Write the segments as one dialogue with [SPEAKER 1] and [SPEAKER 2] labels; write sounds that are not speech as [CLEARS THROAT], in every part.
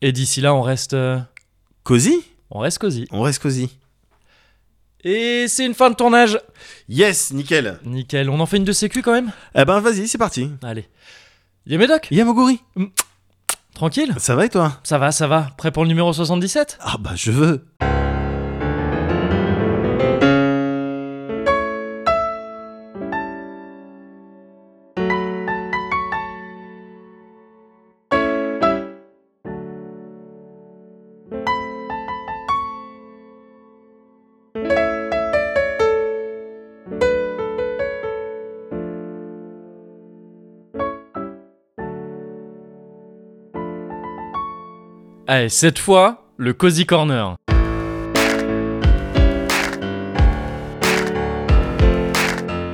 [SPEAKER 1] Et d'ici là, on reste, euh,
[SPEAKER 2] Cosy
[SPEAKER 1] on reste cosy.
[SPEAKER 2] On reste cosy.
[SPEAKER 1] Et c'est une fin de tournage.
[SPEAKER 2] Yes, nickel.
[SPEAKER 1] Nickel. On en fait une de sécu quand même.
[SPEAKER 2] Eh ben vas-y, c'est parti.
[SPEAKER 1] Allez. Y'a Médoc
[SPEAKER 2] Yamoguri,
[SPEAKER 1] Tranquille
[SPEAKER 2] ça va et toi
[SPEAKER 1] Ça va, ça va. Prêt pour le numéro 77
[SPEAKER 2] Ah bah je veux.
[SPEAKER 1] Allez, cette fois, le Cozy Corner.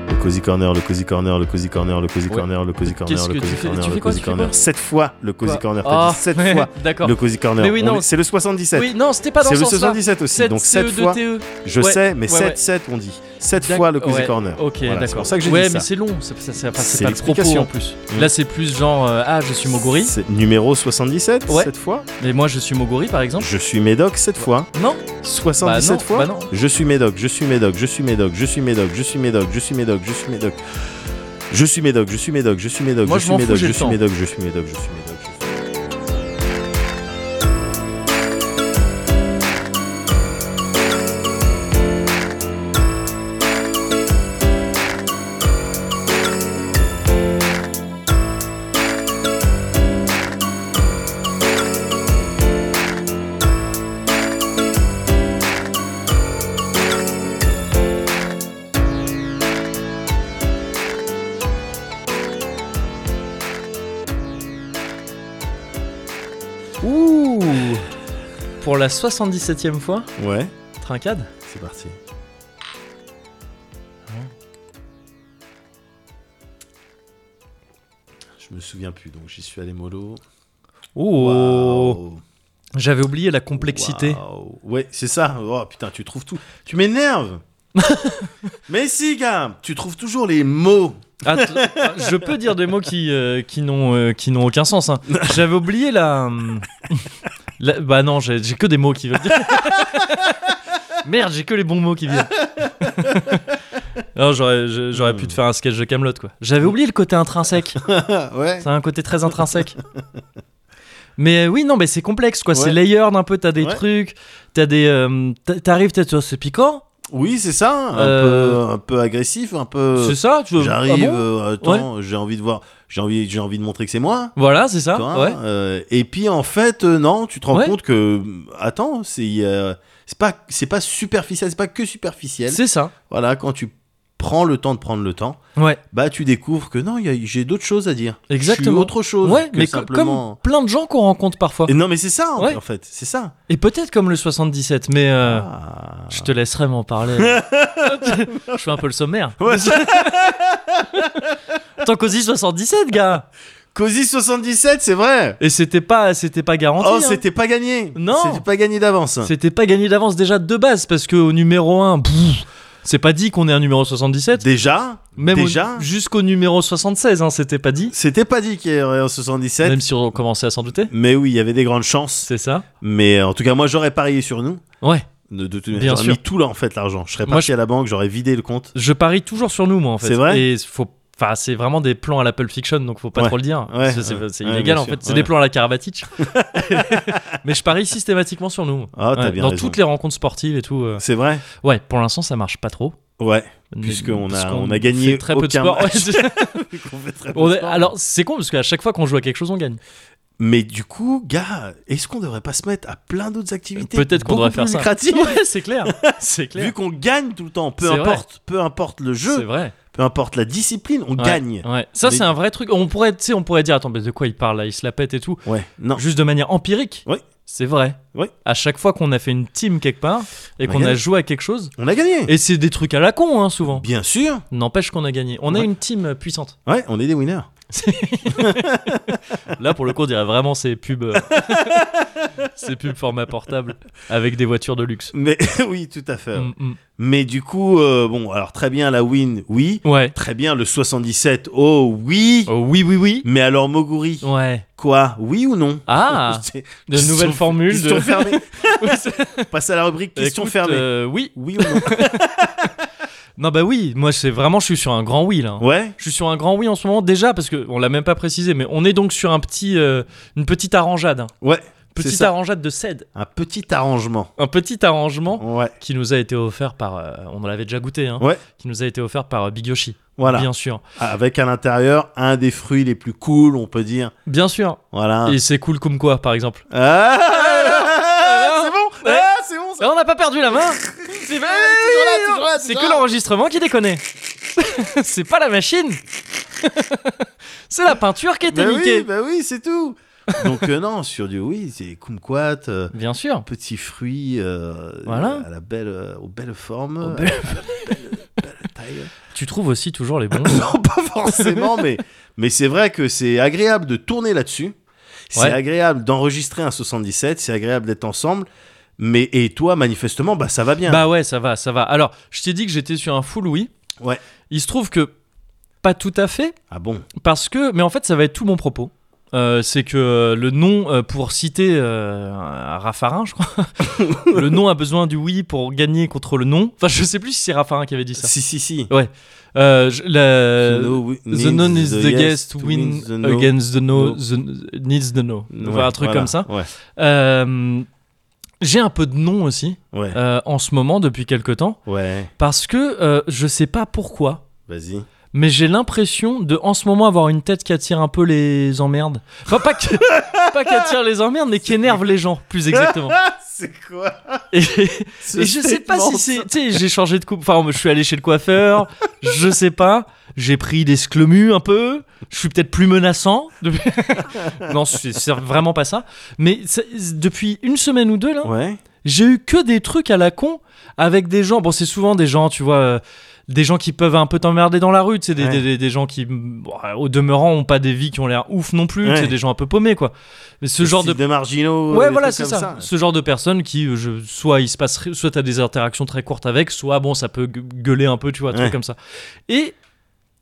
[SPEAKER 2] Le Cozy Corner, le Cozy Corner, le Cozy Corner, le Cozy
[SPEAKER 1] Ouais.
[SPEAKER 2] Corner, le Cozy
[SPEAKER 1] Qu'est-ce
[SPEAKER 2] Corner,
[SPEAKER 1] que
[SPEAKER 2] le
[SPEAKER 1] tu
[SPEAKER 2] Cozy
[SPEAKER 1] fais
[SPEAKER 2] Corner,
[SPEAKER 1] Tu
[SPEAKER 2] le
[SPEAKER 1] fais quoi,
[SPEAKER 2] Cozy
[SPEAKER 1] tu fais quoi
[SPEAKER 2] Corner. Sept fois le Cozy
[SPEAKER 1] Quoi
[SPEAKER 2] Corner, t'as dit sept fois
[SPEAKER 1] Ah, D'accord.
[SPEAKER 2] le Cozy Corner.
[SPEAKER 1] Mais oui,
[SPEAKER 2] On
[SPEAKER 1] non.
[SPEAKER 2] est- C'est le 77.
[SPEAKER 1] Oui, non, c'était pas dans
[SPEAKER 2] C'est
[SPEAKER 1] ce
[SPEAKER 2] le
[SPEAKER 1] sens-là. E
[SPEAKER 2] 77 aussi,
[SPEAKER 1] 7
[SPEAKER 2] donc 7
[SPEAKER 1] CE2
[SPEAKER 2] fois.
[SPEAKER 1] TE.
[SPEAKER 2] Je
[SPEAKER 1] Ouais,
[SPEAKER 2] sais, mais
[SPEAKER 1] ouais,
[SPEAKER 2] 7,
[SPEAKER 1] ouais.
[SPEAKER 2] 7, on dit. 7
[SPEAKER 1] D'ac-
[SPEAKER 2] fois le Cozy
[SPEAKER 1] ouais,
[SPEAKER 2] Corner.
[SPEAKER 1] Ok,
[SPEAKER 2] Voilà,
[SPEAKER 1] d'accord.
[SPEAKER 2] C'est pour ça que j'ai
[SPEAKER 1] ouais,
[SPEAKER 2] dit
[SPEAKER 1] mais
[SPEAKER 2] ça.
[SPEAKER 1] c'est long, c'est c'est- c'est pas, c'est
[SPEAKER 2] C'est
[SPEAKER 1] pas le propos
[SPEAKER 2] l'explication.
[SPEAKER 1] en plus.
[SPEAKER 2] Mm.
[SPEAKER 1] Là, c'est plus genre euh, ah, je suis Mogori,
[SPEAKER 2] C'est numéro 77,
[SPEAKER 1] Ouais.
[SPEAKER 2] 7 fois.
[SPEAKER 1] mais moi je suis Mogori par exemple.
[SPEAKER 2] Je suis Médoc, 7 fois.
[SPEAKER 1] Non,
[SPEAKER 2] 77
[SPEAKER 1] Bah non,
[SPEAKER 2] fois.
[SPEAKER 1] bah non.
[SPEAKER 2] Je suis Médoc, je suis Médoc, je suis Médoc, je suis Médoc, je suis Médoc, je suis Médoc, je suis Médoc. Je suis Médoc, je suis Médoc, je suis Médoc,
[SPEAKER 1] Moi,
[SPEAKER 2] je
[SPEAKER 1] je
[SPEAKER 2] suis
[SPEAKER 1] m'en fous,
[SPEAKER 2] Médoc,
[SPEAKER 1] j'ai
[SPEAKER 2] je
[SPEAKER 1] le
[SPEAKER 2] suis
[SPEAKER 1] temps.
[SPEAKER 2] Médoc, je suis Médoc, je suis Médoc, je suis Médoc.
[SPEAKER 1] Ouh Pour la 77ème fois,
[SPEAKER 2] Ouais,
[SPEAKER 1] trincade.
[SPEAKER 2] c'est parti. Je me souviens plus, donc j'y suis allé mollo.
[SPEAKER 1] Oh
[SPEAKER 2] Waouh.
[SPEAKER 1] J'avais oublié la complexité.
[SPEAKER 2] Waouh. Ouais, c'est ça. Oh putain, tu trouves tout.
[SPEAKER 1] [LAUGHS]
[SPEAKER 2] Tu m'énerves. Mais si, gars, tu trouves toujours
[SPEAKER 1] [LAUGHS]
[SPEAKER 2] les mots.
[SPEAKER 1] Ah, t- ah, je peux dire des mots qui, euh, qui n'ont euh, qui n'ont aucun sens. hein. J'avais oublié la, hum, la- Bah non, j'ai j'ai que des mots qui veulent dire. Merde, j'ai que les bons mots qui viennent. Non, j'aurais je- j'aurais pu te faire un sketch de Camelot quoi. J'avais oublié le côté intrinsèque.
[SPEAKER 2] ouais.
[SPEAKER 1] C'est un côté très intrinsèque. [LAUGHS] Mais euh, oui, non, mais c'est complexe quoi. C'est
[SPEAKER 2] Ouais.
[SPEAKER 1] layered un peu. T'as des
[SPEAKER 2] Ouais.
[SPEAKER 1] trucs. T'as des. euh, t'a- T'arrives peut-être sur ce piquant.
[SPEAKER 2] Oui, c'est ça. Un,
[SPEAKER 1] Euh,
[SPEAKER 2] peu, un peu agressif, un peu.
[SPEAKER 1] c'est ça. Tu veux... ah
[SPEAKER 2] Euh, J'arrive.
[SPEAKER 1] bon
[SPEAKER 2] euh, attends, j'ai envie de voir. J'ai envie, j'ai envie de montrer que c'est moi.
[SPEAKER 1] Voilà, c'est ça.
[SPEAKER 2] Toi,
[SPEAKER 1] Ah, ouais.
[SPEAKER 2] euh, et puis en fait, euh, non, tu te rends
[SPEAKER 1] Ouais.
[SPEAKER 2] compte que attends, c'est euh, c'est pas c'est pas superficiel, c'est pas que superficiel.
[SPEAKER 1] C'est ça.
[SPEAKER 2] Voilà, quand tu prends le temps de prendre le temps,
[SPEAKER 1] Ouais.
[SPEAKER 2] bah tu découvres que non, il y a- j'ai d'autres choses à dire. Je suis
[SPEAKER 1] Exactement.
[SPEAKER 2] autre chose.
[SPEAKER 1] Ouais,
[SPEAKER 2] que
[SPEAKER 1] mais co-
[SPEAKER 2] simplement.
[SPEAKER 1] comme plein de gens qu'on rencontre parfois.
[SPEAKER 2] Et Non, mais c'est ça en-
[SPEAKER 1] Ouais.
[SPEAKER 2] en fait, c'est ça.
[SPEAKER 1] Et peut-être comme le 77, mais euh,
[SPEAKER 2] Ah.
[SPEAKER 1] je te laisserai m'en
[SPEAKER 2] [LAUGHS]
[SPEAKER 1] parler. je fais un peu le sommaire.
[SPEAKER 2] Ah. Ouais. [LAUGHS]
[SPEAKER 1] Tant qu'Ozzy 77, gars.
[SPEAKER 2] Cozy 77, c'est vrai.
[SPEAKER 1] Et c'était pas, c'était pas garanti.
[SPEAKER 2] Oh,
[SPEAKER 1] hein.
[SPEAKER 2] c'était pas gagné.
[SPEAKER 1] Non.
[SPEAKER 2] C'était pas gagné d'avance.
[SPEAKER 1] C'était pas gagné d'avance déjà de base parce que au numéro 1, pff, c'est pas dit qu'on est un numéro 77.
[SPEAKER 2] Déjà,
[SPEAKER 1] Même au-
[SPEAKER 2] déjà,
[SPEAKER 1] jusqu'au numéro 76, hein, c'était pas dit.
[SPEAKER 2] c'était pas dit qu'il y aurait un 77.
[SPEAKER 1] Même si on commençait à s'en douter.
[SPEAKER 2] Mais oui, il y avait des grandes chances.
[SPEAKER 1] C'est ça.
[SPEAKER 2] Mais euh, en tout cas, moi, j'aurais parié sur nous.
[SPEAKER 1] Ouais.
[SPEAKER 2] De, de, toute
[SPEAKER 1] Bien
[SPEAKER 2] manière, j'aurais
[SPEAKER 1] sûr.
[SPEAKER 2] mis tout là en fait l'argent. Je serais
[SPEAKER 1] Moi,
[SPEAKER 2] parti à la banque, j'aurais vidé le compte.
[SPEAKER 1] Je parie toujours sur nous, moi, en fait.
[SPEAKER 2] C'est vrai
[SPEAKER 1] Et faut. Enfin, c'est vraiment des plans à la Pulp Fiction, donc faut pas
[SPEAKER 2] Ouais.
[SPEAKER 1] trop le dire.
[SPEAKER 2] Ouais.
[SPEAKER 1] C'est- c'est c'est
[SPEAKER 2] Ouais,
[SPEAKER 1] illégal,
[SPEAKER 2] bien
[SPEAKER 1] en fait.
[SPEAKER 2] sûr.
[SPEAKER 1] C'est
[SPEAKER 2] Ouais.
[SPEAKER 1] des plans à la
[SPEAKER 2] [LAUGHS]
[SPEAKER 1] Karabatic. [LAUGHS] Mais je parie systématiquement sur nous.
[SPEAKER 2] Ah, t'as
[SPEAKER 1] Ouais,
[SPEAKER 2] bien
[SPEAKER 1] dans
[SPEAKER 2] raison.
[SPEAKER 1] toutes les rencontres sportives et tout. euh.
[SPEAKER 2] C'est vrai.
[SPEAKER 1] Ouais, pour l'instant, ça marche pas trop. [LAUGHS]
[SPEAKER 2] Ouais.
[SPEAKER 1] Mais-
[SPEAKER 2] Puisqu'on a-
[SPEAKER 1] puisqu'on
[SPEAKER 2] on a gagné
[SPEAKER 1] fait très peu de
[SPEAKER 2] aucun
[SPEAKER 1] sport.
[SPEAKER 2] match.
[SPEAKER 1] Ouais, c'est-
[SPEAKER 2] On fait [LAUGHS] très
[SPEAKER 1] [LAUGHS]
[SPEAKER 2] peu
[SPEAKER 1] on
[SPEAKER 2] de
[SPEAKER 1] est-
[SPEAKER 2] sport.
[SPEAKER 1] Alors, c'est con, parce qu'à chaque fois qu'on joue à quelque chose, on
[SPEAKER 2] [LAUGHS]
[SPEAKER 1] gagne.
[SPEAKER 2] Mais du coup, gars, est-ce qu'on devrait pas se mettre à plein d'autres activités
[SPEAKER 1] Peut-être qu'on
[SPEAKER 2] beaucoup
[SPEAKER 1] devrait faire
[SPEAKER 2] plus
[SPEAKER 1] ça.
[SPEAKER 2] lucratives [LAUGHS]
[SPEAKER 1] Ouais, c'est clair. C'est clair.
[SPEAKER 2] Vu qu'on gagne tout le temps, peu
[SPEAKER 1] C'est
[SPEAKER 2] importe, peu importe le
[SPEAKER 1] C'est
[SPEAKER 2] jeu,
[SPEAKER 1] vrai.
[SPEAKER 2] peu importe la discipline, on
[SPEAKER 1] Ouais,
[SPEAKER 2] gagne.
[SPEAKER 1] Ouais. Ça,
[SPEAKER 2] Mais-
[SPEAKER 1] c'est un vrai truc. On pourrait, tu sais, on pourrait dire, attends, mais de quoi il parle là Il se la pète et tout.
[SPEAKER 2] Ouais. Non.
[SPEAKER 1] Juste de manière empirique.
[SPEAKER 2] Oui.
[SPEAKER 1] C'est vrai.
[SPEAKER 2] Oui.
[SPEAKER 1] À chaque fois qu'on a fait une team quelque part et
[SPEAKER 2] On a
[SPEAKER 1] qu'on a
[SPEAKER 2] gagné.
[SPEAKER 1] joué à quelque chose,
[SPEAKER 2] On a gagné.
[SPEAKER 1] et c'est des trucs à la con, hein, souvent.
[SPEAKER 2] Bien sûr.
[SPEAKER 1] N'empêche qu'on a gagné. On a
[SPEAKER 2] Ouais.
[SPEAKER 1] une team euh, puissante.
[SPEAKER 2] Ouais, on est des winners.
[SPEAKER 1] Là, pour le coup, on dirait vraiment ces pubs, euh, [LAUGHS] ces pubs format portable avec des voitures de luxe.
[SPEAKER 2] Mais [LAUGHS] oui, tout à fait.
[SPEAKER 1] Mm, mm.
[SPEAKER 2] Mais du coup, euh, bon, alors très bien la win, oui.
[SPEAKER 1] Ouais.
[SPEAKER 2] Très bien le 77, oh oui.
[SPEAKER 1] Oh, oui, oui, oui.
[SPEAKER 2] Mais alors Moguri,
[SPEAKER 1] Ouais.
[SPEAKER 2] quoi Oui ou non
[SPEAKER 1] Ah,
[SPEAKER 2] [LAUGHS] C'est-
[SPEAKER 1] de
[SPEAKER 2] Oh, Question-
[SPEAKER 1] nouvelles formules.
[SPEAKER 2] Question
[SPEAKER 1] De...
[SPEAKER 2] fermée.
[SPEAKER 1] Oui, c'est-
[SPEAKER 2] Passe à
[SPEAKER 1] [LAUGHS]
[SPEAKER 2] la rubrique question
[SPEAKER 1] Écoute,
[SPEAKER 2] fermée.
[SPEAKER 1] euh, oui.
[SPEAKER 2] Oui ou non
[SPEAKER 1] Non, bah oui. Moi, c'est vraiment, je suis sur un grand oui là. hein.
[SPEAKER 2] Ouais.
[SPEAKER 1] Je suis sur un grand oui en ce moment déjà parce que on l'a même pas précisé, mais on est donc sur un petit, euh, une petite arrangeade, hein.
[SPEAKER 2] Ouais. C'est
[SPEAKER 1] petite
[SPEAKER 2] ça.
[SPEAKER 1] arrangeade de cède,
[SPEAKER 2] Un petit arrangement.
[SPEAKER 1] un petit arrangement
[SPEAKER 2] Ouais.
[SPEAKER 1] qui nous a été offert par, euh, on en l'avait déjà goûté, hein,
[SPEAKER 2] Ouais.
[SPEAKER 1] qui nous a été offert par euh, Big Yoshi,
[SPEAKER 2] Voilà.
[SPEAKER 1] bien sûr,
[SPEAKER 2] Avec à l'intérieur un des fruits les plus cool, on peut dire.
[SPEAKER 1] bien sûr.
[SPEAKER 2] Voilà.
[SPEAKER 1] Et c'est cool comme quoi, par exemple.
[SPEAKER 2] Ah,
[SPEAKER 1] Alors
[SPEAKER 2] c'est bon.
[SPEAKER 1] Ouais.
[SPEAKER 2] Ah, c'est bon. ça.
[SPEAKER 1] Ah, on n'a pas perdu la
[SPEAKER 2] [LAUGHS]
[SPEAKER 1] main. C'est pas-
[SPEAKER 2] toujours là, toujours là,
[SPEAKER 1] C'est
[SPEAKER 2] toujours
[SPEAKER 1] que
[SPEAKER 2] là.
[SPEAKER 1] l'enregistrement qui déconne. [LAUGHS] c'est pas la machine. [LAUGHS] c'est la peinture qui était
[SPEAKER 2] Bah
[SPEAKER 1] niquée.
[SPEAKER 2] oui, bah oui, c'est tout. Donc euh, non, sur du oui, c'est kumquat, euh,
[SPEAKER 1] Bien sûr.
[SPEAKER 2] petits fruits euh,
[SPEAKER 1] Voilà.
[SPEAKER 2] à la belle, euh, aux belles
[SPEAKER 1] [LAUGHS]
[SPEAKER 2] formes,
[SPEAKER 1] Aux
[SPEAKER 2] à
[SPEAKER 1] belles-
[SPEAKER 2] la belle- belle taille.
[SPEAKER 1] Tu trouves aussi toujours les bons.
[SPEAKER 2] Non, [LAUGHS] pas
[SPEAKER 1] [LAUGHS]
[SPEAKER 2] forcément, mais, mais c'est vrai que c'est agréable de tourner là-dessus. C'est
[SPEAKER 1] Ouais.
[SPEAKER 2] agréable d'enregistrer un 77, c'est agréable d'être ensemble. Mais et toi, manifestement, bah ça va bien.
[SPEAKER 1] Bah ouais, ça va, ça va. Alors, je t'ai dit que j'étais sur un full oui.
[SPEAKER 2] Ouais.
[SPEAKER 1] Il se trouve que pas tout à fait,
[SPEAKER 2] Ah bon
[SPEAKER 1] parce que, mais en fait, ça va être tout mon propos. Euh, c'est que euh, le nom, euh, pour citer euh, un Raffarin, je
[SPEAKER 2] [LAUGHS]
[SPEAKER 1] crois, [LAUGHS] le nom a besoin du oui pour gagner contre le non. Enfin, je sais plus si c'est Raffarin qui avait dit ça.
[SPEAKER 2] Si, si, si.
[SPEAKER 1] Euh, je- la-
[SPEAKER 2] no wi-
[SPEAKER 1] The
[SPEAKER 2] needs
[SPEAKER 1] non is the
[SPEAKER 2] yes
[SPEAKER 1] guest
[SPEAKER 2] to
[SPEAKER 1] win
[SPEAKER 2] win the no.
[SPEAKER 1] against the no,
[SPEAKER 2] No.
[SPEAKER 1] the needs the no.
[SPEAKER 2] Ouais,
[SPEAKER 1] Enfin, un truc
[SPEAKER 2] voilà,
[SPEAKER 1] comme ça.
[SPEAKER 2] Ouais.
[SPEAKER 1] Euh, J'ai un peu de non aussi
[SPEAKER 2] Ouais.
[SPEAKER 1] euh, en ce moment depuis quelque temps
[SPEAKER 2] Ouais.
[SPEAKER 1] parce que euh, je sais pas pourquoi,
[SPEAKER 2] Vas-y.
[SPEAKER 1] [LAUGHS] mais j'ai l'impression de en ce moment avoir une tête qui attire un peu les emmerdes. Enfin, pas que- [LAUGHS] pas qui attire les emmerdes, mais qui énerve les gens, plus exactement.
[SPEAKER 2] c'est quoi
[SPEAKER 1] Et,
[SPEAKER 2] ce
[SPEAKER 1] Ah, et je sais pas
[SPEAKER 2] statement,
[SPEAKER 1] si c'est. Tu sais, j'ai changé de coupe. Enfin, je suis allé chez le coiffeur, je sais pas. J'ai pris des sclemus un peu. Je suis peut-être plus menaçant. [LAUGHS] depuis- non, c'est c'est vraiment pas ça. Mais c'est- depuis une semaine ou deux, là,
[SPEAKER 2] ça Ouais.
[SPEAKER 1] j'ai eu que des trucs à la con avec des gens. Bon, c'est souvent des gens, tu vois, euh, des gens qui peuvent un peu t'emmerder dans la rue. C'est des,
[SPEAKER 2] Ouais.
[SPEAKER 1] des, des- des gens qui, bon, euh, au demeurant, ont pas des vies qui ont l'air ouf non plus.
[SPEAKER 2] Ouais.
[SPEAKER 1] C'est des gens un peu paumés, quoi. Mais ce genre de
[SPEAKER 2] Style marginaux.
[SPEAKER 1] Ouais,
[SPEAKER 2] des
[SPEAKER 1] voilà,
[SPEAKER 2] trucs
[SPEAKER 1] c'est
[SPEAKER 2] comme
[SPEAKER 1] ça. Ce genre de personne qui, euh, je, soit il se passe, ri- soit t'as des interactions très courtes avec, soit bon, ça peut gue- gueuler un peu, tu vois, un truc
[SPEAKER 2] Ouais.
[SPEAKER 1] comme ça. Et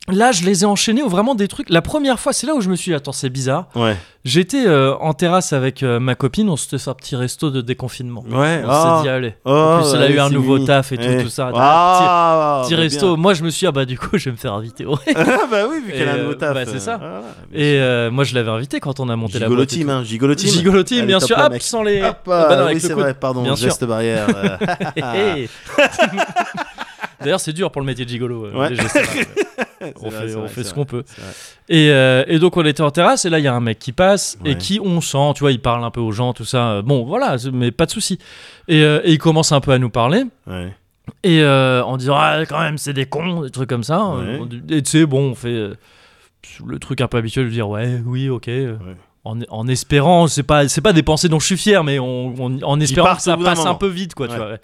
[SPEAKER 1] là, je les ai enchaînés au vraiment des trucs. La première fois, c'est là où je me suis dit, attends, c'est bizarre.
[SPEAKER 2] Ouais.
[SPEAKER 1] J'étais euh, en terrasse avec euh, ma copine, on se fait un petit resto de déconfinement.
[SPEAKER 2] Ouais.
[SPEAKER 1] On
[SPEAKER 2] ah,
[SPEAKER 1] s'est dit, allez.
[SPEAKER 2] oh,
[SPEAKER 1] En plus, elle a
[SPEAKER 2] allez,
[SPEAKER 1] eu un
[SPEAKER 2] c'est
[SPEAKER 1] nouveau
[SPEAKER 2] mimi.
[SPEAKER 1] taf et tout,
[SPEAKER 2] Ouais.
[SPEAKER 1] tout ça.
[SPEAKER 2] Ah,
[SPEAKER 1] petit
[SPEAKER 2] bah,
[SPEAKER 1] resto.
[SPEAKER 2] bien.
[SPEAKER 1] Moi, je me suis dit, ah bah, du coup, je vais me faire inviter. au- [LAUGHS]
[SPEAKER 2] Ah, bah oui, vu qu'elle a un
[SPEAKER 1] Et,
[SPEAKER 2] nouveau
[SPEAKER 1] euh,
[SPEAKER 2] taf.
[SPEAKER 1] bah, c'est ça.
[SPEAKER 2] voilà, bien
[SPEAKER 1] et euh, moi, je l'avais invité quand on a monté
[SPEAKER 2] sûr.
[SPEAKER 1] la
[SPEAKER 2] Gigolo
[SPEAKER 1] boîte. et
[SPEAKER 2] team,
[SPEAKER 1] tout.
[SPEAKER 2] hein, gigolo team. [LAUGHS]
[SPEAKER 1] Gigolo team,
[SPEAKER 2] Allez,
[SPEAKER 1] bien
[SPEAKER 2] top
[SPEAKER 1] sûr.
[SPEAKER 2] là,
[SPEAKER 1] Hop,
[SPEAKER 2] mec.
[SPEAKER 1] sans les.
[SPEAKER 2] Hop,
[SPEAKER 1] Ah bah non,
[SPEAKER 2] euh,
[SPEAKER 1] avec
[SPEAKER 2] oui,
[SPEAKER 1] le
[SPEAKER 2] c'est
[SPEAKER 1] coude.
[SPEAKER 2] vrai, pardon,
[SPEAKER 1] Bien sûr.
[SPEAKER 2] geste barrière. euh,
[SPEAKER 1] [LAUGHS] Hey, hey. D'ailleurs, c'est dur pour le métier de gigolo. euh,
[SPEAKER 2] Ouais.
[SPEAKER 1] les gestes, euh,
[SPEAKER 2] [LAUGHS] c'est
[SPEAKER 1] on
[SPEAKER 2] vrai,
[SPEAKER 1] fait,
[SPEAKER 2] c'est
[SPEAKER 1] on
[SPEAKER 2] vrai,
[SPEAKER 1] fait ce
[SPEAKER 2] c'est
[SPEAKER 1] qu'on peut.
[SPEAKER 2] vrai, c'est
[SPEAKER 1] Et, euh, et donc, on était en terrasse, et là, il y a un mec qui passe, et
[SPEAKER 2] Ouais.
[SPEAKER 1] qui, on sent, tu vois, il parle un peu aux gens, tout ça. euh, Bon, voilà, c'est- mais pas de souci. Et, euh, et il commence un peu à nous parler,
[SPEAKER 2] vrai. Ouais.
[SPEAKER 1] et euh, en disant, ah, quand même, c'est des cons, des trucs comme ça. hein.
[SPEAKER 2] Ouais.
[SPEAKER 1] On dit- Et tu sais, bon, on fait euh, le truc un peu habituel de dire, ouais, oui, ok. euh,
[SPEAKER 2] Ouais.
[SPEAKER 1] En, en espérant, c'est pas, c'est pas des pensées dont je suis fier, mais on, on- en espérant
[SPEAKER 2] partent
[SPEAKER 1] que
[SPEAKER 2] au
[SPEAKER 1] ça
[SPEAKER 2] bout d'un
[SPEAKER 1] passe un
[SPEAKER 2] moment.
[SPEAKER 1] peu vite, quoi, tu
[SPEAKER 2] Ouais.
[SPEAKER 1] vois. ouais.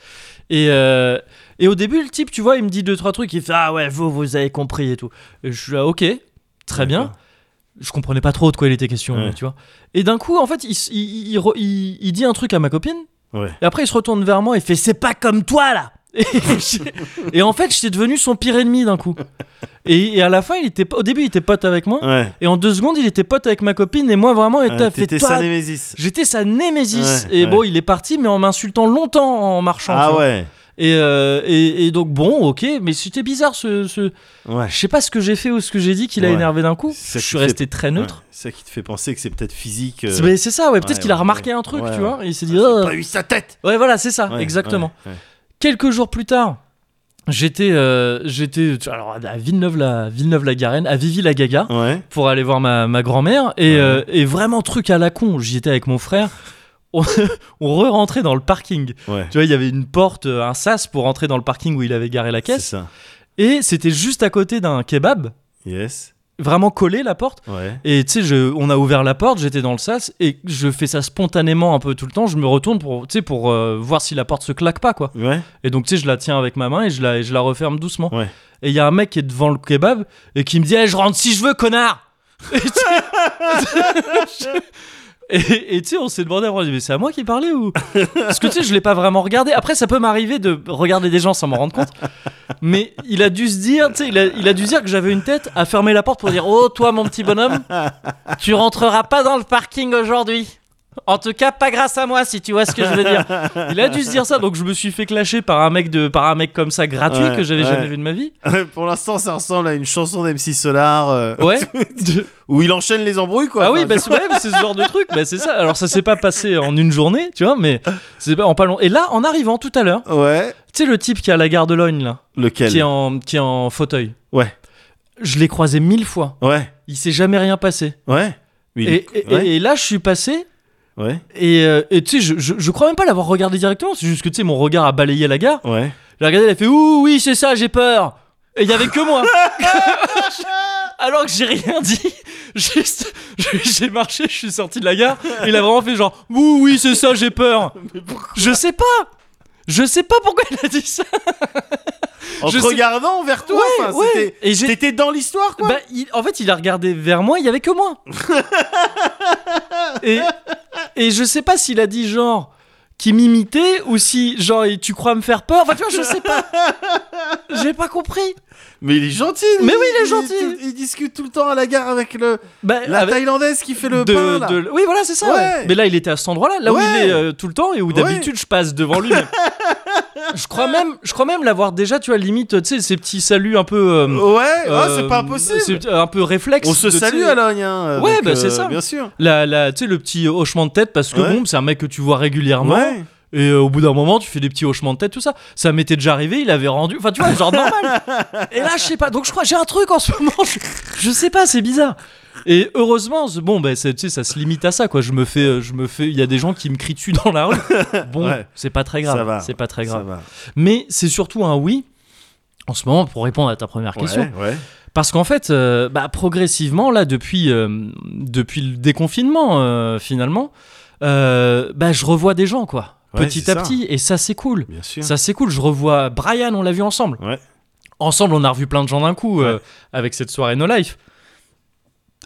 [SPEAKER 1] Et, euh, et au début, le type, tu vois, il me dit deux, trois trucs, il fait Ah ouais, vous, vous avez compris et tout. Et je suis là, ok, très bien.
[SPEAKER 2] D'accord.
[SPEAKER 1] Je comprenais pas trop de quoi il était question,
[SPEAKER 2] Ouais.
[SPEAKER 1] tu vois. Et d'un coup, en fait, il, s- il- il- il re- il- il dit un truc à ma copine,
[SPEAKER 2] Ouais.
[SPEAKER 1] et après, il se retourne vers moi et fait C'est pas comme toi là Et [LAUGHS] j'ai- Et en fait, j'étais devenu son pire ennemi d'un coup. Et, et à la fin, il était, au début, il était pote avec moi.
[SPEAKER 2] Ouais.
[SPEAKER 1] Et en deux secondes, il était pote avec ma copine et moi vraiment, et
[SPEAKER 2] Ouais,
[SPEAKER 1] t'as fait
[SPEAKER 2] T'étais
[SPEAKER 1] toi,
[SPEAKER 2] sa némésis.
[SPEAKER 1] J'étais sa némésis.
[SPEAKER 2] Ouais,
[SPEAKER 1] et
[SPEAKER 2] ouais.
[SPEAKER 1] bon, il est parti, mais en m'insultant longtemps en marchant. tu
[SPEAKER 2] Ah
[SPEAKER 1] vois.
[SPEAKER 2] ouais.
[SPEAKER 1] Et, euh, et, et donc, bon, ok, mais c'était bizarre ce. ce-
[SPEAKER 2] Ouais.
[SPEAKER 1] Je sais pas ce que j'ai fait ou ce que j'ai dit qui l'a
[SPEAKER 2] Ouais.
[SPEAKER 1] énervé d'un coup.
[SPEAKER 2] C'est ça
[SPEAKER 1] Je
[SPEAKER 2] qui
[SPEAKER 1] suis
[SPEAKER 2] fait-
[SPEAKER 1] resté très neutre.
[SPEAKER 2] Ouais, C'est ça qui te fait penser que c'est peut-être physique. euh,
[SPEAKER 1] C'est mais c'est ça, ouais. Peut-être
[SPEAKER 2] ouais,
[SPEAKER 1] qu'il a
[SPEAKER 2] ouais,
[SPEAKER 1] remarqué
[SPEAKER 2] ouais.
[SPEAKER 1] un truc,
[SPEAKER 2] Ouais,
[SPEAKER 1] tu
[SPEAKER 2] ouais.
[SPEAKER 1] vois. Et il s'est
[SPEAKER 2] ah,
[SPEAKER 1] dit.
[SPEAKER 2] j'ai
[SPEAKER 1] Ah.
[SPEAKER 2] pas eu sa tête.
[SPEAKER 1] Ouais, voilà, c'est ça,
[SPEAKER 2] Ouais,
[SPEAKER 1] Ah, exactement.
[SPEAKER 2] ouais, ouais.
[SPEAKER 1] Quelques jours plus tard, j'étais. euh, j'étais. tu- Alors, à Villeneuve-la Villeneuve Garenne, à Vivi-la-Gaga.
[SPEAKER 2] Ouais.
[SPEAKER 1] pour aller voir ma, ma grand-mère. Et,
[SPEAKER 2] Ouais.
[SPEAKER 1] euh, et vraiment, truc à la con, j'y étais avec mon frère. On, [LAUGHS] on re-rentrait dans le parking.
[SPEAKER 2] Ouais.
[SPEAKER 1] Tu vois, il y avait une porte, euh, un sas pour rentrer dans le parking où il avait garé la
[SPEAKER 2] C'est
[SPEAKER 1] caisse.
[SPEAKER 2] ça.
[SPEAKER 1] Et c'était juste à côté d'un kebab,
[SPEAKER 2] Yes.
[SPEAKER 1] vraiment collé la porte.
[SPEAKER 2] Ouais.
[SPEAKER 1] Et tu sais, je- on a ouvert la porte, j'étais dans le sas et je fais ça spontanément un peu tout le temps. Je me retourne pour, tu sais, pour euh, voir si la porte se claque pas, quoi.
[SPEAKER 2] Ouais. [LAUGHS]
[SPEAKER 1] Et donc, tu sais, je la tiens avec ma main et je la, et je la referme doucement.
[SPEAKER 2] Ouais.
[SPEAKER 1] Et il y a un mec qui est devant le kebab et qui me dit Eh, Je rentre si je veux, connard [LAUGHS] Et tu- [LAUGHS] Et et tu sais, on s'est demandé avant, on dit, mais c'est à moi qui parlait ou Parce que tu sais, je l'ai pas vraiment regardé. Après, ça peut m'arriver de regarder des gens sans m'en rendre compte. Mais il a dû se dire, tu sais, il a, il a dû se dire que j'avais une tête à fermer la porte pour dire Oh, toi, mon petit bonhomme, tu rentreras pas dans le parking aujourd'hui. En tout cas, pas grâce à moi, si tu vois ce que je veux dire. Il a dû se dire ça, donc je me suis fait clasher par un mec, de, par un mec comme ça gratuit
[SPEAKER 2] Ouais,
[SPEAKER 1] que j'avais
[SPEAKER 2] ouais.
[SPEAKER 1] jamais vu de ma vie.
[SPEAKER 2] Pour l'instant, ça ressemble à une chanson d'MC Solar euh, [LAUGHS]
[SPEAKER 1] Ouais.
[SPEAKER 2] où il enchaîne les embrouilles, quoi.
[SPEAKER 1] ah oui,
[SPEAKER 2] Enfin,
[SPEAKER 1] bah, c'est ouais, mais c'est ce genre de truc. Bah, c'est ça. Alors ça s'est pas passé en une journée, tu vois, mais c'est pas en pas long. Et là, en arrivant tout à l'heure,
[SPEAKER 2] Ouais.
[SPEAKER 1] tu sais le type qui est à la gare de Logne là,
[SPEAKER 2] Lequel
[SPEAKER 1] qui est en qui est en fauteuil.
[SPEAKER 2] Ouais.
[SPEAKER 1] Je l'ai croisé mille fois.
[SPEAKER 2] Ouais.
[SPEAKER 1] Il s'est jamais rien passé.
[SPEAKER 2] Ouais. Oui, il
[SPEAKER 1] Et,
[SPEAKER 2] est-
[SPEAKER 1] et-
[SPEAKER 2] ouais.
[SPEAKER 1] et là, je suis passé.
[SPEAKER 2] ouais.
[SPEAKER 1] Et, euh, et tu sais, je, je, je crois même pas l'avoir regardé directement. C'est juste que tu sais, mon regard a balayé la gare.
[SPEAKER 2] Ouais.
[SPEAKER 1] J'ai regardé, elle a fait Ouh, oui, c'est ça, j'ai peur. Et il y avait que
[SPEAKER 2] [LAUGHS]
[SPEAKER 1] moi. Alors que j'ai rien dit. Juste, je- j'ai marché, je suis sorti de la gare. Il a vraiment fait genre Ouh, oui, c'est ça, j'ai
[SPEAKER 2] [LAUGHS]
[SPEAKER 1] peur. Je sais pas. Je sais pas pourquoi il a dit ça.
[SPEAKER 2] En
[SPEAKER 1] Je
[SPEAKER 2] te
[SPEAKER 1] sais-
[SPEAKER 2] regardant vers toi, enfin, c'était-
[SPEAKER 1] Et j'ai.
[SPEAKER 2] T'étais dans l'histoire, quoi.
[SPEAKER 1] Bah, il- en fait, il a regardé vers moi, il y avait que
[SPEAKER 2] [LAUGHS]
[SPEAKER 1] moi. et, et je sais pas s'il a dit genre qui m'imitait ou si genre il- tu crois me faire peur. Enfin, tu vois, je sais
[SPEAKER 2] [LAUGHS]
[SPEAKER 1] pas. J'ai pas compris.
[SPEAKER 2] Mais il est gentil. lui.
[SPEAKER 1] Mais oui, il est gentil.
[SPEAKER 2] tout- Il, discute tout le temps à la gare avec le
[SPEAKER 1] Bah,
[SPEAKER 2] la
[SPEAKER 1] avec-
[SPEAKER 2] thaïlandaise qui fait le
[SPEAKER 1] de-
[SPEAKER 2] pain. Là.
[SPEAKER 1] de- Oui, voilà, c'est ça.
[SPEAKER 2] Ouais.
[SPEAKER 1] ouais. Mais là, il était à cet endroit-là, là où
[SPEAKER 2] Ouais.
[SPEAKER 1] il est euh, tout le temps et où d'habitude je passe devant
[SPEAKER 2] [LAUGHS]
[SPEAKER 1] lui. mais- je crois même, je crois même l'avoir déjà, tu vois, limite, tu sais, ces petits saluts un peu. euh,
[SPEAKER 2] Ouais. ah,
[SPEAKER 1] euh,
[SPEAKER 2] c'est pas impossible.
[SPEAKER 1] C'est euh, un peu réflexe.
[SPEAKER 2] On se
[SPEAKER 1] de, tu sais,
[SPEAKER 2] salue à Logne. Hein,
[SPEAKER 1] Ouais,
[SPEAKER 2] donc,
[SPEAKER 1] bah, c'est
[SPEAKER 2] euh,
[SPEAKER 1] ça.
[SPEAKER 2] Bien sûr.
[SPEAKER 1] La, la, tu sais, le petit hochement de tête, parce que
[SPEAKER 2] Ouais.
[SPEAKER 1] bon, c'est un mec que tu vois régulièrement,
[SPEAKER 2] Ouais.
[SPEAKER 1] et euh, au bout d'un moment, tu fais des petits hochements de tête, tout ça. Ça m'était déjà arrivé, il avait rendu. Enfin, tu vois, genre
[SPEAKER 2] [LAUGHS]
[SPEAKER 1] normal. et là, je sais pas. Donc, je crois, j'ai un truc en ce moment. Je, je sais pas, c'est bizarre. Et heureusement, c'est- bon, ben, c'est- tu sais, ça se limite à ça, quoi. Je me fais. euh, je me fais Il y a des gens qui me crient dessus dans la
[SPEAKER 2] [LAUGHS]
[SPEAKER 1] rue. Bon,
[SPEAKER 2] Ouais.
[SPEAKER 1] c'est pas très
[SPEAKER 2] Ça va.
[SPEAKER 1] grave. C'est pas très grave.
[SPEAKER 2] Ça va.
[SPEAKER 1] Mais c'est surtout un oui. En ce moment, pour répondre à ta première question,
[SPEAKER 2] Ouais. ouais.
[SPEAKER 1] parce qu'en fait, euh, bah, progressivement, là, depuis, euh, depuis le déconfinement, euh, finalement, euh, bah, je revois des gens, quoi.
[SPEAKER 2] Ouais,
[SPEAKER 1] petit
[SPEAKER 2] c'est
[SPEAKER 1] à
[SPEAKER 2] ça.
[SPEAKER 1] petit. Et ça, c'est cool.
[SPEAKER 2] Bien sûr.
[SPEAKER 1] Ça, c'est cool. Je revois Brian, on l'a vu ensemble.
[SPEAKER 2] Ouais.
[SPEAKER 1] Ensemble, on a revu plein de gens d'un coup euh, avec cette soirée No Life.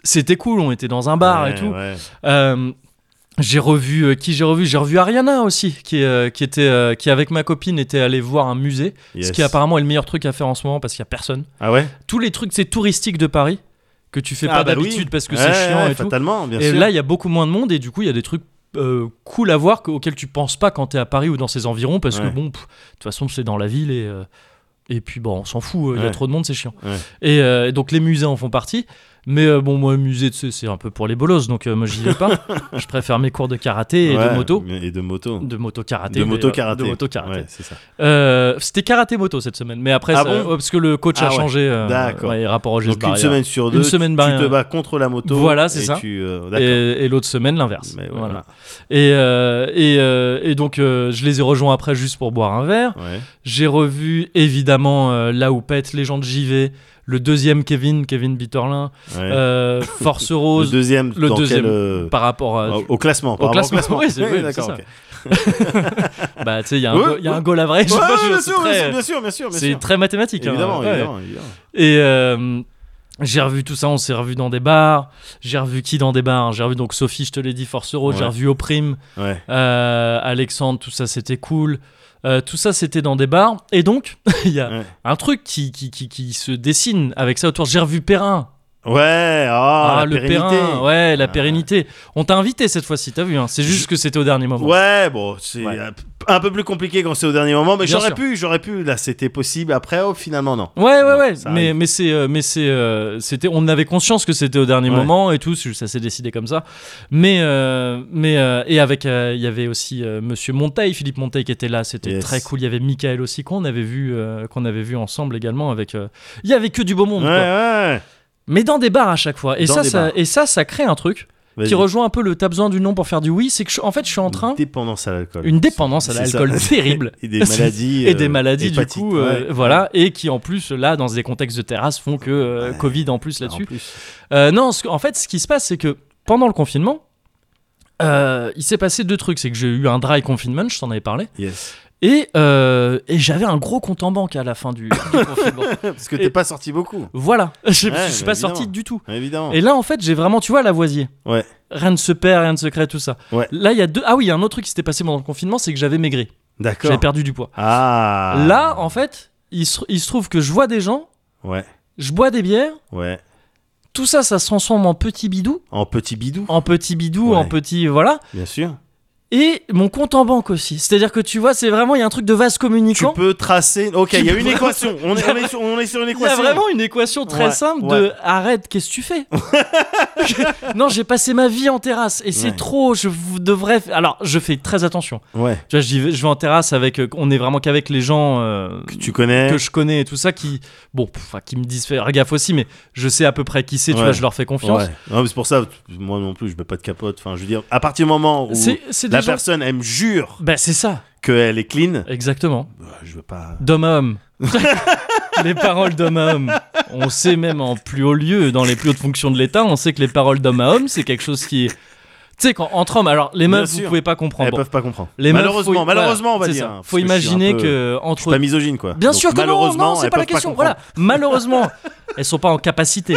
[SPEAKER 1] C'était cool, on était dans un bar et
[SPEAKER 2] Ouais,
[SPEAKER 1] tout.
[SPEAKER 2] ouais.
[SPEAKER 1] Euh, j'ai revu euh, qui j'ai revu j'ai revu Ariana aussi qui euh, qui était euh, qui avec ma copine était allée voir un musée
[SPEAKER 2] Yes.
[SPEAKER 1] ce qui apparemment est le meilleur truc à faire en ce moment parce qu'il y a personne
[SPEAKER 2] Ah ouais.
[SPEAKER 1] tous les trucs c'est touristique de Paris que tu fais
[SPEAKER 2] Ah,
[SPEAKER 1] pas
[SPEAKER 2] bah oui.
[SPEAKER 1] d'habitude parce que
[SPEAKER 2] Ouais,
[SPEAKER 1] c'est chiant
[SPEAKER 2] ouais,
[SPEAKER 1] et tout.
[SPEAKER 2] Fatalement, bien
[SPEAKER 1] Et
[SPEAKER 2] sûr.
[SPEAKER 1] là, il y a beaucoup moins de monde et du coup, il y a des trucs euh, cool à voir que- auxquels tu penses pas quand t'es à Paris ou dans ses environs parce
[SPEAKER 2] Ouais.
[SPEAKER 1] que bon, pff, de toute façon, c'est dans la ville et euh, et puis bon, on s'en fout. euh, Il y
[SPEAKER 2] Ouais.
[SPEAKER 1] a trop de monde, c'est chiant.
[SPEAKER 2] Ouais.
[SPEAKER 1] Et euh, donc les musées en font partie. Mais euh, bon, moi, musée, tu sais, c'est un peu pour les bolos, donc euh, moi, j'y vais
[SPEAKER 2] [LAUGHS]
[SPEAKER 1] pas. Je préfère mes cours de karaté et de
[SPEAKER 2] Ouais,
[SPEAKER 1] moto.
[SPEAKER 2] Et de moto.
[SPEAKER 1] De moto karaté.
[SPEAKER 2] De
[SPEAKER 1] mais,
[SPEAKER 2] moto
[SPEAKER 1] euh,
[SPEAKER 2] karaté.
[SPEAKER 1] De moto karaté.
[SPEAKER 2] Ouais, c'est ça.
[SPEAKER 1] Euh, C'était karaté moto cette semaine, mais après, ça-
[SPEAKER 2] Ah bon
[SPEAKER 1] ouais, parce que le coach
[SPEAKER 2] Ah
[SPEAKER 1] a
[SPEAKER 2] ouais.
[SPEAKER 1] changé euh,
[SPEAKER 2] D'accord.
[SPEAKER 1] ouais, rapport au geste
[SPEAKER 2] Donc une
[SPEAKER 1] barrière.
[SPEAKER 2] semaine sur
[SPEAKER 1] Une
[SPEAKER 2] deux,
[SPEAKER 1] semaine
[SPEAKER 2] tu,
[SPEAKER 1] barrière.
[SPEAKER 2] tu te bats contre la moto.
[SPEAKER 1] Voilà, c'est
[SPEAKER 2] et
[SPEAKER 1] ça.
[SPEAKER 2] tu, euh, d'accord.
[SPEAKER 1] et, et l'autre semaine l'inverse.
[SPEAKER 2] Mais ouais,
[SPEAKER 1] Voilà. Et, euh, et, euh, et donc euh, je les ai rejoints après juste pour boire un verre.
[SPEAKER 2] Ouais.
[SPEAKER 1] J'ai revu évidemment euh, là où pète les gens de JV, le deuxième Kevin, Kevin Bitterlin,
[SPEAKER 2] ouais.
[SPEAKER 1] euh, Force
[SPEAKER 2] [LAUGHS] le
[SPEAKER 1] Rose
[SPEAKER 2] deuxième,
[SPEAKER 1] le
[SPEAKER 2] dans
[SPEAKER 1] deuxième.
[SPEAKER 2] quel, euh,
[SPEAKER 1] par rapport à...
[SPEAKER 2] au, au classement.
[SPEAKER 1] Au
[SPEAKER 2] par rapport
[SPEAKER 1] classement, [LAUGHS] oui, c'est- oui,
[SPEAKER 2] d'accord.
[SPEAKER 1] c'est ça.
[SPEAKER 2] ok.
[SPEAKER 1] Bah tu sais, il y a un,
[SPEAKER 2] Ouais,
[SPEAKER 1] go- il y a
[SPEAKER 2] ouais.
[SPEAKER 1] un goal average. [LAUGHS]
[SPEAKER 2] Ouais,
[SPEAKER 1] Moi, je-
[SPEAKER 2] bien,
[SPEAKER 1] c'est
[SPEAKER 2] sûr,
[SPEAKER 1] très-
[SPEAKER 2] bien sûr, bien sûr, bien
[SPEAKER 1] C'est
[SPEAKER 2] sûr.
[SPEAKER 1] très mathématique. hein.
[SPEAKER 2] Évidemment,
[SPEAKER 1] Ouais.
[SPEAKER 2] évidemment, évidemment.
[SPEAKER 1] Et euh, j'ai revu tout ça, on s'est revu dans des bars. J'ai revu qui dans des bars J'ai revu donc Sophie, je te l'ai dit, Force Rose, j'ai
[SPEAKER 2] Ouais.
[SPEAKER 1] revu Oprime,
[SPEAKER 2] Ouais.
[SPEAKER 1] euh, Alexandre, tout ça c'était cool. Euh, tout ça c'était dans des bars. Et donc, [LAUGHS] il y a
[SPEAKER 2] Ouais.
[SPEAKER 1] un truc qui, qui, qui, qui se dessine avec ça autour. J'ai revu Perrin.
[SPEAKER 2] Ouais, ah, la
[SPEAKER 1] le
[SPEAKER 2] pérennité.
[SPEAKER 1] Perrin, ouais, la
[SPEAKER 2] Ah.
[SPEAKER 1] pérennité. On t'a invité cette fois-ci, t'as vu, hein. c'est juste que c'était au dernier moment.
[SPEAKER 2] Ouais, bon, c'est
[SPEAKER 1] Ouais.
[SPEAKER 2] un p- un peu plus compliqué quand c'est au dernier moment, mais
[SPEAKER 1] Bien
[SPEAKER 2] j'aurais
[SPEAKER 1] sûr.
[SPEAKER 2] pu, j'aurais pu. Là, c'était possible. Après, oh, finalement, non.
[SPEAKER 1] Ouais, ouais,
[SPEAKER 2] Bon,
[SPEAKER 1] ouais.
[SPEAKER 2] ça
[SPEAKER 1] Mais,
[SPEAKER 2] arrive.
[SPEAKER 1] mais c'est, euh, mais c'est, euh, c'était, on avait conscience que c'était au dernier
[SPEAKER 2] Ouais.
[SPEAKER 1] moment et tout, ça s'est décidé comme ça. Mais, euh, mais euh, et avec, euh, il y avait aussi euh, Monsieur Monteil, Philippe Monteil qui était là, c'était
[SPEAKER 2] Yes.
[SPEAKER 1] très cool. Il y avait Michael aussi qu'on avait vu, euh, qu'on avait vu ensemble également avec. euh, Il y avait que du beau monde.
[SPEAKER 2] ouais,
[SPEAKER 1] quoi.
[SPEAKER 2] ouais.
[SPEAKER 1] Mais dans des bars à chaque fois. Et
[SPEAKER 2] Dans
[SPEAKER 1] ça,
[SPEAKER 2] des
[SPEAKER 1] ça,
[SPEAKER 2] bars.
[SPEAKER 1] et ça, ça crée un truc
[SPEAKER 2] Vas-y.
[SPEAKER 1] qui rejoint un peu le t'as besoin du nom pour faire du oui. C'est que je- en fait, je suis en train
[SPEAKER 2] Une dépendance à l'alcool.
[SPEAKER 1] une dépendance à
[SPEAKER 2] C'est ça.
[SPEAKER 1] l'alcool terrible.
[SPEAKER 2] Et des
[SPEAKER 1] [LAUGHS]
[SPEAKER 2] maladies.
[SPEAKER 1] et des
[SPEAKER 2] euh,
[SPEAKER 1] maladies du
[SPEAKER 2] hépatiques,
[SPEAKER 1] coup euh,
[SPEAKER 2] ouais.
[SPEAKER 1] voilà et qui en plus là dans des contextes de terrasse font que euh,
[SPEAKER 2] Ouais.
[SPEAKER 1] Covid en plus
[SPEAKER 2] En
[SPEAKER 1] là-dessus
[SPEAKER 2] plus.
[SPEAKER 1] Euh, non ce que- en fait ce qui se passe c'est que pendant le confinement euh, il s'est passé deux trucs c'est que j'ai eu un dry confinement je t'en avais parlé
[SPEAKER 2] Yes.
[SPEAKER 1] Et, euh, et j'avais un gros compte en banque à la fin du, du
[SPEAKER 2] [LAUGHS]
[SPEAKER 1] confinement.
[SPEAKER 2] Parce que
[SPEAKER 1] Et-
[SPEAKER 2] t'es pas sorti beaucoup.
[SPEAKER 1] Voilà, [LAUGHS] je
[SPEAKER 2] Ouais,
[SPEAKER 1] je suis
[SPEAKER 2] bah,
[SPEAKER 1] pas sorti
[SPEAKER 2] évidemment.
[SPEAKER 1] du tout.
[SPEAKER 2] Évidemment.
[SPEAKER 1] Et là, en fait, j'ai vraiment, tu vois, Lavoisier.
[SPEAKER 2] Ouais.
[SPEAKER 1] Rien ne se perd, rien ne se crée, tout ça.
[SPEAKER 2] Ouais.
[SPEAKER 1] Là, il y a deux. Ah oui, il y a un autre truc qui s'était passé pendant le confinement, c'est que j'avais maigri. J'avais
[SPEAKER 2] D'accord.
[SPEAKER 1] perdu du poids.
[SPEAKER 2] Ah.
[SPEAKER 1] Là, en fait, il se, il se trouve que je vois des gens,
[SPEAKER 2] Ouais.
[SPEAKER 1] je bois des bières,
[SPEAKER 2] Ouais.
[SPEAKER 1] tout ça, ça se transforme en petit bidou,
[SPEAKER 2] En petit bidou,
[SPEAKER 1] en petit bidou,
[SPEAKER 2] Ouais.
[SPEAKER 1] en petit. Voilà.
[SPEAKER 2] bien sûr.
[SPEAKER 1] Et mon compte en banque aussi. C'est-à-dire que tu vois, c'est vraiment, il y a un truc de vase
[SPEAKER 2] Tu
[SPEAKER 1] communicant.
[SPEAKER 2] peux tracer. Ok,
[SPEAKER 1] Tu
[SPEAKER 2] il y a
[SPEAKER 1] peux-
[SPEAKER 2] une équation. On est, on est sur, on est sur
[SPEAKER 1] [LAUGHS]
[SPEAKER 2] une
[SPEAKER 1] Il y a
[SPEAKER 2] équation.
[SPEAKER 1] vraiment une équation très
[SPEAKER 2] Ouais,
[SPEAKER 1] simple
[SPEAKER 2] ouais.
[SPEAKER 1] de arrête, qu'est-ce que tu
[SPEAKER 2] [LAUGHS]
[SPEAKER 1] fais Non, j'ai passé ma vie en terrasse et c'est
[SPEAKER 2] Ouais.
[SPEAKER 1] trop, je vous devrais. Alors, je fais très attention.
[SPEAKER 2] Ouais.
[SPEAKER 1] Tu vois, j'y vais- je vais en terrasse avec. euh, On est vraiment qu'avec les gens euh,
[SPEAKER 2] Que tu connais.
[SPEAKER 1] que je connais et tout ça qui. Bon, pff, enfin, qui me disent faire gaffe aussi, mais je sais à peu près qui c'est, tu
[SPEAKER 2] Ouais.
[SPEAKER 1] vois, je leur fais confiance.
[SPEAKER 2] Ouais. Non, mais c'est pour ça, moi non plus, je mets pas de capote. Enfin, je veux dire, à partir du moment où
[SPEAKER 1] C'est c'est des
[SPEAKER 2] la
[SPEAKER 1] gens-
[SPEAKER 2] personne, elle me jure
[SPEAKER 1] Bah, c'est ça,
[SPEAKER 2] qu'elle est clean,
[SPEAKER 1] exactement.
[SPEAKER 2] bah, je veux pas.
[SPEAKER 1] D'homme à homme. les paroles d'homme à homme. On sait même en plus haut lieu, dans les plus hautes fonctions de l'État, on sait que les paroles d'homme à homme, c'est quelque chose qui est. Tu sais, quand- entre hommes, alors les
[SPEAKER 2] Bien
[SPEAKER 1] meufs, vous
[SPEAKER 2] sûr.
[SPEAKER 1] pouvez pas comprendre.
[SPEAKER 2] Elles
[SPEAKER 1] Bon,
[SPEAKER 2] peuvent pas comprendre.
[SPEAKER 1] les meufs,
[SPEAKER 2] malheureusement,
[SPEAKER 1] faut y-
[SPEAKER 2] malheureusement, on va
[SPEAKER 1] voilà, c'est
[SPEAKER 2] dire.
[SPEAKER 1] ça.
[SPEAKER 2] hein, parce
[SPEAKER 1] Faut
[SPEAKER 2] que je suis un
[SPEAKER 1] imaginer
[SPEAKER 2] peu-
[SPEAKER 1] que
[SPEAKER 2] Je suis
[SPEAKER 1] entre
[SPEAKER 2] pas misogyne, quoi.
[SPEAKER 1] Bien
[SPEAKER 2] Donc,
[SPEAKER 1] sûr que non,
[SPEAKER 2] malheureusement,
[SPEAKER 1] non, c'est
[SPEAKER 2] elles
[SPEAKER 1] pas la
[SPEAKER 2] peuvent
[SPEAKER 1] question.
[SPEAKER 2] comprendre.
[SPEAKER 1] voilà,
[SPEAKER 2] [LAUGHS]
[SPEAKER 1] malheureusement, elles sont pas en capacité.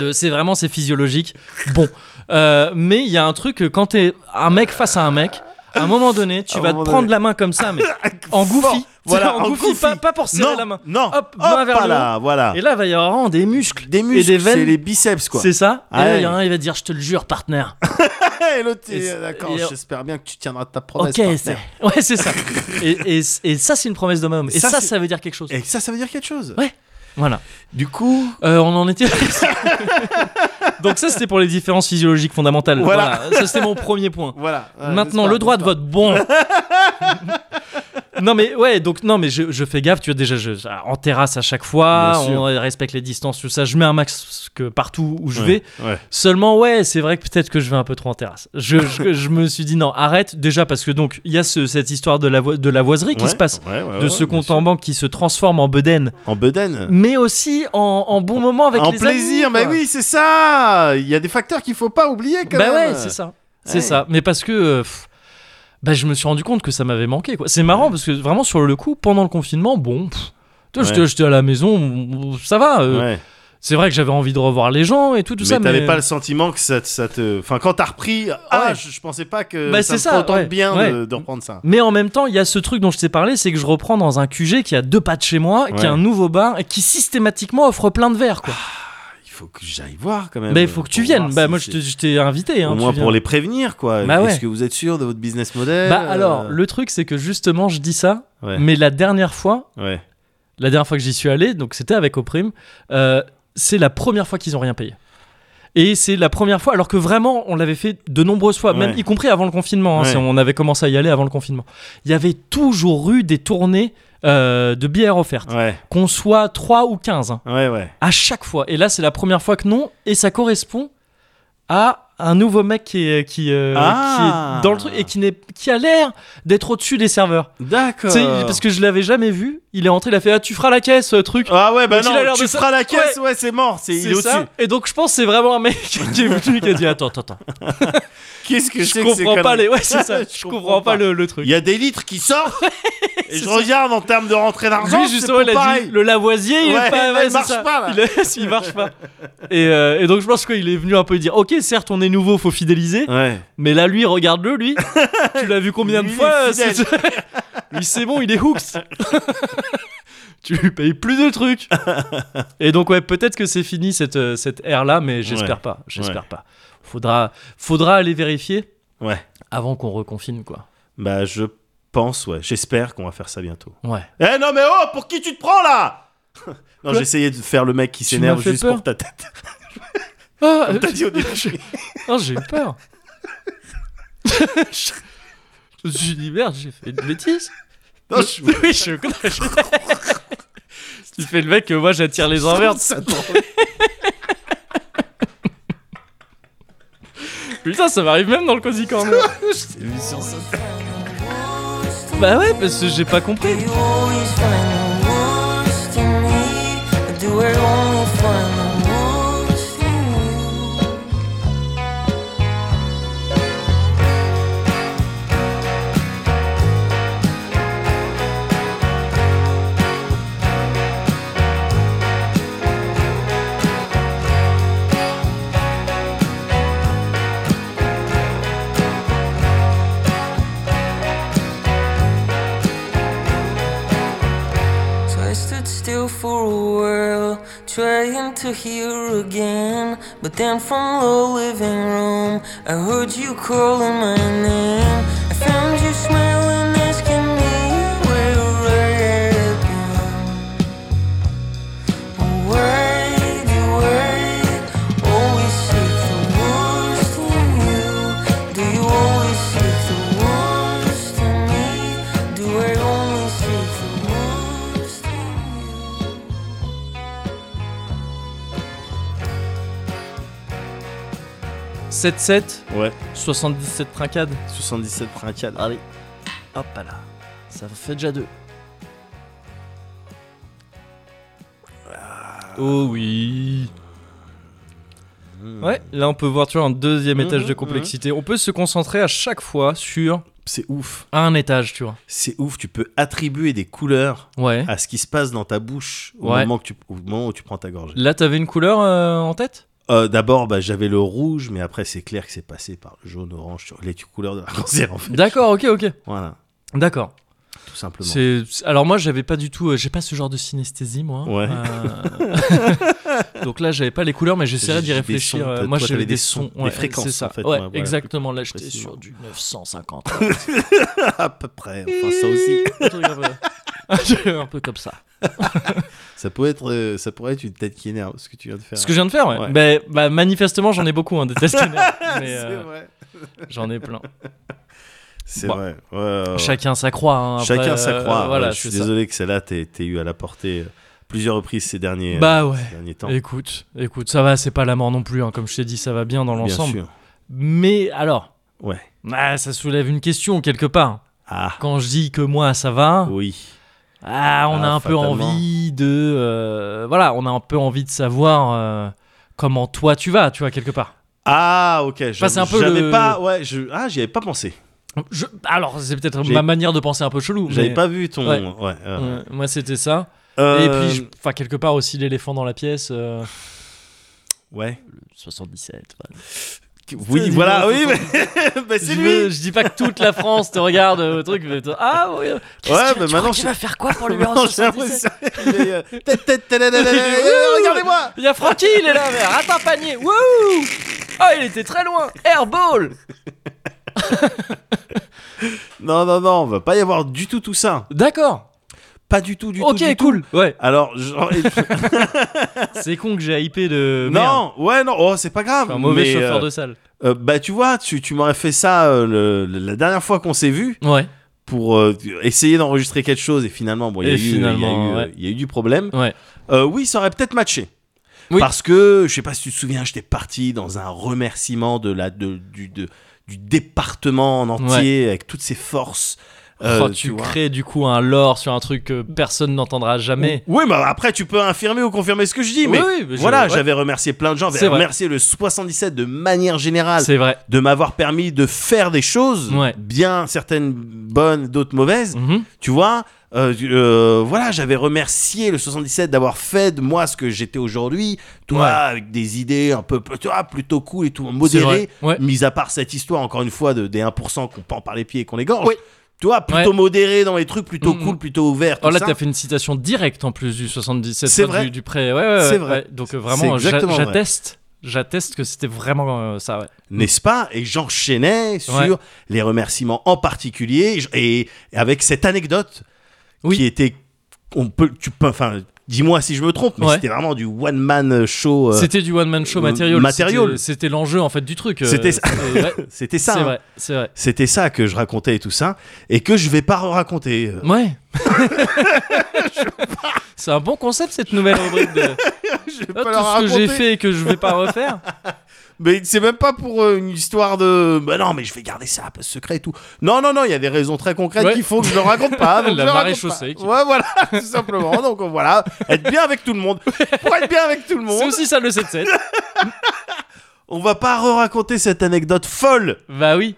[SPEAKER 1] De, c'est vraiment c'est physiologique. Bon, Euh, mais il y a un truc que quand t'es un mec face à un mec, à un moment donné, tu
[SPEAKER 2] À un
[SPEAKER 1] vas te
[SPEAKER 2] moment
[SPEAKER 1] prendre
[SPEAKER 2] donné.
[SPEAKER 1] la main comme ça, mais en
[SPEAKER 2] Fort.
[SPEAKER 1] goofy.
[SPEAKER 2] Voilà,
[SPEAKER 1] en
[SPEAKER 2] en
[SPEAKER 1] goofy,
[SPEAKER 2] goofy.
[SPEAKER 1] Pas, pas pour serrer
[SPEAKER 2] Non,
[SPEAKER 1] la main.
[SPEAKER 2] non.
[SPEAKER 1] Hop, main vers
[SPEAKER 2] pas
[SPEAKER 1] le
[SPEAKER 2] là, voilà.
[SPEAKER 1] Et là, il va y avoir vraiment des muscles,
[SPEAKER 2] Des muscles,
[SPEAKER 1] et des
[SPEAKER 2] c'est
[SPEAKER 1] veines.
[SPEAKER 2] les biceps, quoi.
[SPEAKER 1] C'est ça.
[SPEAKER 2] Ah
[SPEAKER 1] et là,
[SPEAKER 2] ouais.
[SPEAKER 1] il y en a un, il va te dire, je te le jure, partenaire.
[SPEAKER 2] Et l'autre,
[SPEAKER 1] Et
[SPEAKER 2] il-
[SPEAKER 1] c'est-
[SPEAKER 2] d'accord,
[SPEAKER 1] et-
[SPEAKER 2] j'espère bien que tu tiendras ta promesse.
[SPEAKER 1] ok,
[SPEAKER 2] partenaire.
[SPEAKER 1] c'est. [LAUGHS] Ouais, c'est ça. et, et- et ça, c'est une promesse d'homme à homme. Et
[SPEAKER 2] Ça,
[SPEAKER 1] ça,
[SPEAKER 2] c'est-
[SPEAKER 1] ça veut dire quelque chose.
[SPEAKER 2] Et ça, ça veut dire quelque chose.
[SPEAKER 1] Ouais. Voilà.
[SPEAKER 2] Du coup,
[SPEAKER 1] Euh, on en était. [LAUGHS] Donc ça, c'était pour les différences physiologiques fondamentales.
[SPEAKER 2] Voilà.
[SPEAKER 1] Voilà. Ça, c'était mon premier point.
[SPEAKER 2] voilà. euh,
[SPEAKER 1] Maintenant,
[SPEAKER 2] j'espère-
[SPEAKER 1] le droit de vote.
[SPEAKER 2] [LAUGHS]
[SPEAKER 1] Bon. non mais ouais, donc non mais je, je fais gaffe. Tu vois déjà, je, en terrasse à chaque fois,
[SPEAKER 2] Bien sûr.
[SPEAKER 1] on respecte les distances, tout ça. Je mets un max que partout où je
[SPEAKER 2] Ouais,
[SPEAKER 1] vais.
[SPEAKER 2] ouais.
[SPEAKER 1] Seulement ouais, c'est vrai que peut-être que je vais un peu trop en terrasse. Je,
[SPEAKER 2] [LAUGHS]
[SPEAKER 1] je, je me suis dit non, arrête déjà parce que donc il y a ce- cette histoire de la vo- de la voiserie qui
[SPEAKER 2] Ouais,
[SPEAKER 1] se passe.
[SPEAKER 2] ouais, ouais,
[SPEAKER 1] De
[SPEAKER 2] ouais,
[SPEAKER 1] ce
[SPEAKER 2] bien
[SPEAKER 1] compte en banque qui se transforme en bedaine,
[SPEAKER 2] sûr. En bedaine.
[SPEAKER 1] mais aussi en, en bon moment avec
[SPEAKER 2] en
[SPEAKER 1] les
[SPEAKER 2] plaisir,
[SPEAKER 1] amis, quoi.
[SPEAKER 2] mais oui, c'est ça. Il y a des facteurs qu'il faut pas oublier quand
[SPEAKER 1] Bah
[SPEAKER 2] même.
[SPEAKER 1] ouais, c'est ça. C'est
[SPEAKER 2] Ouais.
[SPEAKER 1] ça. Mais parce que. euh, pff, bah, je me suis rendu compte que ça m'avait manqué. quoi. C'est marrant parce que vraiment, sur le coup, pendant le confinement, bon. pff, tu vois,
[SPEAKER 2] Ouais.
[SPEAKER 1] j'étais- J'étais à la maison, ça va. euh,
[SPEAKER 2] Ouais.
[SPEAKER 1] C'est vrai que j'avais envie de revoir les gens et tout, tout
[SPEAKER 2] mais
[SPEAKER 1] ça.
[SPEAKER 2] t'avais pas le sentiment que ça, te- ça te. Enfin, quand t'as repris, ah,
[SPEAKER 1] ouais.
[SPEAKER 2] je, je pensais pas que
[SPEAKER 1] Bah,
[SPEAKER 2] ça
[SPEAKER 1] c'est
[SPEAKER 2] me
[SPEAKER 1] ça,
[SPEAKER 2] ferait autant de
[SPEAKER 1] ouais.
[SPEAKER 2] bien
[SPEAKER 1] Ouais.
[SPEAKER 2] de, de reprendre ça.
[SPEAKER 1] Mais en même temps, il y a ce truc dont je t'ai parlé, c'est que je reprends dans un QG qui a deux pas de chez moi, qui
[SPEAKER 2] Ouais.
[SPEAKER 1] a un nouveau bar et qui systématiquement offre plein de verres. Quoi.
[SPEAKER 2] Il faut que j'aille voir quand même.
[SPEAKER 1] bah, il faut que tu
[SPEAKER 2] pour
[SPEAKER 1] viennes.
[SPEAKER 2] voir
[SPEAKER 1] Bah,
[SPEAKER 2] si
[SPEAKER 1] moi, je
[SPEAKER 2] c'est-
[SPEAKER 1] te- je t'ai invité. hein,
[SPEAKER 2] Au
[SPEAKER 1] tu
[SPEAKER 2] moins
[SPEAKER 1] viens.
[SPEAKER 2] pour les prévenir, quoi.
[SPEAKER 1] Bah
[SPEAKER 2] Est-ce
[SPEAKER 1] ouais.
[SPEAKER 2] que vous êtes sûr de votre business model
[SPEAKER 1] Bah, alors,
[SPEAKER 2] Euh,
[SPEAKER 1] le truc, c'est que justement, je dis ça,
[SPEAKER 2] Ouais.
[SPEAKER 1] mais la dernière fois,
[SPEAKER 2] euh, Ouais.
[SPEAKER 1] La dernière fois que j'y suis allé, donc c'était avec Oprime, euh, c'est la première fois qu'ils ont rien payé. Et c'est la première fois, alors que vraiment, on l'avait fait de nombreuses fois, même
[SPEAKER 2] Ouais.
[SPEAKER 1] y compris avant le confinement. hein,
[SPEAKER 2] Ouais.
[SPEAKER 1] si on avait commencé à y aller avant le confinement. Il y avait toujours eu des tournées euh, de bières offertes,
[SPEAKER 2] Ouais.
[SPEAKER 1] qu'on soit 3 ou 15, hein,
[SPEAKER 2] Ouais, ouais.
[SPEAKER 1] à chaque fois. Et là, c'est la première fois que non, et ça correspond à un nouveau mec qui est, qui, euh,
[SPEAKER 2] Ah.
[SPEAKER 1] qui est dans le truc et qui, n'est- qui a l'air d'être au-dessus des serveurs. Tu
[SPEAKER 2] D'accord.
[SPEAKER 1] sais, parce que je l'avais jamais vu, il est entré, il a fait Ah, tu feras la caisse, euh, truc.
[SPEAKER 2] Ah ouais, bah
[SPEAKER 1] Donc, il a
[SPEAKER 2] non,
[SPEAKER 1] l'air
[SPEAKER 2] tu
[SPEAKER 1] de ça-
[SPEAKER 2] feras la caisse, ouais, c'est mort, c'est il est
[SPEAKER 1] C'est ça.
[SPEAKER 2] au-dessus.
[SPEAKER 1] Et donc je pense que c'est vraiment un mec [LAUGHS] qui est venu qui a dit attends attends attends.
[SPEAKER 2] Qu'est-ce [LAUGHS] que
[SPEAKER 1] Je
[SPEAKER 2] c'est que ces
[SPEAKER 1] comprends pas
[SPEAKER 2] conneries
[SPEAKER 1] les ouais
[SPEAKER 2] [LAUGHS]
[SPEAKER 1] c'est ça.
[SPEAKER 2] Je
[SPEAKER 1] Je
[SPEAKER 2] comprends
[SPEAKER 1] comprends pas
[SPEAKER 2] pas.
[SPEAKER 1] le, le
[SPEAKER 2] Il
[SPEAKER 1] truc.
[SPEAKER 2] y a des litres
[SPEAKER 1] [LAUGHS]
[SPEAKER 2] qui sortent et
[SPEAKER 1] C'est
[SPEAKER 2] je
[SPEAKER 1] ça.
[SPEAKER 2] regarde en termes de rentrée d'argent.
[SPEAKER 1] Lui
[SPEAKER 2] c'est
[SPEAKER 1] justement
[SPEAKER 2] pas
[SPEAKER 1] il a
[SPEAKER 2] pareil.
[SPEAKER 1] dit le Lavoisier il
[SPEAKER 2] Ouais,
[SPEAKER 1] est pas
[SPEAKER 2] il
[SPEAKER 1] ouais, c'est
[SPEAKER 2] marche
[SPEAKER 1] ça.
[SPEAKER 2] pas, là.
[SPEAKER 1] Il, est- [LAUGHS] il marche pas. Et, euh, et donc je pense qu'il est venu un peu dire ok certes on est nouveau faut fidéliser
[SPEAKER 2] Ouais.
[SPEAKER 1] mais là lui regarde-le [LAUGHS] lui tu l'as vu combien
[SPEAKER 2] Lui,
[SPEAKER 1] de
[SPEAKER 2] il
[SPEAKER 1] fois
[SPEAKER 2] est fidèle.
[SPEAKER 1] c'est- lui c'est bon il est [LAUGHS] hooked. tu lui payes plus de trucs. Et donc ouais, peut-être que c'est fini cette euh, cette ère là, mais j'espère
[SPEAKER 2] Ouais.
[SPEAKER 1] pas, j'espère pas. Faudra faudra aller vérifier.
[SPEAKER 2] Ouais.
[SPEAKER 1] Avant qu'on reconfine quoi.
[SPEAKER 2] Bah je pense, ouais. J'espère qu'on va faire ça bientôt.
[SPEAKER 1] Ouais.
[SPEAKER 2] Eh non mais oh, pour qui tu te prends là [LAUGHS] Non,
[SPEAKER 1] Quoi
[SPEAKER 2] j'essayais de faire le mec qui
[SPEAKER 1] Tu
[SPEAKER 2] s'énerve
[SPEAKER 1] m'as fait
[SPEAKER 2] juste
[SPEAKER 1] peur.
[SPEAKER 2] pour ta tête.
[SPEAKER 1] Ah,
[SPEAKER 2] T'as dit au début.
[SPEAKER 1] oh, j'ai eu [LAUGHS] peur. je je me suis dit merde, j'ai fait une bêtise.
[SPEAKER 2] Non,
[SPEAKER 1] [LAUGHS]
[SPEAKER 2] je-
[SPEAKER 1] Oui, je. je- Tu fais le mec que moi j'attire les emmerdes.
[SPEAKER 2] Ça tourne.
[SPEAKER 1] Putain, ça m'arrive même dans le Cozy
[SPEAKER 2] [LAUGHS]
[SPEAKER 1] Corner. Bah ouais, parce que j'ai pas compris.
[SPEAKER 3] You always find the worst in me. Or do I only find the worst in you? trying to hear again. But then from the living room, I heard you calling my name. I found you smiling, asking me where I had been. Wait, wait, always seek the worst in you. Do you always seek the worst in me? Do I only seek the worst in you?
[SPEAKER 2] Ouais,
[SPEAKER 1] 77 trincades.
[SPEAKER 2] 77 trincades. Allez, hop là.
[SPEAKER 1] Ça fait déjà deux. Oh oui. Ouais, là on peut voir tu vois un deuxième
[SPEAKER 2] Euh. Mhm,
[SPEAKER 1] étage de
[SPEAKER 2] mhm.
[SPEAKER 1] complexité. On peut se concentrer à chaque fois sur
[SPEAKER 2] C'est ouf.
[SPEAKER 1] un étage, tu vois.
[SPEAKER 2] C'est ouf. Tu peux attribuer des couleurs
[SPEAKER 1] Ouais.
[SPEAKER 2] à ce qui se passe dans ta bouche au,
[SPEAKER 1] Ouais.
[SPEAKER 2] moment, que tu, au moment où tu prends ta gorgée.
[SPEAKER 1] Là, t'avais une couleur euh, en tête
[SPEAKER 2] Euh, D'abord, bah, j'avais le rouge, mais après, c'est clair que c'est passé par le jaune, orange, sur les couleurs de l'arc-en-ciel, en fait.
[SPEAKER 1] D'accord, ok, ok.
[SPEAKER 2] Voilà,
[SPEAKER 1] D'accord.
[SPEAKER 2] tout simplement.
[SPEAKER 1] C'est c'est- alors moi j'avais pas du tout, euh, j'ai pas ce genre de synesthésie moi.
[SPEAKER 2] Ouais. [LAUGHS]
[SPEAKER 1] Euh, Donc là j'avais pas les couleurs, mais j'essaierais
[SPEAKER 2] J'ai
[SPEAKER 1] d'y
[SPEAKER 2] des
[SPEAKER 1] réfléchir.
[SPEAKER 2] sons,
[SPEAKER 1] Euh,
[SPEAKER 2] toi,
[SPEAKER 1] moi
[SPEAKER 2] toi,
[SPEAKER 1] j'avais
[SPEAKER 2] t'avais
[SPEAKER 1] des
[SPEAKER 2] des
[SPEAKER 1] sons,
[SPEAKER 2] sons, des
[SPEAKER 1] ouais,
[SPEAKER 2] fréquences,
[SPEAKER 1] c'est ça.
[SPEAKER 2] en fait,
[SPEAKER 1] ouais,
[SPEAKER 2] moi, voilà,
[SPEAKER 1] exactement. Là j'étais
[SPEAKER 2] précisément.
[SPEAKER 1] sur du 950.
[SPEAKER 2] [LAUGHS] à peu près, enfin, ça [LAUGHS] aussi.
[SPEAKER 1] Un truc un peu- un peu comme ça.
[SPEAKER 2] Ça, peut être, euh, ça pourrait être une tête qui énerve, ce que tu viens de faire.
[SPEAKER 1] Ce que je viens de faire, ouais.
[SPEAKER 2] Ouais.
[SPEAKER 1] Ben, bah, manifestement j'en ai beaucoup hein, des tests nerveux, mais
[SPEAKER 2] [LAUGHS] C'est
[SPEAKER 1] euh, bah,
[SPEAKER 2] vrai.
[SPEAKER 1] j'en ai plein.
[SPEAKER 2] C'est
[SPEAKER 1] Bon.
[SPEAKER 2] vrai. Ouais, ouais, ouais.
[SPEAKER 1] Chacun sa croix. hein, après,
[SPEAKER 2] Chacun sa
[SPEAKER 1] euh,
[SPEAKER 2] croix.
[SPEAKER 1] voilà,
[SPEAKER 2] Ouais, je suis
[SPEAKER 1] c'est ça.
[SPEAKER 2] désolé que celle-là, t'es t'es eu à la portée euh, plusieurs reprises ces derniers, euh,
[SPEAKER 1] Bah ouais.
[SPEAKER 2] ces derniers temps.
[SPEAKER 1] Écoute, écoute, ça va, c'est pas la mort non plus. hein, Comme je t'ai dit, ça va bien dans
[SPEAKER 2] Bien
[SPEAKER 1] l'ensemble.
[SPEAKER 2] sûr.
[SPEAKER 1] Mais alors,
[SPEAKER 2] Ouais.
[SPEAKER 1] ah, ça soulève une question quelque part.
[SPEAKER 2] Ah,
[SPEAKER 1] Quand je dis que moi ça va,
[SPEAKER 2] oui.
[SPEAKER 1] ah, on a
[SPEAKER 2] Oh. Ah,
[SPEAKER 1] un peu
[SPEAKER 2] fatalement.
[SPEAKER 1] envie de, euh, voilà, on a un peu envie de savoir euh, comment toi tu vas, tu vois quelque part.
[SPEAKER 2] Ah, ok.
[SPEAKER 1] Enfin, Bah, c'est un peu
[SPEAKER 2] J'avais
[SPEAKER 1] le-
[SPEAKER 2] pas. Ouais, je... Ah, j'y avais pas pensé.
[SPEAKER 1] Je- alors c'est peut-être
[SPEAKER 2] J'ai-
[SPEAKER 1] ma manière de penser un peu chelou.
[SPEAKER 2] J'avais
[SPEAKER 1] mais-
[SPEAKER 2] pas vu ton.
[SPEAKER 1] Ouais.
[SPEAKER 2] Ouais. euh,
[SPEAKER 1] Ouais, moi c'était ça. Et
[SPEAKER 2] euh,
[SPEAKER 1] puis, je- enfin quelque part aussi l'éléphant dans la pièce. euh,
[SPEAKER 2] Ouais.
[SPEAKER 1] 77. voilà.
[SPEAKER 2] Oui,
[SPEAKER 1] dis-moi,
[SPEAKER 2] voilà,
[SPEAKER 1] c'est
[SPEAKER 2] oui, mais [LAUGHS] bah,
[SPEAKER 1] Je,
[SPEAKER 2] c'est lui.
[SPEAKER 1] veux- je dis pas que toute la France te regarde euh, au truc, mais toi- ah oui. qu'est-ce que-
[SPEAKER 2] Ouais, bah,
[SPEAKER 1] tu crois
[SPEAKER 2] maintenant,
[SPEAKER 1] que tu
[SPEAKER 2] je-
[SPEAKER 1] vas faire quoi pour le numéro
[SPEAKER 2] [LAUGHS] Non, j'ai
[SPEAKER 1] 77
[SPEAKER 2] l'impression [LAUGHS] qu'il
[SPEAKER 1] [LAUGHS]
[SPEAKER 2] est, euh, tête, tête, tadadadada, euh, Regardez-moi.
[SPEAKER 1] Il y a Francky, il est là, mais rate un panier. Wouh Ah, il était très loin. Airball.
[SPEAKER 2] [LAUGHS] Non, non, non, va pas y avoir du tout tout ça.
[SPEAKER 1] D'accord.
[SPEAKER 2] Pas du tout, du tout.
[SPEAKER 1] Ok,
[SPEAKER 2] du tout.
[SPEAKER 1] cool. Ouais.
[SPEAKER 2] Alors, genre,
[SPEAKER 1] [LAUGHS] C'est con que j'ai hypé de merde.
[SPEAKER 2] non, ouais, non, oh, c'est pas grave.
[SPEAKER 1] Enfin, mauvais
[SPEAKER 2] mais,
[SPEAKER 1] chauffeur
[SPEAKER 2] euh,
[SPEAKER 1] de salle.
[SPEAKER 2] euh, bah, tu vois, tu, tu m'aurais fait ça euh, le- le- la dernière fois qu'on s'est vu
[SPEAKER 1] Ouais.
[SPEAKER 2] pour euh, essayer d'enregistrer quelque chose et finalement, bon, il y a
[SPEAKER 1] Et
[SPEAKER 2] eu- il y, a eu,
[SPEAKER 1] finalement,
[SPEAKER 2] euh,
[SPEAKER 1] ouais.
[SPEAKER 2] il y a eu du problème.
[SPEAKER 1] Ouais.
[SPEAKER 2] Euh, oui, ça aurait peut-être matché.
[SPEAKER 1] Oui.
[SPEAKER 2] Parce que, je sais pas si tu te souviens, j'étais parti dans un remerciement de la, de- du, de- du département en entier avec toutes ses forces. euh,
[SPEAKER 1] Oh, tu,
[SPEAKER 2] vois.
[SPEAKER 1] crées du coup un lore sur un truc que personne n'entendra jamais.
[SPEAKER 2] Oui, mais après, tu peux infirmer ou confirmer ce que je dis, mais.
[SPEAKER 1] Oui, oui, mais je-
[SPEAKER 2] Voilà,
[SPEAKER 1] ouais.
[SPEAKER 2] j'avais remercié plein de gens, j'avais
[SPEAKER 1] C'est vrai.
[SPEAKER 2] remercié le 77 de manière générale
[SPEAKER 1] C'est vrai.
[SPEAKER 2] de m'avoir permis de faire des choses,
[SPEAKER 1] Ouais.
[SPEAKER 2] bien certaines bonnes, d'autres mauvaises.
[SPEAKER 1] Mhm.
[SPEAKER 2] Tu vois, euh, tu- euh, voilà, j'avais remercié le 77 d'avoir fait de moi ce que j'étais aujourd'hui. Toi,
[SPEAKER 1] Ouais.
[SPEAKER 2] avec des idées un peu peu- tu vois, plutôt cool et tout,
[SPEAKER 1] C'est
[SPEAKER 2] modéré.
[SPEAKER 1] vrai. Ouais.
[SPEAKER 2] Mis à part cette histoire, encore une fois, de, des 1% qu'on pend par les pieds et qu'on égorge.
[SPEAKER 1] Oui.
[SPEAKER 2] Tu vois, plutôt
[SPEAKER 1] Ouais.
[SPEAKER 2] modéré dans les trucs, plutôt
[SPEAKER 1] Mhm.
[SPEAKER 2] cool, plutôt ouvert. tout
[SPEAKER 1] Oh là,
[SPEAKER 2] ça.
[SPEAKER 1] t'as fait une citation directe en plus du 77.
[SPEAKER 2] C'est
[SPEAKER 1] enfin,
[SPEAKER 2] vrai.
[SPEAKER 1] Du, du prêt. Ouais, ouais, ouais,
[SPEAKER 2] C'est vrai.
[SPEAKER 1] ouais. Donc euh,
[SPEAKER 2] C'est
[SPEAKER 1] vraiment, j'a-
[SPEAKER 2] exactement vrai.
[SPEAKER 1] j'atteste. J'atteste que c'était vraiment euh, ça, ouais.
[SPEAKER 2] n'est-ce pas Et j'enchaînais sur
[SPEAKER 1] Ouais.
[SPEAKER 2] les remerciements en particulier je- et et avec cette anecdote
[SPEAKER 1] Oui.
[SPEAKER 2] qui était, on peut, tu peux, enfin, dis-moi si je me trompe, mais
[SPEAKER 1] Ouais.
[SPEAKER 2] c'était vraiment du one man show. euh,
[SPEAKER 1] C'était du one man show
[SPEAKER 2] euh,
[SPEAKER 1] matériel.
[SPEAKER 2] matérial.
[SPEAKER 1] C'était- C'était l'enjeu en fait du truc. euh,
[SPEAKER 2] C'était ça.
[SPEAKER 1] ouais,
[SPEAKER 2] C'était
[SPEAKER 1] C'est
[SPEAKER 2] [LAUGHS] ça. hein.
[SPEAKER 1] vrai. C'est vrai.
[SPEAKER 2] C'était ça que je racontais et tout ça et que je vais pas raconter. euh,
[SPEAKER 1] Ouais. [LAUGHS] c'est un bon concept cette nouvelle rubrique. De...
[SPEAKER 2] [LAUGHS] je vais
[SPEAKER 1] Ah,
[SPEAKER 2] pas
[SPEAKER 1] tout
[SPEAKER 2] leur
[SPEAKER 1] ce que j'ai
[SPEAKER 2] raconter.
[SPEAKER 1] fait et que je vais pas refaire.
[SPEAKER 2] [LAUGHS] Mais c'est même pas pour euh, une histoire de. Bah non, mais je vais garder ça secret et tout. Non, non, non, il y a des raisons très concrètes
[SPEAKER 1] Ouais.
[SPEAKER 2] qu'il faut que je ne raconte
[SPEAKER 1] [LAUGHS]
[SPEAKER 2] pas. donc
[SPEAKER 1] La
[SPEAKER 2] je le
[SPEAKER 1] marée
[SPEAKER 2] raconte pas.
[SPEAKER 1] chaussée qui-
[SPEAKER 2] Ouais, voilà, [LAUGHS] tout simplement. Donc euh, voilà, être bien avec tout le monde. Pour être bien avec tout le
[SPEAKER 1] C'est
[SPEAKER 2] monde,
[SPEAKER 1] aussi ça le 7-7.
[SPEAKER 2] on va pas re-raconter cette anecdote folle.
[SPEAKER 1] bah oui.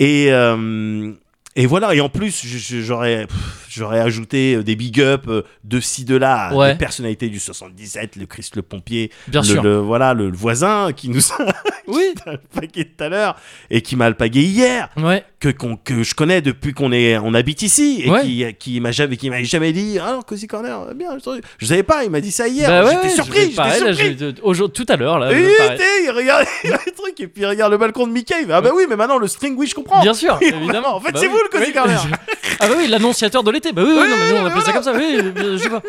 [SPEAKER 2] Et, euh, et voilà, et en plus, je- je- j'aurais pff, j'aurais ajouté des big ups euh, de ci, de là, à
[SPEAKER 1] Ouais.
[SPEAKER 2] des personnalités du 77, le Christ le pompier,
[SPEAKER 1] Bien
[SPEAKER 2] le,
[SPEAKER 1] sûr.
[SPEAKER 2] le- voilà, le, le voisin qui nous [LAUGHS] a
[SPEAKER 1] Oui.
[SPEAKER 2] alpagué tout à l'heure et qui m'a alpagué hier.
[SPEAKER 1] Ouais.
[SPEAKER 2] que, qu'on- que je connais depuis qu'on est on habite ici et
[SPEAKER 1] Ouais.
[SPEAKER 2] qui, qui m'a jamais qui m'a jamais dit ah Cozy Corner bien je- je savais pas il m'a dit ça hier
[SPEAKER 1] Bah ouais,
[SPEAKER 2] j'étais
[SPEAKER 1] ouais,
[SPEAKER 2] surpris
[SPEAKER 1] je- pareil,
[SPEAKER 2] j'étais
[SPEAKER 1] là,
[SPEAKER 2] surpris
[SPEAKER 1] je- aujourd'hui- tout à l'heure là. je-
[SPEAKER 2] et
[SPEAKER 1] pareil.
[SPEAKER 2] il regarde [LAUGHS] le truc et puis il regarde le balcon de Mickey. il fait, Ah bah oui, mais maintenant le string, oui, je comprends. [LAUGHS]
[SPEAKER 1] Bien sûr,
[SPEAKER 2] Oui,
[SPEAKER 1] évidemment.
[SPEAKER 2] En fait,
[SPEAKER 1] Bah
[SPEAKER 2] c'est
[SPEAKER 1] oui.
[SPEAKER 2] vous le Cozy
[SPEAKER 1] Oui. [LAUGHS]
[SPEAKER 2] Corner.
[SPEAKER 1] Ah bah oui, l'annonciateur de l'été. Bah oui, oui,
[SPEAKER 2] Oui,
[SPEAKER 1] non, mais nous, on
[SPEAKER 2] mais
[SPEAKER 1] appelle ça comme ça. Oui, je sais pas.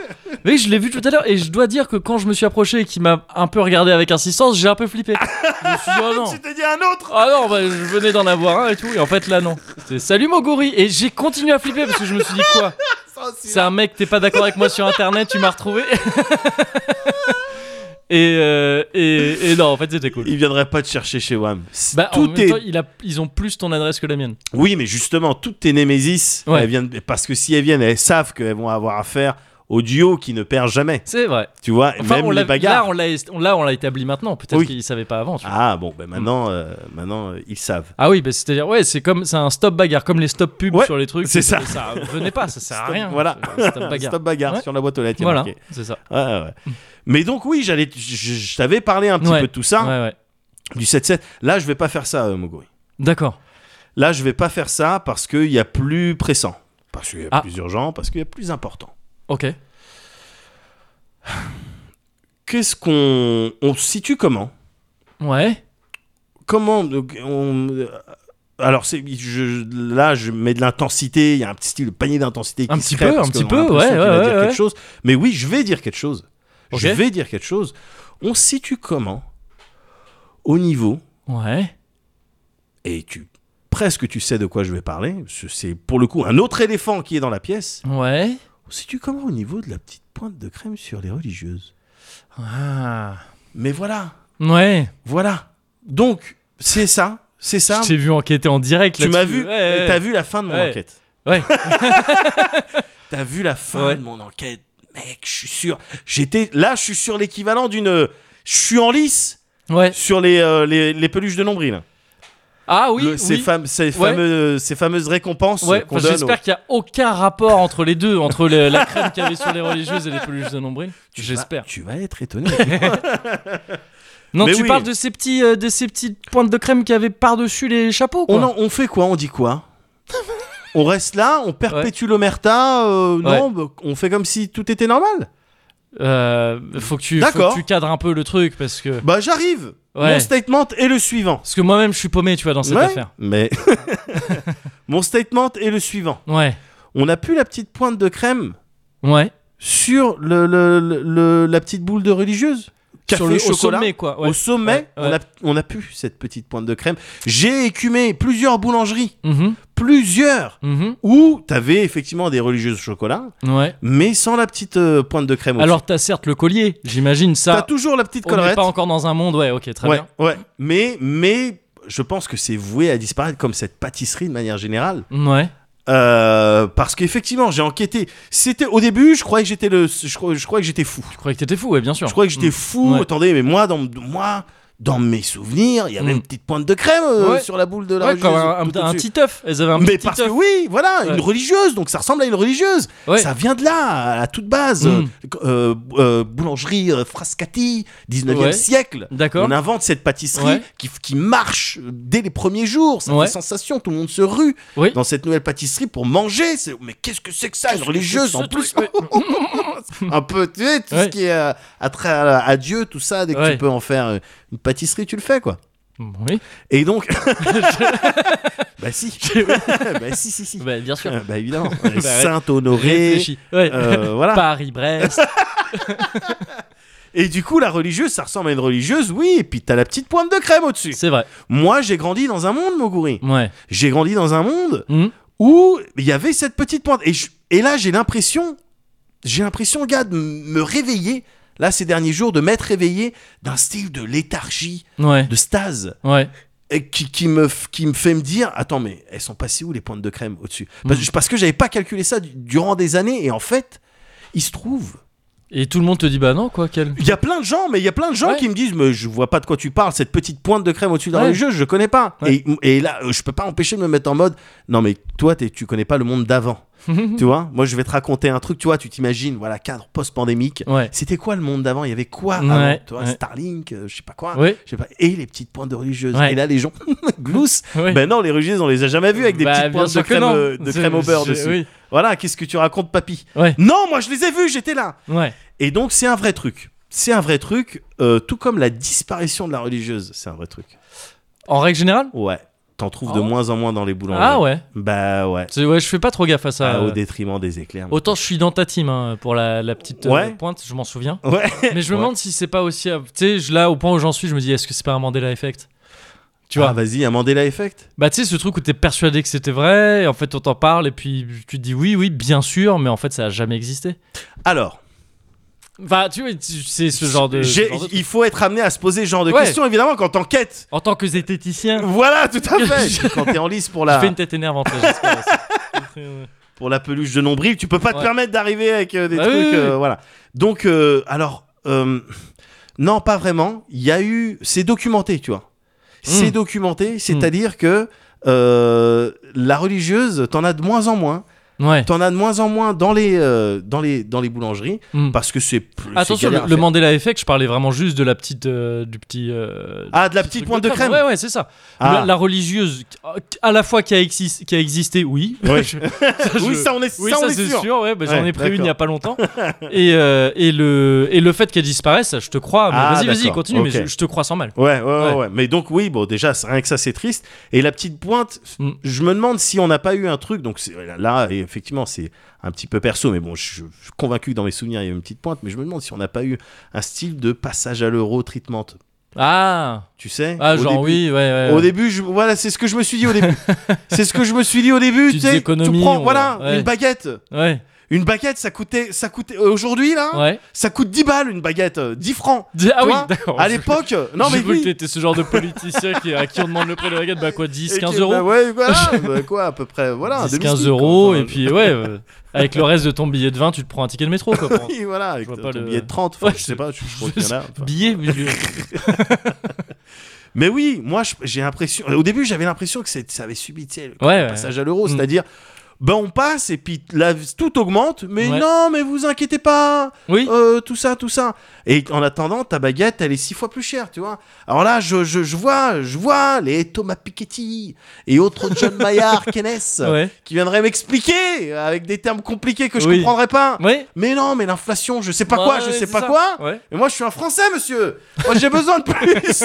[SPEAKER 1] Oui, je l'ai vu tout à l'heure et je dois dire que quand je me suis approché et qu'il m'a un peu regardé avec insistance, j'ai un peu flippé. Je me suis dit, oh non.
[SPEAKER 2] Tu t'es dit un autre.
[SPEAKER 1] Ah non, bah, je venais d'en avoir un et tout. Et en fait, là, non. C'est salut Moguri. Et j'ai continué à flipper parce que je me suis dit, quoi
[SPEAKER 2] Ça, c'est-
[SPEAKER 1] C'est un mec, t'es pas d'accord avec moi sur internet, tu m'as retrouvé. [LAUGHS] et, euh, et, et non, en fait, c'était cool.
[SPEAKER 2] Il viendrait pas te chercher chez Wham. C'est-
[SPEAKER 1] Bah, en
[SPEAKER 2] tout
[SPEAKER 1] même
[SPEAKER 2] est.
[SPEAKER 1] temps, il a- ils ont plus ton adresse que la mienne.
[SPEAKER 2] Oui, mais justement, toutes tes némésis,
[SPEAKER 1] Ouais.
[SPEAKER 2] elles viennent parce que si elles viennent, elles savent qu'elles vont avoir affaire au duo qui ne perd jamais.
[SPEAKER 1] C'est vrai.
[SPEAKER 2] Tu vois,
[SPEAKER 1] Enfin,
[SPEAKER 2] même
[SPEAKER 1] on
[SPEAKER 2] les
[SPEAKER 1] l'a-
[SPEAKER 2] bagarres.
[SPEAKER 1] Là, on l'a est- on l'a on l'a établi maintenant. Peut-être
[SPEAKER 2] Oui.
[SPEAKER 1] qu'ils savaient pas avant. tu vois.
[SPEAKER 2] Ah bon, ben maintenant, euh, maintenant, euh, ils savent.
[SPEAKER 1] Ah oui, bah, c'est-à-dire, ouais, c'est comme c'est un stop bagarre, comme les stop pubs
[SPEAKER 2] Ouais,
[SPEAKER 1] sur les trucs.
[SPEAKER 2] c'est ça.
[SPEAKER 1] Venez pas, ça sert à
[SPEAKER 2] Stop-
[SPEAKER 1] rien.
[SPEAKER 2] voilà.
[SPEAKER 1] C'est un Stop bagarre.
[SPEAKER 2] Stop bagarre
[SPEAKER 1] Ouais.
[SPEAKER 2] sur la boîte aux lettres. il y a
[SPEAKER 1] Voilà,
[SPEAKER 2] marqué.
[SPEAKER 1] c'est ça.
[SPEAKER 2] Ouais, ouais. Mais donc oui, j'allais, je, je t'avais parlé un petit
[SPEAKER 1] Ouais.
[SPEAKER 2] peu de tout ça,
[SPEAKER 1] Ouais, ouais.
[SPEAKER 2] du 7-7. Là, je vais pas faire ça, euh, Moguri.
[SPEAKER 1] D'accord.
[SPEAKER 2] Là, je vais pas faire ça parce qu'il y a plus pressant, parce qu'il y a
[SPEAKER 1] Ah.
[SPEAKER 2] plus urgent, parce qu'il y a plus important.
[SPEAKER 1] Ok.
[SPEAKER 2] Qu'est-ce qu'on on se situe comment
[SPEAKER 1] Ouais.
[SPEAKER 2] Comment donc, on euh, alors c'est je, là je mets de l'intensité, il y a un petit style de panier d'intensité qui
[SPEAKER 1] Un
[SPEAKER 2] se
[SPEAKER 1] petit
[SPEAKER 2] crée
[SPEAKER 1] peu,
[SPEAKER 2] parce
[SPEAKER 1] un
[SPEAKER 2] qu'on
[SPEAKER 1] petit
[SPEAKER 2] a
[SPEAKER 1] peu,
[SPEAKER 2] l'impression
[SPEAKER 1] ouais,
[SPEAKER 2] qu'il va
[SPEAKER 1] ouais,
[SPEAKER 2] dire
[SPEAKER 1] ouais,
[SPEAKER 2] quelque
[SPEAKER 1] ouais.
[SPEAKER 2] chose. Mais oui, je vais dire quelque chose. Je
[SPEAKER 1] Ok.
[SPEAKER 2] vais dire quelque chose. On se situe comment au niveau
[SPEAKER 1] Ouais.
[SPEAKER 2] et tu presque tu sais de quoi je vais parler, parce que c'est pour le coup un autre éléphant qui est dans la pièce.
[SPEAKER 1] Ouais.
[SPEAKER 2] On se situe comment au niveau de la petite pointe de crème sur les religieuses
[SPEAKER 1] Ah.
[SPEAKER 2] Mais voilà,
[SPEAKER 1] Ouais.
[SPEAKER 2] voilà. Donc c'est ça, c'est ça.
[SPEAKER 1] Je t'ai vu enquêter en direct.
[SPEAKER 2] Tu m'as
[SPEAKER 1] là-dessus.
[SPEAKER 2] vu,
[SPEAKER 1] Ouais, ouais.
[SPEAKER 2] t'as vu la fin de mon
[SPEAKER 1] Ouais.
[SPEAKER 2] enquête.
[SPEAKER 1] Ouais.
[SPEAKER 2] [LAUGHS] T'as vu la fin
[SPEAKER 1] Ouais.
[SPEAKER 2] de mon enquête, mec. Je suis sûr. J'étais là, je suis sur l'équivalent d'une. Je suis en lice
[SPEAKER 1] Ouais.
[SPEAKER 2] sur les, euh, les, les peluches de nombril.
[SPEAKER 1] Ah oui.
[SPEAKER 2] Le-
[SPEAKER 1] oui.
[SPEAKER 2] ces, fam- ces, fameux- ces fameuses récompenses
[SPEAKER 1] Ouais,
[SPEAKER 2] qu'on
[SPEAKER 1] enfin,
[SPEAKER 2] donne.
[SPEAKER 1] j'espère
[SPEAKER 2] aux-
[SPEAKER 1] qu'il n'y a aucun rapport entre les deux, entre le- la crème qu'il y avait sur les religieuses et les peluches de nombril.
[SPEAKER 2] Tu vas-
[SPEAKER 1] J'espère.
[SPEAKER 2] Tu vas
[SPEAKER 1] [LAUGHS]
[SPEAKER 2] être étonné.
[SPEAKER 1] Non,
[SPEAKER 2] Mais
[SPEAKER 1] tu
[SPEAKER 2] oui.
[SPEAKER 1] parles de ces, petits, euh, de ces petites pointes de crème qu'il y avait par-dessus les chapeaux, quoi.
[SPEAKER 2] on, en- on fait quoi On dit quoi
[SPEAKER 1] [LAUGHS]
[SPEAKER 2] On reste là, on perpétue l'omerta. euh, non, bah, on fait comme si tout était normal.
[SPEAKER 1] Euh, faut, que tu, faut
[SPEAKER 2] D'accord.
[SPEAKER 1] que tu cadres un peu le truc, parce que...
[SPEAKER 2] Bah j'arrive.
[SPEAKER 1] Ouais.
[SPEAKER 2] Mon statement est le suivant.
[SPEAKER 1] Parce que moi-même, je suis paumé, tu vois, dans cette
[SPEAKER 2] Ouais,
[SPEAKER 1] affaire.
[SPEAKER 2] Mais [LAUGHS] mon statement est le suivant.
[SPEAKER 1] Ouais,
[SPEAKER 2] On a plus la petite pointe de crème
[SPEAKER 1] ouais.
[SPEAKER 2] sur le, le- le- le- la petite boule de religieuse. Café
[SPEAKER 1] Sur le au
[SPEAKER 2] chocolat.
[SPEAKER 1] sommet, quoi. ouais.
[SPEAKER 2] Au sommet,
[SPEAKER 1] Ouais,
[SPEAKER 2] On, a, on a pu cette petite pointe de crème. J'ai écumé plusieurs boulangeries,
[SPEAKER 1] Mhm,
[SPEAKER 2] plusieurs,
[SPEAKER 1] mhm,
[SPEAKER 2] où t'avais effectivement des religieuses au chocolat,
[SPEAKER 1] ouais.
[SPEAKER 2] mais sans la petite euh, pointe de crème. au-dessus.
[SPEAKER 1] Alors, t'as certes le collier, j'imagine
[SPEAKER 2] t'as
[SPEAKER 1] ça.
[SPEAKER 2] toujours la petite
[SPEAKER 1] On n'est
[SPEAKER 2] collerette.
[SPEAKER 1] pas encore dans un monde, ouais, ok, très
[SPEAKER 2] ouais,
[SPEAKER 1] bien.
[SPEAKER 2] ouais. Mais, mais je pense que c'est voué à disparaître comme cette pâtisserie de manière générale.
[SPEAKER 1] Ouais,
[SPEAKER 2] Euh, parce qu'effectivement, j'ai enquêté. C'était au début, je croyais que j'étais le, je, crois- je croyais que j'étais fou.
[SPEAKER 1] je croyais que t'étais fou, ouais, bien sûr. Mm.
[SPEAKER 2] Je croyais que j'étais fou.
[SPEAKER 1] Ouais.
[SPEAKER 2] Attendez, mais moi, dans moi, dans mes souvenirs, il y avait
[SPEAKER 1] Mm.
[SPEAKER 2] une petite pointe de crème euh,
[SPEAKER 1] Ouais.
[SPEAKER 2] sur la boule de la
[SPEAKER 1] Ouais,
[SPEAKER 2] religieuse,
[SPEAKER 1] comme un,
[SPEAKER 2] tout
[SPEAKER 1] un- un
[SPEAKER 2] au-dessus.
[SPEAKER 1] petit œuf. Elles avaient un
[SPEAKER 2] Mais
[SPEAKER 1] petit
[SPEAKER 2] parce
[SPEAKER 1] œuf.
[SPEAKER 2] que oui, voilà,
[SPEAKER 1] Ouais.
[SPEAKER 2] une religieuse, donc ça ressemble à une religieuse.
[SPEAKER 1] Ouais.
[SPEAKER 2] Ça vient de là, à la toute base.
[SPEAKER 1] Mm.
[SPEAKER 2] Euh, euh, boulangerie euh, Frascati, 19e
[SPEAKER 1] Ouais.
[SPEAKER 2] siècle.
[SPEAKER 1] D'accord.
[SPEAKER 2] On invente cette pâtisserie
[SPEAKER 1] Ouais.
[SPEAKER 2] qui, qui marche dès les premiers jours. Ça
[SPEAKER 1] Ouais.
[SPEAKER 2] fait sensation, tout le monde se rue
[SPEAKER 1] Oui.
[SPEAKER 2] dans cette nouvelle pâtisserie pour manger. C'est- Mais qu'est-ce que c'est que ça Une religieuse en plus [LAUGHS] Un peu, tu sais, tout
[SPEAKER 1] Ouais.
[SPEAKER 2] ce qui est euh, attrait à, à Dieu, tout ça, dès que
[SPEAKER 1] Ouais.
[SPEAKER 2] tu peux en faire euh, une pâtisserie, tu le fais, quoi.
[SPEAKER 1] Oui.
[SPEAKER 2] Et donc. [LAUGHS]
[SPEAKER 1] [LAUGHS]
[SPEAKER 2] bah si [LAUGHS] Bah si, si, si
[SPEAKER 1] Bah, bien sûr.
[SPEAKER 2] Euh, Bah évidemment
[SPEAKER 1] ouais.
[SPEAKER 2] Saint-Honoré
[SPEAKER 1] Réfléchis. Ouais. [LAUGHS]
[SPEAKER 2] euh, voilà. [LAUGHS]
[SPEAKER 1] Paris-Brest.
[SPEAKER 2] Et du coup, la religieuse, ça ressemble à une religieuse, oui, et puis t'as la petite pointe de crème au-dessus.
[SPEAKER 1] C'est vrai.
[SPEAKER 2] Moi, j'ai grandi dans un monde, Moguri.
[SPEAKER 1] Ouais.
[SPEAKER 2] J'ai grandi dans un monde
[SPEAKER 1] Mhm.
[SPEAKER 2] où il y avait cette petite pointe. Et, je- et là, j'ai l'impression, j'ai l'impression, gars, de m- me réveiller, là, ces derniers jours, de m'être réveillé d'un style de léthargie,
[SPEAKER 1] Ouais.
[SPEAKER 2] de stase,
[SPEAKER 1] Ouais.
[SPEAKER 2] et qui, qui, me, f- qui me fait me dire Attends, mais elles sont passées où les pointes de crème au-dessus parce,
[SPEAKER 1] Mhm.
[SPEAKER 2] parce que j'avais pas calculé ça du- durant des années, et en fait, il se trouve.
[SPEAKER 1] Et tout le monde te dit bah non quoi quel.
[SPEAKER 2] [LAUGHS] Il y a plein de gens, mais il y a plein de gens
[SPEAKER 1] Ouais.
[SPEAKER 2] qui me disent Mais je vois pas de quoi tu parles, cette petite pointe de crème au-dessus de la
[SPEAKER 1] Ouais.
[SPEAKER 2] religieuse, je connais pas.
[SPEAKER 1] Ouais.
[SPEAKER 2] Et, et là, euh, je peux pas empêcher de me mettre en mode Non, mais toi, t'es- tu connais pas le monde d'avant.
[SPEAKER 1] Mm.
[SPEAKER 2] tu vois, moi je vais te raconter un truc, tu vois, tu t'imagines, voilà, cadre post-pandémique.
[SPEAKER 1] Ouais.
[SPEAKER 2] C'était quoi le monde d'avant Il y avait quoi
[SPEAKER 1] Ouais,
[SPEAKER 2] avant, tu vois,
[SPEAKER 1] ouais.
[SPEAKER 2] Starlink, euh, je sais pas quoi.
[SPEAKER 1] Oui.
[SPEAKER 2] je sais pas, et les petites pointes de religieuses.
[SPEAKER 1] Ouais.
[SPEAKER 2] Et là, les gens [LAUGHS] gloussent.
[SPEAKER 1] oui.
[SPEAKER 2] Ben non, les religieuses, on les a jamais vues avec des
[SPEAKER 1] Bah,
[SPEAKER 2] petites
[SPEAKER 1] bien
[SPEAKER 2] pointes de
[SPEAKER 1] sûr que
[SPEAKER 2] crème,
[SPEAKER 1] non.
[SPEAKER 2] euh, de
[SPEAKER 1] C'est-
[SPEAKER 2] crème au beurre
[SPEAKER 1] je-
[SPEAKER 2] dessus.
[SPEAKER 1] Oui.
[SPEAKER 2] Voilà, qu'est-ce que tu racontes, papy
[SPEAKER 1] Ouais.
[SPEAKER 2] Non, moi je les ai vues, j'étais là.
[SPEAKER 1] Ouais.
[SPEAKER 2] Et donc, c'est un vrai truc. C'est un vrai truc, euh, tout comme la disparition de la religieuse, c'est un vrai truc.
[SPEAKER 1] En règle générale
[SPEAKER 2] Ouais, t'en trouves
[SPEAKER 1] Ah
[SPEAKER 2] de
[SPEAKER 1] ouais
[SPEAKER 2] moins en moins dans les boulangers.
[SPEAKER 1] Ah ouais.
[SPEAKER 2] Bah ouais,
[SPEAKER 1] C'est- ouais, je fais pas trop gaffe à ça.
[SPEAKER 2] Ah, au
[SPEAKER 1] euh.
[SPEAKER 2] détriment des éclairs.
[SPEAKER 1] Autant je suis dans ta team hein, pour la, la petite euh,
[SPEAKER 2] Ouais.
[SPEAKER 1] pointe, je m'en
[SPEAKER 2] [LAUGHS]
[SPEAKER 1] souviens.
[SPEAKER 2] [LAUGHS] Ouais.
[SPEAKER 1] Mais je me
[SPEAKER 2] Ouais.
[SPEAKER 1] demande si c'est pas aussi. Tu sais, je- là, au point où j'en suis, je me dis, est-ce que c'est pas un Mandela Effect Tu vois
[SPEAKER 2] Ah, vas-y, un Mandela Effect.
[SPEAKER 1] Bah, tu sais, ce truc où t'es persuadé que c'était vrai, et en fait, on t'en parle, et puis tu te dis, oui, oui, bien sûr, mais en fait, ça a jamais existé.
[SPEAKER 2] Alors,
[SPEAKER 1] Enfin, tu vois, tu- c'est ce genre de.
[SPEAKER 2] j'ai-
[SPEAKER 1] ce genre de truc.
[SPEAKER 2] il faut être amené à se poser ce genre de
[SPEAKER 1] Ouais.
[SPEAKER 2] questions, évidemment, quand t'enquêtes.
[SPEAKER 1] En tant que zététicien,
[SPEAKER 2] Voilà, tout
[SPEAKER 1] [LAUGHS]
[SPEAKER 2] à fait. Quand t'es en lice pour
[SPEAKER 1] je
[SPEAKER 2] la,
[SPEAKER 1] fais une tête énervante, là, j'espère
[SPEAKER 2] [LAUGHS]
[SPEAKER 1] aussi.
[SPEAKER 2] pour la peluche de nombril, tu peux pas te
[SPEAKER 1] Ouais.
[SPEAKER 2] permettre d'arriver avec euh, des
[SPEAKER 1] Bah
[SPEAKER 2] trucs,
[SPEAKER 1] oui, oui,
[SPEAKER 2] euh,
[SPEAKER 1] oui.
[SPEAKER 2] voilà. Donc, euh, alors, euh, non, pas vraiment. Il y a eu, c'est documenté, tu vois. C'est
[SPEAKER 1] Mm.
[SPEAKER 2] documenté, c'est-à-dire
[SPEAKER 1] Hmm.
[SPEAKER 2] que euh, la religieuse, t'en as de moins en moins.
[SPEAKER 1] Ouais.
[SPEAKER 2] T'en as de moins en moins dans les, euh, dans les, dans les boulangeries
[SPEAKER 1] Mm.
[SPEAKER 2] parce que c'est plus. c'est
[SPEAKER 1] Attention,
[SPEAKER 2] galère
[SPEAKER 1] le,
[SPEAKER 2] à
[SPEAKER 1] le
[SPEAKER 2] faire.
[SPEAKER 1] Mandela Effect, je parlais vraiment juste de la petite. euh, du petit. euh,
[SPEAKER 2] Ah, de la petite
[SPEAKER 1] truc
[SPEAKER 2] pointe de crème.
[SPEAKER 1] Ouais, ouais, c'est ça.
[SPEAKER 2] Ah.
[SPEAKER 1] La, la religieuse, à la fois qui a, exis- qui a existé, oui.
[SPEAKER 2] Oui.
[SPEAKER 1] [LAUGHS] Je- ça, je-
[SPEAKER 2] Oui, ça on est,
[SPEAKER 1] oui,
[SPEAKER 2] ça, on
[SPEAKER 1] ça,
[SPEAKER 2] est
[SPEAKER 1] c'est
[SPEAKER 2] sûr.
[SPEAKER 1] sûr. ouais, bah, J'en
[SPEAKER 2] Ouais,
[SPEAKER 1] ai pris une il
[SPEAKER 2] d'accord.
[SPEAKER 1] n'y a pas
[SPEAKER 2] [LAUGHS]
[SPEAKER 1] longtemps. et, euh, et, le, et le fait qu'elle disparaisse, ça, je te crois. mais
[SPEAKER 2] Ah,
[SPEAKER 1] vas-y, vas-y,
[SPEAKER 2] d'accord,
[SPEAKER 1] continue, mais
[SPEAKER 2] ok.
[SPEAKER 1] je, je te crois sans mal.
[SPEAKER 2] Ouais, ouais, ouais,
[SPEAKER 1] Ouais.
[SPEAKER 2] ouais. Mais donc, oui, bon, déjà, c'est- rien que ça, c'est triste. Et la petite pointe,
[SPEAKER 1] Mm.
[SPEAKER 2] je me demande si on n'a pas eu un truc. Donc, c'est- là, et effectivement, c'est un petit peu perso, mais bon, je, je suis convaincu que dans mes souvenirs, il y a eu une petite pointe. Mais je me demande si on n'a pas eu un style de passage à l'euro treatment.
[SPEAKER 1] Ah,
[SPEAKER 2] Tu sais
[SPEAKER 1] ah
[SPEAKER 2] au
[SPEAKER 1] genre
[SPEAKER 2] début-
[SPEAKER 1] oui, euh. ouais, ouais.
[SPEAKER 2] Au
[SPEAKER 1] ouais.
[SPEAKER 2] début, je- voilà, c'est ce que je me suis dit
[SPEAKER 1] [LAUGHS]
[SPEAKER 2] au début. c'est ce que je me suis dit au début.
[SPEAKER 1] Petites
[SPEAKER 2] sais,
[SPEAKER 1] économies,
[SPEAKER 2] tu prends,
[SPEAKER 1] on-
[SPEAKER 2] voilà,
[SPEAKER 1] ouais.
[SPEAKER 2] une baguette.
[SPEAKER 1] Ouais,
[SPEAKER 2] Une baguette, ça coûtait, ça coûtait. Aujourd'hui, là,
[SPEAKER 1] ouais.
[SPEAKER 2] ça coûte 10 balles une baguette, euh, 10 francs.
[SPEAKER 1] Dis- Ah oui,
[SPEAKER 2] Toi,
[SPEAKER 1] d'accord.
[SPEAKER 2] À
[SPEAKER 1] Je- [LAUGHS]
[SPEAKER 2] l'époque, non mais
[SPEAKER 1] J'ai cru
[SPEAKER 2] oui.
[SPEAKER 1] que t'étais ce genre de politicien qui, à qui on demande le prix de la baguette, bah quoi, 10,
[SPEAKER 2] Et
[SPEAKER 1] 15
[SPEAKER 2] que-
[SPEAKER 1] euros
[SPEAKER 2] bah
[SPEAKER 1] [LAUGHS]
[SPEAKER 2] ouais, voilà, bah quoi, à peu près, voilà. un
[SPEAKER 1] 10,
[SPEAKER 2] demi-smic,
[SPEAKER 1] 15
[SPEAKER 2] quoi.
[SPEAKER 1] euros,
[SPEAKER 2] Enfin,
[SPEAKER 1] et puis ouais, euh, avec le reste de ton billet de 20, tu te prends un ticket de métro, quoi.
[SPEAKER 2] [LAUGHS]
[SPEAKER 1] pour-
[SPEAKER 2] oui, voilà, avec
[SPEAKER 1] euh, Je vois pas
[SPEAKER 2] ton
[SPEAKER 1] le-
[SPEAKER 2] billet de 30, enfin,
[SPEAKER 1] Ouais,
[SPEAKER 2] je sais pas, je, je crois qu'il y en a. enfin. [LAUGHS]
[SPEAKER 1] Billet, mais-
[SPEAKER 2] Mais oui, moi, je- j'ai l'impression. Au début, j'avais l'impression que c'est- ça avait subi, tu sais, le
[SPEAKER 1] Ouais, ouais.
[SPEAKER 2] passage à l'euro,
[SPEAKER 1] Mm.
[SPEAKER 2] c'est-à-dire. Ben on passe et puis la- tout augmente, mais
[SPEAKER 1] Ouais.
[SPEAKER 2] non, mais vous inquiétez pas,
[SPEAKER 1] Oui.
[SPEAKER 2] euh, tout ça, tout ça. Et en attendant, ta baguette, elle est six fois plus chère, tu vois. Alors là, je, je, je vois, je vois les Thomas Piketty et autres John Maillard, [LAUGHS] Keynes,
[SPEAKER 1] Ouais.
[SPEAKER 2] qui viendraient m'expliquer avec des termes compliqués que je
[SPEAKER 1] Oui.
[SPEAKER 2] comprendrais pas.
[SPEAKER 1] Ouais.
[SPEAKER 2] Mais non, mais l'inflation, je sais pas quoi,
[SPEAKER 1] Ouais,
[SPEAKER 2] je
[SPEAKER 1] ouais,
[SPEAKER 2] sais
[SPEAKER 1] c'est
[SPEAKER 2] pas
[SPEAKER 1] ça.
[SPEAKER 2] quoi.
[SPEAKER 1] Ouais.
[SPEAKER 2] Mais moi, je suis un Français, monsieur. Moi, j'ai besoin
[SPEAKER 1] [LAUGHS]
[SPEAKER 2] de plus.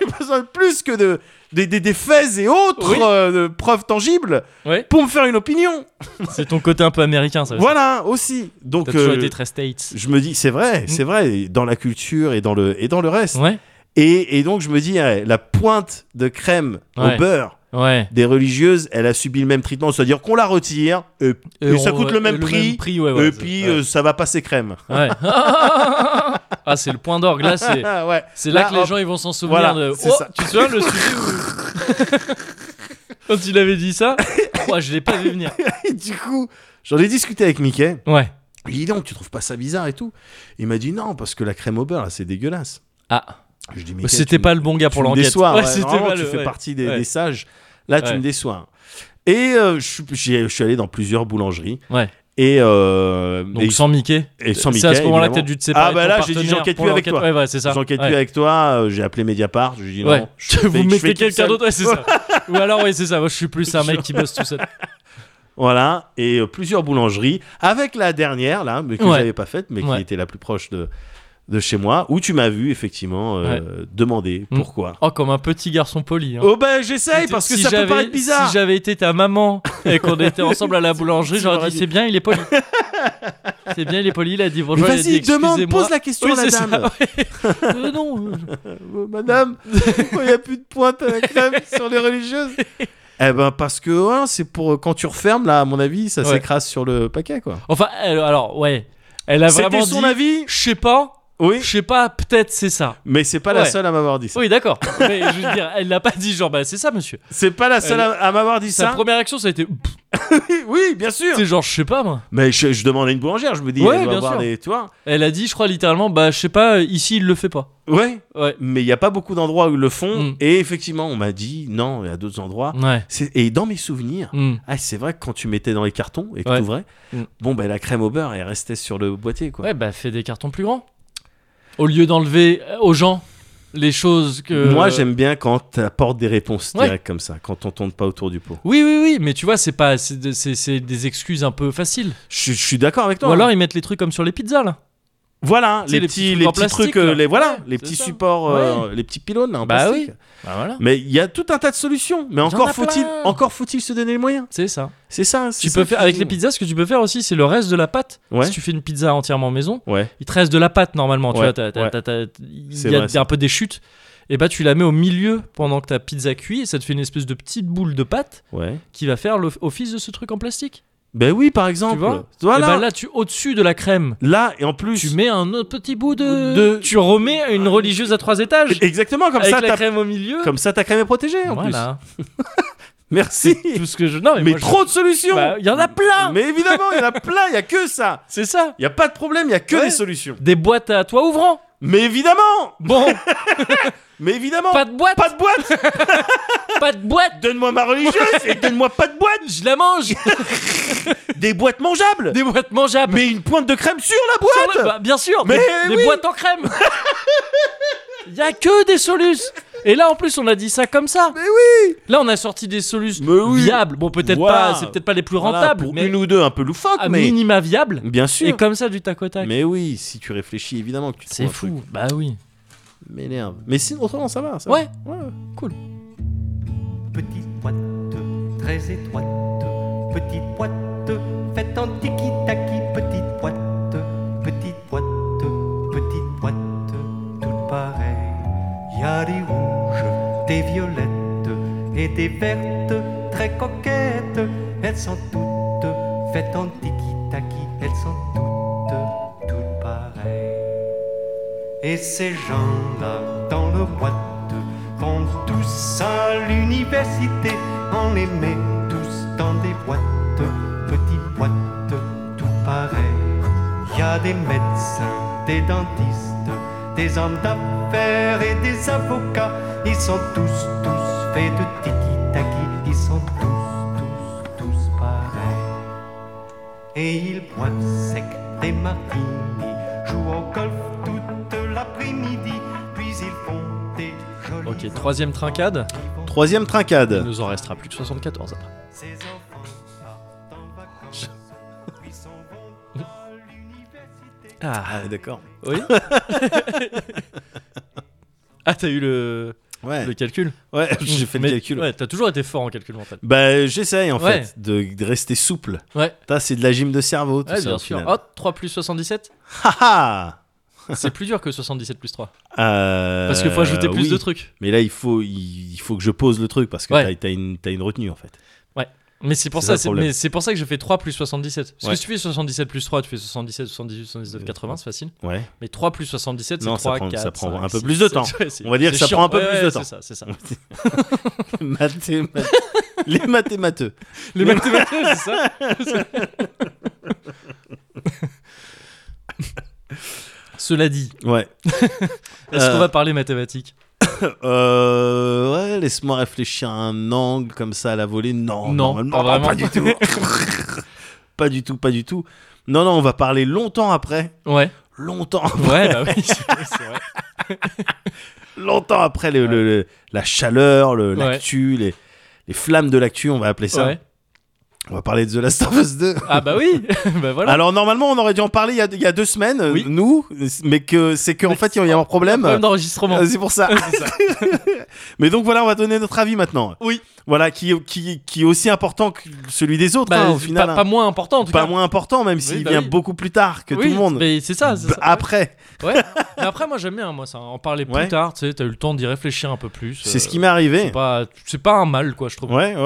[SPEAKER 2] J'ai besoin de plus que de des, des, des faits et autres
[SPEAKER 1] Oui.
[SPEAKER 2] euh, de preuves tangibles
[SPEAKER 1] Ouais.
[SPEAKER 2] pour me faire une opinion.
[SPEAKER 1] C'est ton côté un peu américain, ça.
[SPEAKER 2] Voilà, aussi. Donc,
[SPEAKER 1] T'as toujours
[SPEAKER 2] euh,
[SPEAKER 1] été très States.
[SPEAKER 2] je me dis, c'est vrai, c'est vrai, dans la culture et dans le et dans le reste.
[SPEAKER 1] Ouais.
[SPEAKER 2] Et, et donc, je me dis, eh, la pointe de crème
[SPEAKER 1] Ouais.
[SPEAKER 2] au beurre
[SPEAKER 1] Ouais.
[SPEAKER 2] des religieuses, elle a subi le même traitement, c'est-à-dire qu'on la retire et, et ça
[SPEAKER 1] on-
[SPEAKER 2] coûte le même prix.
[SPEAKER 1] ouais, ouais,
[SPEAKER 2] et
[SPEAKER 1] c'est-
[SPEAKER 2] puis,
[SPEAKER 1] ouais.
[SPEAKER 2] euh, ça va passer crème.
[SPEAKER 1] Ouais. [LAUGHS] ah, c'est le point d'orgue
[SPEAKER 2] [LAUGHS]
[SPEAKER 1] là, c'est.
[SPEAKER 2] Ah, ouais.
[SPEAKER 1] C'est là,
[SPEAKER 2] Là,
[SPEAKER 1] que les
[SPEAKER 2] hop.
[SPEAKER 1] gens ils vont s'en souvenir
[SPEAKER 2] Voilà,
[SPEAKER 1] de.
[SPEAKER 2] c'est
[SPEAKER 1] Oh,
[SPEAKER 2] ça.
[SPEAKER 1] tu te souviens
[SPEAKER 2] [LAUGHS]
[SPEAKER 1] le sujet où- [LAUGHS] Quand il avait dit ça, oh, je l'ai pas vu venir.
[SPEAKER 2] Et du coup, j'en ai discuté avec Mickey.
[SPEAKER 1] Ouais.
[SPEAKER 2] Il dit donc, tu trouves pas ça bizarre et tout Il m'a dit non, parce que la crème au beurre, là, c'est dégueulasse.
[SPEAKER 1] Ah,
[SPEAKER 2] Je dis, Mickey,
[SPEAKER 1] c'était
[SPEAKER 2] tu
[SPEAKER 1] pas
[SPEAKER 2] me-
[SPEAKER 1] le bon gars
[SPEAKER 2] tu
[SPEAKER 1] pour
[SPEAKER 2] me
[SPEAKER 1] l'enquête.
[SPEAKER 2] déçois,
[SPEAKER 1] Ouais,
[SPEAKER 2] ouais,
[SPEAKER 1] c'était
[SPEAKER 2] vraiment,
[SPEAKER 1] pas
[SPEAKER 2] tu
[SPEAKER 1] le-
[SPEAKER 2] fais
[SPEAKER 1] ouais.
[SPEAKER 2] partie des,
[SPEAKER 1] Ouais.
[SPEAKER 2] des sages. Là, tu
[SPEAKER 1] Ouais.
[SPEAKER 2] me déçois. hein. Et euh, je, suis- j'ai- je suis allé dans plusieurs boulangeries.
[SPEAKER 1] Ouais.
[SPEAKER 2] Et, euh, et-
[SPEAKER 1] Donc sans Mickey.
[SPEAKER 2] et sans
[SPEAKER 1] C'est à ce
[SPEAKER 2] Mickey,
[SPEAKER 1] moment-là que
[SPEAKER 2] évidemment.
[SPEAKER 1] t'as dû te séparer.
[SPEAKER 2] Ah, bah
[SPEAKER 1] de ton
[SPEAKER 2] là, j'ai dit,
[SPEAKER 1] partenaire
[SPEAKER 2] j'enquête
[SPEAKER 1] pour
[SPEAKER 2] plus avec
[SPEAKER 1] l'enquête.
[SPEAKER 2] toi.
[SPEAKER 1] Ouais, ouais, c'est ça.
[SPEAKER 2] J'enquête
[SPEAKER 1] Ouais.
[SPEAKER 2] plus avec toi. euh, j'ai appelé Mediapart. J'ai dit non.
[SPEAKER 1] Ouais.
[SPEAKER 2] je
[SPEAKER 1] [LAUGHS]
[SPEAKER 2] fais-
[SPEAKER 1] Vous
[SPEAKER 2] je fais
[SPEAKER 1] mettez
[SPEAKER 2] tout
[SPEAKER 1] quelqu'un
[SPEAKER 2] seul.
[SPEAKER 1] d'autre, ouais, c'est
[SPEAKER 2] [LAUGHS]
[SPEAKER 1] ça. Ou alors, ouais, c'est ça. Moi, je suis plus un mec qui bosse tout seul.
[SPEAKER 2] Voilà, et euh, plusieurs boulangeries, avec la dernière, là, mais que
[SPEAKER 1] Ouais.
[SPEAKER 2] j'avais pas faite, mais
[SPEAKER 1] Ouais.
[SPEAKER 2] qui était la plus proche de, de chez moi, où tu m'as vu, effectivement, euh, demander
[SPEAKER 1] Mm.
[SPEAKER 2] pourquoi.
[SPEAKER 1] Oh, comme un petit garçon poli. hein.
[SPEAKER 2] Oh ben j'essaye,
[SPEAKER 1] Si-
[SPEAKER 2] parce que
[SPEAKER 1] si
[SPEAKER 2] ça peut
[SPEAKER 1] j'avais-
[SPEAKER 2] paraître bizarre
[SPEAKER 1] Si j'avais été ta maman et qu'on était ensemble
[SPEAKER 2] [LAUGHS]
[SPEAKER 1] à la boulangerie,
[SPEAKER 2] Tu
[SPEAKER 1] j'aurais
[SPEAKER 2] m'aurais
[SPEAKER 1] dit
[SPEAKER 2] dit.
[SPEAKER 1] c'est bien, il est poli. c'est bien, il est poli, il a dit
[SPEAKER 2] Mais
[SPEAKER 1] bonjour. il a dit,
[SPEAKER 2] vas-y, demande,
[SPEAKER 1] excusez-moi.
[SPEAKER 2] pose la question
[SPEAKER 1] Oui,
[SPEAKER 2] à la
[SPEAKER 1] c'est ça,
[SPEAKER 2] dame
[SPEAKER 1] ouais.
[SPEAKER 2] [LAUGHS]
[SPEAKER 1] Euh, non. euh,
[SPEAKER 2] Euh,
[SPEAKER 1] [LAUGHS]
[SPEAKER 2] Madame, pourquoi il n'y a plus de pointe à la crème [LAUGHS] sur les religieuses Eh ben parce que ouais, c'est pour euh, quand tu refermes, là, à mon avis, ça
[SPEAKER 1] Ouais.
[SPEAKER 2] s'écrase sur le paquet, quoi.
[SPEAKER 1] Enfin, elle- alors, ouais. Elle a
[SPEAKER 2] C'était
[SPEAKER 1] vraiment
[SPEAKER 2] son
[SPEAKER 1] dit,
[SPEAKER 2] avis
[SPEAKER 1] je sais pas,
[SPEAKER 2] Oui,
[SPEAKER 1] Je sais pas, peut-être c'est ça.
[SPEAKER 2] mais c'est pas la
[SPEAKER 1] Ouais.
[SPEAKER 2] seule à m'avoir dit
[SPEAKER 1] [LAUGHS]
[SPEAKER 2] ça.
[SPEAKER 1] Oui, d'accord. Mais je veux dire, elle l'a pas dit genre, bah c'est ça, monsieur.
[SPEAKER 2] C'est pas la seule à, à m'avoir dit
[SPEAKER 1] Sa
[SPEAKER 2] ça.
[SPEAKER 1] première action, ça a été. Pff,
[SPEAKER 2] [LAUGHS] oui, bien sûr.
[SPEAKER 1] C'est genre, je sais pas moi.
[SPEAKER 2] Mais je, je demandais une boulangère, je me dis,
[SPEAKER 1] Ouais,
[SPEAKER 2] elle doit
[SPEAKER 1] bien
[SPEAKER 2] avoir
[SPEAKER 1] sûr.
[SPEAKER 2] des- tu vois.
[SPEAKER 1] Elle a dit, je crois littéralement, bah je sais pas, ici il le fait pas.
[SPEAKER 2] Ouais,
[SPEAKER 1] Ouais.
[SPEAKER 2] mais il n'y a pas beaucoup d'endroits où ils le font.
[SPEAKER 1] Mm.
[SPEAKER 2] Et effectivement, on m'a dit, non, il y a d'autres endroits.
[SPEAKER 1] Ouais.
[SPEAKER 2] C'est- Et dans mes souvenirs,
[SPEAKER 1] Hmm.
[SPEAKER 2] ah, c'est vrai que quand tu mettais dans les cartons et que
[SPEAKER 1] Ouais.
[SPEAKER 2] tu ouvrais,
[SPEAKER 1] Mm.
[SPEAKER 2] bon, ben la crème au beurre, elle restait sur le boîtier, quoi.
[SPEAKER 1] Ouais, bah fais des cartons plus grands. Au lieu d'enlever euh, aux gens les choses que.
[SPEAKER 2] Moi, j'aime bien quand tu apportes des réponses
[SPEAKER 1] Ouais.
[SPEAKER 2] directes comme ça, quand on tourne pas autour du pot.
[SPEAKER 1] Oui, oui, oui, mais tu vois, c'est pas, c'est de- c'est c'est des excuses un peu faciles.
[SPEAKER 2] Je, je suis d'accord avec toi. hein.
[SPEAKER 1] Ou alors ils mettent les trucs comme sur les pizzas là.
[SPEAKER 2] Voilà,
[SPEAKER 1] Tu sais,
[SPEAKER 2] les,
[SPEAKER 1] les petits
[SPEAKER 2] petits,
[SPEAKER 1] trucs
[SPEAKER 2] les
[SPEAKER 1] en
[SPEAKER 2] petits
[SPEAKER 1] plastique,
[SPEAKER 2] trucs, euh,
[SPEAKER 1] là.
[SPEAKER 2] les, voilà,
[SPEAKER 1] Ouais,
[SPEAKER 2] les
[SPEAKER 1] c'est
[SPEAKER 2] petits
[SPEAKER 1] ça.
[SPEAKER 2] supports, euh, les petits pylônes là, en
[SPEAKER 1] Bah
[SPEAKER 2] plastique.
[SPEAKER 1] Bah voilà.
[SPEAKER 2] Mais il y a tout un tas de solutions. Mais
[SPEAKER 1] en a
[SPEAKER 2] encore faut-il,
[SPEAKER 1] plein.
[SPEAKER 2] encore faut-il se donner les moyens.
[SPEAKER 1] C'est ça.
[SPEAKER 2] C'est ça. c'est
[SPEAKER 1] Tu
[SPEAKER 2] ça
[SPEAKER 1] peux
[SPEAKER 2] que
[SPEAKER 1] faire
[SPEAKER 2] je
[SPEAKER 1] avec
[SPEAKER 2] dis.
[SPEAKER 1] les pizzas, ce que tu peux faire aussi, c'est le reste de la pâte.
[SPEAKER 2] Ouais.
[SPEAKER 1] Si tu fais une pizza entièrement maison,
[SPEAKER 2] Ouais.
[SPEAKER 1] il te reste de la pâte normalement. Tu
[SPEAKER 2] Ouais,
[SPEAKER 1] vois, t'as- t'as-
[SPEAKER 2] ouais.
[SPEAKER 1] t'as- t'as- il
[SPEAKER 2] C'est
[SPEAKER 1] y a
[SPEAKER 2] vrai, ça.
[SPEAKER 1] un peu des chutes. Et bah tu la mets au milieu pendant que ta pizza cuit et ça te fait une espèce de petite boule de pâte
[SPEAKER 2] Ouais.
[SPEAKER 1] qui va faire l'office de ce truc en plastique.
[SPEAKER 2] Ben oui, par exemple.
[SPEAKER 1] vois
[SPEAKER 2] voilà.
[SPEAKER 1] Et bah là tu au-dessus de la crème,
[SPEAKER 2] là et en plus.
[SPEAKER 1] tu mets un autre petit bout de...
[SPEAKER 2] De-
[SPEAKER 1] Tu remets une religieuse à trois étages
[SPEAKER 2] Exactement comme
[SPEAKER 1] avec
[SPEAKER 2] ça.
[SPEAKER 1] la
[SPEAKER 2] ta-
[SPEAKER 1] crème au milieu.
[SPEAKER 2] Comme ça, ta crème est protégée en
[SPEAKER 1] voilà.
[SPEAKER 2] plus. Merci.
[SPEAKER 1] [LAUGHS] Tout ce que je... Non mais,
[SPEAKER 2] Mais
[SPEAKER 1] moi, je-
[SPEAKER 2] trop de solutions. Ah,
[SPEAKER 1] Bah, y en a plein
[SPEAKER 2] Mais évidemment,
[SPEAKER 1] [LAUGHS]
[SPEAKER 2] il y en a plein. Il y a que ça.
[SPEAKER 1] C'est ça
[SPEAKER 2] Il y a pas de problème. Il y a que
[SPEAKER 1] Ouais.
[SPEAKER 2] des solutions.
[SPEAKER 1] Des boîtes à toit ouvrant
[SPEAKER 2] Mais évidemment. [LAUGHS]
[SPEAKER 1] Bon,
[SPEAKER 2] Mais évidemment.
[SPEAKER 1] pas de boîte,
[SPEAKER 2] Pas de boîte.
[SPEAKER 1] pas de boîte
[SPEAKER 2] [LAUGHS] Donne-moi ma religieuse et donne-moi pas de boîte.
[SPEAKER 1] Je la mange
[SPEAKER 2] Des boîtes mangeables.
[SPEAKER 1] Des boîtes mangeables
[SPEAKER 2] Mais une pointe de crème sur la
[SPEAKER 1] Sur
[SPEAKER 2] boîte.
[SPEAKER 1] le- bah, Bien sûr
[SPEAKER 2] Mais
[SPEAKER 1] Des, des
[SPEAKER 2] oui.
[SPEAKER 1] boîtes en crème
[SPEAKER 2] [LAUGHS]
[SPEAKER 1] Il y a que des solus Et là en plus on a dit ça comme ça
[SPEAKER 2] Mais oui.
[SPEAKER 1] Là on a sorti des solus
[SPEAKER 2] Mais oui.
[SPEAKER 1] viables Bon peut-être
[SPEAKER 2] Voilà.
[SPEAKER 1] pas, c'est peut-être pas les plus
[SPEAKER 2] Voilà,
[SPEAKER 1] rentables
[SPEAKER 2] pour
[SPEAKER 1] mais
[SPEAKER 2] une ou deux un peu loufoque,
[SPEAKER 1] à
[SPEAKER 2] mais
[SPEAKER 1] minima viables
[SPEAKER 2] bien sûr.
[SPEAKER 1] Et comme ça du tac au tac
[SPEAKER 2] Mais oui, si tu réfléchis, évidemment que tu
[SPEAKER 1] C'est
[SPEAKER 2] trouves un
[SPEAKER 1] fou,
[SPEAKER 2] truc.
[SPEAKER 1] bah oui
[SPEAKER 2] M'énerve. Mais sinon, autrement, ça va. ça
[SPEAKER 1] Ouais.
[SPEAKER 2] va.
[SPEAKER 4] Petite boîte, très étroite, petite boîte, faites en tiki-taki, petite boîte, petite boîte, petite boîte, toutes pareilles. Y a des rouges, des violettes et des vertes, très coquettes. Elles sont toutes faites en tiki-taki, elles sont toutes, toutes pareilles. Et ces gens-là dans le boîte vont tous à l'université. On les met tous dans des boîtes, petites boîtes, tout pareil. Y a des médecins, des dentistes, des hommes d'affaires et des avocats. Ils sont tous, tous faits de tiki-taki. Ils sont tous, tous, tous pareils. Et ils boivent sec des martinis, jouent au golf toute l'après-midi, puis ils font des jolies
[SPEAKER 1] Ok, troisième trincade,
[SPEAKER 2] Troisième
[SPEAKER 1] il
[SPEAKER 2] trincade.
[SPEAKER 1] nous en restera plus que 74 après.
[SPEAKER 4] Ces enfants partent en vacances, puis s'en vont à l'université.
[SPEAKER 1] Ah,
[SPEAKER 2] d'accord. [LAUGHS]
[SPEAKER 1] oui Ah, t'as eu le,
[SPEAKER 2] Ouais,
[SPEAKER 1] le calcul
[SPEAKER 2] ouais [LAUGHS] j'ai fait
[SPEAKER 1] Mais-
[SPEAKER 2] le calcul.
[SPEAKER 1] Ouais, t'as toujours été fort en calcul mental.
[SPEAKER 2] Bah, j'essaye en
[SPEAKER 1] Ouais.
[SPEAKER 2] fait de, de rester souple.
[SPEAKER 1] Ouais.
[SPEAKER 2] Ça, c'est de la gym de cerveau. Tout
[SPEAKER 1] Ouais,
[SPEAKER 2] ça,
[SPEAKER 1] bien
[SPEAKER 2] au
[SPEAKER 1] sûr.
[SPEAKER 2] final.
[SPEAKER 1] Oh, 3 plus 77
[SPEAKER 2] Ha,
[SPEAKER 1] C'est plus dur que 77 plus 3.
[SPEAKER 2] ha Euh,
[SPEAKER 1] Parce que faut ajouter plus
[SPEAKER 2] oui.
[SPEAKER 1] de trucs.
[SPEAKER 2] Mais là, il faut, il, il faut que je pose le truc parce que
[SPEAKER 1] Ouais.
[SPEAKER 2] t'as- t'as une, t'as une retenue en fait.
[SPEAKER 1] Mais c'est pour
[SPEAKER 2] C'est
[SPEAKER 1] ça,
[SPEAKER 2] ça le
[SPEAKER 1] c'est-
[SPEAKER 2] problème.
[SPEAKER 1] mais c'est pour ça que je fais 3 plus 77. Parce
[SPEAKER 2] Ouais.
[SPEAKER 1] que si tu fais 77 plus 3, tu fais 77, 78, 79, 80, c'est facile.
[SPEAKER 2] Ouais. [LAUGHS]
[SPEAKER 1] Mais 3 plus 77, c'est
[SPEAKER 2] Non,
[SPEAKER 1] 3,
[SPEAKER 2] ça prend-
[SPEAKER 1] 4,
[SPEAKER 2] ça prend
[SPEAKER 1] 5,
[SPEAKER 2] un peu
[SPEAKER 1] 6,
[SPEAKER 2] plus de temps.
[SPEAKER 1] [LAUGHS] ouais, c'est-
[SPEAKER 2] On va dire
[SPEAKER 1] c'est
[SPEAKER 2] que ça
[SPEAKER 1] chiant.
[SPEAKER 2] prend un peu
[SPEAKER 1] Ouais,
[SPEAKER 2] plus
[SPEAKER 1] ouais,
[SPEAKER 2] de
[SPEAKER 1] c'est
[SPEAKER 2] temps.
[SPEAKER 1] ça, c'est ça.
[SPEAKER 2] Mathémat- Les mathémateux.
[SPEAKER 1] Les mathématiques, c'est ça [LAUGHS] Cela dit,
[SPEAKER 2] [LAUGHS] Ouais.
[SPEAKER 1] est-ce
[SPEAKER 2] Euh.
[SPEAKER 1] qu'on va parler mathématiques
[SPEAKER 2] Euh, ouais, laisse-moi réfléchir à un angle comme ça à la volée. Non,
[SPEAKER 1] Non,
[SPEAKER 2] normalement,
[SPEAKER 1] pas vraiment.
[SPEAKER 2] pas du tout.
[SPEAKER 1] [LAUGHS]
[SPEAKER 2] pas du tout, pas du tout. Non, non, on va parler longtemps après.
[SPEAKER 1] Ouais.
[SPEAKER 2] Longtemps,
[SPEAKER 1] Ouais, bah oui, c'est vrai, c'est vrai.
[SPEAKER 2] [LAUGHS] longtemps après le- le- le- la chaleur, le-
[SPEAKER 1] Ouais.
[SPEAKER 2] l'actu, les, les flammes de l'actu, on va appeler ça.
[SPEAKER 1] Ouais.
[SPEAKER 2] On va parler de The Last of Us 2.
[SPEAKER 1] Ah bah oui, [LAUGHS] bah voilà.
[SPEAKER 2] Alors, normalement, on aurait dû en parler il y a, il y a deux semaines,
[SPEAKER 1] Oui.
[SPEAKER 2] nous, mais que c'est qu'en fait, il va y avoir un problème.
[SPEAKER 1] Problème d'enregistrement.
[SPEAKER 2] [LAUGHS] Euh, C'est pour ça. Mais donc voilà, on va donner notre avis maintenant.
[SPEAKER 1] Oui.
[SPEAKER 2] voilà, qui, qui, qui est aussi important que celui des autres,
[SPEAKER 1] Bah,
[SPEAKER 2] hein, au
[SPEAKER 1] c'est
[SPEAKER 2] final.
[SPEAKER 1] pas,
[SPEAKER 2] hein.
[SPEAKER 1] pas moins important en tout
[SPEAKER 2] Pas
[SPEAKER 1] cas.
[SPEAKER 2] moins important, même
[SPEAKER 1] Oui,
[SPEAKER 2] s'il
[SPEAKER 1] bah
[SPEAKER 2] vient
[SPEAKER 1] oui.
[SPEAKER 2] beaucoup plus tard que tout
[SPEAKER 1] Oui,
[SPEAKER 2] le monde.
[SPEAKER 1] Mais c'est ça. c'est
[SPEAKER 2] Bah,
[SPEAKER 1] ça.
[SPEAKER 2] Après,
[SPEAKER 1] Ouais. Mais après, moi j'aime bien moi ça. En parler plus
[SPEAKER 2] Ouais.
[SPEAKER 1] tard, tu sais, t'as eu le temps d'y réfléchir un peu plus.
[SPEAKER 2] c'est ce qui
[SPEAKER 1] m'a
[SPEAKER 2] m'est arrivé.
[SPEAKER 1] C'est pas, c'est pas un mal quoi, je trouve.
[SPEAKER 2] Ouais, oh,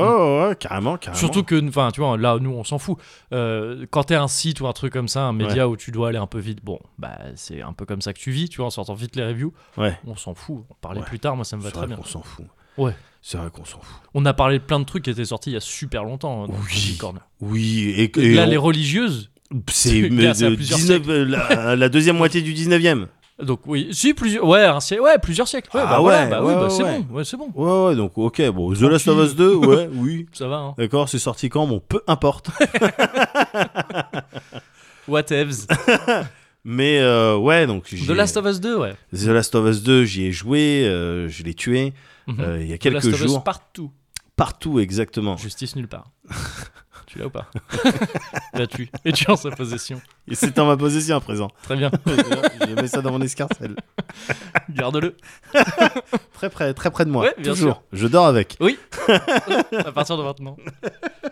[SPEAKER 2] oh, ouais, carrément, carrément.
[SPEAKER 1] Surtout que, enfin, tu vois, là, nous, on s'en fout. Euh, quand t'es un site ou un truc comme ça, un média où tu dois aller un peu vite, bon, bah, c'est un peu comme ça que tu vis, tu vois, en sortant vite les reviews.
[SPEAKER 2] Ouais.
[SPEAKER 1] On s'en fout. On parlait
[SPEAKER 2] Ouais.
[SPEAKER 1] plus tard, moi, ça me va
[SPEAKER 2] C'est
[SPEAKER 1] bah, très
[SPEAKER 2] vrai
[SPEAKER 1] bien.
[SPEAKER 2] qu'on s'en fout.
[SPEAKER 1] Ouais.
[SPEAKER 2] C'est vrai qu'on s'en fout.
[SPEAKER 1] On a parlé de plein de trucs qui étaient sortis il y a super longtemps. hein, dans
[SPEAKER 2] Oui.
[SPEAKER 1] Cozy Corner.
[SPEAKER 2] Oui, et, et
[SPEAKER 1] Là,
[SPEAKER 2] on-
[SPEAKER 1] les religieuses. [LAUGHS]
[SPEAKER 2] c'est
[SPEAKER 1] gars,
[SPEAKER 2] mais
[SPEAKER 1] ça a
[SPEAKER 2] de
[SPEAKER 1] plusieurs
[SPEAKER 2] 19 euh, la, la deuxième moitié du 19e.
[SPEAKER 1] Donc, oui, si, plusieurs, ouais, un siècle- ouais, plusieurs siècles. Ouais,
[SPEAKER 2] Ah
[SPEAKER 1] bah, voilà,
[SPEAKER 2] ouais,
[SPEAKER 1] bah oui,
[SPEAKER 2] ouais,
[SPEAKER 1] bah, c'est
[SPEAKER 2] ouais.
[SPEAKER 1] bon, ouais, c'est bon.
[SPEAKER 2] Ouais, ouais, donc ok, bon, The Last of Us 2, ouais, oui.
[SPEAKER 1] Ça va, hein.
[SPEAKER 2] D'accord, c'est sorti quand Bon, peu
[SPEAKER 1] [LAUGHS]
[SPEAKER 2] importe.
[SPEAKER 1] Whatevs.
[SPEAKER 2] Mais euh, ouais, donc j'ai-
[SPEAKER 1] The Last of Us 2, ouais.
[SPEAKER 2] The Last of Us 2, j'y ai joué, euh, je l'ai tué
[SPEAKER 1] Mhm.
[SPEAKER 2] euh, il y a
[SPEAKER 1] The Last
[SPEAKER 2] quelques
[SPEAKER 1] of Us
[SPEAKER 2] jours.
[SPEAKER 1] partout.
[SPEAKER 2] Partout, exactement.
[SPEAKER 1] Justice nulle
[SPEAKER 2] [LAUGHS]
[SPEAKER 1] part. tu l'as ou pas [LAUGHS] Là, tu. Et tu es en sa possession.
[SPEAKER 2] Et c'est en ma possession
[SPEAKER 1] [LAUGHS]
[SPEAKER 2] à présent.
[SPEAKER 1] Très bien.
[SPEAKER 2] j'ai mis ça dans mon escarcelle.
[SPEAKER 1] Garde-le.
[SPEAKER 2] Très près, très près de moi.
[SPEAKER 1] Ouais, bien
[SPEAKER 2] Toujours. Je dors avec.
[SPEAKER 1] à partir de maintenant.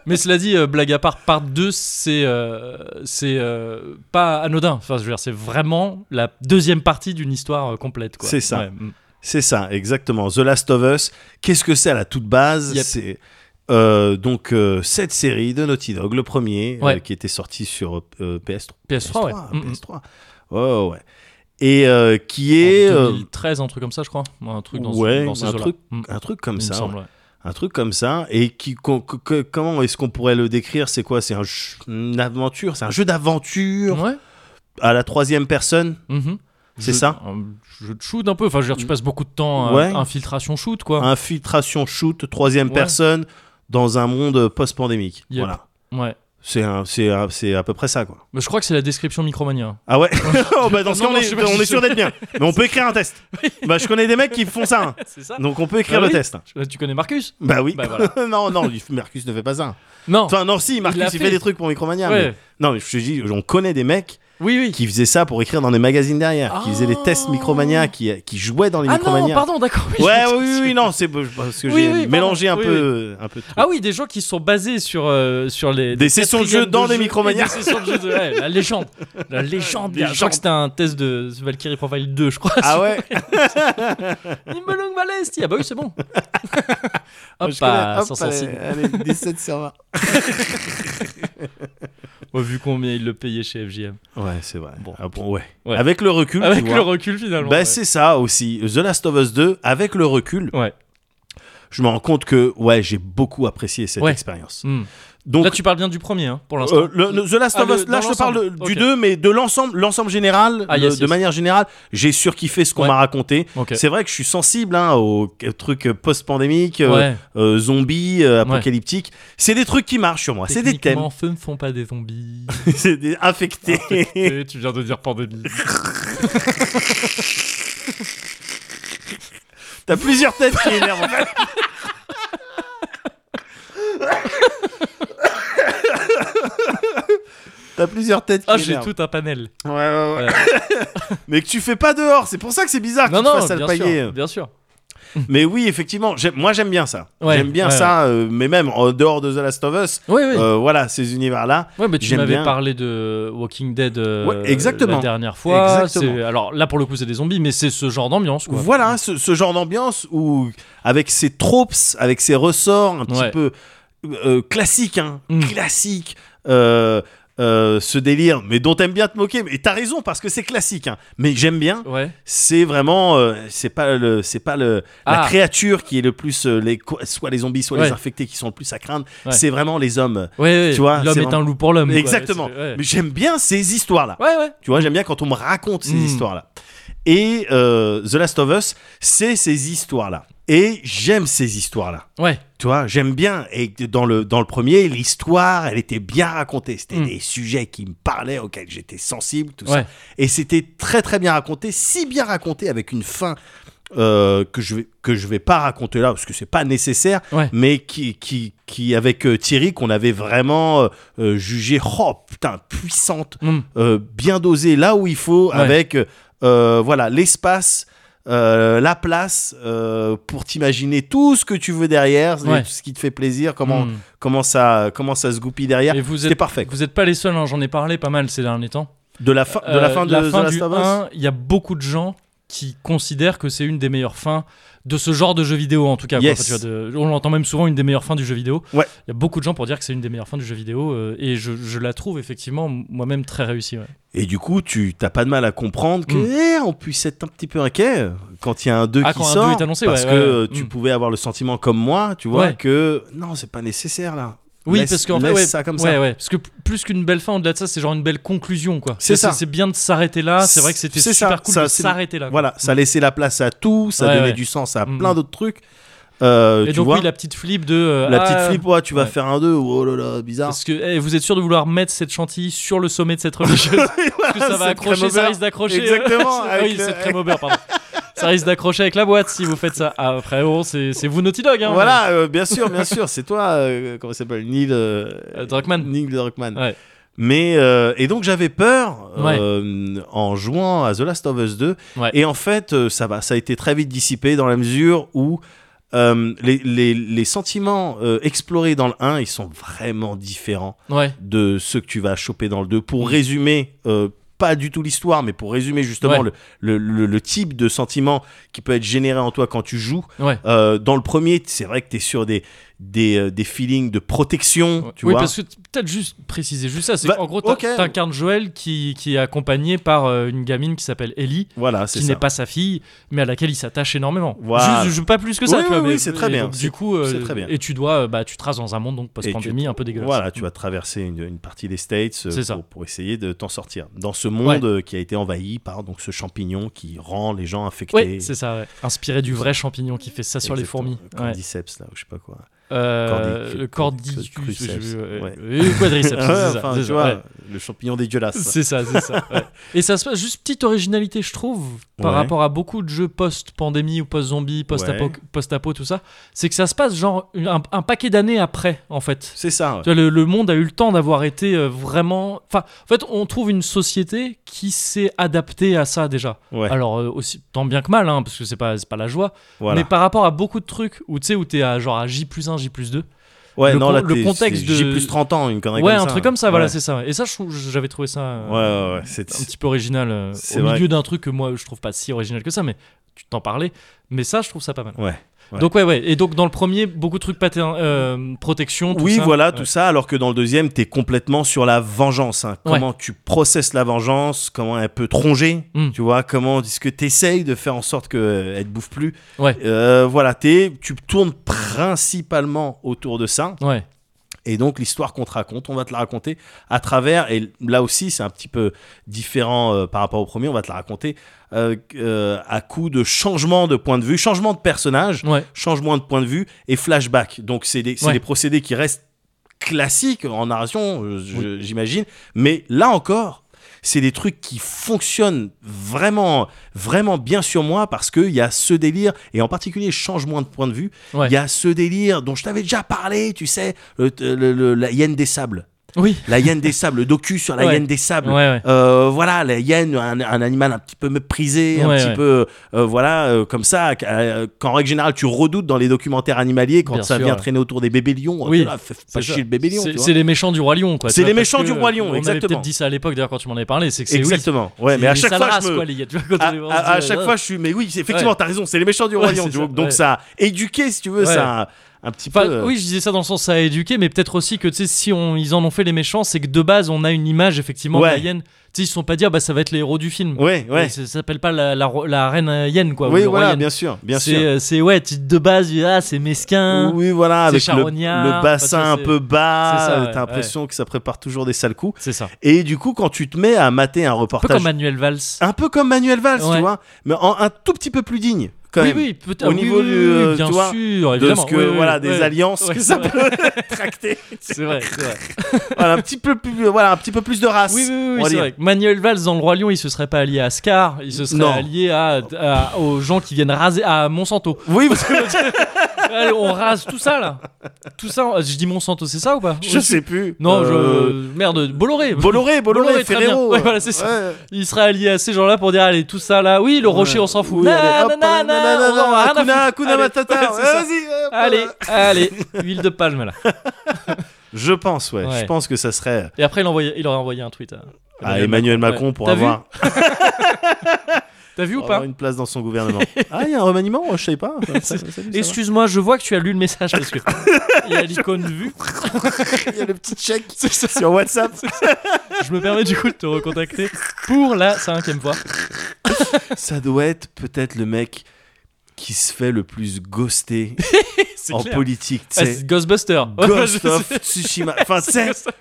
[SPEAKER 1] Mais cela dit, euh, blague à part, part 2, c'est euh, c'est euh, pas anodin. Enfin, je veux dire, c'est vraiment la deuxième partie d'une histoire euh, complète. quoi.
[SPEAKER 2] C'est ça.
[SPEAKER 1] Ouais, mm.
[SPEAKER 2] C'est ça, exactement. The Last of Us, qu'est-ce que c'est à la toute base
[SPEAKER 1] Yep.
[SPEAKER 2] C'est euh, donc euh, cette série de Naughty Dog, le premier, euh,
[SPEAKER 1] Ouais.
[SPEAKER 2] qui était sorti sur euh, PS3.
[SPEAKER 1] PS3, ouais.
[SPEAKER 2] PS3,
[SPEAKER 1] Mm, mm.
[SPEAKER 2] PS3. Oh, ouais. Et euh, qui est
[SPEAKER 1] En
[SPEAKER 2] euh,
[SPEAKER 1] 2013, un truc comme ça, je crois. Un truc dans, ce-
[SPEAKER 2] Ouais,
[SPEAKER 1] dans ces
[SPEAKER 2] un
[SPEAKER 1] eaux-là.
[SPEAKER 2] truc
[SPEAKER 1] Mm.
[SPEAKER 2] un truc comme
[SPEAKER 1] Il me
[SPEAKER 2] ça,
[SPEAKER 1] semble,
[SPEAKER 2] ouais.
[SPEAKER 1] ouais.
[SPEAKER 2] un truc comme ça, et qui qu'on- que- que- comment est-ce qu'on pourrait le décrire C'est quoi C'est un ch- une aventure, c'est un jeu d'aventure
[SPEAKER 1] Ouais.
[SPEAKER 2] à la troisième personne.
[SPEAKER 1] Mhm.
[SPEAKER 2] C'est
[SPEAKER 1] Je-
[SPEAKER 2] ça
[SPEAKER 1] un jeu de shoot un peu. Enfin, je veux dire, tu passes beaucoup de temps à
[SPEAKER 2] Ouais.
[SPEAKER 1] infiltration shoot, quoi.
[SPEAKER 2] Infiltration, shoot, troisième
[SPEAKER 1] Oh. Ouais.
[SPEAKER 2] personne dans un monde post-pandémique.
[SPEAKER 1] Yep.
[SPEAKER 2] Voilà.
[SPEAKER 1] Ouais.
[SPEAKER 2] C'est un- c'est un- c'est à peu près ça, quoi.
[SPEAKER 1] Mais je crois que c'est la description Micromania.
[SPEAKER 2] Ah ouais [LAUGHS] Oh, bah, Dans ce
[SPEAKER 1] Non,
[SPEAKER 2] cas, on
[SPEAKER 1] non, je
[SPEAKER 2] est,
[SPEAKER 1] sais pas si
[SPEAKER 2] on est
[SPEAKER 1] c'est-
[SPEAKER 2] sûr d'être bien. Mais on peut écrire
[SPEAKER 1] [LAUGHS]
[SPEAKER 2] un test. bah, je connais des mecs qui font ça. hein.
[SPEAKER 1] [LAUGHS] c'est ça.
[SPEAKER 2] Donc, on peut écrire
[SPEAKER 1] Ah
[SPEAKER 2] le
[SPEAKER 1] oui.
[SPEAKER 2] test.
[SPEAKER 1] Tu connais Marcus
[SPEAKER 2] Bah oui.
[SPEAKER 1] Bah, voilà.
[SPEAKER 2] [LAUGHS] non, non, il- Marcus ne fait pas ça.
[SPEAKER 1] Non.
[SPEAKER 2] Enfin, non, si, Marcus,
[SPEAKER 1] l'a
[SPEAKER 2] il fait.
[SPEAKER 1] fait.
[SPEAKER 2] des trucs pour Micromania.
[SPEAKER 1] Ouais.
[SPEAKER 2] mais- Non, mais je te dis, on connaît des mecs
[SPEAKER 1] Oui, oui.
[SPEAKER 2] qui faisaient ça pour écrire dans des magazines derrière, qui faisaient des tests
[SPEAKER 1] Ah.
[SPEAKER 2] Micromania, qui, qui jouaient dans les
[SPEAKER 1] Ah non,
[SPEAKER 2] Micromania.
[SPEAKER 1] pardon, d'accord. oui,
[SPEAKER 2] Ouais,
[SPEAKER 1] je-
[SPEAKER 2] oui, oui, oui, non, c'est parce que
[SPEAKER 1] Oui,
[SPEAKER 2] j'ai
[SPEAKER 1] oui, pardon.
[SPEAKER 2] mélangé un
[SPEAKER 1] Oui,
[SPEAKER 2] peu, un peu. de trucs.
[SPEAKER 1] [LAUGHS] Ah oui, des gens qui se sont basés sur, euh, sur les.
[SPEAKER 2] Des sessions de jeu
[SPEAKER 1] quatrièmes
[SPEAKER 2] dans des
[SPEAKER 1] jeu
[SPEAKER 2] Micromania.
[SPEAKER 1] et [LAUGHS] Des sessions de jeu de. ouais, la légende.
[SPEAKER 2] [LAUGHS]
[SPEAKER 1] La légende.
[SPEAKER 2] Légende.
[SPEAKER 1] Je crois que c'était un test de Valkyrie Profile 2, je crois.
[SPEAKER 2] Ah ouais.
[SPEAKER 1] Nibelung Valesti. Ah bah oui, c'est bon. Hop,
[SPEAKER 2] Je connais-
[SPEAKER 1] ah,
[SPEAKER 2] hop,
[SPEAKER 1] sans
[SPEAKER 2] allez,
[SPEAKER 1] sensible.
[SPEAKER 2] allez, 17 sur 20.
[SPEAKER 1] [LAUGHS] Moi, vu combien ils le payaient chez FGM.
[SPEAKER 2] Ouais, c'est vrai.
[SPEAKER 1] Bon.
[SPEAKER 2] Ah bon, ouais.
[SPEAKER 1] Ouais.
[SPEAKER 2] Avec le recul,
[SPEAKER 1] Avec
[SPEAKER 2] tu
[SPEAKER 1] le
[SPEAKER 2] vois.
[SPEAKER 1] recul, finalement.
[SPEAKER 2] Bah,
[SPEAKER 1] ouais.
[SPEAKER 2] c'est ça aussi. The Last of Us 2, avec le recul,
[SPEAKER 1] Ouais.
[SPEAKER 2] je me rends compte que ouais, j'ai beaucoup apprécié cette
[SPEAKER 1] Ouais.
[SPEAKER 2] expérience.
[SPEAKER 1] Hmm.
[SPEAKER 2] Donc,
[SPEAKER 1] Là, tu parles bien du premier, hein, pour l'instant.
[SPEAKER 2] euh, le- le- The Last
[SPEAKER 1] Ah,
[SPEAKER 2] of
[SPEAKER 1] le-
[SPEAKER 2] Us,
[SPEAKER 1] dans
[SPEAKER 2] là, je te parle de-
[SPEAKER 1] l'ensemble.
[SPEAKER 2] du
[SPEAKER 1] Ok.
[SPEAKER 2] 2, mais de l'ensemble, l'ensemble général,
[SPEAKER 1] Ah,
[SPEAKER 2] de,
[SPEAKER 1] yes,
[SPEAKER 2] de
[SPEAKER 1] yes.
[SPEAKER 2] manière générale, j'ai surkiffé ce qu'on
[SPEAKER 1] Ouais.
[SPEAKER 2] m'a raconté.
[SPEAKER 1] Ok.
[SPEAKER 2] C'est vrai que je suis sensible hein, aux aux trucs post-pandémiques, euh,
[SPEAKER 1] ouais.
[SPEAKER 2] euh, zombies, euh,
[SPEAKER 1] Ouais.
[SPEAKER 2] apocalyptiques. C'est des trucs qui marchent sur moi. C'est des thèmes.
[SPEAKER 1] Techniquement, feu ne font pas des zombies.
[SPEAKER 2] [LAUGHS] C'est des infectés.
[SPEAKER 1] Ah, Et tu viens de dire pandémie.
[SPEAKER 2] T'as plusieurs têtes qui énervent. en fait. T'as plusieurs têtes qui
[SPEAKER 1] Ah, j'ai
[SPEAKER 2] énervent.
[SPEAKER 1] tout un panel.
[SPEAKER 2] Ouais, ouais, ouais.
[SPEAKER 1] Voilà.
[SPEAKER 2] Mais que tu fais pas dehors, c'est pour ça que c'est bizarre que
[SPEAKER 1] Non,
[SPEAKER 2] Ah, tu te
[SPEAKER 1] non,
[SPEAKER 2] fasses
[SPEAKER 1] bien
[SPEAKER 2] alpailler.
[SPEAKER 1] sûr, bien sûr.
[SPEAKER 2] Mais oui, effectivement, j'aime- moi j'aime bien ça.
[SPEAKER 1] Ouais,
[SPEAKER 2] j'aime bien
[SPEAKER 1] ouais,
[SPEAKER 2] ça, euh, mais même en dehors de The Last of Us,
[SPEAKER 1] Oui, oui.
[SPEAKER 2] euh, voilà, ces univers-là.
[SPEAKER 1] Ouais, mais tu
[SPEAKER 2] J'aime
[SPEAKER 1] m'avais
[SPEAKER 2] bien.
[SPEAKER 1] parlé de Walking Dead euh,
[SPEAKER 2] Ouais, exactement.
[SPEAKER 1] la dernière fois.
[SPEAKER 2] Exactement.
[SPEAKER 1] C'est- Alors là, pour le coup, c'est des zombies, mais c'est ce genre d'ambiance. quoi. Mm.
[SPEAKER 2] Voilà, ce, ce genre d'ambiance où, avec ses tropes, avec ses ressorts un petit
[SPEAKER 1] Ouais.
[SPEAKER 2] peu euh, classiques, hein,
[SPEAKER 1] Mm.
[SPEAKER 2] classique, euh, euh, ce délire, mais dont t'aimes bien te moquer. Mais t'as raison parce que c'est classique, hein. mais j'aime bien.
[SPEAKER 1] Ouais.
[SPEAKER 2] C'est vraiment, euh, c'est pas le, c'est pas le, la
[SPEAKER 1] Ah.
[SPEAKER 2] créature qui est le plus, euh, les, quoi- soit les zombies, soit les
[SPEAKER 1] Ouais.
[SPEAKER 2] infectés qui sont le plus à craindre.
[SPEAKER 1] Ouais.
[SPEAKER 2] C'est vraiment les hommes.
[SPEAKER 1] Ouais, ouais,
[SPEAKER 2] Tu vois,
[SPEAKER 1] L'homme
[SPEAKER 2] c'est
[SPEAKER 1] est,
[SPEAKER 2] vraiment-
[SPEAKER 1] un loup pour l'homme. quoi.
[SPEAKER 2] Exactement.
[SPEAKER 1] C'est- Ouais.
[SPEAKER 2] Mais j'aime bien ces histoires-là.
[SPEAKER 1] ouais, ouais.
[SPEAKER 2] Tu vois, j'aime bien quand on me raconte ces
[SPEAKER 1] Mm.
[SPEAKER 2] histoires-là. Et euh, The Last of Us, c'est ces histoires-là. Et j'aime ces histoires-là.
[SPEAKER 1] Ouais.
[SPEAKER 2] Tu vois, j'aime bien. Et dans le, dans le premier, l'histoire, elle était bien racontée. C'était
[SPEAKER 1] Mm.
[SPEAKER 2] des sujets qui me parlaient, auxquels j'étais sensible, tout ça.
[SPEAKER 1] Ouais.
[SPEAKER 2] Et c'était très, très bien raconté. Si bien raconté avec une fin euh, que je vais, que je vais pas raconter là, parce que c'est pas nécessaire,
[SPEAKER 1] Ouais.
[SPEAKER 2] mais qui, qui, qui avec euh, Thierry, qu'on avait vraiment euh, euh, jugé, oh putain, puissante,
[SPEAKER 1] Mm.
[SPEAKER 2] euh, bien dosée là où il faut,
[SPEAKER 1] Ouais.
[SPEAKER 2] avec euh, euh, voilà l'espace euh, la place euh, pour t'imaginer tout ce que tu veux derrière,
[SPEAKER 1] Ouais.
[SPEAKER 2] tout ce qui te fait plaisir, comment,
[SPEAKER 1] Hmm.
[SPEAKER 2] comment, ça, comment ça se goupille derrière.
[SPEAKER 1] Et vous
[SPEAKER 2] C'était
[SPEAKER 1] êtes,
[SPEAKER 2] parfait. quoi.
[SPEAKER 1] vous êtes pas les seuls, hein, j'en ai parlé pas mal ces derniers temps.
[SPEAKER 2] De la fin de
[SPEAKER 1] Euh,
[SPEAKER 2] la fin de
[SPEAKER 1] la
[SPEAKER 2] The
[SPEAKER 1] fin
[SPEAKER 2] Last
[SPEAKER 1] du
[SPEAKER 2] of Us
[SPEAKER 1] 1, il y a beaucoup de gens qui considèrent que c'est une des meilleures fins de ce genre de jeu vidéo en tout cas. quoi.
[SPEAKER 2] Yes.
[SPEAKER 1] Enfin, tu vois, de- on l'entend même souvent une des meilleures fins du jeu vidéo.
[SPEAKER 2] Ouais.
[SPEAKER 1] Il y a beaucoup de gens pour dire que c'est une des meilleures fins du jeu vidéo euh, et je, je la trouve effectivement moi-même très réussie. ouais.
[SPEAKER 2] Et du coup, tu t'as pas de mal à comprendre que eh, on puisse être un petit peu inquiet euh, quand il y a un 2
[SPEAKER 1] Hmm. Ah,
[SPEAKER 2] qui
[SPEAKER 1] quand un
[SPEAKER 2] sort
[SPEAKER 1] 2 est annoncé,
[SPEAKER 2] parce
[SPEAKER 1] ouais,
[SPEAKER 2] que
[SPEAKER 1] ouais, ouais.
[SPEAKER 2] euh, tu
[SPEAKER 1] Mm.
[SPEAKER 2] pouvais avoir le sentiment comme moi, tu vois,
[SPEAKER 1] Ouais.
[SPEAKER 2] que non, c'est pas nécessaire là.
[SPEAKER 1] Oui,
[SPEAKER 2] Laisse-
[SPEAKER 1] parce qu'en fait,
[SPEAKER 2] laisse
[SPEAKER 1] ouais,
[SPEAKER 2] ça comme
[SPEAKER 1] ouais,
[SPEAKER 2] ça.
[SPEAKER 1] ouais. parce que p- plus qu'une belle fin au-delà de ça, c'est genre une belle conclusion quoi.
[SPEAKER 2] C'est ça.
[SPEAKER 1] C'est bien de s'arrêter là. C'est vrai que c'était
[SPEAKER 2] C'est
[SPEAKER 1] super
[SPEAKER 2] ça,
[SPEAKER 1] cool
[SPEAKER 2] ça,
[SPEAKER 1] de
[SPEAKER 2] c'est-
[SPEAKER 1] s'arrêter là. quoi.
[SPEAKER 2] Voilà, ça laissait la place à tout,
[SPEAKER 1] Ah,
[SPEAKER 2] ça
[SPEAKER 1] mm. Ouais,
[SPEAKER 2] donnait
[SPEAKER 1] ouais.
[SPEAKER 2] du sens à
[SPEAKER 1] Mm,
[SPEAKER 2] plein
[SPEAKER 1] mm.
[SPEAKER 2] d'autres trucs. Euh,
[SPEAKER 1] Et
[SPEAKER 2] tu
[SPEAKER 1] donc
[SPEAKER 2] vois,
[SPEAKER 1] oui, la petite flip de euh,
[SPEAKER 2] la
[SPEAKER 1] ah,
[SPEAKER 2] petite flip, ouais, tu vas
[SPEAKER 1] ouais.
[SPEAKER 2] faire un 2, oh là là, bizarre.
[SPEAKER 1] Parce que eh, vous êtes sûr de vouloir mettre cette chantilly sur le sommet de cette religieuse
[SPEAKER 2] [LAUGHS]
[SPEAKER 1] Parce que ça va
[SPEAKER 2] Cette
[SPEAKER 1] accrocher,
[SPEAKER 2] crème
[SPEAKER 1] ça
[SPEAKER 2] over.
[SPEAKER 1] risque d'accrocher.
[SPEAKER 2] Exactement,
[SPEAKER 1] Ah [LAUGHS]
[SPEAKER 2] avec
[SPEAKER 1] oui,
[SPEAKER 2] le-
[SPEAKER 1] cette crème au beurre, pardon. Ça risque d'accrocher avec la boîte si vous faites ça. Ah, Après, bon, c'est c'est vous Naughty Dog. Hein,
[SPEAKER 2] Voilà, euh, bien sûr,
[SPEAKER 1] [LAUGHS]
[SPEAKER 2] bien sûr, c'est toi, euh, comment il s'appelle Neil, euh,
[SPEAKER 1] Euh, Druckmann.
[SPEAKER 2] Neil Druckmann.
[SPEAKER 1] Ouais.
[SPEAKER 2] Mais, euh, et donc j'avais peur euh, en jouant à The Last of Us 2.
[SPEAKER 1] Ouais.
[SPEAKER 2] Et en fait, euh, ça, va, ça a été très vite dissipé dans la mesure où euh, les, les- les sentiments euh, explorés dans le 1, ils sont vraiment différents
[SPEAKER 1] Ouais.
[SPEAKER 2] de ceux que tu vas choper dans le 2. Pour résumer, euh, pas du tout l'histoire, mais pour résumer justement
[SPEAKER 1] Ouais.
[SPEAKER 2] le, le- le- le type de sentiment qui peut être généré en toi quand tu joues.
[SPEAKER 1] Ouais.
[SPEAKER 2] Euh, dans le premier, c'est vrai que tu es sur des, des, euh, des feelings de protection, tu
[SPEAKER 1] oui,
[SPEAKER 2] vois.
[SPEAKER 1] parce que t- peut-être juste préciser juste ça. C'est
[SPEAKER 2] Bah,
[SPEAKER 1] en gros, t'in-
[SPEAKER 2] ok.
[SPEAKER 1] t'incarnes Joël qui, qui est accompagné par euh, une gamine qui s'appelle Ellie,
[SPEAKER 2] Voilà, c'est
[SPEAKER 1] qui
[SPEAKER 2] ça.
[SPEAKER 1] n'est pas sa fille, mais à laquelle il s'attache énormément.
[SPEAKER 2] Voilà.
[SPEAKER 1] Juste, je- pas plus que ça.
[SPEAKER 2] Oui,
[SPEAKER 1] tu vois,
[SPEAKER 2] oui,
[SPEAKER 1] mais-
[SPEAKER 2] oui, c'est très
[SPEAKER 1] et
[SPEAKER 2] bien.
[SPEAKER 1] donc,
[SPEAKER 2] C'est-
[SPEAKER 1] du coup, euh,
[SPEAKER 2] c'est très bien.
[SPEAKER 1] et tu dois, euh, bah, tu traces dans un monde donc
[SPEAKER 2] Et tu-
[SPEAKER 1] post-pandémie un peu dégueulasse. Mm.
[SPEAKER 2] Voilà, tu vas traverser une, une partie des States euh,
[SPEAKER 1] C'est ça.
[SPEAKER 2] pour, pour essayer de t'en sortir. Dans ce monde euh, qui a été envahi par donc, ce champignon qui rend les gens infectés.
[SPEAKER 1] Oui, c'est ça, ouais. inspiré du vrai champignon qui fait ça sur les
[SPEAKER 2] Exactement.
[SPEAKER 1] fourmis.
[SPEAKER 2] Le
[SPEAKER 1] Ouais.
[SPEAKER 2] Cordyceps, là, ou je sais pas quoi.
[SPEAKER 1] Euh,
[SPEAKER 2] cordi-
[SPEAKER 1] le
[SPEAKER 2] cordi-
[SPEAKER 1] cordicus,
[SPEAKER 2] cruceps.
[SPEAKER 1] je- ouais.
[SPEAKER 2] Ouais.
[SPEAKER 1] Et le
[SPEAKER 2] [LAUGHS]
[SPEAKER 1] quadriceps, c'est
[SPEAKER 2] Ouais,
[SPEAKER 1] ça.
[SPEAKER 2] enfin,
[SPEAKER 1] c'est
[SPEAKER 2] tu
[SPEAKER 1] ça,
[SPEAKER 2] vois,
[SPEAKER 1] ouais.
[SPEAKER 2] le champignon dégueulasse.
[SPEAKER 1] C'est ça, c'est ça,
[SPEAKER 2] [LAUGHS]
[SPEAKER 1] ouais. Et ça se passe juste petite originalité, je trouve, par
[SPEAKER 2] Ouais.
[SPEAKER 1] rapport à beaucoup de jeux post-pandémie ou post-zombie, post-apo,
[SPEAKER 2] Ouais.
[SPEAKER 1] post-apo, tout ça. C'est que ça se passe genre une- un, un paquet d'années après, en fait.
[SPEAKER 2] C'est ça, ouais.
[SPEAKER 1] Tu vois, le, le monde a eu le temps d'avoir été euh, vraiment. Enfin, en fait, on trouve une société qui s'est adaptée à ça déjà.
[SPEAKER 2] Ouais,
[SPEAKER 1] Alors, euh, aussi, tant bien que mal, hein, parce que c'est pas, c'est pas la joie.
[SPEAKER 2] voilà.
[SPEAKER 1] Mais par rapport à beaucoup de trucs où tu sais, où t'es à genre à J1, J2,
[SPEAKER 2] ouais,
[SPEAKER 1] le
[SPEAKER 2] non,
[SPEAKER 1] con-
[SPEAKER 2] là,
[SPEAKER 1] le
[SPEAKER 2] t'es-
[SPEAKER 1] contexte
[SPEAKER 2] c'est- J'ai
[SPEAKER 1] de-
[SPEAKER 2] plus 30 ans, une connerie
[SPEAKER 1] ouais,
[SPEAKER 2] comme
[SPEAKER 1] un
[SPEAKER 2] ça.
[SPEAKER 1] truc comme ça, voilà,
[SPEAKER 2] Ouais.
[SPEAKER 1] c'est ça. Et ça, je trouve- j'avais trouvé ça euh,
[SPEAKER 2] Ouais, ouais, ouais. C'est
[SPEAKER 1] un petit peu original euh,
[SPEAKER 2] C'est
[SPEAKER 1] au
[SPEAKER 2] vrai.
[SPEAKER 1] milieu d'un truc que moi je trouve pas si original que ça, mais tu t'en parlais. Mais ça, je trouve ça pas mal.
[SPEAKER 2] Ouais, ouais.
[SPEAKER 1] Donc ouais, ouais. Et donc dans le premier, beaucoup de trucs patin, euh, protection. Tout
[SPEAKER 2] Oui,
[SPEAKER 1] ça.
[SPEAKER 2] voilà,
[SPEAKER 1] Ouais.
[SPEAKER 2] tout ça, alors que dans le deuxième, t'es complètement sur la vengeance. hein.
[SPEAKER 1] Ouais.
[SPEAKER 2] Comment tu processes la vengeance, comment elle peut tronger,
[SPEAKER 1] Mm.
[SPEAKER 2] tu vois, comment est-ce que t'essayes de faire en sorte qu'elle te bouffe plus.
[SPEAKER 1] Ouais.
[SPEAKER 2] Euh, voilà, t'es- tu tournes principalement autour de ça.
[SPEAKER 1] Ouais.
[SPEAKER 2] Et donc l'histoire qu'on te raconte, on va te la raconter à travers, et là aussi c'est un petit peu différent euh, par rapport au premier, on va te la raconter euh, euh, à coup de changement de point de vue, changement de personnage,
[SPEAKER 1] Ouais.
[SPEAKER 2] changement de point de vue et flashback. Donc c'est des, c'est
[SPEAKER 1] Ouais.
[SPEAKER 2] des procédés qui restent classiques en narration, euh, je- j'imagine, mais là encore... C'est des trucs qui fonctionnent vraiment, vraiment bien sur moi parce qu'il y a ce délire, et en particulier changement de point de vue, il
[SPEAKER 1] Ouais.
[SPEAKER 2] y a ce délire dont je t'avais déjà parlé, tu sais, le- le- le- la hyène des sables.
[SPEAKER 1] Oui.
[SPEAKER 2] La hyène des sables, le docu sur la
[SPEAKER 1] Ouais.
[SPEAKER 2] hyène des sables.
[SPEAKER 1] Ouais, ouais.
[SPEAKER 2] Euh, voilà, la hyène, un, un animal un petit peu méprisé, un
[SPEAKER 1] Ouais,
[SPEAKER 2] petit
[SPEAKER 1] ouais.
[SPEAKER 2] peu, euh, voilà, euh, comme ça, qu- euh, qu'en règle générale tu redoutes dans les documentaires animaliers quand
[SPEAKER 1] Bien
[SPEAKER 2] ça
[SPEAKER 1] sûr,
[SPEAKER 2] vient
[SPEAKER 1] ouais.
[SPEAKER 2] traîner autour des bébés lions.
[SPEAKER 1] Oui,
[SPEAKER 2] Euh, là, fais pas
[SPEAKER 1] C'est ça.
[SPEAKER 2] chier le bébé lion.
[SPEAKER 1] C'est-
[SPEAKER 2] tu vois.
[SPEAKER 1] C'est les méchants du roi lion, quoi. tu
[SPEAKER 2] C'est
[SPEAKER 1] vois,
[SPEAKER 2] les
[SPEAKER 1] parce
[SPEAKER 2] méchants
[SPEAKER 1] que,
[SPEAKER 2] du
[SPEAKER 1] euh,
[SPEAKER 2] Roi Lion,
[SPEAKER 1] On avait
[SPEAKER 2] exactement.
[SPEAKER 1] peut-être dit ça à l'époque, d'ailleurs, quand tu m'en avais parlé, c'est que c'est oui,
[SPEAKER 2] Exactement. Ouais,
[SPEAKER 1] c'est
[SPEAKER 2] mais à
[SPEAKER 1] des
[SPEAKER 2] chaque
[SPEAKER 1] sales
[SPEAKER 2] fois,
[SPEAKER 1] races,
[SPEAKER 2] je me,
[SPEAKER 1] quoi, les gars, tu vois, quand
[SPEAKER 2] à,
[SPEAKER 1] on les voit, on
[SPEAKER 2] à-
[SPEAKER 1] se dit,
[SPEAKER 2] à chaque
[SPEAKER 1] ah,
[SPEAKER 2] fois, je suis. Mais oui, c'est- effectivement,
[SPEAKER 1] Ouais.
[SPEAKER 2] t'as raison. C'est les méchants du Roi
[SPEAKER 1] Ouais,
[SPEAKER 2] Lion,
[SPEAKER 1] c'est
[SPEAKER 2] tu vois,
[SPEAKER 1] ça,
[SPEAKER 2] Donc
[SPEAKER 1] ouais.
[SPEAKER 2] ça a éduqué, si tu veux,
[SPEAKER 1] Ouais.
[SPEAKER 2] ça a un petit peu.
[SPEAKER 1] Enfin,
[SPEAKER 2] euh,
[SPEAKER 1] oui, je disais ça dans le sens ça a éduqué, mais peut-être aussi que tu sais, si on, ils en ont fait les méchants, c'est que de base on a une image effectivement de la
[SPEAKER 2] Ouais.
[SPEAKER 1] hyène. Tu sais, ils se sont pas dit ah, bah ça va être les héros du film.
[SPEAKER 2] Ouais, ouais.
[SPEAKER 1] Mais Ça s'appelle pas la, la, ro- la reine euh, hyène quoi. ou
[SPEAKER 2] Oui,
[SPEAKER 1] le roi
[SPEAKER 2] voilà,
[SPEAKER 1] hyène.
[SPEAKER 2] bien sûr, bien
[SPEAKER 1] C'est,
[SPEAKER 2] sûr.
[SPEAKER 1] euh, C'est ouais, tu- de base ah c'est mesquin.
[SPEAKER 2] Oui, voilà,
[SPEAKER 1] C'est
[SPEAKER 2] avec le,
[SPEAKER 1] charognard,
[SPEAKER 2] le
[SPEAKER 1] parce
[SPEAKER 2] bassin
[SPEAKER 1] que
[SPEAKER 2] un
[SPEAKER 1] c'est-
[SPEAKER 2] peu bas,
[SPEAKER 1] c'est ça,
[SPEAKER 2] euh,
[SPEAKER 1] ouais,
[SPEAKER 2] t'as l'impression que ça prépare toujours des sales coups.
[SPEAKER 1] C'est ça. Un
[SPEAKER 2] Et du coup, quand tu te mets à mater un
[SPEAKER 1] peu
[SPEAKER 2] reportage,
[SPEAKER 1] comme Manuel Valls.
[SPEAKER 2] un peu comme Manuel Valls,
[SPEAKER 1] Ouais.
[SPEAKER 2] tu vois, mais en un tout petit peu plus digne, quand
[SPEAKER 1] oui,
[SPEAKER 2] même.
[SPEAKER 1] oui, peut-être.
[SPEAKER 2] Au
[SPEAKER 1] oui,
[SPEAKER 2] niveau
[SPEAKER 1] oui,
[SPEAKER 2] du,
[SPEAKER 1] oui, oui,
[SPEAKER 2] euh,
[SPEAKER 1] bien
[SPEAKER 2] tu vois,
[SPEAKER 1] sûr,
[SPEAKER 2] De
[SPEAKER 1] évidemment.
[SPEAKER 2] ce que,
[SPEAKER 1] Ouais, ouais,
[SPEAKER 2] voilà,
[SPEAKER 1] ouais,
[SPEAKER 2] des
[SPEAKER 1] ouais.
[SPEAKER 2] alliances
[SPEAKER 1] Ouais,
[SPEAKER 2] que
[SPEAKER 1] c'est
[SPEAKER 2] ça
[SPEAKER 1] vrai,
[SPEAKER 2] peut [LAUGHS] tracter.
[SPEAKER 1] C'est vrai, c'est vrai.
[SPEAKER 2] voilà, un petit peu plus, voilà, un petit peu plus de race.
[SPEAKER 1] Oui, oui, oui,
[SPEAKER 2] on
[SPEAKER 1] oui,
[SPEAKER 2] va
[SPEAKER 1] c'est
[SPEAKER 2] dire.
[SPEAKER 1] vrai. que Manuel Valls dans le Roi Lion, il se serait pas allié à Scar, il se serait
[SPEAKER 2] Non. [LAUGHS]
[SPEAKER 1] allié à, à- aux gens qui viennent raser à Monsanto. [LAUGHS]
[SPEAKER 2] Oui, parce que-
[SPEAKER 1] Allez, on rase tout ça là. Tout ça, je dis Monsanto, c'est ça ou pas
[SPEAKER 2] Je sais plus.
[SPEAKER 1] Non,
[SPEAKER 2] Euh,
[SPEAKER 1] je. Merde, Bolloré.
[SPEAKER 2] Bolloré, Bolloré,
[SPEAKER 1] Bolloré, très
[SPEAKER 2] Ferrero.
[SPEAKER 1] bien. Ouais, voilà, c'est ça.
[SPEAKER 2] Ouais.
[SPEAKER 1] Il sera allié à ces gens-là pour dire allez, tout ça là. Oui, le rocher, on s'en fout.
[SPEAKER 2] Oui, allez, hop,
[SPEAKER 1] Nanana,
[SPEAKER 2] nanana,
[SPEAKER 1] on en a rien à
[SPEAKER 2] Hakuna,
[SPEAKER 1] foutre.
[SPEAKER 2] Hakuna
[SPEAKER 1] Allez,
[SPEAKER 2] Matata,
[SPEAKER 1] [LAUGHS] ouais, c'est ça.
[SPEAKER 2] vas-y, hop,
[SPEAKER 1] Allez,
[SPEAKER 2] voilà.
[SPEAKER 1] allez, huile de palme là.
[SPEAKER 2] Je pense, ouais. Je
[SPEAKER 1] Ouais.
[SPEAKER 2] pense que ça serait
[SPEAKER 1] Et après, il, envoyait, il aurait envoyé un tweet euh. à,
[SPEAKER 2] à Ah, Emmanuel Macron
[SPEAKER 1] Ouais.
[SPEAKER 2] pour
[SPEAKER 1] T'as vu
[SPEAKER 2] avoir,
[SPEAKER 1] T'as vu
[SPEAKER 2] pour
[SPEAKER 1] ou pas
[SPEAKER 2] avoir une place dans son gouvernement. [LAUGHS] ah, il y a un remaniement, je sais [LAUGHS] pas. Ça- ça- ça- ça-
[SPEAKER 1] Excuse-moi, je vois que tu as lu le message parce
[SPEAKER 2] [LAUGHS]
[SPEAKER 1] que il y a l'icône vue.
[SPEAKER 2] Il y a le petit [LAUGHS] check sur WhatsApp.
[SPEAKER 1] Je me permets du coup de te recontacter pour la cinquième fois.
[SPEAKER 2] ça doit être peut-être le mec qui se fait le plus [LAUGHS] ghoster
[SPEAKER 1] C'est
[SPEAKER 2] en
[SPEAKER 1] clair.
[SPEAKER 2] politique. tu
[SPEAKER 1] Ah,
[SPEAKER 2] sais.
[SPEAKER 1] c'est Ghostbuster.
[SPEAKER 2] Ghost of Tsushima. Enfin, tu sais,
[SPEAKER 1] C'est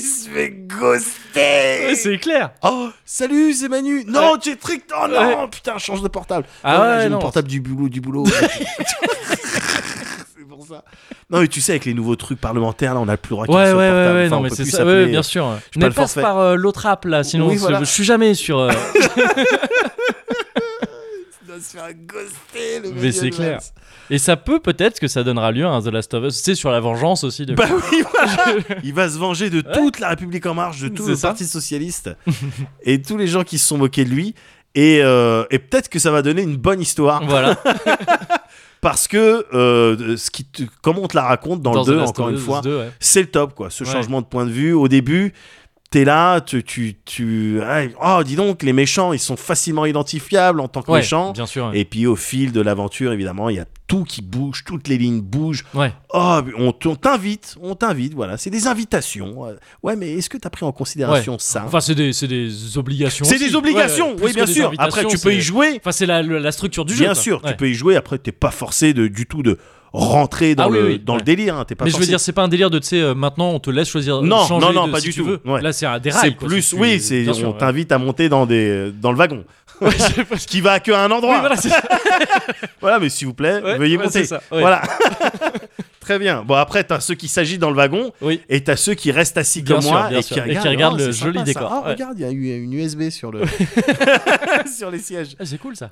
[SPEAKER 2] [LAUGHS] qui se fait ghoster.
[SPEAKER 1] Ouais, c'est clair.
[SPEAKER 2] Oh, salut, c'est Manu. Non, tu es trick. Oh non, putain, change de portable.
[SPEAKER 1] Ah
[SPEAKER 2] Non,
[SPEAKER 1] ouais,
[SPEAKER 2] j'ai le
[SPEAKER 1] non.
[SPEAKER 2] portable du boulot,
[SPEAKER 1] [LAUGHS]
[SPEAKER 2] du boulot. c'est pour ça. Non, mais tu sais, avec les nouveaux trucs parlementaires, là, on a plus le droit qu'il
[SPEAKER 1] Ouais, ouais,
[SPEAKER 2] soit
[SPEAKER 1] ouais,
[SPEAKER 2] portable.
[SPEAKER 1] ouais,
[SPEAKER 2] Enfin,
[SPEAKER 1] non,
[SPEAKER 2] on
[SPEAKER 1] mais
[SPEAKER 2] peut
[SPEAKER 1] c'est
[SPEAKER 2] plus
[SPEAKER 1] ça. Ouais,
[SPEAKER 2] s'appeler-
[SPEAKER 1] ouais, bien sûr.
[SPEAKER 2] Je
[SPEAKER 1] Ne
[SPEAKER 2] parle
[SPEAKER 1] passe
[SPEAKER 2] forfait.
[SPEAKER 1] par euh, l'autre app là, sinon
[SPEAKER 2] Oui,
[SPEAKER 1] c'est-
[SPEAKER 2] voilà.
[SPEAKER 1] je suis jamais sur.
[SPEAKER 2] [LAUGHS]
[SPEAKER 1] euh,
[SPEAKER 2] Il doit se faire ghoster, le
[SPEAKER 1] Mais
[SPEAKER 2] Manu
[SPEAKER 1] c'est
[SPEAKER 2] Advance.
[SPEAKER 1] clair. Et ça peut peut-être que ça donnera lieu à un The Last of Us. C'est sur la vengeance aussi. De...
[SPEAKER 2] [LAUGHS] Bah oui, voilà. Il va se venger de toute la République en marche, de tout
[SPEAKER 1] C'est
[SPEAKER 2] le
[SPEAKER 1] ça. [LAUGHS]
[SPEAKER 2] Parti socialiste et tous les gens qui se sont moqués de lui. Et, euh, et peut-être que ça va donner une bonne histoire
[SPEAKER 1] [LAUGHS] Voilà.
[SPEAKER 2] parce que euh, ce qui te- comme on te la raconte dans,
[SPEAKER 1] Dans The
[SPEAKER 2] le 2
[SPEAKER 1] Last
[SPEAKER 2] encore
[SPEAKER 1] of
[SPEAKER 2] une
[SPEAKER 1] Us
[SPEAKER 2] fois,
[SPEAKER 1] 2, ouais.
[SPEAKER 2] c'est le top quoi. Ce
[SPEAKER 1] Ouais.
[SPEAKER 2] changement de point de vue au début, t'es là, tu tu tu ah, oh dis donc les méchants ils sont facilement identifiables en tant que
[SPEAKER 1] Ouais,
[SPEAKER 2] méchants.
[SPEAKER 1] bien sûr. ouais.
[SPEAKER 2] Et puis au fil de l'aventure évidemment il y a tout qui bouge, toutes les lignes bougent.
[SPEAKER 1] Ouais.
[SPEAKER 2] Oh, mais on t- on t'invite, on t'invite, voilà, c'est des invitations. Euh, Ouais, mais est-ce que t'as pris en considération ça
[SPEAKER 1] Enfin, c'est des, c'est des obligations.
[SPEAKER 2] C'est
[SPEAKER 1] aussi.
[SPEAKER 2] des
[SPEAKER 1] Ouais,
[SPEAKER 2] obligations,
[SPEAKER 1] ouais, plus
[SPEAKER 2] oui,
[SPEAKER 1] que
[SPEAKER 2] bien
[SPEAKER 1] des
[SPEAKER 2] sûr.
[SPEAKER 1] invitations,
[SPEAKER 2] Après, tu peux y
[SPEAKER 1] c'est-
[SPEAKER 2] jouer,
[SPEAKER 1] Enfin, c'est la, le- la structure du jeu.
[SPEAKER 2] bien
[SPEAKER 1] quoi.
[SPEAKER 2] sûr,
[SPEAKER 1] Ouais.
[SPEAKER 2] tu peux y jouer. Après, t'es pas forcé de, du tout de rentrer dans,
[SPEAKER 1] Ah oui,
[SPEAKER 2] le,
[SPEAKER 1] oui,
[SPEAKER 2] dans le
[SPEAKER 1] ouais.
[SPEAKER 2] délire. hein, t'es pas
[SPEAKER 1] Mais je veux
[SPEAKER 2] forcé.
[SPEAKER 1] dire, c'est pas un délire de, tu sais, euh, maintenant on te laisse choisir. euh,
[SPEAKER 2] Non,
[SPEAKER 1] changer
[SPEAKER 2] non, non,
[SPEAKER 1] de-
[SPEAKER 2] pas
[SPEAKER 1] si
[SPEAKER 2] du
[SPEAKER 1] tu
[SPEAKER 2] tout,
[SPEAKER 1] veux.
[SPEAKER 2] ouais.
[SPEAKER 1] Là, c'est un
[SPEAKER 2] c'est
[SPEAKER 1] dérail. quoi,
[SPEAKER 2] plus,
[SPEAKER 1] si tu-
[SPEAKER 2] oui, c'est
[SPEAKER 1] bien sûr,
[SPEAKER 2] on
[SPEAKER 1] ouais.
[SPEAKER 2] t'invite à monter dans, des, dans le wagon. Ce qui va qu'à un
[SPEAKER 1] [LAUGHS]
[SPEAKER 2] endroit.
[SPEAKER 1] Oui, voilà, c'est ça.
[SPEAKER 2] Voilà, mais s'il vous plaît,
[SPEAKER 1] Ouais,
[SPEAKER 2] veuillez
[SPEAKER 1] ouais,
[SPEAKER 2] monter.
[SPEAKER 1] c'est ça, ouais. [LAUGHS]
[SPEAKER 2] Voilà. [LAUGHS] Très bien. Bon, après, t'as ceux qui s'agitent dans le wagon
[SPEAKER 1] Oui.
[SPEAKER 2] et t'as ceux qui restent assis
[SPEAKER 1] Bien
[SPEAKER 2] comme
[SPEAKER 1] sûr,
[SPEAKER 2] moi
[SPEAKER 1] bien
[SPEAKER 2] et,
[SPEAKER 1] sûr.
[SPEAKER 2] qui
[SPEAKER 1] Et qui
[SPEAKER 2] regardent,
[SPEAKER 1] regardent
[SPEAKER 2] Oh,
[SPEAKER 1] le
[SPEAKER 2] c'est
[SPEAKER 1] joli
[SPEAKER 2] sympa, ça.
[SPEAKER 1] décor.
[SPEAKER 2] Ah,
[SPEAKER 1] Ouais.
[SPEAKER 2] regarde, il y a eu une USB sur, le... [LAUGHS] sur les sièges.
[SPEAKER 1] Ah, c'est cool ça.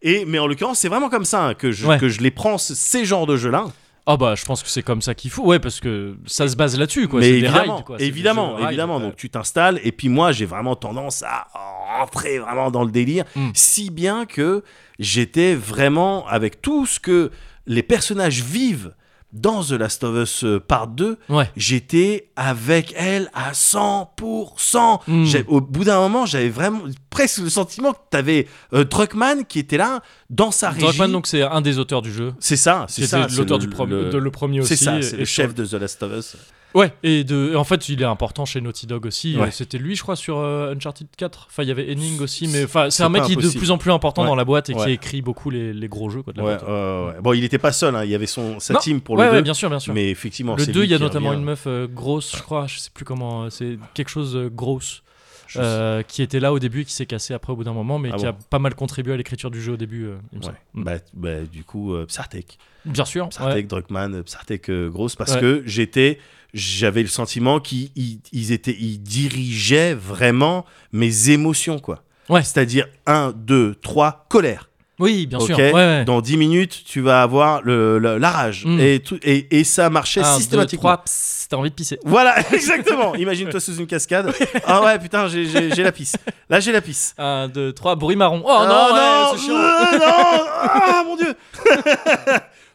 [SPEAKER 2] Et, mais en l'occurrence, c'est vraiment comme ça hein, que, je,
[SPEAKER 1] Ouais.
[SPEAKER 2] que je les prends, ce- ces genres de jeux-là.
[SPEAKER 1] Ah bah, je pense que c'est comme ça qu'il faut. Ouais, parce que ça se base là-dessus, quoi.
[SPEAKER 2] mais
[SPEAKER 1] c'est
[SPEAKER 2] évidemment,
[SPEAKER 1] des rides, quoi. C'est des jeux
[SPEAKER 2] évidemment,
[SPEAKER 1] de rides,
[SPEAKER 2] évidemment.
[SPEAKER 1] ouais.
[SPEAKER 2] Donc tu t'installes et puis moi j'ai vraiment tendance à rentrer vraiment dans le délire,
[SPEAKER 1] Mm.
[SPEAKER 2] si bien que j'étais vraiment avec tout ce que les personnages vivent dans The Last of Us euh, Part 2,
[SPEAKER 1] Ouais.
[SPEAKER 2] j'étais avec elle à 100%.
[SPEAKER 1] Mm.
[SPEAKER 2] J'ai- Au bout d'un moment, j'avais vraiment presque le sentiment que t'avais avais Druckmann qui était là dans sa régie.
[SPEAKER 1] Druckmann, donc, c'est un des auteurs du jeu.
[SPEAKER 2] c'est ça, c'est
[SPEAKER 1] C'est
[SPEAKER 2] ça. c'est
[SPEAKER 1] l'auteur
[SPEAKER 2] le-
[SPEAKER 1] du premier,
[SPEAKER 2] le-
[SPEAKER 1] de le premier aussi.
[SPEAKER 2] C'est ça, c'est
[SPEAKER 1] et-
[SPEAKER 2] le
[SPEAKER 1] et
[SPEAKER 2] chef de The Last of Us.
[SPEAKER 1] Ouais, et de, et en fait, il est important chez Naughty Dog aussi.
[SPEAKER 2] Ouais.
[SPEAKER 1] Euh, C'était lui, je crois, sur euh, Uncharted 4. Enfin, il y avait Henning aussi, mais
[SPEAKER 2] C'est-
[SPEAKER 1] enfin,
[SPEAKER 2] c'est
[SPEAKER 1] c'est un mec
[SPEAKER 2] pas
[SPEAKER 1] qui est de
[SPEAKER 2] impossible.
[SPEAKER 1] plus en plus important
[SPEAKER 2] Ouais.
[SPEAKER 1] dans la boîte et
[SPEAKER 2] Ouais.
[SPEAKER 1] qui écrit beaucoup les, les gros jeux. Quoi, de la
[SPEAKER 2] Ouais,
[SPEAKER 1] boîte.
[SPEAKER 2] ouais, ouais. Bon, il n'était pas seul, hein, il y avait son, sa
[SPEAKER 1] Non,
[SPEAKER 2] team pour
[SPEAKER 1] ouais,
[SPEAKER 2] le
[SPEAKER 1] ouais,
[SPEAKER 2] 2.
[SPEAKER 1] bien sûr, bien sûr.
[SPEAKER 2] mais effectivement,
[SPEAKER 1] le
[SPEAKER 2] c'est
[SPEAKER 1] 2,
[SPEAKER 2] lui
[SPEAKER 1] il y a
[SPEAKER 2] qui
[SPEAKER 1] notamment
[SPEAKER 2] revient. hein.
[SPEAKER 1] une meuf euh, grosse, je crois, je sais plus comment, euh, c'est quelque chose euh, grosse, euh, qui était là au début et qui s'est cassée après au bout d'un moment, mais
[SPEAKER 2] Ah
[SPEAKER 1] qui
[SPEAKER 2] bon
[SPEAKER 1] a pas mal contribué à l'écriture du jeu au début, euh, il me
[SPEAKER 2] Ouais.
[SPEAKER 1] semble. Mm.
[SPEAKER 2] Bah, bah, du coup, euh, Psartek.
[SPEAKER 1] Bien sûr,
[SPEAKER 2] Psartek,
[SPEAKER 1] ouais.
[SPEAKER 2] Druckmann, euh, Psartek euh, Gross, parce
[SPEAKER 1] Ouais.
[SPEAKER 2] que j'étais. J'avais le sentiment qu'ils ils- ils étaient, ils dirigeaient vraiment mes émotions, quoi.
[SPEAKER 1] Ouais.
[SPEAKER 2] C'est-à-dire 1, 2, 3, colère.
[SPEAKER 1] Oui, bien sûr.
[SPEAKER 2] Ok.
[SPEAKER 1] Ouais, ouais.
[SPEAKER 2] Dans 10 minutes, tu vas avoir le, le- la rage.
[SPEAKER 1] Mm.
[SPEAKER 2] Et, tout, et, et ça marchait
[SPEAKER 1] Un, deux,
[SPEAKER 2] systématiquement.
[SPEAKER 1] trois, psst, t'as envie de pisser. [LAUGHS]
[SPEAKER 2] Voilà, exactement. [LAUGHS] Imagine-toi sous une cascade. Ah ouais, putain, j'ai- j'ai j'ai la pisse. Là, j'ai la pisse.
[SPEAKER 1] 1, 2, 3, bruit marron. Oh non,
[SPEAKER 2] Ah
[SPEAKER 1] ouais, c'est chiant.
[SPEAKER 2] euh,
[SPEAKER 1] [LAUGHS]
[SPEAKER 2] non Ah mon dieu [LAUGHS]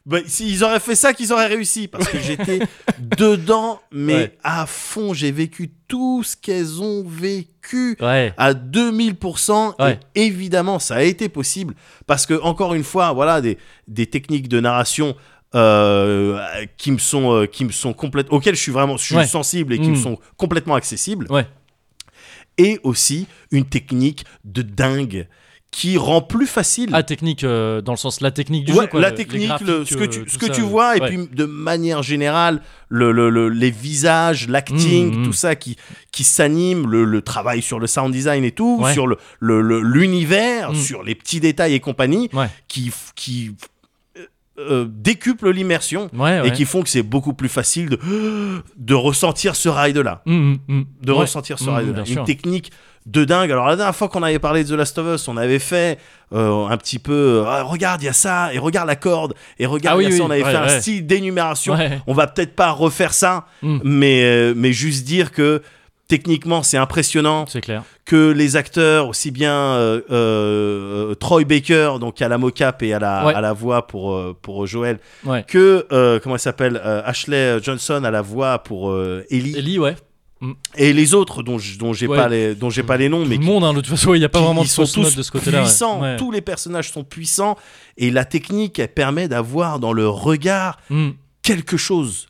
[SPEAKER 2] Bah, si ils auraient fait ça, qu'ils auraient réussi parce que j'étais dedans, mais
[SPEAKER 1] Ouais.
[SPEAKER 2] à fond. J'ai vécu tout ce qu'elles ont vécu
[SPEAKER 1] Ouais.
[SPEAKER 2] à 2000%.
[SPEAKER 1] Ouais.
[SPEAKER 2] Et évidemment, ça a été possible parce que encore une fois, voilà, des, des techniques de narration. euh, qui me sont euh, qui me sont complètes auxquelles je suis vraiment je suis
[SPEAKER 1] Ouais.
[SPEAKER 2] sensible et qui me
[SPEAKER 1] Mm.
[SPEAKER 2] sont complètement accessibles
[SPEAKER 1] Ouais.
[SPEAKER 2] et aussi une technique de dingue qui rend plus facile
[SPEAKER 1] Ah, technique, euh, dans le sens, la technique du
[SPEAKER 2] Ouais,
[SPEAKER 1] jeu. quoi,
[SPEAKER 2] la
[SPEAKER 1] le- les
[SPEAKER 2] technique, le- ce que
[SPEAKER 1] graphiques,
[SPEAKER 2] tu,
[SPEAKER 1] euh,
[SPEAKER 2] ce
[SPEAKER 1] tout
[SPEAKER 2] que
[SPEAKER 1] ça,
[SPEAKER 2] tu
[SPEAKER 1] euh,
[SPEAKER 2] vois, et
[SPEAKER 1] ouais.
[SPEAKER 2] puis de manière générale, le, le- le- les visages, l'acting,
[SPEAKER 1] Mhm.
[SPEAKER 2] tout ça qui, qui s'anime, le, le travail sur le sound design et tout,
[SPEAKER 1] Ouais.
[SPEAKER 2] sur le- le- le- l'univers,
[SPEAKER 1] Mhm.
[SPEAKER 2] sur les petits détails et compagnie,
[SPEAKER 1] Ouais.
[SPEAKER 2] qui, f- qui euh, euh, décuplent l'immersion
[SPEAKER 1] Ouais, ouais.
[SPEAKER 2] et qui font que c'est beaucoup plus facile de, de ressentir ce ride-là
[SPEAKER 1] Mm, mm, mm.
[SPEAKER 2] de
[SPEAKER 1] Ouais.
[SPEAKER 2] ressentir ce
[SPEAKER 1] Mm,
[SPEAKER 2] ride
[SPEAKER 1] bien
[SPEAKER 2] Une
[SPEAKER 1] sûr.
[SPEAKER 2] technique de dingue. Alors la dernière fois qu'on avait parlé de The Last of Us, on avait fait euh, un petit peu, ah, regarde, il y a ça, et regarde la corde, et regarde,
[SPEAKER 1] Ah oui,
[SPEAKER 2] il y a ça.
[SPEAKER 1] oui,
[SPEAKER 2] on avait
[SPEAKER 1] ouais,
[SPEAKER 2] fait un
[SPEAKER 1] ouais.
[SPEAKER 2] style d'énumération.
[SPEAKER 1] Ouais.
[SPEAKER 2] On va peut-être pas refaire ça,
[SPEAKER 1] Mm.
[SPEAKER 2] mais, euh, mais juste dire que techniquement c'est impressionnant
[SPEAKER 1] C'est clair.
[SPEAKER 2] que les acteurs, aussi bien euh, euh, Troy Baker, donc à la mocap et à la,
[SPEAKER 1] Ouais.
[SPEAKER 2] à la voix pour, euh, pour Joël,
[SPEAKER 1] Ouais.
[SPEAKER 2] que, euh, comment elle s'appelle, euh, Ashley Johnson à la voix pour euh, Ellie,
[SPEAKER 1] Ellie, ouais.
[SPEAKER 2] et les autres dont, je- dont j'ai
[SPEAKER 1] Ouais.
[SPEAKER 2] pas les dont j'ai pas les noms, mais
[SPEAKER 1] Tout le monde, hein, de toute façon, il n'y a pas
[SPEAKER 2] qui-
[SPEAKER 1] vraiment de
[SPEAKER 2] ils sont
[SPEAKER 1] fausse note
[SPEAKER 2] tous
[SPEAKER 1] de ce côté-là. ouais.
[SPEAKER 2] puissants,
[SPEAKER 1] Ouais.
[SPEAKER 2] tous les personnages sont puissants, et la technique, elle permet d'avoir dans le regard
[SPEAKER 1] Mm.
[SPEAKER 2] quelque chose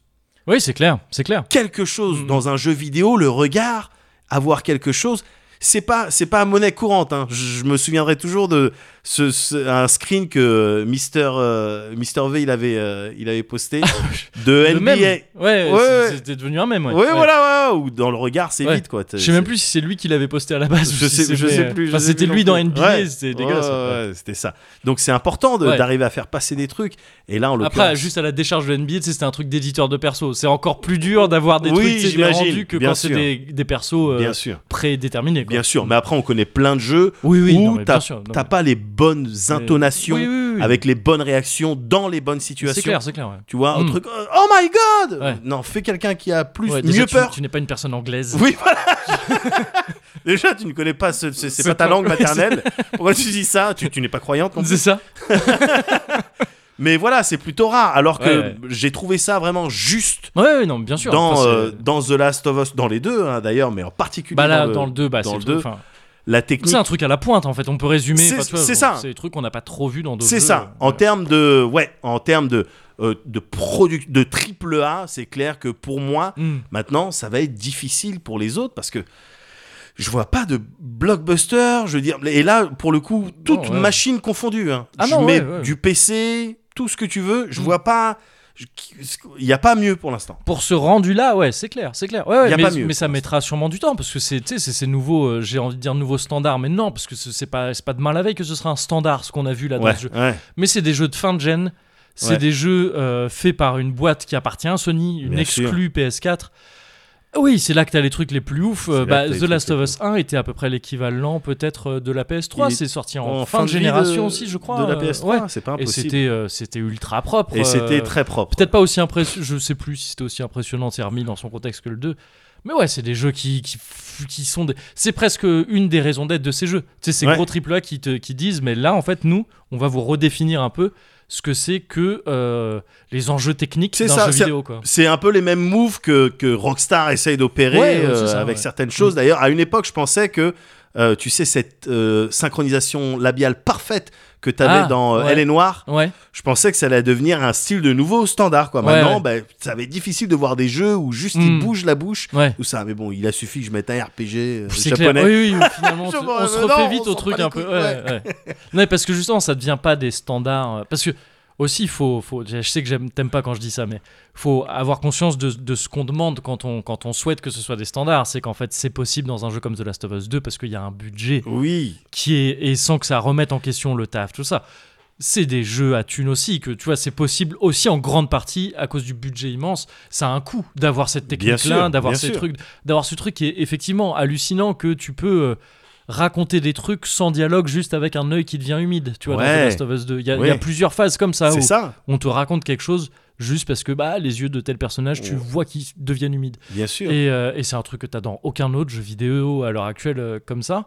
[SPEAKER 1] Oui, c'est clair, c'est clair.
[SPEAKER 2] quelque chose
[SPEAKER 1] Mm.
[SPEAKER 2] dans un jeu vidéo, le regard, avoir quelque chose, c'est pas c'est pas monnaie courante. hein. Je, je me souviendrai toujours de ce, ce- un screen que Mister Mister V il avait euh, il avait
[SPEAKER 1] [LAUGHS]
[SPEAKER 2] posté de
[SPEAKER 1] Le
[SPEAKER 2] NBA.
[SPEAKER 1] mème.
[SPEAKER 2] Ouais,
[SPEAKER 1] Ouais,
[SPEAKER 2] Ouais,
[SPEAKER 1] c'est-
[SPEAKER 2] ouais.
[SPEAKER 1] c'était devenu un même. Ouais, Ouais.
[SPEAKER 2] voilà, ouais, ou dans le regard, c'est
[SPEAKER 1] Ouais.
[SPEAKER 2] vite quoi. T'es-
[SPEAKER 1] Je sais même
[SPEAKER 2] c'est-
[SPEAKER 1] plus si c'est lui qui l'avait posté à la base.
[SPEAKER 2] Je
[SPEAKER 1] ou si
[SPEAKER 2] sais, je
[SPEAKER 1] c'était-
[SPEAKER 2] sais plus. je
[SPEAKER 1] Enfin,
[SPEAKER 2] sais
[SPEAKER 1] c'était
[SPEAKER 2] plus
[SPEAKER 1] lui
[SPEAKER 2] non
[SPEAKER 1] dans
[SPEAKER 2] plus.
[SPEAKER 1] NBA,
[SPEAKER 2] Ouais.
[SPEAKER 1] c'était dégueulasse.
[SPEAKER 2] Ouais,
[SPEAKER 1] ouais.
[SPEAKER 2] ouais, c'était ça. Donc c'est important de-
[SPEAKER 1] Ouais.
[SPEAKER 2] d'arriver à faire passer des trucs. Et là, en
[SPEAKER 1] Après,
[SPEAKER 2] l'occurrence,
[SPEAKER 1] juste à la décharge de NBA, tu sais, c'était un truc d'éditeur de perso. C'est encore plus dur d'avoir des
[SPEAKER 2] Oui,
[SPEAKER 1] trucs tu sais, des
[SPEAKER 2] j'imagine,
[SPEAKER 1] rendus que
[SPEAKER 2] bien
[SPEAKER 1] quand c'est
[SPEAKER 2] sûr.
[SPEAKER 1] des, des persos euh,
[SPEAKER 2] bien sûr,
[SPEAKER 1] prédéterminés. quoi.
[SPEAKER 2] bien sûr. Mais après, on connaît plein de jeux
[SPEAKER 1] Oui, oui,
[SPEAKER 2] Ou
[SPEAKER 1] non, mais bien
[SPEAKER 2] t'as-
[SPEAKER 1] sûr, non,
[SPEAKER 2] t'as
[SPEAKER 1] mais-
[SPEAKER 2] pas les bonnes intonations,
[SPEAKER 1] Oui, oui, oui.
[SPEAKER 2] avec les bonnes réactions dans les bonnes
[SPEAKER 1] C'est
[SPEAKER 2] situations.
[SPEAKER 1] clair, c'est clair. ouais.
[SPEAKER 2] Tu vois, un
[SPEAKER 1] Mm.
[SPEAKER 2] truc, euh, oh my god
[SPEAKER 1] Ouais.
[SPEAKER 2] Non, fais quelqu'un qui a plus,
[SPEAKER 1] Ouais, déjà,
[SPEAKER 2] mieux
[SPEAKER 1] tu-
[SPEAKER 2] peur.
[SPEAKER 1] Tu n'es pas une personne anglaise.
[SPEAKER 2] Oui, voilà Déjà, tu ne connais pas, ce- c'est c'est
[SPEAKER 1] C'est
[SPEAKER 2] pas ta
[SPEAKER 1] pas- [LAUGHS]
[SPEAKER 2] langue
[SPEAKER 1] oui,
[SPEAKER 2] maternelle. Pourquoi tu dis ça Tu, tu n'es pas croyante non plus.
[SPEAKER 1] C'est ça.
[SPEAKER 2] Mais voilà, c'est plutôt rare. Alors que
[SPEAKER 1] Ouais, ouais.
[SPEAKER 2] j'ai trouvé ça vraiment juste
[SPEAKER 1] Ouais, ouais, non, mais bien sûr.
[SPEAKER 2] dans,
[SPEAKER 1] Enfin, c'est-
[SPEAKER 2] euh, dans The Last of Us, dans les deux hein, d'ailleurs, mais en particulier
[SPEAKER 1] bah là,
[SPEAKER 2] dans, le-
[SPEAKER 1] dans le 2, bah,
[SPEAKER 2] dans
[SPEAKER 1] c'est
[SPEAKER 2] le
[SPEAKER 1] le truc,
[SPEAKER 2] deux,
[SPEAKER 1] enfin,
[SPEAKER 2] la technique.
[SPEAKER 1] c'est un truc à la pointe en fait. On peut résumer.
[SPEAKER 2] C'est-
[SPEAKER 1] enfin, tu vois,
[SPEAKER 2] c'est
[SPEAKER 1] bon,
[SPEAKER 2] ça.
[SPEAKER 1] C'est des trucs qu'on n'a pas trop vu dans d'autres
[SPEAKER 2] C'est
[SPEAKER 1] jeux,
[SPEAKER 2] ça.
[SPEAKER 1] euh,
[SPEAKER 2] En termes de, ouais, en termes de, euh, de product, de triple A, c'est clair que pour moi,
[SPEAKER 1] Hmm.
[SPEAKER 2] maintenant, ça va être difficile pour les autres parce que je vois pas de blockbuster. Je veux dire, et là, pour le coup, toute
[SPEAKER 1] ouais.
[SPEAKER 2] machine confondue. hein.
[SPEAKER 1] Ah
[SPEAKER 2] je
[SPEAKER 1] non,
[SPEAKER 2] mets
[SPEAKER 1] ouais, ouais.
[SPEAKER 2] du PC, tout ce que tu veux. Je
[SPEAKER 1] Mm.
[SPEAKER 2] vois pas. je- Il n'y a pas mieux pour l'instant.
[SPEAKER 1] pour ce rendu là ouais c'est clair c'est clair ouais, ouais,
[SPEAKER 2] Y a
[SPEAKER 1] mais,
[SPEAKER 2] pas mieux,
[SPEAKER 1] mais ça
[SPEAKER 2] pour
[SPEAKER 1] mettra sûrement du temps parce que c'est tu sais, c'est ces nouveaux euh, j'ai envie de dire nouveaux standards mais non parce que ce- c'est pas c'est pas demain la veille que ce sera un standard ce qu'on a vu là dans
[SPEAKER 2] Ouais,
[SPEAKER 1] ce jeu
[SPEAKER 2] ouais.
[SPEAKER 1] mais c'est des jeux de fin de gen c'est
[SPEAKER 2] Ouais.
[SPEAKER 1] des jeux euh, faits par une boîte qui appartient à Sony une
[SPEAKER 2] Bien sûr.
[SPEAKER 1] exclue PS4 oui, c'est là que t'as les trucs les plus ouf. Euh,
[SPEAKER 2] C'est
[SPEAKER 1] Bah,
[SPEAKER 2] là que t'as les
[SPEAKER 1] The
[SPEAKER 2] trucs
[SPEAKER 1] Last
[SPEAKER 2] les
[SPEAKER 1] of
[SPEAKER 2] plus
[SPEAKER 1] Us 1 était à peu près l'équivalent peut-être euh, de la PS3.
[SPEAKER 2] Il est
[SPEAKER 1] C'est sorti en,
[SPEAKER 2] En
[SPEAKER 1] fin de
[SPEAKER 2] vie
[SPEAKER 1] génération aussi, je crois.
[SPEAKER 2] De la
[SPEAKER 1] euh,
[SPEAKER 2] PS3,
[SPEAKER 1] ouais.
[SPEAKER 2] c'est pas
[SPEAKER 1] Et
[SPEAKER 2] impossible.
[SPEAKER 1] c'était euh, c'était ultra propre.
[SPEAKER 2] Et c'était
[SPEAKER 1] euh,
[SPEAKER 2] très propre.
[SPEAKER 1] Peut-être pas aussi impressionnant, je sais plus si c'était aussi impressionnant, c'est remis dans son contexte que le 2. Mais ouais, c'est des jeux qui, qui, qui sont des... C'est presque une des raisons d'être de ces jeux. Tu sais, ces
[SPEAKER 2] Ouais.
[SPEAKER 1] gros AAA qui, te, qui disent, mais là, en fait, nous, on va vous redéfinir un peu ce que c'est que euh, les enjeux techniques
[SPEAKER 2] C'est
[SPEAKER 1] d'un
[SPEAKER 2] ça,
[SPEAKER 1] jeu
[SPEAKER 2] c'est-
[SPEAKER 1] vidéo, quoi.
[SPEAKER 2] C'est un peu les mêmes moves que, que Rockstar essaye d'opérer
[SPEAKER 1] Ouais, ouais,
[SPEAKER 2] euh,
[SPEAKER 1] c'est ça,
[SPEAKER 2] avec
[SPEAKER 1] ouais. Mm.
[SPEAKER 2] certaines choses. D'ailleurs, à une époque, je pensais que, euh, tu sais, cette euh, synchronisation labiale parfaite que tu avais
[SPEAKER 1] Ah,
[SPEAKER 2] dans euh,
[SPEAKER 1] ouais.
[SPEAKER 2] Elle est Noire,
[SPEAKER 1] Ouais,
[SPEAKER 2] je pensais que ça allait devenir un style de nouveau standard. Quoi.
[SPEAKER 1] Ouais,
[SPEAKER 2] Maintenant,
[SPEAKER 1] ouais.
[SPEAKER 2] ben, ça va être difficile de voir des jeux où juste ils
[SPEAKER 1] Mm.
[SPEAKER 2] bougent la bouche.
[SPEAKER 1] ouais.
[SPEAKER 2] Tout ça, mais bon, il a suffi que je mette un RPG euh,
[SPEAKER 1] C'est clair.
[SPEAKER 2] japonais.
[SPEAKER 1] Oui, oui, oui,
[SPEAKER 2] [LAUGHS]
[SPEAKER 1] finalement,
[SPEAKER 2] Je
[SPEAKER 1] on
[SPEAKER 2] vois,
[SPEAKER 1] on se
[SPEAKER 2] mais
[SPEAKER 1] refait
[SPEAKER 2] non, on
[SPEAKER 1] vite
[SPEAKER 2] s'en
[SPEAKER 1] au truc
[SPEAKER 2] bat
[SPEAKER 1] un
[SPEAKER 2] les
[SPEAKER 1] peu.
[SPEAKER 2] couilles,
[SPEAKER 1] ouais, ouais. Non, mais parce que justement, ça devient pas des standards. euh, Parce que aussi, il faut, faut. Je sais que j'aime- t'aimes pas quand je dis ça, mais faut avoir conscience de, de ce qu'on demande quand on, quand on souhaite que ce soit des standards. C'est qu'en fait, c'est possible dans un jeu comme The Last of Us 2 parce qu'il y a un budget
[SPEAKER 2] Oui,
[SPEAKER 1] qui est et sans que ça remette en question le taf, tout ça. C'est des jeux à thunes aussi, que tu vois, c'est possible aussi en grande partie à cause du budget immense. Ça a un coût d'avoir cette
[SPEAKER 2] Bien sûr,
[SPEAKER 1] technique-là, d'avoir
[SPEAKER 2] bien
[SPEAKER 1] ces
[SPEAKER 2] sûr.
[SPEAKER 1] trucs, d'avoir ce truc qui est effectivement hallucinant que tu peux euh, raconter des trucs sans dialogue, juste avec un œil qui devient humide. Tu vois,
[SPEAKER 2] Ouais.
[SPEAKER 1] dans The Last of Us 2, il y, a- il y
[SPEAKER 2] Ouais.
[SPEAKER 1] a plusieurs phases comme ça
[SPEAKER 2] c'est
[SPEAKER 1] où
[SPEAKER 2] ça,
[SPEAKER 1] on te raconte quelque chose juste parce que bah les yeux de tel personnage, tu
[SPEAKER 2] Ouais.
[SPEAKER 1] vois qu'ils deviennent humides.
[SPEAKER 2] bien sûr.
[SPEAKER 1] Et, euh, et c'est un truc que t'as dans aucun autre jeu vidéo à l'heure actuelle euh, comme ça.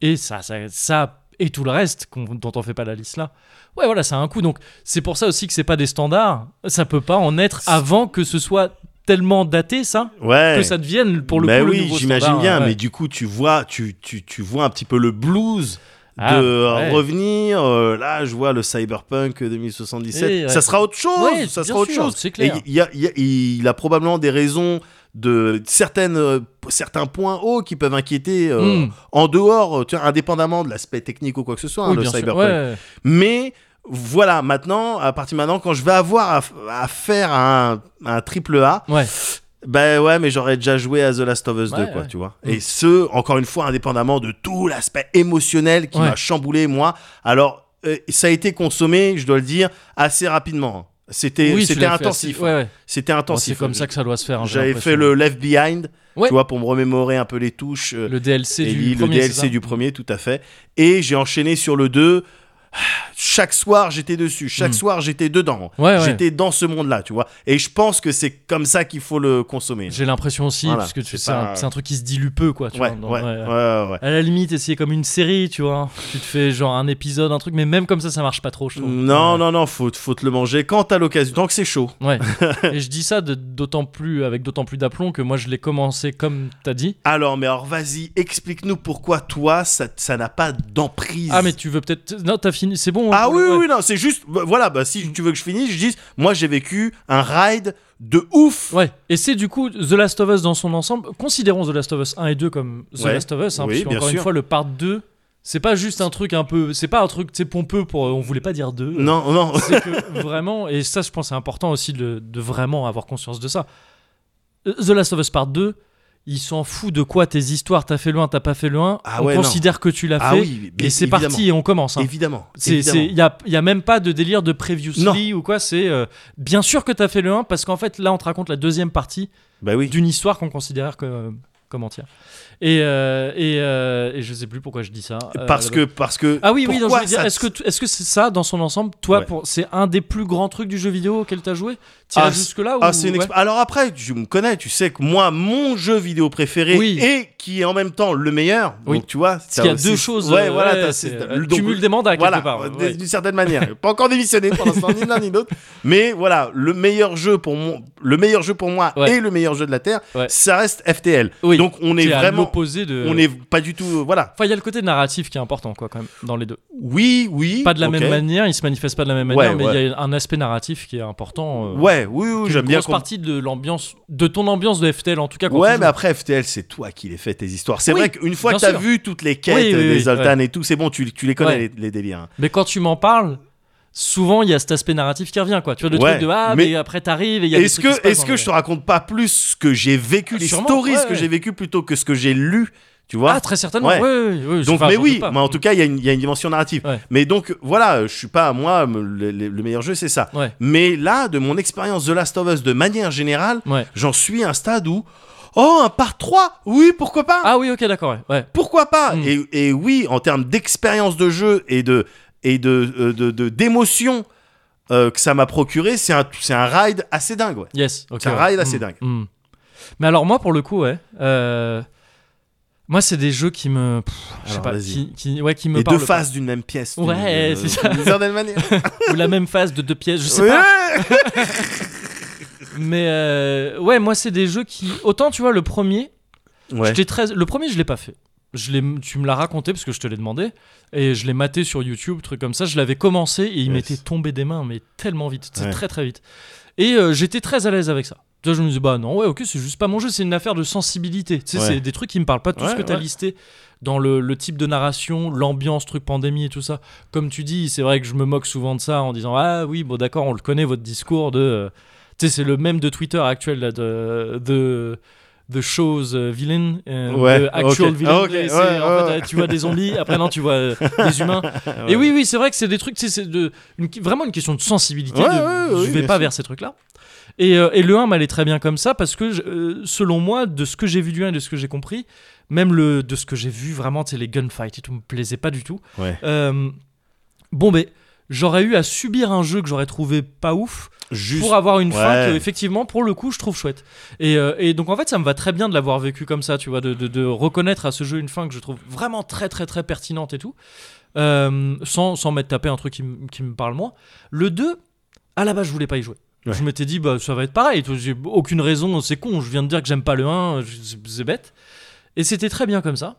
[SPEAKER 1] Et ça, ça, ça et tout le reste qu'on- dont on fait pas la liste là. Ouais, voilà, ça a un coût. Donc c'est pour ça aussi que c'est pas des standards. Ça peut pas en être avant que ce soit tellement daté ça
[SPEAKER 2] ouais.
[SPEAKER 1] que ça devienne pour le
[SPEAKER 2] Bah
[SPEAKER 1] coup le
[SPEAKER 2] oui,
[SPEAKER 1] nouveau
[SPEAKER 2] j'imagine
[SPEAKER 1] standard, euh,
[SPEAKER 2] bien,
[SPEAKER 1] ouais.
[SPEAKER 2] mais du coup, tu vois, tu, tu, tu vois un petit peu le blues
[SPEAKER 1] Ah,
[SPEAKER 2] de
[SPEAKER 1] ouais.
[SPEAKER 2] revenir. euh, là, je vois le cyberpunk 2077.
[SPEAKER 1] Eh, ouais.
[SPEAKER 2] Ça sera autre chose.
[SPEAKER 1] Ouais,
[SPEAKER 2] ça
[SPEAKER 1] bien
[SPEAKER 2] sera autre
[SPEAKER 1] sûr,
[SPEAKER 2] chose.
[SPEAKER 1] c'est clair.
[SPEAKER 2] Et il y a- il y a- il a probablement des raisons de certaines, euh, certains points hauts qui peuvent inquiéter euh,
[SPEAKER 1] Mm.
[SPEAKER 2] en dehors, euh, tu vois, indépendamment de l'aspect technique ou quoi que ce soit, hein,
[SPEAKER 1] Oui,
[SPEAKER 2] le
[SPEAKER 1] bien sûr,
[SPEAKER 2] cyberpunk.
[SPEAKER 1] ouais.
[SPEAKER 2] Mais voilà, maintenant, à partir de maintenant, quand je vais avoir à, à faire un, un triple A,
[SPEAKER 1] Ouais.
[SPEAKER 2] ben ouais, mais j'aurais déjà joué à The Last of Us 2,
[SPEAKER 1] Ouais,
[SPEAKER 2] quoi,
[SPEAKER 1] ouais.
[SPEAKER 2] tu vois.
[SPEAKER 1] Mm.
[SPEAKER 2] Et ce, encore une fois, indépendamment de tout l'aspect émotionnel qui
[SPEAKER 1] Ouais.
[SPEAKER 2] m'a chamboulé, moi. Alors, euh, ça a été consommé, je dois le dire, assez rapidement. C'était
[SPEAKER 1] oui, tu
[SPEAKER 2] c'était
[SPEAKER 1] l'as fait
[SPEAKER 2] intensif. hein.
[SPEAKER 1] assez- ouais, ouais.
[SPEAKER 2] C'était
[SPEAKER 1] Bon,
[SPEAKER 2] intensif.
[SPEAKER 1] c'est comme ça que ça doit se faire. hein, j'ai
[SPEAKER 2] J'avais
[SPEAKER 1] l'impression.
[SPEAKER 2] fait le left behind,
[SPEAKER 1] Ouais.
[SPEAKER 2] tu vois, pour me remémorer un peu les touches. euh,
[SPEAKER 1] le DLC
[SPEAKER 2] et
[SPEAKER 1] du
[SPEAKER 2] lui,
[SPEAKER 1] premier,
[SPEAKER 2] le
[SPEAKER 1] c'est ça
[SPEAKER 2] DLC du premier, tout à fait. Et j'ai enchaîné sur le 2. Chaque soir, j'étais dessus. Chaque
[SPEAKER 1] Mm.
[SPEAKER 2] soir, j'étais dedans.
[SPEAKER 1] Ouais, ouais.
[SPEAKER 2] J'étais dans ce monde-là, tu vois. Et je pense que c'est comme ça qu'il faut le consommer.
[SPEAKER 1] J'ai l'impression aussi,
[SPEAKER 2] Voilà,
[SPEAKER 1] parce que tu-
[SPEAKER 2] c'est
[SPEAKER 1] c'est un,
[SPEAKER 2] pas-
[SPEAKER 1] c'est un truc qui se dilue peu, quoi. Tu
[SPEAKER 2] Ouais,
[SPEAKER 1] vois, dans-
[SPEAKER 2] ouais,
[SPEAKER 1] ouais, ouais.
[SPEAKER 2] ouais, ouais.
[SPEAKER 1] À la limite, essayer comme une série, tu vois. Tu te fais genre un épisode, un truc, mais même comme ça, ça marche pas trop, je trouve.
[SPEAKER 2] Mm, Non, non, non, faut, faut te le manger quand t'as l'occasion, tant que c'est chaud. [LAUGHS]
[SPEAKER 1] Ouais. Et je dis ça de- d'autant plus, avec d'autant plus d'aplomb que moi, je l'ai commencé comme t'as dit.
[SPEAKER 2] Alors, mais alors, vas-y, explique-nous pourquoi toi, ça ça n'a pas d'emprise.
[SPEAKER 1] Ah, mais tu veux peut-être. Non, t'as fini, c'est bon.
[SPEAKER 2] Ah
[SPEAKER 1] hein,
[SPEAKER 2] oui,
[SPEAKER 1] ouais.
[SPEAKER 2] oui, non, c'est juste, bah, voilà, bah, si tu veux que je finisse, je dis, moi j'ai vécu un ride de ouf.
[SPEAKER 1] Ouais, et c'est du coup The Last of Us dans son ensemble. Considérons The Last of Us 1 et 2 comme The
[SPEAKER 2] Ouais.
[SPEAKER 1] Last of Us, hein,
[SPEAKER 2] Oui,
[SPEAKER 1] parce
[SPEAKER 2] bien
[SPEAKER 1] qu'encore une
[SPEAKER 2] sûr.
[SPEAKER 1] fois, le part 2, c'est pas juste un truc un peu. C'est pas un truc, c'est pompeux pour. On voulait pas dire 2.
[SPEAKER 2] Non, non,
[SPEAKER 1] c'est que vraiment, et ça je pense c'est important aussi de, de vraiment avoir conscience de ça. Euh, The Last of Us Part 2, il s'en fout de quoi tes histoires, t'as fait loin, t'as pas fait loin,
[SPEAKER 2] Ah
[SPEAKER 1] on
[SPEAKER 2] ouais, non.
[SPEAKER 1] considère que tu l'as
[SPEAKER 2] Ah
[SPEAKER 1] fait,
[SPEAKER 2] oui, mais
[SPEAKER 1] et c'est
[SPEAKER 2] évidemment.
[SPEAKER 1] parti et on commence. hein.
[SPEAKER 2] évidemment.
[SPEAKER 1] C'est- c'est-
[SPEAKER 2] évidemment.
[SPEAKER 1] Il n'y a, il y a même pas de délire de previously ou quoi, c'est euh, bien sûr que t'as fait le 1 parce qu'en fait là on te raconte la deuxième partie
[SPEAKER 2] Bah oui.
[SPEAKER 1] d'une histoire qu'on considère que, euh, comme entière. Et, euh, et, euh, et je sais plus pourquoi je dis ça. euh,
[SPEAKER 2] Parce
[SPEAKER 1] là-bas.
[SPEAKER 2] que, parce que.
[SPEAKER 1] Ah oui, oui, non, je
[SPEAKER 2] pourquoi
[SPEAKER 1] veux dire,
[SPEAKER 2] ça-
[SPEAKER 1] est-ce que tu- est-ce que c'est ça dans son ensemble Toi,
[SPEAKER 2] Ouais.
[SPEAKER 1] pour, c'est un des plus grands trucs du jeu vidéo auquel t'as joué T'iras
[SPEAKER 2] Ah,
[SPEAKER 1] jusque-là
[SPEAKER 2] Ah,
[SPEAKER 1] ou-
[SPEAKER 2] c'est une exp-
[SPEAKER 1] ouais.
[SPEAKER 2] Alors après, tu me connais, tu sais que moi, mon jeu vidéo préféré
[SPEAKER 1] Oui.
[SPEAKER 2] et qui est en même temps le meilleur.
[SPEAKER 1] Oui.
[SPEAKER 2] Donc tu vois,
[SPEAKER 1] Parce qu'il y a
[SPEAKER 2] t'as aussi-
[SPEAKER 1] deux choses.
[SPEAKER 2] Ah, bah, Ouais,
[SPEAKER 1] euh,
[SPEAKER 2] voilà, t'as-
[SPEAKER 1] c'est-
[SPEAKER 2] c'est-
[SPEAKER 1] euh,
[SPEAKER 2] le- donc-
[SPEAKER 1] cumul des mandats
[SPEAKER 2] voilà,
[SPEAKER 1] quelque part.
[SPEAKER 2] euh,
[SPEAKER 1] ouais.
[SPEAKER 2] d'une certaine manière. pas encore démissionné pour l'instant, ni l'un ni
[SPEAKER 1] [LAUGHS]
[SPEAKER 2] l'autre. Mais voilà, le meilleur jeu pour mon, le meilleur jeu pour moi
[SPEAKER 1] Ouais.
[SPEAKER 2] et le meilleur jeu de la terre,
[SPEAKER 1] Ouais.
[SPEAKER 2] ça reste FTL.
[SPEAKER 1] Oui,
[SPEAKER 2] Donc on est
[SPEAKER 1] Qui à
[SPEAKER 2] vraiment,
[SPEAKER 1] l'opposé de.
[SPEAKER 2] on est pas du tout, euh, voilà.
[SPEAKER 1] Enfin, il y a le côté narratif qui est important, quoi, quand même, dans les deux.
[SPEAKER 2] Oui, oui.
[SPEAKER 1] Pas de la même
[SPEAKER 2] ok.
[SPEAKER 1] manière, il se manifeste pas de la même
[SPEAKER 2] Ouais,
[SPEAKER 1] manière, mais il
[SPEAKER 2] ouais.
[SPEAKER 1] y a un aspect narratif qui est important. euh,
[SPEAKER 2] Ouais, oui, oui,
[SPEAKER 1] qui est
[SPEAKER 2] j'aime
[SPEAKER 1] une
[SPEAKER 2] bien.
[SPEAKER 1] grosse
[SPEAKER 2] qu'on-
[SPEAKER 1] partie de l'ambiance, de ton ambiance de FTL en tout cas. Quand
[SPEAKER 2] Ouais,
[SPEAKER 1] tu
[SPEAKER 2] mais
[SPEAKER 1] joues.
[SPEAKER 2] après FTL, c'est toi qui les fais tes histoires. C'est
[SPEAKER 1] Oui,
[SPEAKER 2] vrai qu'une fois
[SPEAKER 1] bien
[SPEAKER 2] que t'as
[SPEAKER 1] sûr.
[SPEAKER 2] vu toutes les quêtes
[SPEAKER 1] Oui, oui,
[SPEAKER 2] des
[SPEAKER 1] oui,
[SPEAKER 2] Zoltan et tout, c'est bon, tu, tu les connais
[SPEAKER 1] Ouais.
[SPEAKER 2] les, les délires. hein.
[SPEAKER 1] Mais quand tu m'en parles, souvent il y a cet aspect narratif qui revient, quoi. Tu vois, le
[SPEAKER 2] Ouais,
[SPEAKER 1] truc de ah, mais,
[SPEAKER 2] mais-
[SPEAKER 1] après t'arrives et il y a des
[SPEAKER 2] Est-ce
[SPEAKER 1] trucs qui se
[SPEAKER 2] que,
[SPEAKER 1] passent
[SPEAKER 2] est-ce
[SPEAKER 1] en
[SPEAKER 2] que
[SPEAKER 1] vrai.
[SPEAKER 2] je te raconte pas plus ce que j'ai vécu,
[SPEAKER 1] Ah,
[SPEAKER 2] les
[SPEAKER 1] sûrement,
[SPEAKER 2] stories
[SPEAKER 1] ouais,
[SPEAKER 2] que
[SPEAKER 1] ouais.
[SPEAKER 2] j'ai vécu plutôt que ce que j'ai lu, tu vois
[SPEAKER 1] Ah, très certainement.
[SPEAKER 2] Ouais.
[SPEAKER 1] Oui, oui, oui,
[SPEAKER 2] Donc,
[SPEAKER 1] enfin,
[SPEAKER 2] mais
[SPEAKER 1] j'en
[SPEAKER 2] oui,
[SPEAKER 1] doute pas.
[SPEAKER 2] mais en tout cas, il y, a une- il y a une dimension narrative.
[SPEAKER 1] Ouais.
[SPEAKER 2] Mais donc, voilà, je suis pas, moi, me- le, le- le meilleur jeu, c'est ça.
[SPEAKER 1] Ouais.
[SPEAKER 2] Mais là, de mon expérience de Last of Us de manière générale,
[SPEAKER 1] Ouais.
[SPEAKER 2] j'en suis à un stade où, oh, un part 3, oui, pourquoi pas
[SPEAKER 1] Ah oui, ok, d'accord. Ouais. ouais.
[SPEAKER 2] Pourquoi pas
[SPEAKER 1] Mm.
[SPEAKER 2] et, et oui, en termes d'expérience de jeu et de et de euh, de- de- d'émotion euh, que ça m'a procuré, c'est un c'est un ride assez dingue. Ouais.
[SPEAKER 1] Yes. ok.
[SPEAKER 2] C'est un
[SPEAKER 1] ouais.
[SPEAKER 2] ride assez
[SPEAKER 1] Mm,
[SPEAKER 2] dingue.
[SPEAKER 1] mm. Mais alors moi, pour le coup, ouais. euh, Moi, c'est des jeux qui me, pff, je sais
[SPEAKER 2] Alors,
[SPEAKER 1] pas,
[SPEAKER 2] vas-y.
[SPEAKER 1] qui, qui- ouais, qui me
[SPEAKER 2] Les deux
[SPEAKER 1] parlent pas.
[SPEAKER 2] faces d'une même pièce. d'une-
[SPEAKER 1] Ouais,
[SPEAKER 2] euh,
[SPEAKER 1] c'est ça.
[SPEAKER 2] D'une certaine manière.
[SPEAKER 1] ou la même phase de deux pièces, [LAUGHS] je sais
[SPEAKER 2] Ouais.
[SPEAKER 1] pas. Mais euh, ouais, moi, c'est des jeux qui, autant tu vois, le premier,
[SPEAKER 2] Ouais.
[SPEAKER 1] J'étais très... Le premier, je l'ai pas fait. Je l'ai- tu me l'as raconté parce que je te l'ai demandé et je l'ai maté sur YouTube, truc comme ça. Je l'avais commencé et il
[SPEAKER 2] Yes.
[SPEAKER 1] m'était tombé des mains, mais tellement vite, c'est
[SPEAKER 2] Ouais.
[SPEAKER 1] très très vite. Et euh, j'étais très à l'aise avec ça. Tu vois, je me disais, bah non, ouais, ok, c'est juste pas mon jeu, c'est une affaire de sensibilité. Tu sais,
[SPEAKER 2] Ouais.
[SPEAKER 1] c'est des trucs qui me parlent pas. Tout ce
[SPEAKER 2] Ouais,
[SPEAKER 1] que t'as
[SPEAKER 2] ouais.
[SPEAKER 1] listé dans le, le type de narration, l'ambiance, truc pandémie et tout ça. Comme tu dis, c'est vrai que je me moque souvent de ça en disant, ah oui, bon d'accord, on le connaît, votre discours de. euh, tu sais, c'est le même de Twitter actuel là, de. de The show's euh, villain, euh,
[SPEAKER 2] Ouais,
[SPEAKER 1] the actual
[SPEAKER 2] ok.
[SPEAKER 1] villain.
[SPEAKER 2] Ah, ok,
[SPEAKER 1] et c'est,
[SPEAKER 2] ouais,
[SPEAKER 1] en fait,
[SPEAKER 2] ouais.
[SPEAKER 1] euh, tu vois des
[SPEAKER 2] [LAUGHS]
[SPEAKER 1] zombies, après non, tu vois euh, des humains. Et oui, oui, c'est vrai que c'est des trucs, tu sais, c'est de, une- vraiment une question de sensibilité.
[SPEAKER 2] Ouais,
[SPEAKER 1] de-
[SPEAKER 2] ouais, ouais,
[SPEAKER 1] je vais
[SPEAKER 2] bien
[SPEAKER 1] pas
[SPEAKER 2] sûr.
[SPEAKER 1] vers ces trucs-là. Et, euh, et le 1 m'allait très bien comme ça parce que, je- euh, selon moi, de ce que j'ai vu du 1 et de ce que j'ai compris, même le, de ce que j'ai vu vraiment, tu sais, les gunfights et tout me plaisait pas du tout.
[SPEAKER 2] Ouais.
[SPEAKER 1] Euh, bon, ben, j'aurais eu à subir un jeu que j'aurais trouvé pas ouf
[SPEAKER 2] Juste.
[SPEAKER 1] pour avoir une fin
[SPEAKER 2] Ouais.
[SPEAKER 1] que effectivement pour le coup je trouve chouette et, euh, et donc en fait ça me va très bien de l'avoir vécu comme ça tu vois de, de- de reconnaître à ce jeu une fin que je trouve vraiment très très très pertinente et tout Euh, sans, sans m'être tapé un truc qui, m- qui me parle moins le 2 à la base je voulais pas y jouer
[SPEAKER 2] Ouais.
[SPEAKER 1] je m'étais dit bah ça va être pareil tu vois, j'ai aucune raison c'est con je viens de dire que j'aime pas le 1 je- c'est- c'est bête et c'était très bien comme ça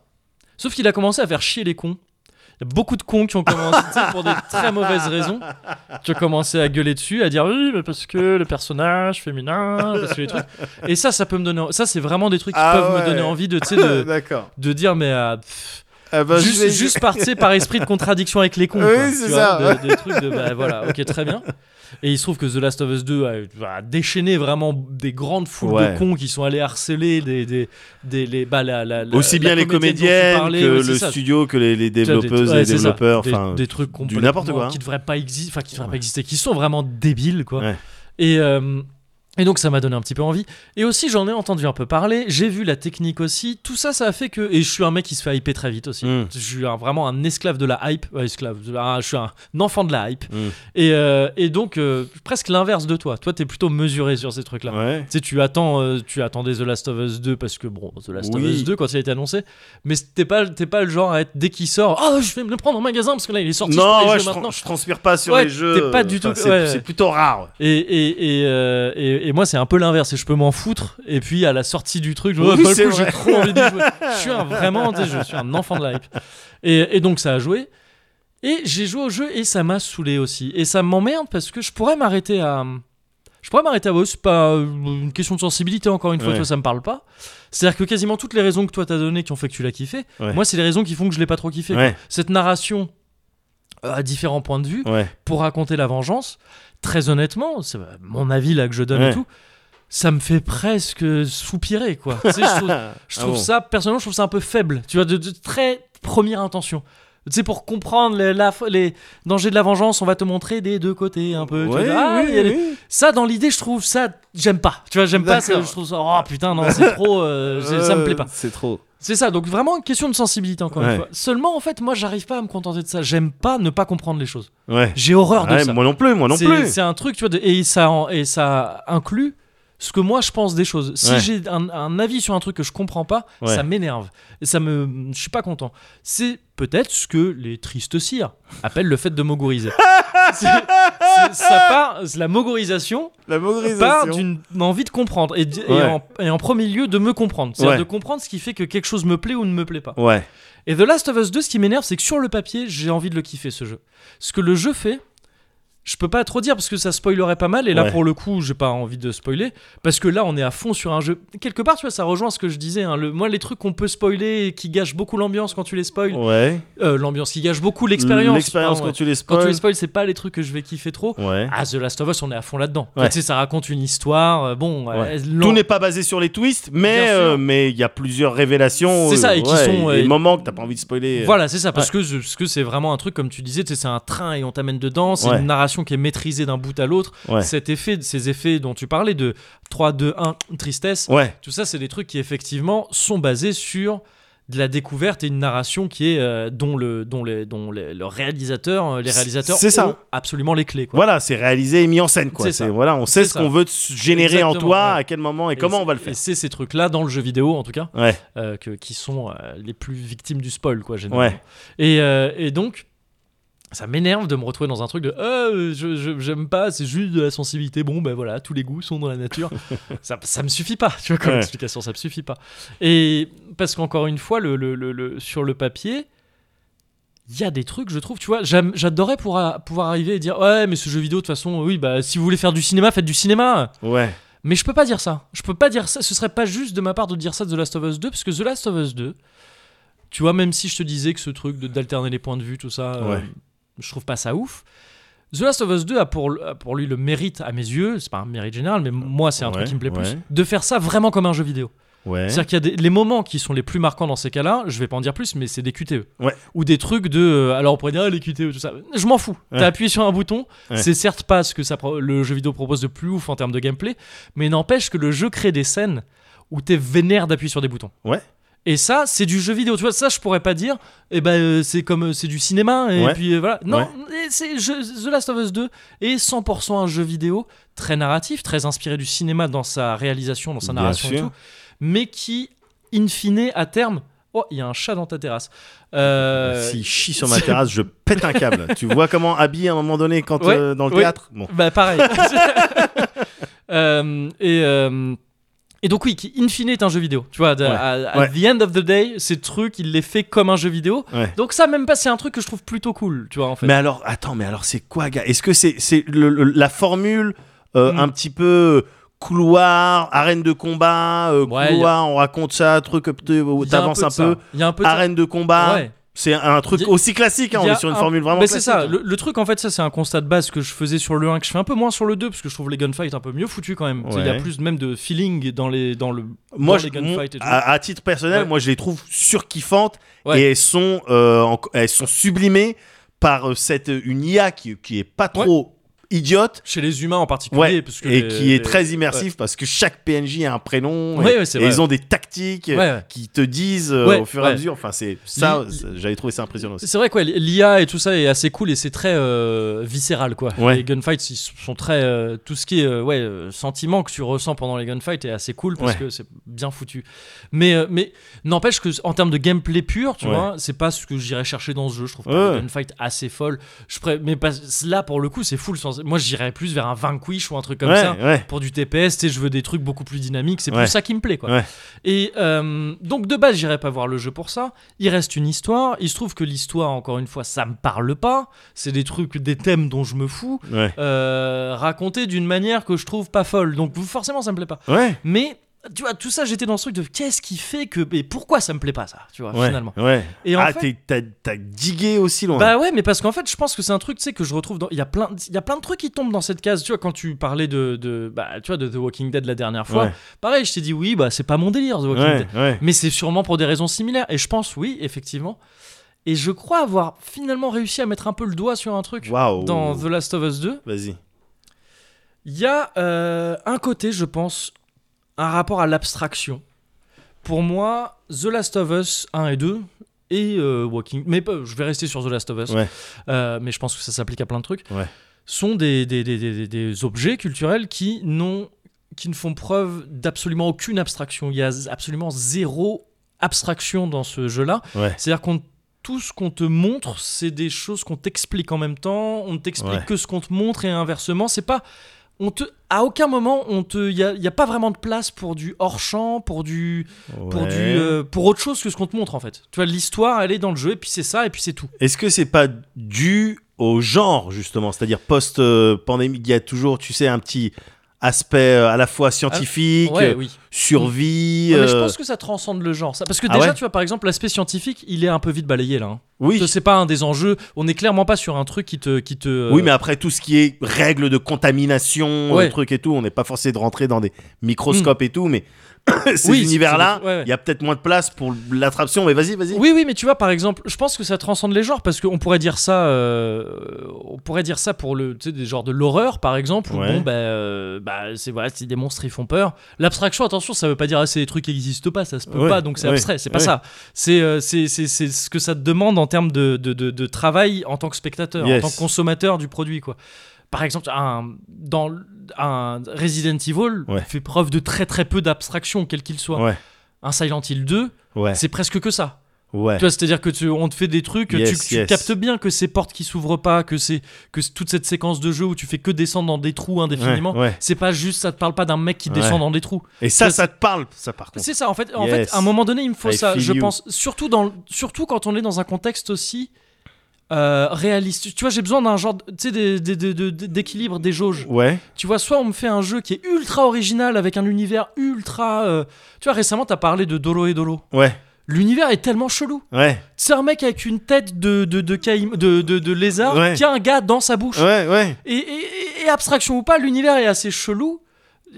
[SPEAKER 1] sauf qu'il a commencé à faire chier les cons il y a beaucoup de cons qui ont commencé tu sais, pour des très mauvaises raisons qui ont commencé à gueuler dessus, à dire oui, mais parce que le personnage féminin, parce que les trucs. Et ça, ça peut me donner. en- Ça, c'est vraiment des trucs qui
[SPEAKER 2] Ah
[SPEAKER 1] peuvent me
[SPEAKER 2] ouais.
[SPEAKER 1] donner envie de, tu sais, de,
[SPEAKER 2] [LAUGHS] D'accord.
[SPEAKER 1] de dire, mais ah, pff,
[SPEAKER 2] Ah bah, je
[SPEAKER 1] juste,
[SPEAKER 2] vais-
[SPEAKER 1] juste par, tu sais, par esprit de contradiction avec les cons.
[SPEAKER 2] [LAUGHS] Oui,
[SPEAKER 1] quoi,
[SPEAKER 2] c'est
[SPEAKER 1] tu vois,
[SPEAKER 2] ça,
[SPEAKER 1] de- Des trucs de, bah voilà, ok, très bien. Et il se trouve que The Last of Us 2 a, a déchaîné vraiment des grandes foules
[SPEAKER 2] Ouais.
[SPEAKER 1] de cons qui sont allés harceler des, des, des- les, bah, la- la- la-
[SPEAKER 2] Aussi
[SPEAKER 1] la
[SPEAKER 2] bien les
[SPEAKER 1] comédienne dont tu
[SPEAKER 2] comédiennes
[SPEAKER 1] parlais,
[SPEAKER 2] que
[SPEAKER 1] ouais, c'est
[SPEAKER 2] le
[SPEAKER 1] ça.
[SPEAKER 2] studio, que les, les
[SPEAKER 1] Tu vois, des-
[SPEAKER 2] développeuses
[SPEAKER 1] ouais,
[SPEAKER 2] et les
[SPEAKER 1] c'est ça.
[SPEAKER 2] développeurs.
[SPEAKER 1] Des-
[SPEAKER 2] Enfin,
[SPEAKER 1] des, trucs complètement
[SPEAKER 2] n'importe quoi, hein.
[SPEAKER 1] qui devraient pas exister, enfin qui devraient
[SPEAKER 2] Ouais.
[SPEAKER 1] pas exister, qui sont vraiment débiles quoi.
[SPEAKER 2] Ouais.
[SPEAKER 1] Et euh, et donc ça m'a donné un petit peu envie. Et aussi j'en ai entendu un peu parler. J'ai vu la technique aussi. Tout ça, ça a fait que et je suis un mec qui se fait hyper très vite aussi.
[SPEAKER 2] Mm.
[SPEAKER 1] Je suis un- vraiment un esclave de la hype, Ouais, esclave. un- je suis un enfant de la hype.
[SPEAKER 2] Mm.
[SPEAKER 1] Et, euh, et donc euh, presque l'inverse de toi. Toi, t'es plutôt mesuré sur ces trucs là.
[SPEAKER 2] ouais.
[SPEAKER 1] Tu sais, tu attends, euh, tu attendais The Last of Us 2 parce que bon, The Last of
[SPEAKER 2] Oui.
[SPEAKER 1] Us 2 quand il a été annoncé, mais t'es pas, t'es pas le genre à être dès qu'il sort, oh je vais me le prendre en magasin parce que là il est sorti. je prends
[SPEAKER 2] Non,
[SPEAKER 1] les
[SPEAKER 2] ouais,
[SPEAKER 1] jeux
[SPEAKER 2] je,
[SPEAKER 1] maintenant.
[SPEAKER 2] trans- je transpire pas sur
[SPEAKER 1] Ouais,
[SPEAKER 2] les jeux.
[SPEAKER 1] t'es pas du
[SPEAKER 2] Enfin,
[SPEAKER 1] tout-
[SPEAKER 2] C'est
[SPEAKER 1] ouais.
[SPEAKER 2] c'est plutôt rare.
[SPEAKER 1] Et, et, et, euh, et- et moi c'est un peu l'inverse et je peux m'en foutre et puis à la sortie du truc je
[SPEAKER 2] Oui,
[SPEAKER 1] vois, bah, le
[SPEAKER 2] c'est
[SPEAKER 1] coup,
[SPEAKER 2] vrai.
[SPEAKER 1] j'ai trop envie d'y
[SPEAKER 2] [LAUGHS]
[SPEAKER 1] jouer je suis un, vraiment tu sais, je suis un enfant de la hype et, et donc ça a joué et j'ai joué au jeu et ça m'a saoulé aussi et ça m'emmerde parce que je pourrais m'arrêter à je pourrais m'arrêter à vous c'est pas euh, une question de sensibilité encore une fois
[SPEAKER 2] Ouais.
[SPEAKER 1] tu vois, ça me parle pas c'est à dire que quasiment toutes les raisons que toi t'as donné qui ont fait que tu l'as kiffé
[SPEAKER 2] Ouais.
[SPEAKER 1] moi c'est les raisons qui font que je l'ai pas trop kiffé
[SPEAKER 2] Ouais,
[SPEAKER 1] cette narration euh, à différents points de vue
[SPEAKER 2] ouais.
[SPEAKER 1] pour raconter la vengeance, très honnêtement, c'est mon avis là que je donne
[SPEAKER 2] Ouais.
[SPEAKER 1] et tout, ça me fait presque soupirer quoi. Tu sais, je
[SPEAKER 2] [LAUGHS]
[SPEAKER 1] trouve, je
[SPEAKER 2] Ah
[SPEAKER 1] trouve
[SPEAKER 2] bon.
[SPEAKER 1] ça, personnellement, je trouve ça un peu faible. Tu vois, de, de très première intention. Tu sais, pour comprendre les, la- les dangers de la vengeance, on va te montrer des deux côtés un peu. tu
[SPEAKER 2] Ouais,
[SPEAKER 1] vois, ah,
[SPEAKER 2] oui,
[SPEAKER 1] il y a des-
[SPEAKER 2] oui.
[SPEAKER 1] Ça, dans l'idée, je trouve ça, j'aime pas. Tu vois, j'aime pas. ça,
[SPEAKER 2] D'accord.
[SPEAKER 1] Je trouve ça, oh putain, non, c'est trop, euh, c'est- ça me plaît pas.
[SPEAKER 2] Euh, C'est trop.
[SPEAKER 1] C'est ça, donc vraiment une question de sensibilité encore
[SPEAKER 2] Ouais.
[SPEAKER 1] une fois. Seulement, en fait, moi, j'arrive pas à me contenter de ça. J'aime pas ne pas comprendre les choses.
[SPEAKER 2] Ouais.
[SPEAKER 1] J'ai horreur de
[SPEAKER 2] Ouais,
[SPEAKER 1] ça.
[SPEAKER 2] Moi non plus, moi non
[SPEAKER 1] C'est-
[SPEAKER 2] plus.
[SPEAKER 1] C'est un truc, tu vois, de- et, ça, en- et ça inclut ce que moi je pense des choses. Si
[SPEAKER 2] Ouais.
[SPEAKER 1] j'ai un, un avis sur un truc que je comprends pas,
[SPEAKER 2] Ouais.
[SPEAKER 1] ça m'énerve. Et ça me. Je suis pas content. C'est peut-être ce que les tristes cires appellent le fait de
[SPEAKER 2] [LAUGHS]
[SPEAKER 1] mogouriser. C'est- c'est- ça part, la mogorisation
[SPEAKER 2] La
[SPEAKER 1] part d'une envie de comprendre et, d- et
[SPEAKER 2] Ouais.
[SPEAKER 1] en, et en premier lieu de me comprendre. C'est-à-dire
[SPEAKER 2] Ouais.
[SPEAKER 1] de comprendre ce qui fait que quelque chose me plaît ou ne me plaît pas.
[SPEAKER 2] Ouais.
[SPEAKER 1] Et The Last of Us 2, ce qui m'énerve, c'est que sur le papier, j'ai envie de le kiffer ce jeu. Ce que le jeu fait, je peux pas trop dire parce que ça spoilerait pas mal. Et là,
[SPEAKER 2] Ouais.
[SPEAKER 1] pour le coup, j'ai pas envie de spoiler parce que là, on est à fond sur un jeu. Quelque part, tu vois, ça rejoint ce que je disais. hein, le- moi, les trucs qu'on peut spoiler et qui gâchent beaucoup l'ambiance quand tu les spoil,
[SPEAKER 2] Ouais.
[SPEAKER 1] euh, l'ambiance qui gâche beaucoup l'expérience.
[SPEAKER 2] L'expérience
[SPEAKER 1] pardon,
[SPEAKER 2] quand tu les
[SPEAKER 1] ouais. Quand tu
[SPEAKER 2] spoil.
[SPEAKER 1] les spoil, c'est pas les trucs que je vais kiffer trop.
[SPEAKER 2] Ouais.
[SPEAKER 1] Ah, The Last of Us, on est à fond là-dedans.
[SPEAKER 2] Ouais.
[SPEAKER 1] Tu sais, ça raconte une histoire. euh, Bon,
[SPEAKER 2] Ouais.
[SPEAKER 1] euh,
[SPEAKER 2] Tout
[SPEAKER 1] l'en-
[SPEAKER 2] n'est pas basé sur les twists, mais
[SPEAKER 1] Bien sûr.
[SPEAKER 2] euh, mais il y a plusieurs révélations.
[SPEAKER 1] C'est ça,
[SPEAKER 2] euh,
[SPEAKER 1] et qui
[SPEAKER 2] ouais,
[SPEAKER 1] sont,
[SPEAKER 2] des
[SPEAKER 1] euh,
[SPEAKER 2] moments que t'as pas envie de spoiler. euh.
[SPEAKER 1] Voilà, c'est ça, parce que je- parce que c'est vraiment un truc, comme tu disais, tu sais, c'est un train et on t'amène dedans, c'est
[SPEAKER 2] Ouais.
[SPEAKER 1] une narration qui est maîtrisée d'un bout à l'autre.
[SPEAKER 2] Ouais.
[SPEAKER 1] Cet effet, ces effets dont tu parlais de 3, 2, 1, tristesse,
[SPEAKER 2] Ouais.
[SPEAKER 1] tout ça, c'est des trucs qui effectivement sont basés sur de la découverte et une narration qui est euh, dont le dont les dont les, le réalisateur euh, les
[SPEAKER 2] C'est-
[SPEAKER 1] réalisateurs
[SPEAKER 2] c'est ça.
[SPEAKER 1] ont absolument les clés quoi.
[SPEAKER 2] Voilà, c'est réalisé et mis en scène, quoi.
[SPEAKER 1] C'est
[SPEAKER 2] C'est
[SPEAKER 1] ça.
[SPEAKER 2] voilà, on sait
[SPEAKER 1] C'est
[SPEAKER 2] ce
[SPEAKER 1] ça.
[SPEAKER 2] qu'on veut te s- générer en
[SPEAKER 1] Exactement,
[SPEAKER 2] toi,
[SPEAKER 1] ouais.
[SPEAKER 2] à quel moment et,
[SPEAKER 1] Et
[SPEAKER 2] comment
[SPEAKER 1] c'est-
[SPEAKER 2] on va le
[SPEAKER 1] Et
[SPEAKER 2] faire.
[SPEAKER 1] c'est ces trucs là dans le jeu vidéo en tout cas
[SPEAKER 2] Ouais,
[SPEAKER 1] euh, que, qui sont euh, les plus victimes du spoil, quoi, généralement.
[SPEAKER 2] ouais,
[SPEAKER 1] Et, euh, et donc, ça m'énerve de me retrouver dans un truc de euh, je, je- j'aime pas, c'est juste de la sensibilité. Bon, ben voilà, tous les goûts sont dans la nature. ça, ça me suffit pas, tu vois, comme
[SPEAKER 2] Ouais.
[SPEAKER 1] explication, ça me suffit pas. Et parce qu'encore une fois, le, le- le- le- sur le papier, il y a des trucs, je trouve, tu vois, j'aime- j'adorais pour a- pouvoir arriver et dire ouais, mais ce jeu vidéo, de toute façon, oui, bah si vous voulez faire du cinéma, faites du cinéma.
[SPEAKER 2] ouais.
[SPEAKER 1] Mais je peux pas dire ça. Je peux pas dire ça. Ce serait pas juste de ma part de dire ça de The Last of Us 2, parce que The Last of Us 2, tu vois, même si je te disais que ce truc de- d'alterner les points de vue, tout ça, euh,
[SPEAKER 2] Ouais.
[SPEAKER 1] je trouve pas ça ouf. The Last of Us 2 a pour, a pour lui le mérite, à mes yeux, c'est pas un mérite général, mais moi c'est un
[SPEAKER 2] Ouais,
[SPEAKER 1] truc qui me plaît
[SPEAKER 2] ouais.
[SPEAKER 1] plus, de faire ça vraiment comme un jeu vidéo.
[SPEAKER 2] Ouais.
[SPEAKER 1] C'est-à-dire qu'il y a des, les moments qui sont les plus marquants dans ces cas-là, je vais pas en dire plus, mais c'est des QTE.
[SPEAKER 2] Ouais.
[SPEAKER 1] Ou des trucs de. euh, Alors on pourrait dire ah, les QTE, tout ça. Je m'en fous.
[SPEAKER 2] Ouais.
[SPEAKER 1] T'as appuyé sur un bouton,
[SPEAKER 2] Ouais.
[SPEAKER 1] c'est certes pas ce que ça, pro- le jeu vidéo propose de plus ouf en termes de gameplay, mais n'empêche que le jeu crée des scènes où t'es vénère d'appuyer sur des boutons.
[SPEAKER 2] Ouais.
[SPEAKER 1] Et ça, c'est du jeu vidéo. Tu vois, ça, je pourrais pas dire, eh ben, euh, c'est comme euh, c'est du cinéma, et
[SPEAKER 2] Ouais.
[SPEAKER 1] puis euh, voilà. Non,
[SPEAKER 2] Ouais.
[SPEAKER 1] et c'est je- The Last of Us 2 est 100% un jeu vidéo très narratif, très inspiré du cinéma dans sa réalisation, dans sa
[SPEAKER 2] Bien
[SPEAKER 1] narration et
[SPEAKER 2] sûr.
[SPEAKER 1] tout, mais qui, in fine, à terme. Oh, il y a un chat dans ta terrasse. Euh,
[SPEAKER 2] Ah, S'il chie sur ma terrasse, je pète
[SPEAKER 1] [LAUGHS]
[SPEAKER 2] un câble. tu vois comment habille à un moment donné quand
[SPEAKER 1] Ouais,
[SPEAKER 2] euh, dans le
[SPEAKER 1] ouais.
[SPEAKER 2] théâtre Bon.
[SPEAKER 1] Bah, pareil. [LAUGHS] Euh, et. euh, et donc oui, qui in fine est un jeu vidéo. Tu vois, de-
[SPEAKER 2] Ouais.
[SPEAKER 1] à- at
[SPEAKER 2] Ouais.
[SPEAKER 1] the end of the day, ces trucs, il les fait comme un jeu vidéo.
[SPEAKER 2] Ouais.
[SPEAKER 1] Donc ça, même pas, c'est un truc que je trouve plutôt cool, tu vois, en fait.
[SPEAKER 2] Mais alors, attends, mais alors c'est quoi, gars Est-ce que c'est c'est le- le- la formule euh,
[SPEAKER 1] Hmm.
[SPEAKER 2] un petit peu couloir, arène de combat, euh,
[SPEAKER 1] Ouais,
[SPEAKER 2] couloir, on raconte ça, truc, euh,
[SPEAKER 1] Il y a
[SPEAKER 2] t'avances un peu,
[SPEAKER 1] de ça. Il y a un peu de ça.
[SPEAKER 2] arène de combat,
[SPEAKER 1] Ouais.
[SPEAKER 2] C'est un truc
[SPEAKER 1] Y-
[SPEAKER 2] aussi classique, hein,
[SPEAKER 1] y
[SPEAKER 2] on
[SPEAKER 1] a
[SPEAKER 2] est sur une
[SPEAKER 1] un-
[SPEAKER 2] formule vraiment
[SPEAKER 1] Mais c'est
[SPEAKER 2] classique. hein.
[SPEAKER 1] ça, le, le truc en fait, ça c'est un constat de base que je faisais sur le 1, que je fais un peu moins sur le 2, parce que je trouve les gunfights un peu mieux foutus quand même. Tu sais, Il y a
[SPEAKER 2] Ouais.
[SPEAKER 1] plus même de feeling dans, les, dans le.
[SPEAKER 2] Moi,
[SPEAKER 1] dans
[SPEAKER 2] je-
[SPEAKER 1] les gunfights et tout.
[SPEAKER 2] à, à titre personnel,
[SPEAKER 1] Ouais.
[SPEAKER 2] moi je les trouve surkiffantes
[SPEAKER 1] Ouais.
[SPEAKER 2] et elles sont, euh, en- elles sont sublimées par euh, cette, une IA qui, qui est pas
[SPEAKER 1] Ouais.
[SPEAKER 2] trop idiote
[SPEAKER 1] Chez les humains en particulier.
[SPEAKER 2] ouais,
[SPEAKER 1] parce que
[SPEAKER 2] et
[SPEAKER 1] les-
[SPEAKER 2] qui
[SPEAKER 1] les-
[SPEAKER 2] est très immersif parce que chaque PNJ a un prénom
[SPEAKER 1] Ouais,
[SPEAKER 2] et,
[SPEAKER 1] ouais, c'est
[SPEAKER 2] et
[SPEAKER 1] vrai.
[SPEAKER 2] ils ont des tactiques
[SPEAKER 1] Ouais, ouais.
[SPEAKER 2] qui te disent euh,
[SPEAKER 1] Ouais,
[SPEAKER 2] au fur et
[SPEAKER 1] ouais.
[SPEAKER 2] à mesure. Enfin, c'est ça,
[SPEAKER 1] Li-
[SPEAKER 2] c'est- j'avais trouvé ça impressionnant aussi.
[SPEAKER 1] C'est vrai quoi, l'IA et tout ça est assez cool et c'est très euh, viscéral quoi.
[SPEAKER 2] Ouais.
[SPEAKER 1] Les gunfights ils sont très euh, tout ce qui est euh, ouais euh, sentiment que tu ressens pendant les gunfights est assez cool parce
[SPEAKER 2] Ouais.
[SPEAKER 1] que c'est bien foutu. Mais euh, mais n'empêche que en termes de gameplay pur, tu
[SPEAKER 2] Ouais.
[SPEAKER 1] vois, c'est pas ce que j'irais chercher dans ce jeu. Je trouve
[SPEAKER 2] Ouais.
[SPEAKER 1] pas les gunfights assez folle. Je pré- mais pas, là pour le coup c'est full. Sans... Moi j'irais plus vers un vanquish ou un truc comme
[SPEAKER 2] ouais,
[SPEAKER 1] ça
[SPEAKER 2] ouais.
[SPEAKER 1] pour du TPS, tu sais, je veux des trucs beaucoup plus dynamiques, c'est
[SPEAKER 2] Ouais.
[SPEAKER 1] plus ça qui me plaît quoi.
[SPEAKER 2] Ouais.
[SPEAKER 1] Et euh, donc de base, j'irai pas voir le jeu pour ça. Il reste une histoire, il se trouve que l'histoire encore une fois, ça me parle pas, c'est des trucs des thèmes dont je me fous,
[SPEAKER 2] Ouais.
[SPEAKER 1] euh, racontés d'une manière que je trouve pas folle. Donc forcément ça me plaît pas.
[SPEAKER 2] Ouais.
[SPEAKER 1] Mais tu vois, tout ça, j'étais dans ce truc de qu'est-ce qui fait que et pourquoi ça me plaît pas ça, tu vois,
[SPEAKER 2] Ouais.
[SPEAKER 1] finalement.
[SPEAKER 2] Ouais.
[SPEAKER 1] Et en
[SPEAKER 2] ah,
[SPEAKER 1] fait-
[SPEAKER 2] t'es- t'as t'as digué aussi loin.
[SPEAKER 1] Bah ouais, mais parce qu'en fait, je pense que c'est un truc, tu sais, que je retrouve dans. Il y a plein, il y a plein de trucs qui tombent dans cette case. Tu vois, quand tu parlais de, de, bah, tu vois, de The Walking Dead la dernière fois,
[SPEAKER 2] Ouais.
[SPEAKER 1] pareil, je t'ai dit oui, bah c'est pas mon délire The Walking
[SPEAKER 2] ouais,
[SPEAKER 1] Dead,
[SPEAKER 2] ouais.
[SPEAKER 1] mais c'est sûrement pour des raisons similaires. Et je pense oui, effectivement. Et je crois avoir finalement réussi à mettre un peu le doigt sur un truc
[SPEAKER 2] Waouh.
[SPEAKER 1] dans The Last of Us 2.
[SPEAKER 2] Vas-y.
[SPEAKER 1] Il y a euh, un côté, je pense, un rapport à l'abstraction. Pour moi, The Last of Us 1 et 2 et euh, Walking, mais pas- je vais rester sur The Last of Us,
[SPEAKER 2] Ouais.
[SPEAKER 1] Euh, mais je pense que ça s'applique à plein de trucs,
[SPEAKER 2] Ouais.
[SPEAKER 1] sont des, des, des- des- des objets culturels qui, n'ont- qui ne font preuve d'absolument aucune abstraction. Il y a z- absolument zéro abstraction dans ce jeu-là.
[SPEAKER 2] Ouais.
[SPEAKER 1] C'est-à-dire qu'on tout ce qu'on te montre, c'est des choses qu'on t'explique en même temps. On ne t'explique
[SPEAKER 2] Ouais.
[SPEAKER 1] que ce qu'on te montre et inversement. C'est pas, on te, à aucun moment, on te, il y a, y a pas vraiment de place pour du hors champ, pour du, pour
[SPEAKER 2] Ouais.
[SPEAKER 1] du, euh, pour autre chose que ce qu'on te montre en fait. Tu vois, l'histoire, elle est dans le jeu et puis c'est ça et puis c'est tout.
[SPEAKER 2] Est-ce que c'est pas dû au genre justement, c'est-à-dire post-pandémie, il y a toujours, tu sais, un petit aspect euh, à la fois scientifique,
[SPEAKER 1] Ah, Ouais,
[SPEAKER 2] euh,
[SPEAKER 1] oui.
[SPEAKER 2] survie.
[SPEAKER 1] Ouais, mais je
[SPEAKER 2] euh,
[SPEAKER 1] pense que ça transcende le genre. Ça. Parce que
[SPEAKER 2] Ah
[SPEAKER 1] déjà,
[SPEAKER 2] ouais
[SPEAKER 1] tu vois, par exemple, l'aspect scientifique, il est un peu vite balayé là. hein.
[SPEAKER 2] Oui.
[SPEAKER 1] C'est pas un des enjeux. On est clairement pas sur un truc qui te, qui te. euh,
[SPEAKER 2] Oui, mais après tout ce qui est règles de contamination,
[SPEAKER 1] Ouais. Hmm.
[SPEAKER 2] euh, truc et tout, on n'est pas forcé de rentrer dans des microscopes et tout, mais [COUGHS] ces
[SPEAKER 1] Oui,
[SPEAKER 2] univers-là,
[SPEAKER 1] c'est-
[SPEAKER 2] il
[SPEAKER 1] ouais, ouais.
[SPEAKER 2] y a peut-être moins de place pour l'attraction. Mais vas-y, vas-y.
[SPEAKER 1] Oui, oui, mais tu vois, par exemple, je pense que ça transcende les genres parce qu'on pourrait dire ça, euh, on pourrait dire ça pour le, tu sais, des genres de l'horreur, par exemple. Où,
[SPEAKER 2] Ouais.
[SPEAKER 1] bon, bah, euh, bah, c'est voilà, si des monstres ils font peur. L'abstraction, attention, ça veut pas dire ah, c'est des trucs qui existent pas, ça se peut
[SPEAKER 2] Ouais,
[SPEAKER 1] pas, donc c'est
[SPEAKER 2] ouais,
[SPEAKER 1] abstrait. C'est pas
[SPEAKER 2] ouais.
[SPEAKER 1] ça. C'est, euh, c'est, c'est, c'est ce que ça te demande en termes de, de, de, de travail en tant que spectateur,
[SPEAKER 2] Yes.
[SPEAKER 1] en tant que consommateur du produit, quoi. Par exemple, un, dans l- un Resident Evil
[SPEAKER 2] Ouais.
[SPEAKER 1] fait preuve de très très peu d'abstraction, quel qu'il soit.
[SPEAKER 2] Ouais,
[SPEAKER 1] Un Silent Hill 2,
[SPEAKER 2] ouais,
[SPEAKER 1] c'est presque que ça.
[SPEAKER 2] ouais.
[SPEAKER 1] Tu vois, c'est-à-dire que tu- on te fait des trucs, tu-
[SPEAKER 2] Yes,
[SPEAKER 1] tu,
[SPEAKER 2] yes.
[SPEAKER 1] captes bien que ces portes qui s'ouvrent pas, que c'est que c'est toute cette séquence de jeu où tu fais que descendre dans des trous indéfiniment.
[SPEAKER 2] Ouais, ouais.
[SPEAKER 1] C'est pas juste, ça te parle pas d'un mec qui
[SPEAKER 2] Ouais.
[SPEAKER 1] descend dans des trous.
[SPEAKER 2] Et ça,
[SPEAKER 1] Ça,
[SPEAKER 2] ça te parle, ça par contre.
[SPEAKER 1] C'est ça, en fait. En
[SPEAKER 2] Yes.
[SPEAKER 1] fait, à un moment donné, il me faut
[SPEAKER 2] I
[SPEAKER 1] ça.
[SPEAKER 2] feel
[SPEAKER 1] Je
[SPEAKER 2] you.
[SPEAKER 1] pense surtout dans, surtout quand on est dans un contexte aussi euh, réaliste. Tu vois, j'ai besoin d'un genre, de- tu sais, des- des- des- des- d'équilibre des jauges.
[SPEAKER 2] Ouais,
[SPEAKER 1] Tu vois, soit on me fait un jeu qui est ultra original avec un univers ultra. euh, Tu vois, récemment, t'as parlé de Dolo et Dolo.
[SPEAKER 2] ouais,
[SPEAKER 1] L'univers est tellement chelou.
[SPEAKER 2] ouais,
[SPEAKER 1] C'est un mec avec une tête de, de, de, caïm- de, de- de lézard
[SPEAKER 2] Ouais.
[SPEAKER 1] qui a un gars dans sa bouche.
[SPEAKER 2] ouais, ouais.
[SPEAKER 1] Et, et- et abstraction ou pas, l'univers est assez chelou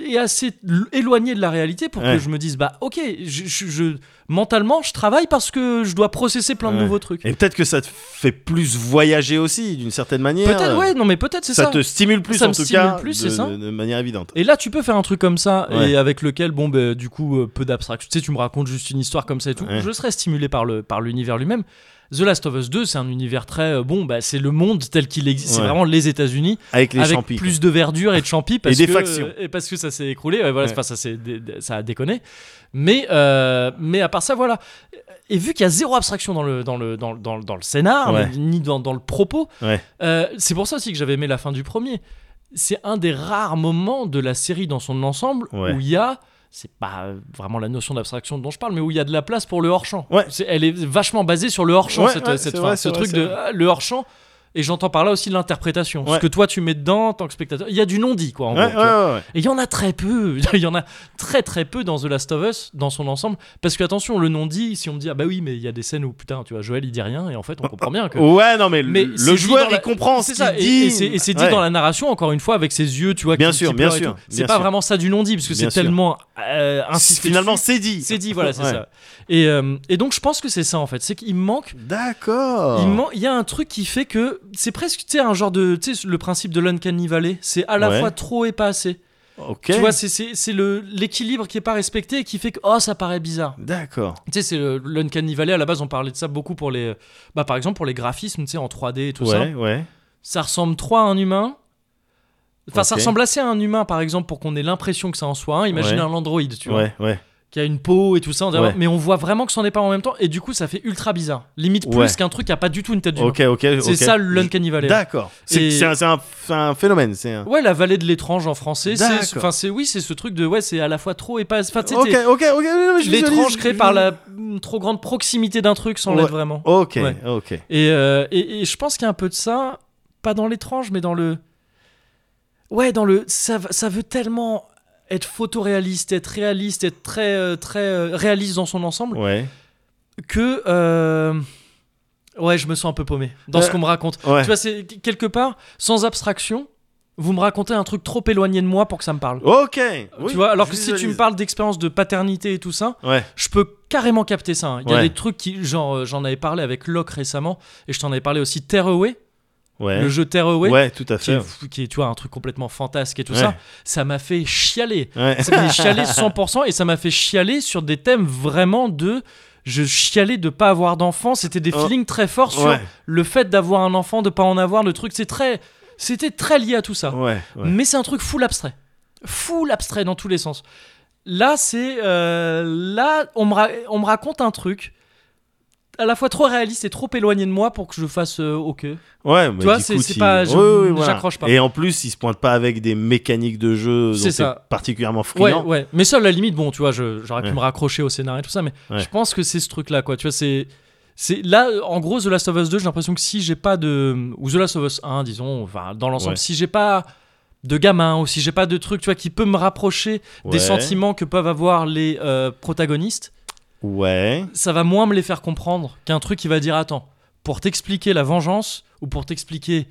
[SPEAKER 1] et assez l- éloigné de la réalité pour
[SPEAKER 2] Ouais.
[SPEAKER 1] que je me dise, bah ok, je, je- je- mentalement, je travaille parce que je dois processer plein de
[SPEAKER 2] Ouais.
[SPEAKER 1] nouveaux trucs.
[SPEAKER 2] Et peut-être que ça te fait plus voyager aussi, d'une certaine manière.
[SPEAKER 1] Peut-être, ouais, non mais peut-être c'est ça.
[SPEAKER 2] euh, ça, te stimule plus
[SPEAKER 1] Ça
[SPEAKER 2] en
[SPEAKER 1] me
[SPEAKER 2] tout
[SPEAKER 1] stimule
[SPEAKER 2] cas,
[SPEAKER 1] plus,
[SPEAKER 2] de,
[SPEAKER 1] c'est ça
[SPEAKER 2] de- de manière évidente.
[SPEAKER 1] Et là, tu peux faire un truc comme ça
[SPEAKER 2] Ouais.
[SPEAKER 1] et avec lequel, bon, bah, du coup, euh, peu d'abstraction. Tu sais, tu me racontes juste une histoire comme ça et tout.
[SPEAKER 2] Ouais.
[SPEAKER 1] Je serais stimulé par le par l'univers lui-même. The Last of Us 2, c'est un univers très euh, bon. Bah, c'est le monde tel qu'il existe. C'est
[SPEAKER 2] Ouais.
[SPEAKER 1] vraiment les États-Unis.
[SPEAKER 2] Avec les
[SPEAKER 1] avec
[SPEAKER 2] champis.
[SPEAKER 1] plus de verdure et de champis parce
[SPEAKER 2] des
[SPEAKER 1] que
[SPEAKER 2] factions.
[SPEAKER 1] et parce que ça s'est écroulé ouais, voilà
[SPEAKER 2] Ouais.
[SPEAKER 1] enfin, ça s'est dé- dé- ça a déconné mais euh, mais à part ça voilà et vu qu'il y a zéro abstraction dans le dans le dans, le- dans, le- dans le scénar
[SPEAKER 2] Ouais.
[SPEAKER 1] mais ni dans, dans le propos
[SPEAKER 2] Ouais.
[SPEAKER 1] euh, c'est pour ça aussi que j'avais aimé la fin du premier c'est un des rares moments de la série dans son ensemble
[SPEAKER 2] Ouais.
[SPEAKER 1] où il y a c'est pas euh, vraiment la notion d'abstraction dont je parle, mais où il y a de la place pour le hors champ.
[SPEAKER 2] Ouais.
[SPEAKER 1] Elle est vachement basée sur le hors champ,
[SPEAKER 2] Ouais,
[SPEAKER 1] cette,
[SPEAKER 2] ouais,
[SPEAKER 1] cette
[SPEAKER 2] c'est
[SPEAKER 1] fin.
[SPEAKER 2] vrai,
[SPEAKER 1] ce
[SPEAKER 2] c'est vrai,
[SPEAKER 1] truc
[SPEAKER 2] c'est
[SPEAKER 1] de
[SPEAKER 2] vrai.
[SPEAKER 1] ah, le hors champ Et j'entends par là aussi l'interprétation.
[SPEAKER 2] Ouais.
[SPEAKER 1] Ce que toi tu mets dedans en tant que spectateur. Il y a du non-dit quoi en
[SPEAKER 2] Ouais,
[SPEAKER 1] gros, tu
[SPEAKER 2] ouais,
[SPEAKER 1] vois.
[SPEAKER 2] ouais, ouais.
[SPEAKER 1] Et il y en a très peu. [LAUGHS] Il y en a très très peu dans The Last of Us, dans son ensemble. Parce que attention, le non-dit, si on me dit, ah bah oui, mais il y a des scènes où putain, tu vois, Joël il dit rien, et en fait on comprend bien que.
[SPEAKER 2] Ouais, non, mais,
[SPEAKER 1] Mais
[SPEAKER 2] le,
[SPEAKER 1] c'est dit
[SPEAKER 2] joueur,
[SPEAKER 1] dans la-
[SPEAKER 2] il comprend
[SPEAKER 1] C'est
[SPEAKER 2] ce
[SPEAKER 1] ça,
[SPEAKER 2] qu'il
[SPEAKER 1] et,
[SPEAKER 2] dit.
[SPEAKER 1] et c'est, et c'est dit
[SPEAKER 2] Ouais.
[SPEAKER 1] dans la narration, encore une fois, avec ses yeux, tu vois,
[SPEAKER 2] Bien
[SPEAKER 1] qui-
[SPEAKER 2] sûr,
[SPEAKER 1] qui pleurent
[SPEAKER 2] bien
[SPEAKER 1] et
[SPEAKER 2] sûr,
[SPEAKER 1] tout. C'est
[SPEAKER 2] bien
[SPEAKER 1] pas
[SPEAKER 2] sûr.
[SPEAKER 1] vraiment ça du non-dit, parce que
[SPEAKER 2] Bien
[SPEAKER 1] c'est
[SPEAKER 2] sûr.
[SPEAKER 1] tellement euh, insidieux.
[SPEAKER 2] Finalement, c'est dit.
[SPEAKER 1] c'est dit, voilà, c'est
[SPEAKER 2] Ouais.
[SPEAKER 1] ça. Et, euh, et donc je pense que c'est ça en fait, c'est qu'il manque
[SPEAKER 2] D'accord.
[SPEAKER 1] il man- il y a un truc qui fait que c'est presque tu sais un genre de tu sais le principe de l'uncanny valley, c'est à la
[SPEAKER 2] Ouais.
[SPEAKER 1] fois trop et pas assez.
[SPEAKER 2] Ok.
[SPEAKER 1] Tu vois, c'est- c'est c'est le l'équilibre qui est pas respecté et qui fait que oh ça paraît bizarre.
[SPEAKER 2] D'accord.
[SPEAKER 1] Tu sais c'est le- l'uncanny valley à la base on parlait de ça beaucoup pour les bah par exemple pour les graphismes tu sais en 3D et tout ça.
[SPEAKER 2] Ouais, ouais.
[SPEAKER 1] Ça ressemble trop à un humain. Enfin, ça
[SPEAKER 2] Ok.
[SPEAKER 1] ressemble assez à un humain, par exemple, pour qu'on ait l'impression que ça en soit un. Imagine
[SPEAKER 2] Ouais.
[SPEAKER 1] un androïde, tu vois,
[SPEAKER 2] ouais, ouais.
[SPEAKER 1] qui a une peau et tout ça. on dirait-
[SPEAKER 2] Ouais.
[SPEAKER 1] Mais on voit vraiment que c'en est pas en même temps. Et du coup, ça fait ultra bizarre. Limite plus
[SPEAKER 2] Ouais.
[SPEAKER 1] qu'un truc qui a pas du tout une tête d'humain.
[SPEAKER 2] Ok, ok.
[SPEAKER 1] C'est ça l'Uncanny Valley.
[SPEAKER 2] D'accord. C'est
[SPEAKER 1] Et-
[SPEAKER 2] c'est un, c'est un- c'est un phénomène. C'est un.
[SPEAKER 1] Ouais, la vallée de l'étrange en français. c'est-
[SPEAKER 2] D'accord.
[SPEAKER 1] Enfin, c'est oui, c'est ce truc de ouais, c'est à la fois trop et pas. Enfin, tu sais,
[SPEAKER 2] Ok,
[SPEAKER 1] t'es-
[SPEAKER 2] ok, ok. non, mais je
[SPEAKER 1] l'étrange
[SPEAKER 2] visualise,
[SPEAKER 1] créé
[SPEAKER 2] je-
[SPEAKER 1] par la mm, trop grande proximité d'un truc sans
[SPEAKER 2] Ouais.
[SPEAKER 1] l'être vraiment.
[SPEAKER 2] Ok,
[SPEAKER 1] Ouais.
[SPEAKER 2] ok.
[SPEAKER 1] Et, euh, et, et je pense qu'il y a un peu de ça, pas dans l'étrange, mais dans le. Ouais, dans le. Ça, v- ça veut tellement être photoréaliste, être réaliste, être très, euh, très euh, réaliste dans son ensemble,
[SPEAKER 2] Ouais.
[SPEAKER 1] que. euh, Ouais, je me sens un peu paumé dans ce
[SPEAKER 2] Euh,
[SPEAKER 1] qu'on me raconte.
[SPEAKER 2] Ouais.
[SPEAKER 1] Tu vois, c'est quelque part, sans abstraction, vous me racontez un truc trop éloigné de moi pour que ça me parle.
[SPEAKER 2] Ok. oui,
[SPEAKER 1] tu vois, alors
[SPEAKER 2] je
[SPEAKER 1] que si tu me
[SPEAKER 2] visualise.
[SPEAKER 1] parles d'expérience de paternité et tout ça,
[SPEAKER 2] Ouais.
[SPEAKER 1] je peux carrément capter ça. hein. Il y a
[SPEAKER 2] Ouais.
[SPEAKER 1] des trucs qui, genre, euh, j'en avais parlé avec Locke récemment, et je t'en avais parlé aussi Tearaway,
[SPEAKER 2] Ouais.
[SPEAKER 1] le jeu Tearaway,
[SPEAKER 2] ouais. tout à
[SPEAKER 1] qui,
[SPEAKER 2] fait.
[SPEAKER 1] est, qui est, tu vois, un truc complètement fantasque et tout
[SPEAKER 2] Ouais.
[SPEAKER 1] ça. Ça m'a fait chialer.
[SPEAKER 2] Ouais.
[SPEAKER 1] Ça m'a
[SPEAKER 2] [LAUGHS]
[SPEAKER 1] chialer 100% et ça m'a fait chialer sur des thèmes vraiment de. Je chialais de pas avoir d'enfant. C'était des
[SPEAKER 2] Oh.
[SPEAKER 1] feelings très forts sur
[SPEAKER 2] Ouais.
[SPEAKER 1] le fait d'avoir un enfant, de pas en avoir, le truc. C'est très, c'était très lié à tout ça.
[SPEAKER 2] Ouais. ouais.
[SPEAKER 1] Mais c'est un truc full abstrait. Full abstrait dans tous les sens. Là, c'est. euh, là, on me, ra- on me raconte un truc à la fois trop réaliste et trop éloigné de moi pour que je fasse euh, OK.
[SPEAKER 2] Ouais, mais
[SPEAKER 1] vois,
[SPEAKER 2] du
[SPEAKER 1] c'est-
[SPEAKER 2] coup,
[SPEAKER 1] c'est
[SPEAKER 2] tu-
[SPEAKER 1] pas- je-
[SPEAKER 2] Ouais, ouais, voilà.
[SPEAKER 1] j'accroche pas.
[SPEAKER 2] Et en plus, ils se pointent pas avec des mécaniques de jeu dont
[SPEAKER 1] C'est
[SPEAKER 2] t'es
[SPEAKER 1] ça.
[SPEAKER 2] particulièrement
[SPEAKER 1] Ouais,
[SPEAKER 2] friand.
[SPEAKER 1] ouais. Mais ça, à la limite, bon, tu vois, je- j'aurais pu
[SPEAKER 2] Ouais.
[SPEAKER 1] me raccrocher au scénario et tout ça, mais
[SPEAKER 2] Ouais.
[SPEAKER 1] je pense que c'est ce truc-là, quoi. Tu vois, c'est. C'est, là, en gros, The Last of Us 2, j'ai l'impression que si j'ai pas de. Ou The Last of Us 1, disons, enfin, dans l'ensemble,
[SPEAKER 2] Ouais.
[SPEAKER 1] si j'ai pas de gamin ou si j'ai pas de truc, tu vois, qui peut me rapprocher
[SPEAKER 2] Ouais.
[SPEAKER 1] des sentiments que peuvent avoir les euh, protagonistes,
[SPEAKER 2] Ouais.
[SPEAKER 1] ça va moins me les faire comprendre qu'un truc qui va dire attends, pour t'expliquer la vengeance ou pour t'expliquer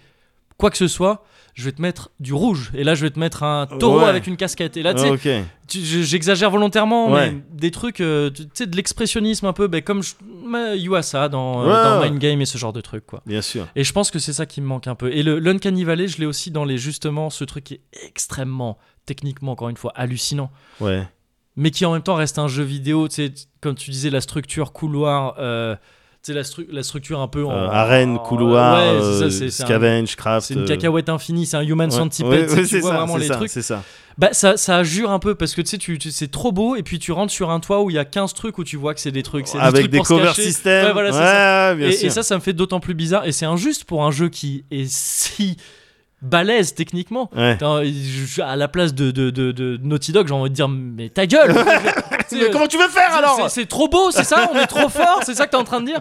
[SPEAKER 1] quoi que ce soit, je vais te mettre du rouge et là je vais te mettre un taureau
[SPEAKER 2] Ouais.
[SPEAKER 1] avec une casquette et là tu sais,
[SPEAKER 2] ok.
[SPEAKER 1] tu- je- j'exagère volontairement
[SPEAKER 2] Ouais.
[SPEAKER 1] mais des trucs euh, tu tu sais de l'expressionnisme un peu ben, comme je, mais Yuasa dans, euh,
[SPEAKER 2] Ouais.
[SPEAKER 1] dans Mind Game et ce genre de trucs quoi.
[SPEAKER 2] Bien sûr.
[SPEAKER 1] Et je pense que c'est ça qui me manque un peu. Et le l'Uncanny Valley, je l'ai aussi dans les justement ce truc qui est extrêmement techniquement encore une fois hallucinant
[SPEAKER 2] Ouais.
[SPEAKER 1] mais qui en même temps reste un jeu vidéo, tu sais, t- comme tu disais, la structure couloir, euh, tu sais, la, stru- la structure un peu en...
[SPEAKER 2] Euh, arène,
[SPEAKER 1] en-
[SPEAKER 2] couloir,
[SPEAKER 1] ouais, c'est ça,
[SPEAKER 2] euh,
[SPEAKER 1] c'est- c'est un-
[SPEAKER 2] scavenge, craft.
[SPEAKER 1] c'est une
[SPEAKER 2] euh,
[SPEAKER 1] cacahuète infinie, c'est un human
[SPEAKER 2] ouais.
[SPEAKER 1] centipede,
[SPEAKER 2] Ouais,
[SPEAKER 1] tu sais,
[SPEAKER 2] ouais,
[SPEAKER 1] tu
[SPEAKER 2] c'est
[SPEAKER 1] vois
[SPEAKER 2] ça,
[SPEAKER 1] vraiment
[SPEAKER 2] c'est
[SPEAKER 1] les
[SPEAKER 2] ça,
[SPEAKER 1] trucs.
[SPEAKER 2] C'est ça.
[SPEAKER 1] Bah, ça, ça jure un peu, parce que tu sais, tu, tu- c'est trop beau, et puis tu rentres sur un toit où il y a 15 trucs où tu vois que c'est des trucs. c'est
[SPEAKER 2] Avec
[SPEAKER 1] trucs
[SPEAKER 2] des
[SPEAKER 1] pour se
[SPEAKER 2] cover
[SPEAKER 1] cacher.
[SPEAKER 2] systems.
[SPEAKER 1] Ouais, voilà, c'est ça.
[SPEAKER 2] ouais, bien
[SPEAKER 1] et,
[SPEAKER 2] sûr.
[SPEAKER 1] et ça, ça me fait d'autant plus bizarre, et c'est injuste pour un jeu qui est si balèze techniquement.
[SPEAKER 2] Ouais.
[SPEAKER 1] Attends, je- À la place de, de, de, de Naughty Dog, j'ai envie de dire, mais ta gueule!
[SPEAKER 2] [LAUGHS]
[SPEAKER 1] Tu sais,
[SPEAKER 2] Mais comment tu veux faire
[SPEAKER 1] C'est-
[SPEAKER 2] alors
[SPEAKER 1] c'est, c'est trop beau, c'est ça On est
[SPEAKER 2] [LAUGHS]
[SPEAKER 1] trop fort, c'est ça que t'es en train de dire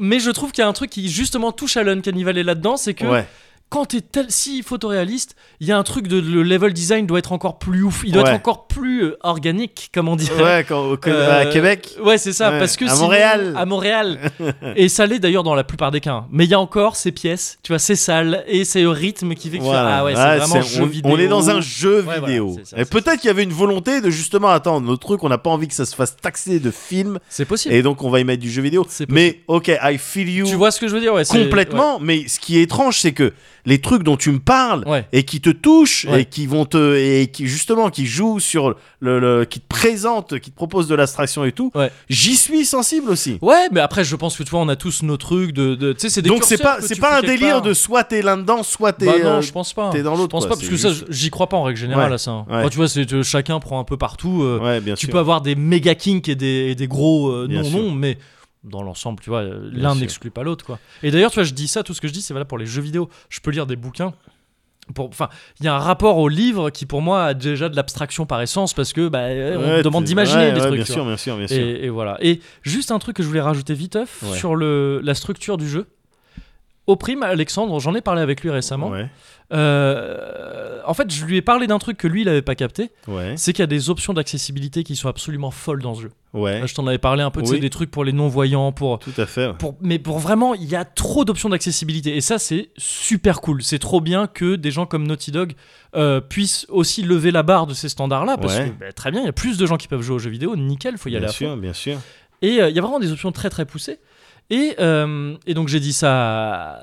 [SPEAKER 1] Mais je trouve qu'il y a un truc qui justement touche à l'Uncanny Valley là-dedans, c'est que [LAUGHS]
[SPEAKER 2] Ouais.
[SPEAKER 1] quand t'es tel, si photoréaliste, il y a un truc de le level design doit être encore plus ouf, il doit
[SPEAKER 2] Ouais.
[SPEAKER 1] être encore plus euh, organique, comme on dit.
[SPEAKER 2] Ouais, quand, au- que-
[SPEAKER 1] Euh,
[SPEAKER 2] à Québec.
[SPEAKER 1] [LAUGHS] Ouais, c'est ça,
[SPEAKER 2] Ouais,
[SPEAKER 1] parce que
[SPEAKER 2] à
[SPEAKER 1] sinon-
[SPEAKER 2] Montréal.
[SPEAKER 1] à Montréal.
[SPEAKER 2] [LAUGHS]
[SPEAKER 1] Et ça l'est d'ailleurs dans la plupart des cas. hein. Mais il y a encore ces pièces, tu vois, ces salles et ces rythmes qui fait que tu
[SPEAKER 2] Voilà.
[SPEAKER 1] fais, ah ouais,
[SPEAKER 2] Ah,
[SPEAKER 1] c'est vraiment
[SPEAKER 2] c'est-
[SPEAKER 1] jeu
[SPEAKER 2] on,
[SPEAKER 1] vidéo.
[SPEAKER 2] on est dans un jeu
[SPEAKER 1] Ouais, voilà,
[SPEAKER 2] vidéo.
[SPEAKER 1] c'est ça,
[SPEAKER 2] et
[SPEAKER 1] c'est
[SPEAKER 2] peut-être qu'il y avait une volonté de justement, attendre notre truc, on n'a pas envie que ça se fasse taxer de film,
[SPEAKER 1] C'est possible.
[SPEAKER 2] et donc on va y mettre du jeu vidéo.
[SPEAKER 1] C'est possible.
[SPEAKER 2] Mais ok, I feel you.
[SPEAKER 1] tu vois ce que je veux dire ouais, c'est-
[SPEAKER 2] complètement. Mais ce qui est étrange, c'est que les trucs dont tu me parles
[SPEAKER 1] Ouais.
[SPEAKER 2] et qui te touchent
[SPEAKER 1] Ouais.
[SPEAKER 2] et qui vont te et qui justement qui jouent sur le, le- qui te présentent, qui te proposent de l'abstraction et tout,
[SPEAKER 1] Ouais.
[SPEAKER 2] j'y suis sensible aussi.
[SPEAKER 1] Ouais. Ouais, mais après, je pense que tu vois, on a tous nos trucs de. de- tu sais, c'est des
[SPEAKER 2] Donc c'est
[SPEAKER 1] curseurs
[SPEAKER 2] pas
[SPEAKER 1] que
[SPEAKER 2] c'est
[SPEAKER 1] tu
[SPEAKER 2] pas
[SPEAKER 1] fous
[SPEAKER 2] un
[SPEAKER 1] quelque
[SPEAKER 2] délire
[SPEAKER 1] part.
[SPEAKER 2] de soit t'es là-dedans, soit t'es.
[SPEAKER 1] Bah
[SPEAKER 2] euh,
[SPEAKER 1] non, je pense pas.
[SPEAKER 2] t'es dans l'autre,
[SPEAKER 1] Je pense
[SPEAKER 2] quoi,
[SPEAKER 1] pas, parce
[SPEAKER 2] c'est
[SPEAKER 1] que ça,
[SPEAKER 2] juste-
[SPEAKER 1] j'y crois pas en règle générale
[SPEAKER 2] Ouais,
[SPEAKER 1] à ça. hein.
[SPEAKER 2] ouais.
[SPEAKER 1] Enfin, tu vois, c'est euh, chacun prend un peu partout. euh,
[SPEAKER 2] Ouais, bien
[SPEAKER 1] tu
[SPEAKER 2] sûr.
[SPEAKER 1] peux avoir des méga kinks et des, et des gros euh,
[SPEAKER 2] Bien
[SPEAKER 1] non,
[SPEAKER 2] sûr.
[SPEAKER 1] non, mais dans l'ensemble, tu vois, euh,
[SPEAKER 2] Bien
[SPEAKER 1] l'un
[SPEAKER 2] sûr.
[SPEAKER 1] n'exclut pas l'autre, quoi. Et d'ailleurs, tu vois, je dis ça, tout ce que je dis, c'est valable pour les jeux vidéo. Je peux lire des bouquins. Pour, enfin, il y a un rapport au livre qui, pour moi, a déjà de l'abstraction par essence, parce que bah, euh, on
[SPEAKER 2] Ouais,
[SPEAKER 1] te demande
[SPEAKER 2] t'es-
[SPEAKER 1] d'imaginer
[SPEAKER 2] ouais,
[SPEAKER 1] des
[SPEAKER 2] ouais,
[SPEAKER 1] trucs.
[SPEAKER 2] Bien
[SPEAKER 1] tu
[SPEAKER 2] sûr, bien sûr, bien sûr.
[SPEAKER 1] et, et voilà. Et juste un truc que je voulais rajouter viteuf
[SPEAKER 2] Ouais.
[SPEAKER 1] sur le, la structure du jeu. Au prime, Alexandre, j'en ai parlé avec lui récemment.
[SPEAKER 2] Ouais.
[SPEAKER 1] Euh, en fait, je lui ai parlé d'un truc que lui, il avait pas capté.
[SPEAKER 2] Ouais.
[SPEAKER 1] C'est qu'il y a des options d'accessibilité qui sont absolument folles dans ce jeu.
[SPEAKER 2] Ouais.
[SPEAKER 1] Je t'en avais parlé un peu, tu sais,
[SPEAKER 2] Oui.
[SPEAKER 1] des trucs pour les non-voyants, pour,
[SPEAKER 2] Tout à fait. ouais.
[SPEAKER 1] pour- mais pour vraiment, il y a trop d'options d'accessibilité. Et ça, c'est super cool. C'est trop bien que des gens comme Naughty Dog euh, puissent aussi lever la barre de ces standards-là. Parce
[SPEAKER 2] Ouais.
[SPEAKER 1] que bah, très bien, il y a plus de gens qui peuvent jouer aux jeux vidéo. Nickel, faut y aller
[SPEAKER 2] Bien
[SPEAKER 1] à fond.
[SPEAKER 2] sûr, bien sûr.
[SPEAKER 1] Et euh, il y a vraiment des options très très poussées. Et, euh, et donc j'ai dit ça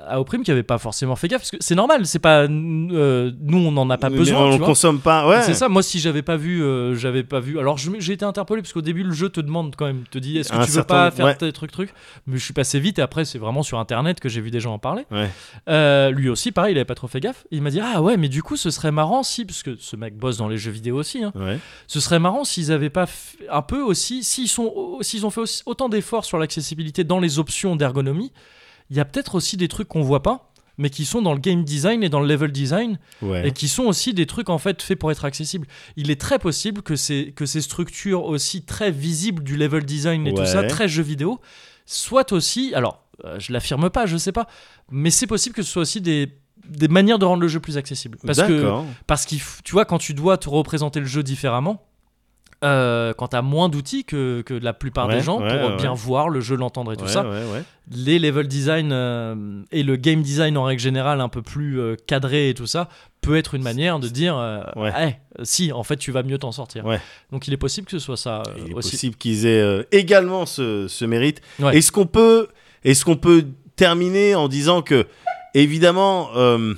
[SPEAKER 1] à, à Oprime qui avait pas forcément fait gaffe parce que c'est normal, c'est pas euh, nous on n'en a pas
[SPEAKER 2] Mais
[SPEAKER 1] besoin.
[SPEAKER 2] On
[SPEAKER 1] tu
[SPEAKER 2] ne
[SPEAKER 1] vois.
[SPEAKER 2] consomme pas. Ouais.
[SPEAKER 1] C'est ça. Moi si j'avais pas vu, euh, j'avais pas vu. Alors je m- j'ai été interpellé parce qu'au début le jeu te demande quand même, te dit est-ce que
[SPEAKER 2] Un
[SPEAKER 1] tu veux
[SPEAKER 2] certain-
[SPEAKER 1] pas faire
[SPEAKER 2] ouais.
[SPEAKER 1] tes trucs trucs. Mais je suis passé vite et après c'est vraiment sur internet que j'ai vu des gens en parler.
[SPEAKER 2] Ouais.
[SPEAKER 1] Euh, lui aussi pareil, il avait pas trop fait gaffe. Il m'a dit ah ouais mais du coup ce serait marrant si parce que ce mec bosse dans les jeux vidéo aussi. hein.
[SPEAKER 2] Ouais.
[SPEAKER 1] Ce serait marrant s'ils avaient pas fait- un peu aussi, s'ils sont, au- s'ils ont fait aussi- autant d'efforts sur l'accessibilité dans les options d'ergonomie, il y a peut-être aussi des trucs qu'on voit pas, mais qui sont dans le game design et dans le level design,
[SPEAKER 2] Ouais.
[SPEAKER 1] et qui sont aussi des trucs en fait faits pour être accessibles. Il est très possible que ces que ces structures aussi très visibles du level design et tout
[SPEAKER 2] Ouais.
[SPEAKER 1] ça, très jeux vidéo, soient aussi, alors euh, je l'affirme pas, je sais pas, mais c'est possible que ce soit aussi des des manières de rendre le jeu plus accessible. Parce que
[SPEAKER 2] D'accord.
[SPEAKER 1] parce que tu vois, quand tu dois te représenter le jeu différemment, euh, quand tu as moins d'outils que, que la plupart
[SPEAKER 2] Ouais,
[SPEAKER 1] des gens
[SPEAKER 2] ouais,
[SPEAKER 1] pour
[SPEAKER 2] ouais.
[SPEAKER 1] bien voir le jeu, l'entendre et tout
[SPEAKER 2] Ouais,
[SPEAKER 1] ça,
[SPEAKER 2] ouais, ouais.
[SPEAKER 1] les level design euh, et le game design en règle générale un peu plus euh, cadré et tout ça peut être une manière de dire euh,
[SPEAKER 2] Ouais.
[SPEAKER 1] Eh, si, en fait, tu vas mieux t'en sortir.
[SPEAKER 2] Ouais.
[SPEAKER 1] Donc il est possible que ce soit ça euh,
[SPEAKER 2] Il est
[SPEAKER 1] aussi.
[SPEAKER 2] possible qu'ils aient euh, également ce, ce mérite.
[SPEAKER 1] Ouais.
[SPEAKER 2] Est-ce qu'on peut, est-ce qu'on peut terminer en disant que, évidemment, euh,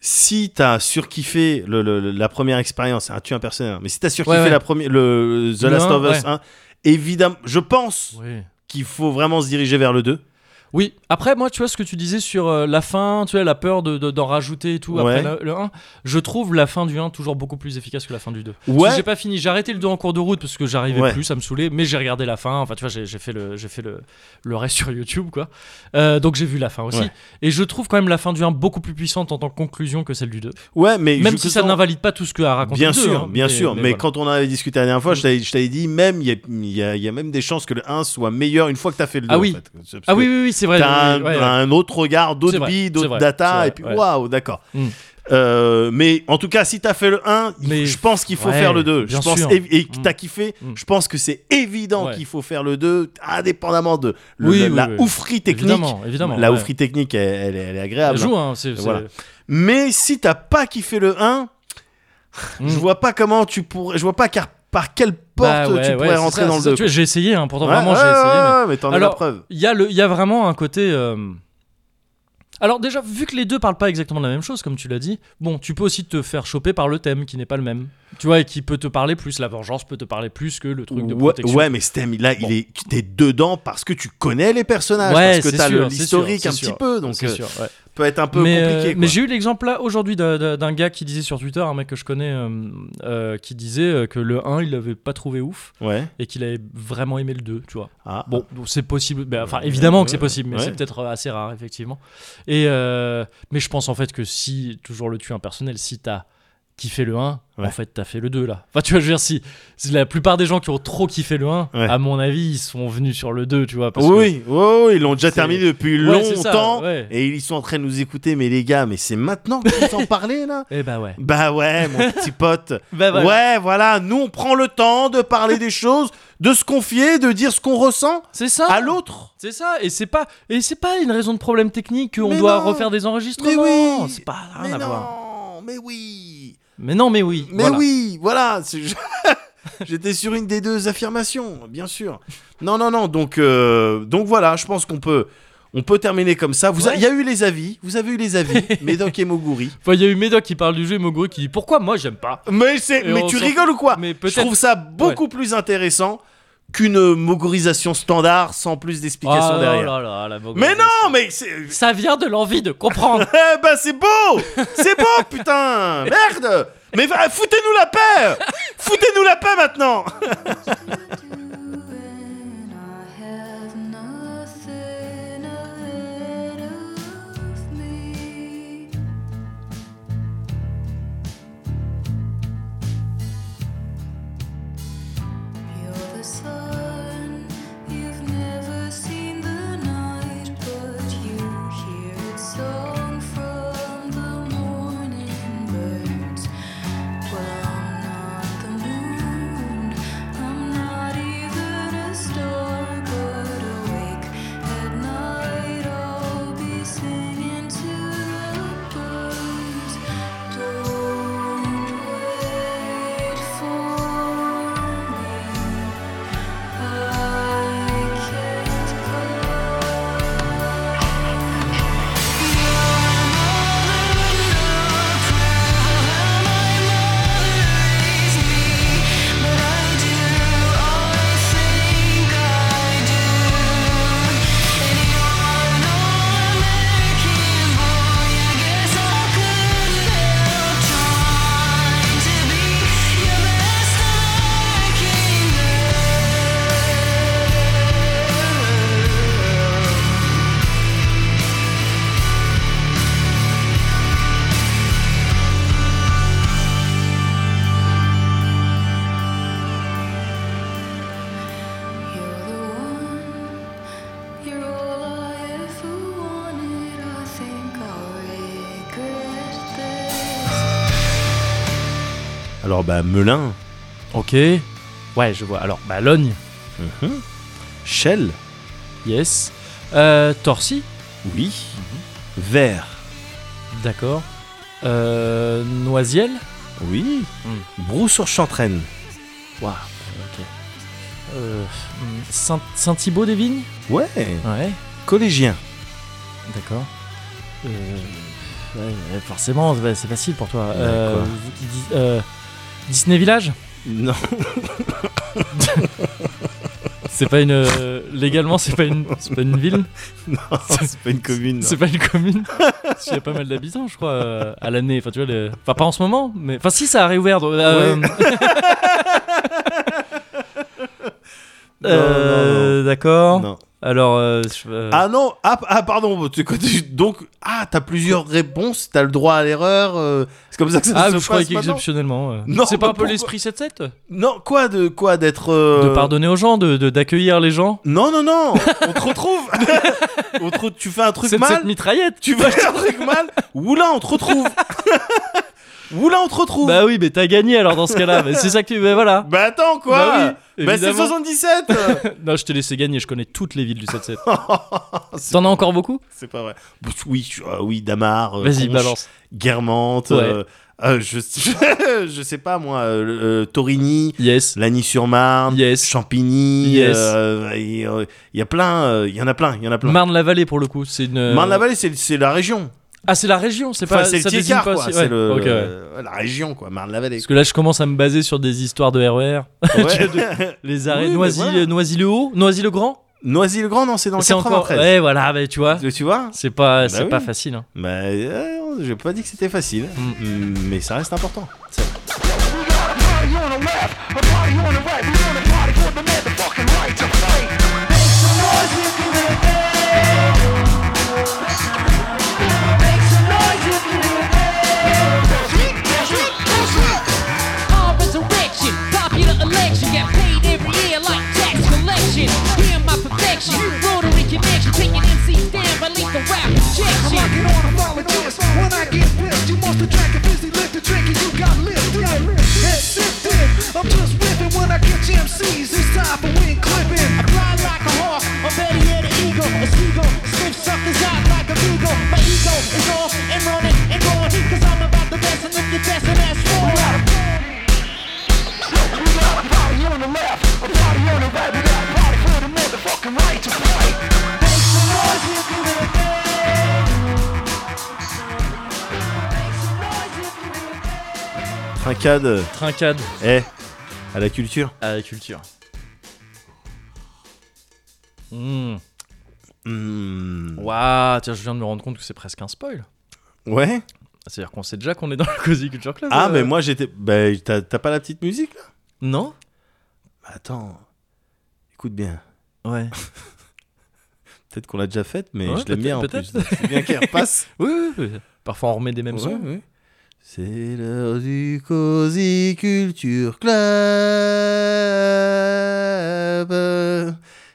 [SPEAKER 2] si t'as surkiffé le- le- le- la première expérience, hein, tu es un personnage, mais si t'as surkiffé
[SPEAKER 1] Ouais, ouais.
[SPEAKER 2] la première, le The
[SPEAKER 1] Le
[SPEAKER 2] Last
[SPEAKER 1] un,
[SPEAKER 2] of Us
[SPEAKER 1] ouais.
[SPEAKER 2] 1, évidemment, je pense
[SPEAKER 1] Oui.
[SPEAKER 2] qu'il faut vraiment se diriger vers le 2.
[SPEAKER 1] Oui, après, moi, tu vois ce que tu disais sur euh, la fin, tu vois, la peur de- de- d'en rajouter et tout
[SPEAKER 2] Ouais.
[SPEAKER 1] après la- le 1. Je trouve la fin du 1 toujours beaucoup plus efficace que la fin du 2. Parce que
[SPEAKER 2] Ouais.
[SPEAKER 1] J'ai pas fini, j'ai arrêté le 2 en cours de route parce que j'arrivais
[SPEAKER 2] Ouais.
[SPEAKER 1] plus, ça me saoulait, mais j'ai regardé la fin, enfin, tu vois, j'ai j'ai fait, le, j'ai fait le, le reste [LAUGHS] sur YouTube, quoi. Euh, donc j'ai vu la fin aussi.
[SPEAKER 2] Ouais.
[SPEAKER 1] Et je trouve quand même la fin du 1 beaucoup plus puissante en tant que conclusion que celle du 2.
[SPEAKER 2] Ouais, mais
[SPEAKER 1] Même
[SPEAKER 2] je-
[SPEAKER 1] si ça n'invalide pas tout ce que a raconté
[SPEAKER 2] Bien
[SPEAKER 1] le 2,
[SPEAKER 2] sûr,
[SPEAKER 1] hein,
[SPEAKER 2] bien sûr. Mais,
[SPEAKER 1] voilà.
[SPEAKER 2] quand on en avait discuté la dernière fois, je
[SPEAKER 1] Mm.
[SPEAKER 2] t'avais- je t'avais dit, même, il y a, il y a- il y a même des chances que le 1 soit meilleur une fois que t'as fait le 2.
[SPEAKER 1] Ah oui.
[SPEAKER 2] en fait. Parce
[SPEAKER 1] Ah
[SPEAKER 2] que-
[SPEAKER 1] oui, oui, oui, c'est vrai.
[SPEAKER 2] T'as un,
[SPEAKER 1] oui, oui, ouais, ouais.
[SPEAKER 2] un autre regard,
[SPEAKER 1] C'est
[SPEAKER 2] d'autres
[SPEAKER 1] vrai,
[SPEAKER 2] billes,
[SPEAKER 1] c'est
[SPEAKER 2] d'autres
[SPEAKER 1] vrai,
[SPEAKER 2] data,
[SPEAKER 1] c'est vrai,
[SPEAKER 2] et puis
[SPEAKER 1] ouais.
[SPEAKER 2] waouh, d'accord.
[SPEAKER 1] Mm.
[SPEAKER 2] Euh, mais en tout cas, si t'as fait le 1, il-
[SPEAKER 1] Mais-
[SPEAKER 2] je pense qu'il faut
[SPEAKER 1] ouais,
[SPEAKER 2] faire le 2. Je
[SPEAKER 1] bien
[SPEAKER 2] pense,
[SPEAKER 1] sûr.
[SPEAKER 2] et et que
[SPEAKER 1] Mm.
[SPEAKER 2] t'as kiffé,
[SPEAKER 1] Mm.
[SPEAKER 2] je pense que c'est évident
[SPEAKER 1] Ouais.
[SPEAKER 2] qu'il faut faire le 2, indépendamment de le-
[SPEAKER 1] Oui,
[SPEAKER 2] la,
[SPEAKER 1] oui,
[SPEAKER 2] la
[SPEAKER 1] oui.
[SPEAKER 2] oufferie technique.
[SPEAKER 1] Évidemment, évidemment.
[SPEAKER 2] la
[SPEAKER 1] ouais.
[SPEAKER 2] oufferie technique, elle, elle est- elle
[SPEAKER 1] Elle
[SPEAKER 2] est agréable.
[SPEAKER 1] joue, hein, c'est. c'est-
[SPEAKER 2] Voilà. Mais si t'as pas kiffé le 1,
[SPEAKER 1] Mm.
[SPEAKER 2] je vois pas comment tu pourrais. Je vois pas car- par quelle porte
[SPEAKER 1] Bah ouais,
[SPEAKER 2] tu
[SPEAKER 1] ouais,
[SPEAKER 2] pourrais
[SPEAKER 1] c'est
[SPEAKER 2] rentrer
[SPEAKER 1] ça,
[SPEAKER 2] dans le
[SPEAKER 1] c'est ça.
[SPEAKER 2] 2.
[SPEAKER 1] Tu vois, J'ai essayé, hein, pourtant
[SPEAKER 2] Ouais,
[SPEAKER 1] vraiment
[SPEAKER 2] ouais,
[SPEAKER 1] j'ai essayé. mais-
[SPEAKER 2] ouais, mais t'en as la
[SPEAKER 1] Alors,
[SPEAKER 2] preuve.
[SPEAKER 1] Il y, a le- il y a vraiment un côté. euh, Alors déjà, vu que les deux parlent pas exactement de la même chose, comme tu l'as dit, bon, tu peux aussi te faire choper par le thème qui n'est pas le même. Tu vois, et qui peut te parler plus. La vengeance peut te parler plus que le truc de
[SPEAKER 2] Ouais,
[SPEAKER 1] protection.
[SPEAKER 2] ouais, mais ce thème, là,
[SPEAKER 1] Bon.
[SPEAKER 2] il est, t'es dedans parce que tu connais les personnages,
[SPEAKER 1] Ouais,
[SPEAKER 2] parce que
[SPEAKER 1] c'est
[SPEAKER 2] t'as
[SPEAKER 1] sûr,
[SPEAKER 2] le-
[SPEAKER 1] c'est
[SPEAKER 2] l'historique
[SPEAKER 1] sûr,
[SPEAKER 2] un
[SPEAKER 1] c'est
[SPEAKER 2] petit
[SPEAKER 1] sûr.
[SPEAKER 2] peu, donc
[SPEAKER 1] C'est
[SPEAKER 2] euh,
[SPEAKER 1] sûr, ouais.
[SPEAKER 2] peut être un peu
[SPEAKER 1] mais, euh,
[SPEAKER 2] compliqué. quoi.
[SPEAKER 1] mais j'ai eu l'exemple là aujourd'hui d'un- d'un d'un gars qui disait sur Twitter, un mec que je connais, euh, euh, qui disait euh, que le 1, il l'avait pas trouvé ouf
[SPEAKER 2] Ouais.
[SPEAKER 1] et qu'il avait vraiment aimé le 2, tu vois.
[SPEAKER 2] Ah.
[SPEAKER 1] Bon, donc c'est possible. ben, enfin,
[SPEAKER 2] Ouais,
[SPEAKER 1] évidemment que
[SPEAKER 2] ouais,
[SPEAKER 1] c'est possible, mais
[SPEAKER 2] ouais.
[SPEAKER 1] c'est peut-être euh, assez rare, effectivement. Et euh, mais je pense en fait que si, toujours le tu impersonnel, si t'as kiffé le 1,
[SPEAKER 2] Ouais.
[SPEAKER 1] en fait t'as fait le 2 là. Enfin, tu vois, je veux dire, si, si la plupart des gens qui ont trop kiffé le 1,
[SPEAKER 2] Ouais.
[SPEAKER 1] à mon avis, ils sont venus sur le 2, tu vois. Parce
[SPEAKER 2] Oui, oui, oui, ils l'ont déjà
[SPEAKER 1] c'est-
[SPEAKER 2] terminé depuis
[SPEAKER 1] Ouais, c'est ça,
[SPEAKER 2] longtemps
[SPEAKER 1] ouais.
[SPEAKER 2] et ils sont en train de nous écouter. Mais les gars, mais c'est maintenant que vous en
[SPEAKER 1] [LAUGHS]
[SPEAKER 2] parlez là
[SPEAKER 1] Que... Eh bah ouais.
[SPEAKER 2] Bah ouais, mon petit pote.
[SPEAKER 1] Bah [LAUGHS] voilà.
[SPEAKER 2] Ouais, voilà, nous on prend le temps de parler des choses, de se confier, de dire ce qu'on ressent
[SPEAKER 1] C'est ça.
[SPEAKER 2] à l'autre.
[SPEAKER 1] C'est ça. Et c'est pas, et c'est pas une raison de problème technique qu'on
[SPEAKER 2] Mais
[SPEAKER 1] doit
[SPEAKER 2] non.
[SPEAKER 1] refaire des enregistrements.
[SPEAKER 2] oui.
[SPEAKER 1] C'est pas rien
[SPEAKER 2] Mais
[SPEAKER 1] à voir.
[SPEAKER 2] non, mais oui.
[SPEAKER 1] Mais non, mais oui.
[SPEAKER 2] Mais
[SPEAKER 1] Voilà.
[SPEAKER 2] oui, voilà. c'est- je- [LAUGHS] J'étais sur une des deux affirmations, bien sûr. Non, non, non. Donc, euh, donc voilà, je pense qu'on peut, on peut terminer comme ça. Vous a-
[SPEAKER 1] Ouais.
[SPEAKER 2] Il y a eu les avis, vous avez eu les [LAUGHS] avis, Médoc et Moguri.
[SPEAKER 1] Enfin, il y a eu Médoc qui parle du jeu, et Moguri qui dit pourquoi moi j'aime pas.
[SPEAKER 2] Mais, c'est,
[SPEAKER 1] Et
[SPEAKER 2] mais
[SPEAKER 1] on
[SPEAKER 2] tu
[SPEAKER 1] s'en-
[SPEAKER 2] rigoles ou quoi
[SPEAKER 1] Mais
[SPEAKER 2] Je
[SPEAKER 1] peut-être
[SPEAKER 2] trouve ça beaucoup plus intéressant qu'une mogurisation standard sans plus d'explication
[SPEAKER 1] Ah,
[SPEAKER 2] derrière.
[SPEAKER 1] là là, la Bogdanova.
[SPEAKER 2] Mais non, mais c'est, [LAUGHS]
[SPEAKER 1] Ça vient de l'envie de comprendre
[SPEAKER 2] Eh ben c'est beau C'est beau [LAUGHS] putain Merde Mais va- foutez-nous la paix Foutez-nous la paix maintenant
[SPEAKER 3] Sun, you've never seen the night, but you hear.
[SPEAKER 2] Alors, bah, Melun,
[SPEAKER 1] [LAUGHS] Ok. Ouais, je vois. Alors, bah, Logne,
[SPEAKER 2] Shell,
[SPEAKER 1] yes. Euh, Torcy,
[SPEAKER 2] oui. Vert,
[SPEAKER 1] d'accord. Euh, Noisiel,
[SPEAKER 2] oui. Brou sur Chantraine,
[SPEAKER 1] waouh, ok. Euh, hmm, Saint- Saint-Thibaud-des-Vignes
[SPEAKER 2] ouais.
[SPEAKER 1] Ouais,
[SPEAKER 2] Collégien,
[SPEAKER 1] d'accord. Euh, ouais, ouais, forcément, ouais, c'est facile pour toi. Euh,
[SPEAKER 2] quoi
[SPEAKER 1] vous qui dis- euh, Disney Village
[SPEAKER 2] non. [LAUGHS]
[SPEAKER 1] C'est pas une. euh, légalement, c'est pas une, c'est pas une ville
[SPEAKER 2] Non, c'est pas une commune. non.
[SPEAKER 1] C'est pas une
[SPEAKER 2] [LAUGHS]
[SPEAKER 1] commune Il y a pas mal d'habitants, je crois, euh, à l'année. Enfin, tu vois, les- enfin, pas en ce moment, mais. Enfin, si, ça a réouvert. donc, euh,
[SPEAKER 2] [LAUGHS] Non, non, non.
[SPEAKER 1] Euh, D'accord.
[SPEAKER 2] Non.
[SPEAKER 1] Alors, euh, je- euh,
[SPEAKER 2] Ah non, ah, ah, pardon, tu- quand tu- donc ah t'as plusieurs réponses, t'as le droit à l'erreur, euh, c'est comme ça que ça
[SPEAKER 1] ah,
[SPEAKER 2] se
[SPEAKER 1] je
[SPEAKER 2] passe
[SPEAKER 1] croyais
[SPEAKER 2] maintenant
[SPEAKER 1] qu'exceptionnellement. euh,
[SPEAKER 2] Non,
[SPEAKER 1] C'est pas
[SPEAKER 2] bah
[SPEAKER 1] un peu
[SPEAKER 2] pourquoi
[SPEAKER 1] l'esprit 7-7
[SPEAKER 2] Non, quoi de quoi d'être euh,
[SPEAKER 1] De pardonner aux gens, d'accueillir de, d'accueillir les gens
[SPEAKER 2] Non non non, on
[SPEAKER 1] [LAUGHS]
[SPEAKER 2] te retrouve. on te re- tu fais un truc
[SPEAKER 1] Cette, cette
[SPEAKER 2] mal,
[SPEAKER 1] mitraillette
[SPEAKER 2] tu vas faire un truc mal. Oula, on
[SPEAKER 1] [LAUGHS]
[SPEAKER 2] te retrouve. Oula, on te retrouve.
[SPEAKER 1] Bah oui, mais t'as gagné alors dans ce
[SPEAKER 2] [LAUGHS]
[SPEAKER 1] cas-là. Bah, c'est ça que tu. Bah voilà
[SPEAKER 2] Bah attends quoi
[SPEAKER 1] Bah oui,
[SPEAKER 2] Bah, c'est
[SPEAKER 1] évidemment.
[SPEAKER 2] 77
[SPEAKER 1] Non, je t'ai laissé gagner, je connais toutes les villes du 7-7. T'en as encore beaucoup
[SPEAKER 2] [LAUGHS] C'est pas vrai. Bah, Oui, tu- ah oui, Damar, euh,
[SPEAKER 1] Vas-y,
[SPEAKER 2] Conche,
[SPEAKER 1] balance.
[SPEAKER 2] Guermantes,
[SPEAKER 1] Ouais.
[SPEAKER 2] euh, euh, je, [LAUGHS] je sais pas moi, euh, le- euh, Torigny,
[SPEAKER 1] Yes.
[SPEAKER 2] Lagny-sur-Marne,
[SPEAKER 1] Yes.
[SPEAKER 2] Champigny,
[SPEAKER 1] Yes.
[SPEAKER 2] euh, et, euh, il y a plein, euh, il y en a plein, il y en a plein.
[SPEAKER 1] Marne-la-Vallée pour le coup, c'est une. euh,
[SPEAKER 2] Marne-la-Vallée, c'est c'est la région.
[SPEAKER 1] Ah, c'est la région, c'est
[SPEAKER 2] Enfin,
[SPEAKER 1] pas.
[SPEAKER 2] c'est le
[SPEAKER 1] ça
[SPEAKER 2] petit
[SPEAKER 1] désigne
[SPEAKER 2] écart,
[SPEAKER 1] pas
[SPEAKER 2] quoi.
[SPEAKER 1] aussi-
[SPEAKER 2] C'est
[SPEAKER 1] ouais,
[SPEAKER 2] le-
[SPEAKER 1] ok, ouais.
[SPEAKER 2] euh, la région, quoi. Marne-la-Vallée.
[SPEAKER 1] Parce que là, je commence à me baser sur des histoires de RER.
[SPEAKER 2] Ouais.
[SPEAKER 1] Les arrêts
[SPEAKER 2] Oui, mais
[SPEAKER 1] Noisy,
[SPEAKER 2] voilà.
[SPEAKER 1] Noisy le Haut, Noisy le Grand.
[SPEAKER 2] [LAUGHS] Noisy-le-Grand, non, c'est dans le
[SPEAKER 1] C'est encore.
[SPEAKER 2] 93.
[SPEAKER 1] Ouais, voilà, bah, tu vois.
[SPEAKER 2] Tu vois
[SPEAKER 1] C'est pas,
[SPEAKER 2] Bah
[SPEAKER 1] c'est
[SPEAKER 2] oui.
[SPEAKER 1] pas facile. hein.
[SPEAKER 2] Bah, euh, j'ai pas dit que c'était facile,
[SPEAKER 1] Mm,
[SPEAKER 2] mais ça reste important.
[SPEAKER 5] Resurrection, popular election, get paid every year like tax collection. Hear my perfection, rotary connection, taking MCs down by lethal rap
[SPEAKER 6] Like
[SPEAKER 5] rejection.
[SPEAKER 6] it on a molotov. When I get pissed, you must attract a busy lift to drink and you got lifted. Head sifted. I'm just whipping when I catch MCs. It's time for wing clipping.
[SPEAKER 5] I fly like a hawk, or better yet, an eagle, a seagull. Slip suckers out like a beagle. My ego is off and running and going, cause I'm about the best and look your best and that's wrong.
[SPEAKER 2] Trincade, euh,
[SPEAKER 1] Trincade
[SPEAKER 2] eh, à la culture.
[SPEAKER 1] à la culture. Mmh.
[SPEAKER 2] Hmm.
[SPEAKER 1] Waouh, tiens, je viens de me rendre compte que c'est presque un spoil.
[SPEAKER 2] Ouais.
[SPEAKER 1] C'est-à-dire qu'on sait déjà qu'on est dans le Cozy Culture Club.
[SPEAKER 2] Ah,
[SPEAKER 1] euh.
[SPEAKER 2] mais moi j'étais. Bah, t'as t'as pas la petite musique là Bah,
[SPEAKER 1] Non
[SPEAKER 2] Attends, écoute bien.
[SPEAKER 1] Ouais.
[SPEAKER 2] Peut-être qu'on l'a déjà faite, mais
[SPEAKER 1] Ouais,
[SPEAKER 2] je
[SPEAKER 1] peut-être-
[SPEAKER 2] l'aime bien en plus.
[SPEAKER 1] peut-être.
[SPEAKER 2] C'est bien qu'elle
[SPEAKER 1] [LAUGHS]
[SPEAKER 2] repasse.
[SPEAKER 1] Oui, oui, oui. Parfois, on remet des mêmes
[SPEAKER 2] Ouais,
[SPEAKER 1] sons.
[SPEAKER 2] ouais. C'est l'heure du Cozy Culture Club.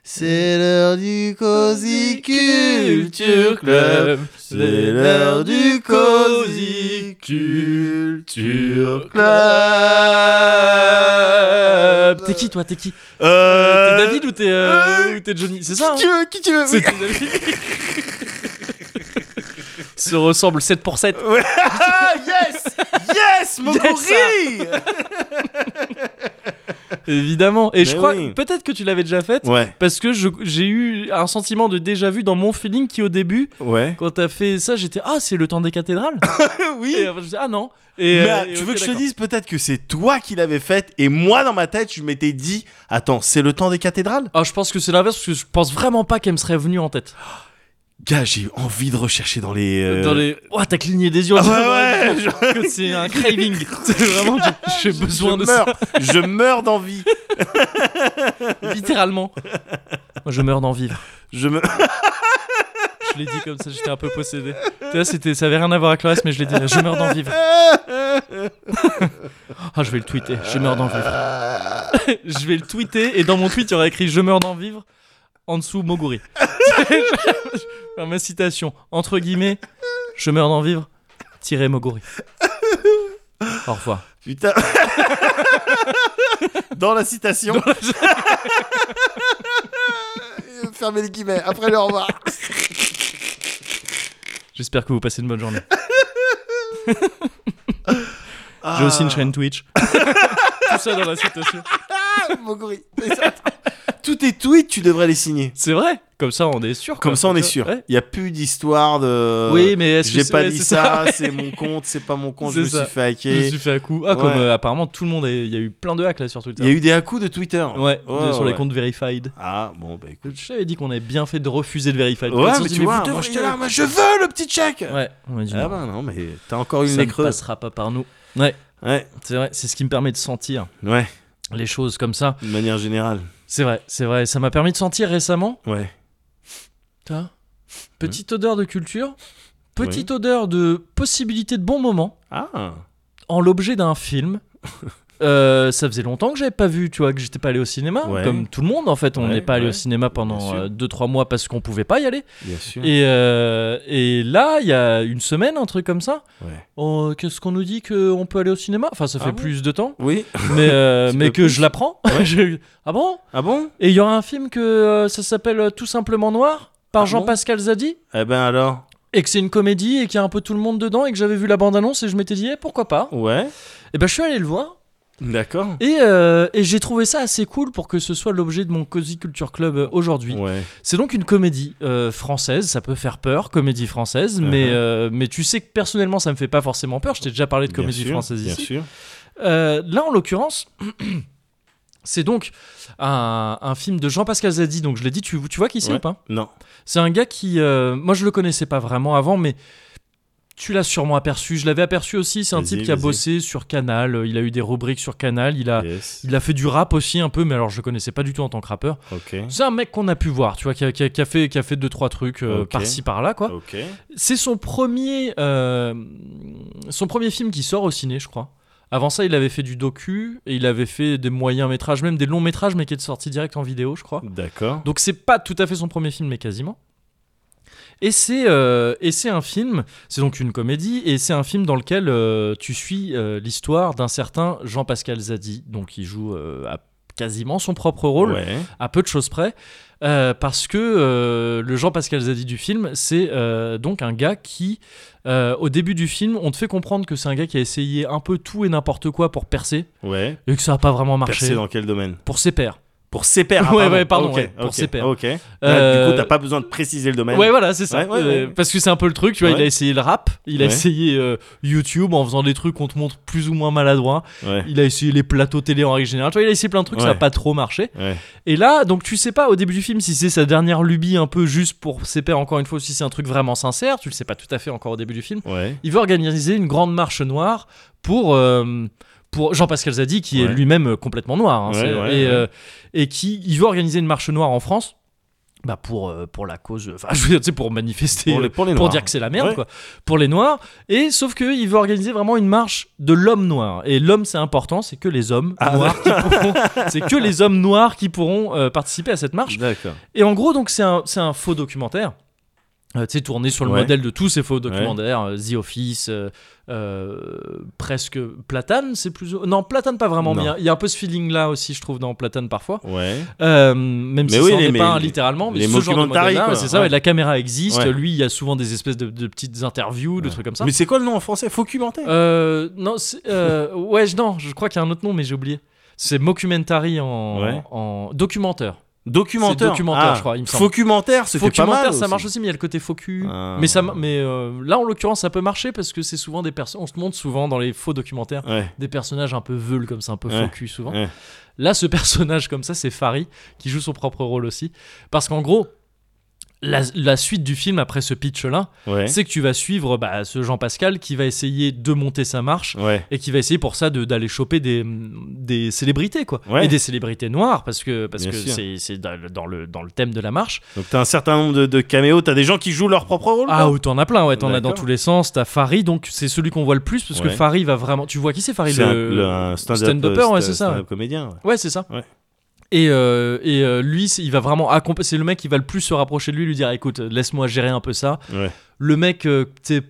[SPEAKER 2] C'est l'heure du Cozy Culture Club. C'est l'heure du Cozy Culture Club.
[SPEAKER 1] T'es qui, toi T'es qui
[SPEAKER 2] Euh,
[SPEAKER 1] T'es David ou t'es euh,
[SPEAKER 2] euh,
[SPEAKER 1] ou t'es Johnny C'est
[SPEAKER 2] Qui
[SPEAKER 1] ça hein
[SPEAKER 2] tu veux Qui tu veux
[SPEAKER 1] C'est tes amis. Se ressemblent 7 pour 7.
[SPEAKER 2] Ah, yes Yes, mon
[SPEAKER 1] Yes,
[SPEAKER 2] gorille
[SPEAKER 1] Évidemment. Et je
[SPEAKER 2] Mais
[SPEAKER 1] crois
[SPEAKER 2] oui.
[SPEAKER 1] peut-être que tu l'avais déjà faite.
[SPEAKER 2] Ouais,
[SPEAKER 1] Parce que je- j'ai eu un sentiment de déjà vu dans mon feeling qui au début,
[SPEAKER 2] ouais.
[SPEAKER 1] quand t'as fait ça, j'étais ah c'est le temps des cathédrales.
[SPEAKER 2] [LAUGHS] oui.
[SPEAKER 1] Et après, je dis, ah non. Et,
[SPEAKER 2] Mais,
[SPEAKER 1] euh,
[SPEAKER 2] tu
[SPEAKER 1] et
[SPEAKER 2] veux
[SPEAKER 1] ok,
[SPEAKER 2] que je te
[SPEAKER 1] d'accord.
[SPEAKER 2] dise peut-être que c'est toi qui l'avais faite et moi dans ma tête je m'étais dit attends c'est le temps des cathédrales
[SPEAKER 1] Ah je pense que c'est l'inverse parce que je pense vraiment pas qu'elle me serait venue en tête.
[SPEAKER 2] gars j'ai envie de rechercher dans les euh,
[SPEAKER 1] Dans les oh t'as cligné des yeux. [LAUGHS]
[SPEAKER 2] Ah
[SPEAKER 1] en disant,
[SPEAKER 2] ouais, ouais,
[SPEAKER 1] vraiment que c'est [LAUGHS] un craving. c'est vraiment j'ai- j'ai
[SPEAKER 2] je
[SPEAKER 1] besoin de ça.
[SPEAKER 2] meurs je meurs d'envie
[SPEAKER 1] [LAUGHS] Littéralement. Moi, je meurs d'en vivre.
[SPEAKER 2] je
[SPEAKER 1] [LAUGHS]
[SPEAKER 2] me [LAUGHS]
[SPEAKER 1] Je l'ai dit comme ça, j'étais un peu possédé. Tu vois, c'était, ça avait rien à voir avec le reste, mais je l'ai dit. Je meurs d'en vivre. Ah, je vais le tweeter. Je meurs d'en vivre. [LAUGHS] je vais le tweeter et dans mon tweet, il y aura écrit Je meurs d'en vivre en dessous Moguri. [LAUGHS] Faire ma citation. Entre guillemets, Je meurs d'en vivre, tiré Moguri. Au revoir.
[SPEAKER 2] Putain. [LAUGHS] Dans la citation. [LAUGHS] Fermez les guillemets. Après le au revoir.
[SPEAKER 1] J'espère que vous passez une bonne journée.
[SPEAKER 2] Ah.
[SPEAKER 1] J'ai aussi une chaîne Twitch. Ah. [LAUGHS] Tout ça dans la citation.
[SPEAKER 2] [LAUGHS] Moguri. Tous tes tweets, tu devrais les signer.
[SPEAKER 1] C'est vrai. Comme ça, on est sûr. quoi.
[SPEAKER 2] Comme ça, on est sûr. Il
[SPEAKER 1] Ouais.
[SPEAKER 2] n'y a plus d'histoire de.
[SPEAKER 1] oui, mais est-ce que
[SPEAKER 2] J'ai
[SPEAKER 1] c'est-
[SPEAKER 2] pas
[SPEAKER 1] ouais,
[SPEAKER 2] dit
[SPEAKER 1] c'est [LAUGHS]
[SPEAKER 2] ça, c'est mon compte, c'est pas mon compte, je
[SPEAKER 1] C'est
[SPEAKER 2] me
[SPEAKER 1] ça.
[SPEAKER 2] suis fait
[SPEAKER 1] Je me
[SPEAKER 2] hacker.
[SPEAKER 1] suis fait à coup. Ah, comme
[SPEAKER 2] Ouais.
[SPEAKER 1] euh, apparemment tout le monde, est- il y a eu plein de hacks là sur Twitter.
[SPEAKER 2] Il y a eu des à coups de Twitter.
[SPEAKER 1] Ouais,
[SPEAKER 2] Ouais,
[SPEAKER 1] de- sur les
[SPEAKER 2] ouais.
[SPEAKER 1] comptes verified.
[SPEAKER 2] Ah, bon, bah écoute.
[SPEAKER 1] Je t'avais dit qu'on avait bien fait de refuser de verified. Ils
[SPEAKER 2] Ouais,
[SPEAKER 1] ont
[SPEAKER 2] mais
[SPEAKER 1] dit,
[SPEAKER 2] tu vois,
[SPEAKER 1] vous
[SPEAKER 2] moi, j'étais
[SPEAKER 1] devriez-
[SPEAKER 2] là, moi, je veux le petit chèque
[SPEAKER 1] Ouais, on m'a dit.
[SPEAKER 2] Ah
[SPEAKER 1] non,
[SPEAKER 2] bah non, mais t'as encore une
[SPEAKER 1] ça
[SPEAKER 2] nez
[SPEAKER 1] ne
[SPEAKER 2] creuse.
[SPEAKER 1] passera pas par nous.
[SPEAKER 2] Ouais,
[SPEAKER 1] C'est vrai, c'est ce qui me permet de sentir
[SPEAKER 2] ouais,
[SPEAKER 1] les choses comme ça.
[SPEAKER 2] de manière générale.
[SPEAKER 1] C'est vrai, c'est vrai. Ça m'a permis de sentir récemment
[SPEAKER 2] Ouais.
[SPEAKER 1] Putain.
[SPEAKER 2] Hein
[SPEAKER 1] Petite odeur de culture, petite odeur de possibilité de bon moment
[SPEAKER 2] Ah,
[SPEAKER 1] en l'objet d'un
[SPEAKER 2] [LAUGHS]
[SPEAKER 1] film. Euh, ça faisait longtemps que j'avais pas vu, tu vois, que j'étais pas allé au cinéma,
[SPEAKER 2] Ouais.
[SPEAKER 1] comme tout le monde en fait. On
[SPEAKER 2] Ouais,
[SPEAKER 1] n'est pas allé
[SPEAKER 2] ouais,
[SPEAKER 1] au cinéma
[SPEAKER 2] bien
[SPEAKER 1] pendant
[SPEAKER 2] sûr.
[SPEAKER 1] 2-3 mois parce qu'on pouvait pas y aller.
[SPEAKER 2] bien sûr.
[SPEAKER 1] Et, euh, et là, il y a une semaine, un truc comme ça.
[SPEAKER 2] Ouais.
[SPEAKER 1] Oh, Qu'est-ce qu'on nous dit qu'on peut aller au cinéma Enfin, ça
[SPEAKER 2] Ah
[SPEAKER 1] fait
[SPEAKER 2] bon
[SPEAKER 1] plus de
[SPEAKER 2] [LAUGHS]
[SPEAKER 1] temps,
[SPEAKER 2] Oui.
[SPEAKER 1] mais, euh,
[SPEAKER 2] Petit
[SPEAKER 1] mais
[SPEAKER 2] peu
[SPEAKER 1] que
[SPEAKER 2] plus.
[SPEAKER 1] je l'apprends. [LAUGHS] J'ai eu, ah bon
[SPEAKER 2] Ah bon
[SPEAKER 1] Et il y aura un film que euh, ça s'appelle euh, Tout simplement Noir par
[SPEAKER 2] Ah bon
[SPEAKER 1] Jean-Pascal Zadi
[SPEAKER 2] Eh ben alors
[SPEAKER 1] et que c'est une comédie et qu'il y a un peu tout le monde dedans et que j'avais vu la bande-annonce et je m'étais dit eh, pourquoi pas
[SPEAKER 2] Ouais.
[SPEAKER 1] et ben je suis allé le voir
[SPEAKER 2] D'accord.
[SPEAKER 1] et, euh, et j'ai trouvé ça assez cool pour que ce soit l'objet de mon Cozy Culture Club euh, aujourd'hui
[SPEAKER 2] Ouais.
[SPEAKER 1] c'est donc une comédie euh, française ça peut faire peur comédie française mais,
[SPEAKER 2] Uh-huh.
[SPEAKER 1] euh, mais tu sais que personnellement ça me fait pas forcément peur je t'ai déjà parlé de
[SPEAKER 2] Bien
[SPEAKER 1] comédie
[SPEAKER 2] sûr,
[SPEAKER 1] française
[SPEAKER 2] Bien
[SPEAKER 1] ici
[SPEAKER 2] sûr.
[SPEAKER 1] Euh, là, en l'occurrence, [CLEARS THROAT] c'est donc un, un film de Jean-Pascal Zadi. Donc, je l'ai dit, tu, tu vois qui c'est
[SPEAKER 2] Ouais.
[SPEAKER 1] ou pas
[SPEAKER 2] Non.
[SPEAKER 1] C'est un gars qui. euh, moi, je le connaissais pas vraiment avant, mais. Tu l'as sûrement aperçu, je l'avais aperçu aussi, c'est un
[SPEAKER 2] Vas-y,
[SPEAKER 1] type qui a
[SPEAKER 2] vas-y.
[SPEAKER 1] bossé sur Canal, euh, il a eu des rubriques sur Canal, il a,
[SPEAKER 2] Yes.
[SPEAKER 1] il a fait du rap aussi un peu, mais alors je le connaissais pas du tout en tant que rappeur.
[SPEAKER 2] Ok.
[SPEAKER 1] C'est un mec qu'on a pu voir, tu vois, qui a, qui a- qui a fait, qui a fait deux, trois trucs euh,
[SPEAKER 2] Ok. Oh.
[SPEAKER 1] par-ci, par-là, quoi.
[SPEAKER 2] Ok.
[SPEAKER 1] C'est son premier, euh, son premier film qui sort au ciné, je crois. Avant ça, il avait fait du docu et il avait fait des moyens métrages, même des longs métrages, mais qui est sorti direct en vidéo, je crois.
[SPEAKER 2] D'accord.
[SPEAKER 1] Donc c'est pas tout à fait son premier film, mais quasiment. Et c'est euh, et c'est un film, c'est donc une comédie, et c'est un film dans lequel euh, tu suis euh, l'histoire d'un certain Jean-Pascal Zadi, donc il joue euh, à quasiment son propre rôle
[SPEAKER 2] Ouais.
[SPEAKER 1] à peu de choses près, euh, parce que euh, le Jean-Pascal Zadi du film, c'est euh, donc un gars qui, euh, au début du film, on te fait comprendre que c'est un gars qui a essayé un peu tout et n'importe quoi pour percer,
[SPEAKER 2] Ouais.
[SPEAKER 1] et que ça n'a pas vraiment marché.
[SPEAKER 2] Percé dans quel domaine
[SPEAKER 1] Pour ses pairs.
[SPEAKER 2] Pour ses pères. ah,
[SPEAKER 1] Ouais, ouais, pardon,
[SPEAKER 2] Ok,
[SPEAKER 1] ouais, pour
[SPEAKER 2] ok,
[SPEAKER 1] ses pairs.
[SPEAKER 2] Ok. Là,
[SPEAKER 1] Euh,
[SPEAKER 2] Du coup, t'as pas besoin de préciser le domaine.
[SPEAKER 1] Ouais, voilà, c'est ça.
[SPEAKER 2] Ouais, ouais,
[SPEAKER 1] Euh,
[SPEAKER 2] ouais.
[SPEAKER 1] Parce que c'est un peu le truc, tu vois.
[SPEAKER 2] Ouais.
[SPEAKER 1] Il a essayé le rap, il a
[SPEAKER 2] Ouais.
[SPEAKER 1] essayé euh, YouTube en faisant des trucs qu'on te montre plus ou moins maladroits.
[SPEAKER 2] Ouais.
[SPEAKER 1] Il a essayé les plateaux télé en règle générale. Tu vois, il a essayé plein de trucs, ça
[SPEAKER 2] Ouais.
[SPEAKER 1] n'a pas trop marché.
[SPEAKER 2] Ouais.
[SPEAKER 1] Et là, donc tu sais pas au début du film si c'est sa dernière lubie un peu juste pour ses pairs encore une fois, ou si c'est un truc vraiment sincère, tu le sais pas tout à fait encore au début du film.
[SPEAKER 2] Ouais.
[SPEAKER 1] Il veut organiser une grande marche noire pour euh, pour Jean-Pascal Zadi qui est
[SPEAKER 2] Ouais.
[SPEAKER 1] lui-même euh, complètement noir hein,
[SPEAKER 2] Ouais,
[SPEAKER 1] c'est-
[SPEAKER 2] ouais,
[SPEAKER 1] et,
[SPEAKER 2] ouais.
[SPEAKER 1] euh, et qui il veut organiser une marche noire en France. Bah pour, euh, pour la cause, euh, enfin [LAUGHS] je veux dire, tu sais, pour manifester,
[SPEAKER 2] Pour les,
[SPEAKER 1] euh,
[SPEAKER 2] pour les
[SPEAKER 1] pour
[SPEAKER 2] noirs.
[SPEAKER 1] dire que c'est la merde,
[SPEAKER 2] Ouais.
[SPEAKER 1] quoi, pour les noirs. Et sauf que il veut organiser vraiment une marche de l'homme noir. Et l'homme, c'est important, c'est que les hommes
[SPEAKER 2] Ah,
[SPEAKER 1] noirs qui pourront, c'est que les hommes noirs qui pourront euh, participer à cette marche.
[SPEAKER 2] D'accord.
[SPEAKER 1] Et en gros, donc c'est un, c'est un faux documentaire. Euh, tu sais, tourné sur le
[SPEAKER 2] Ouais.
[SPEAKER 1] modèle de tous ces faux
[SPEAKER 2] Ouais.
[SPEAKER 1] documentaires, euh, The Office, euh, euh, presque Platane, c'est plus. Non, Platane pas vraiment, mais
[SPEAKER 2] Non.
[SPEAKER 1] il y a- il y, a un peu ce feeling-là aussi, je trouve, dans Platane parfois.
[SPEAKER 2] Ouais.
[SPEAKER 1] Euh, même
[SPEAKER 2] Mais
[SPEAKER 1] si
[SPEAKER 2] oui,
[SPEAKER 1] ça n'en
[SPEAKER 2] les-
[SPEAKER 1] est
[SPEAKER 2] mais-
[SPEAKER 1] pas un littéralement, mais
[SPEAKER 2] les
[SPEAKER 1] ce genre de
[SPEAKER 2] mockumentaries,
[SPEAKER 1] modèle-là,
[SPEAKER 2] quoi.
[SPEAKER 1] c'est ça,
[SPEAKER 2] Ouais.
[SPEAKER 1] ouais, la caméra existe,
[SPEAKER 2] Ouais.
[SPEAKER 1] lui, il y a souvent des espèces de, de petites interviews, de
[SPEAKER 2] Ouais.
[SPEAKER 1] trucs comme ça.
[SPEAKER 2] Mais c'est quoi le nom en français Faux commentaire.
[SPEAKER 1] Euh, non, c'est- euh, ouais, je- non, je crois qu'il y a un autre nom, mais j'ai oublié. C'est mockumentary en,
[SPEAKER 2] Ouais.
[SPEAKER 1] en documentaire.
[SPEAKER 2] Documentaire.
[SPEAKER 1] c'est documentaire, je crois, il me semble.
[SPEAKER 2] Documentaire, c'était pas mal.
[SPEAKER 1] Documentaire, ça
[SPEAKER 2] aussi.
[SPEAKER 1] marche aussi, mais il y a le côté faux cul.
[SPEAKER 2] Ah.
[SPEAKER 1] Mais, ça, ma- mais euh, là, en l'occurrence, ça peut marcher parce que c'est souvent des personnes. On se montre souvent dans les faux documentaires
[SPEAKER 2] Ouais.
[SPEAKER 1] des personnages un peu veules, comme ça, un peu
[SPEAKER 2] Ouais.
[SPEAKER 1] faux cul souvent.
[SPEAKER 2] Ouais.
[SPEAKER 1] Là, ce [LAUGHS] personnage comme ça, c'est Farid qui joue son propre rôle aussi. Parce qu'en gros. La, la suite du film après ce pitch-là,
[SPEAKER 2] Ouais.
[SPEAKER 1] c'est que tu vas suivre bah, ce Jean-Pascal qui va essayer de monter sa marche
[SPEAKER 2] Ouais.
[SPEAKER 1] et qui va essayer pour ça de- d'aller choper des, des célébrités quoi
[SPEAKER 2] Ouais.
[SPEAKER 1] et des célébrités noires parce que parce
[SPEAKER 2] Bien
[SPEAKER 1] que
[SPEAKER 2] sûr.
[SPEAKER 1] c'est c'est dans le- dans le dans le thème de la marche
[SPEAKER 2] Donc t'as un certain nombre de, de caméos, t'as des gens qui jouent leur propre rôle.
[SPEAKER 1] Ah,
[SPEAKER 2] quoi
[SPEAKER 1] oh, t'en as plein, ouais, t'en as dans
[SPEAKER 2] D'accord.
[SPEAKER 1] tous les sens. T'as Farid, donc c'est celui qu'on voit le plus, parce
[SPEAKER 2] Ouais.
[SPEAKER 1] que Farid va vraiment. Tu vois qui c'est Farid
[SPEAKER 2] C'est un, le- un stand-up
[SPEAKER 1] stand-upper, ouais,
[SPEAKER 2] sta-
[SPEAKER 1] c'est ça.
[SPEAKER 2] stand-up comédien. ouais.
[SPEAKER 1] Ouais, c'est ça.
[SPEAKER 2] Ouais.
[SPEAKER 1] Et, euh, et euh, lui, c'est- il va vraiment accompagner. C'est le mec qui va le plus se rapprocher de lui, lui dire écoute, laisse-moi gérer un peu ça.
[SPEAKER 2] Ouais.
[SPEAKER 1] Le mec, euh, t'es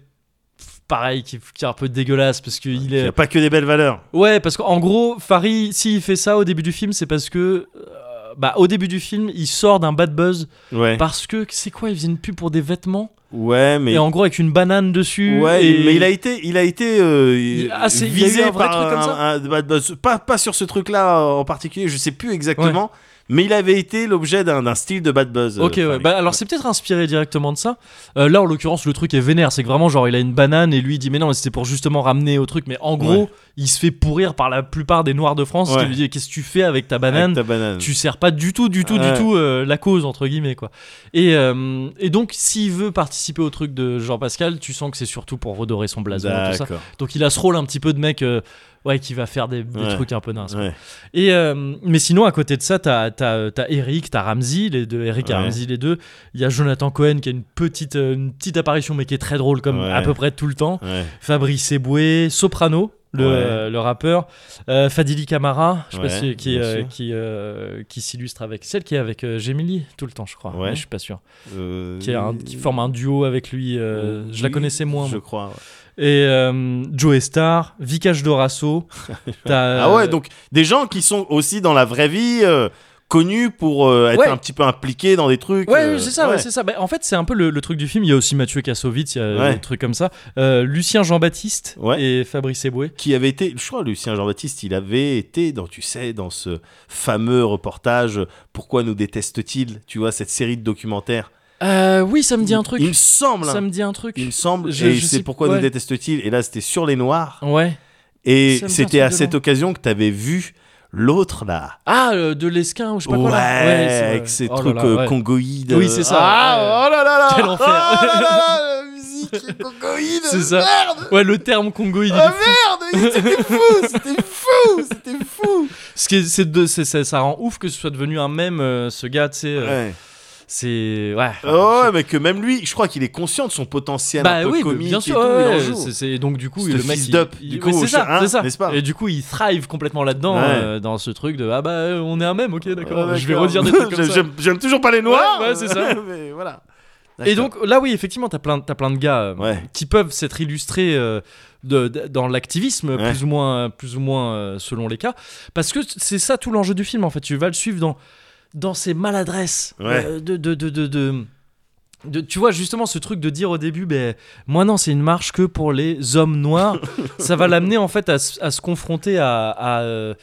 [SPEAKER 1] pareil, qui, qui est un peu dégueulasse parce que il
[SPEAKER 2] Il n'y
[SPEAKER 1] est.
[SPEAKER 2] a pas que des belles valeurs.
[SPEAKER 1] Ouais, parce qu'en gros, Farid, s'il fait ça au début du film, c'est parce que. euh, bah, au début du film, il sort d'un bad buzz
[SPEAKER 2] Ouais.
[SPEAKER 1] parce que c'est quoi Il faisait une pub pour des vêtements
[SPEAKER 2] Ouais, mais.
[SPEAKER 1] et en gros avec une banane dessus.
[SPEAKER 2] Ouais,
[SPEAKER 1] et-
[SPEAKER 2] mais il a été, il a été euh, il-
[SPEAKER 1] Ah, c'est- il y a eu
[SPEAKER 2] visé
[SPEAKER 1] un vrai
[SPEAKER 2] par
[SPEAKER 1] truc comme
[SPEAKER 2] un-
[SPEAKER 1] ça
[SPEAKER 2] un- bah, bah, ce- pas, pas sur ce truc-là euh, en particulier, je sais plus exactement, mais il avait été l'objet d'un d'un style de bad buzz. euh,
[SPEAKER 1] Ok, ouais.
[SPEAKER 2] Farid.
[SPEAKER 1] Bah, alors c'est peut-être inspiré directement de ça. Euh, là, en l'occurrence, le truc est vénère. C'est que vraiment, genre, il a une banane et lui, il dit, mais non, mais c'était pour justement ramener au truc. Mais en gros,
[SPEAKER 2] Ouais.
[SPEAKER 1] il se fait pourrir par la plupart des Noirs de France
[SPEAKER 2] Ouais.
[SPEAKER 1] qui lui dit, qu'est-ce que tu fais avec ta
[SPEAKER 2] Avec
[SPEAKER 1] banane
[SPEAKER 2] ta banane.
[SPEAKER 1] Tu sers pas du tout, du tout,
[SPEAKER 2] Ouais.
[SPEAKER 1] du tout euh, la cause, entre guillemets, quoi. Et, euh, et donc, s'il veut participer au truc de Jean-Pascal, tu sens que c'est surtout pour redorer son blason et tout ça.
[SPEAKER 2] D'accord.
[SPEAKER 1] Donc, il a ce rôle un petit peu de mec. euh, Ouais, qui va faire des, des
[SPEAKER 2] Ouais.
[SPEAKER 1] trucs un peu nazes.
[SPEAKER 2] Ouais.
[SPEAKER 1] Et euh, mais sinon, à côté de ça, t'as as, Eric, t'as Ramsey, les deux, Eric et
[SPEAKER 2] Ouais.
[SPEAKER 1] Ramsey, les deux. Il y a Jonathan Cohen qui a une petite, euh, une petite apparition, mais qui est très drôle, comme
[SPEAKER 2] Ouais.
[SPEAKER 1] à peu près tout le temps.
[SPEAKER 2] ouais.
[SPEAKER 1] Fabrice Eboué, Soprano. Le,
[SPEAKER 2] Ouais.
[SPEAKER 1] euh, le rappeur Euh, Fadili Camara je sais pas
[SPEAKER 2] Ouais,
[SPEAKER 1] si- qui
[SPEAKER 2] bien
[SPEAKER 1] euh,
[SPEAKER 2] sûr.
[SPEAKER 1] qui euh, qui s'illustre avec celle qui est avec euh, Gemini tout le temps je crois
[SPEAKER 2] Ouais.
[SPEAKER 1] mais je suis pas sûr
[SPEAKER 2] Euh,
[SPEAKER 1] qui, est un- qui forme un duo avec lui euh, je la
[SPEAKER 2] Oh, oui,
[SPEAKER 1] connaissais moins
[SPEAKER 2] Je
[SPEAKER 1] moi.
[SPEAKER 2] crois. ouais.
[SPEAKER 1] et euh, Joe Star Vikash
[SPEAKER 2] [LAUGHS]
[SPEAKER 1] Dorasso t'as,
[SPEAKER 2] Ah ouais,
[SPEAKER 1] euh,
[SPEAKER 2] donc des gens qui sont aussi dans la vraie vie euh, connus pour euh, être
[SPEAKER 1] Ouais.
[SPEAKER 2] un petit peu impliqués dans des trucs.
[SPEAKER 1] Ouais,
[SPEAKER 2] euh,
[SPEAKER 1] c'est ça, ouais, c'est ça. Bah, en fait, c'est un peu le, le truc du film. Il y a aussi Mathieu Kassovitz, il y a
[SPEAKER 2] Ouais.
[SPEAKER 1] des trucs comme ça. Euh, Lucien Jean-Baptiste
[SPEAKER 2] Ouais.
[SPEAKER 1] et Fabrice Eboué.
[SPEAKER 2] qui avait été, je crois, Lucien Jean-Baptiste, il avait été dans, tu sais, dans ce fameux reportage euh, Pourquoi nous déteste-t-il Tu vois, cette série de documentaires.
[SPEAKER 1] Euh, oui, ça me dit un
[SPEAKER 2] Il me
[SPEAKER 1] truc.
[SPEAKER 2] semble,
[SPEAKER 1] Ça
[SPEAKER 2] hein,
[SPEAKER 1] me dit un truc.
[SPEAKER 2] il me semble,
[SPEAKER 1] Je-
[SPEAKER 2] et
[SPEAKER 1] je
[SPEAKER 2] c'est
[SPEAKER 1] sais-
[SPEAKER 2] Pourquoi
[SPEAKER 1] ouais.
[SPEAKER 2] nous déteste-t-il Et là, c'était sur les Noirs.
[SPEAKER 1] Ouais.
[SPEAKER 2] Et
[SPEAKER 1] Ça me dit un
[SPEAKER 2] c'était
[SPEAKER 1] truc
[SPEAKER 2] à
[SPEAKER 1] de
[SPEAKER 2] cette
[SPEAKER 1] nom.
[SPEAKER 2] occasion que tu avais vu l'autre, là.
[SPEAKER 1] Ah, euh, de l'esquin ou je sais pas
[SPEAKER 2] ouais,
[SPEAKER 1] quoi. Là. c'est vrai.
[SPEAKER 2] avec ces
[SPEAKER 1] Oh là
[SPEAKER 2] trucs
[SPEAKER 1] là,
[SPEAKER 2] euh,
[SPEAKER 1] ouais.
[SPEAKER 2] congoïdes.
[SPEAKER 1] Oui, c'est ça,
[SPEAKER 2] Ah,
[SPEAKER 1] ouais.
[SPEAKER 2] oh là là là
[SPEAKER 1] Quel enfer.
[SPEAKER 2] Oh là
[SPEAKER 1] [LAUGHS]
[SPEAKER 2] là là, la musique congoïde
[SPEAKER 1] C'est ça.
[SPEAKER 2] Merde
[SPEAKER 1] Ouais, le terme congoïde. il est [LAUGHS]
[SPEAKER 2] Ah
[SPEAKER 1] fou.
[SPEAKER 2] merde C'était fou C'était fou C'était fou
[SPEAKER 1] Ce qui est- c'est de, c'est- ça, ça rend ouf que ce soit devenu un mème. euh, ce gars, tu sais, euh,
[SPEAKER 2] Ouais.
[SPEAKER 1] c'est ouais.
[SPEAKER 2] Oh, ouais, mais que même lui, je crois qu'il est conscient de son potentiel
[SPEAKER 1] Bah
[SPEAKER 2] un peu
[SPEAKER 1] oui, mais
[SPEAKER 2] comique
[SPEAKER 1] bien sûr.
[SPEAKER 2] et tout,
[SPEAKER 1] ouais,
[SPEAKER 2] il en joue.
[SPEAKER 1] c'est- c'est- et donc du coup,
[SPEAKER 2] C'est
[SPEAKER 1] le
[SPEAKER 2] le
[SPEAKER 1] mec,
[SPEAKER 2] fils
[SPEAKER 1] il-
[SPEAKER 2] d'up,
[SPEAKER 1] il-
[SPEAKER 2] du
[SPEAKER 1] oui,
[SPEAKER 2] coup,
[SPEAKER 1] c'est ça,
[SPEAKER 2] hein,
[SPEAKER 1] c'est ça.
[SPEAKER 2] n'est-ce pas
[SPEAKER 1] Et du coup, il thrive complètement là-dedans,
[SPEAKER 2] Ouais.
[SPEAKER 1] euh, dans ce truc de ah bah euh, on est un même, ok,
[SPEAKER 2] Ah,
[SPEAKER 1] d'accord.
[SPEAKER 2] d'accord.
[SPEAKER 1] je vais redire
[SPEAKER 2] [LAUGHS]
[SPEAKER 1] des trucs comme
[SPEAKER 2] J'aime-
[SPEAKER 1] ça.
[SPEAKER 2] J'aime j'aime toujours pas les noirs.
[SPEAKER 1] Ouais, ouais, c'est ça.
[SPEAKER 2] [LAUGHS] mais voilà.
[SPEAKER 1] Et
[SPEAKER 2] D'accord.
[SPEAKER 1] donc là, oui, effectivement, t'as plein, t'as plein de gars euh,
[SPEAKER 2] Ouais.
[SPEAKER 1] qui peuvent s'être illustrés euh, de- de- dans l'activisme,
[SPEAKER 2] Ouais.
[SPEAKER 1] plus ou moins, plus ou moins euh, selon les cas, parce que c'est ça tout l'enjeu du film. En fait, tu vas le suivre dans dans ses maladresses
[SPEAKER 2] Ouais.
[SPEAKER 1] euh, de, de, de, de, de- de- tu vois justement ce truc de dire au début, ben moi non, c'est une marche que pour les hommes noirs.
[SPEAKER 2] [LAUGHS]
[SPEAKER 1] ça va l'amener en fait à, se- à se confronter à, à, euh,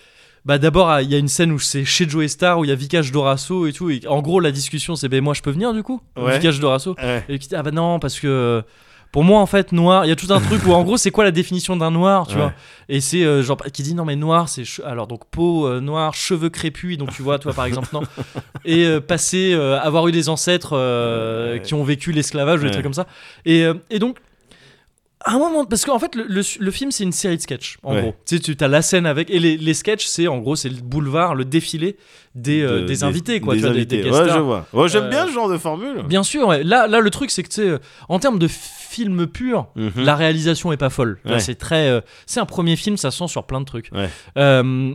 [SPEAKER 1] bah d'abord à- il y a une scène où c'est chez Joe Star où il y a Vikash Dorasso et tout. Et en gros la discussion c'est ben moi je peux venir du coup.
[SPEAKER 2] Ouais.
[SPEAKER 1] Vikash Dorasso.
[SPEAKER 2] Ouais.
[SPEAKER 1] Et qui dit, ah bah non, parce que pour moi, en fait, noir, il y a tout un truc où en gros, c'est quoi la définition d'un noir, tu
[SPEAKER 2] Ouais.
[SPEAKER 1] vois Et c'est euh, genre qui dit non, mais noir, c'est che- alors donc peau euh, noire, cheveux crépus, donc tu vois, toi par exemple,
[SPEAKER 2] [LAUGHS]
[SPEAKER 1] non. Et euh, passer, euh, avoir eu des ancêtres euh,
[SPEAKER 2] Ouais.
[SPEAKER 1] qui ont vécu l'esclavage ou
[SPEAKER 2] Ouais.
[SPEAKER 1] des trucs comme ça. Et, euh, et donc. À un moment, parce qu'en fait, le, le- le film, c'est une série de sketchs, en
[SPEAKER 2] Ouais.
[SPEAKER 1] gros. Tu sais, tu as la scène avec. Et les, les sketchs, c'est en gros, c'est le boulevard, le défilé des, euh,
[SPEAKER 2] De-
[SPEAKER 1] des, invités, quoi.
[SPEAKER 2] Des
[SPEAKER 1] tu vois, des-
[SPEAKER 2] invités.
[SPEAKER 1] des guest
[SPEAKER 2] ouais, je
[SPEAKER 1] stars.
[SPEAKER 2] vois. Ouais, j'aime
[SPEAKER 1] Euh,
[SPEAKER 2] bien ce genre de formule.
[SPEAKER 1] Bien sûr, ouais. là, là le truc c'est que tu sais, euh, en termes de film pur,
[SPEAKER 2] Mhm.
[SPEAKER 1] la réalisation est pas folle. Là,
[SPEAKER 2] Ouais.
[SPEAKER 1] C'est très, euh, c'est un premier film, ça sent sur plein de trucs.
[SPEAKER 2] Ouais.
[SPEAKER 1] Euh,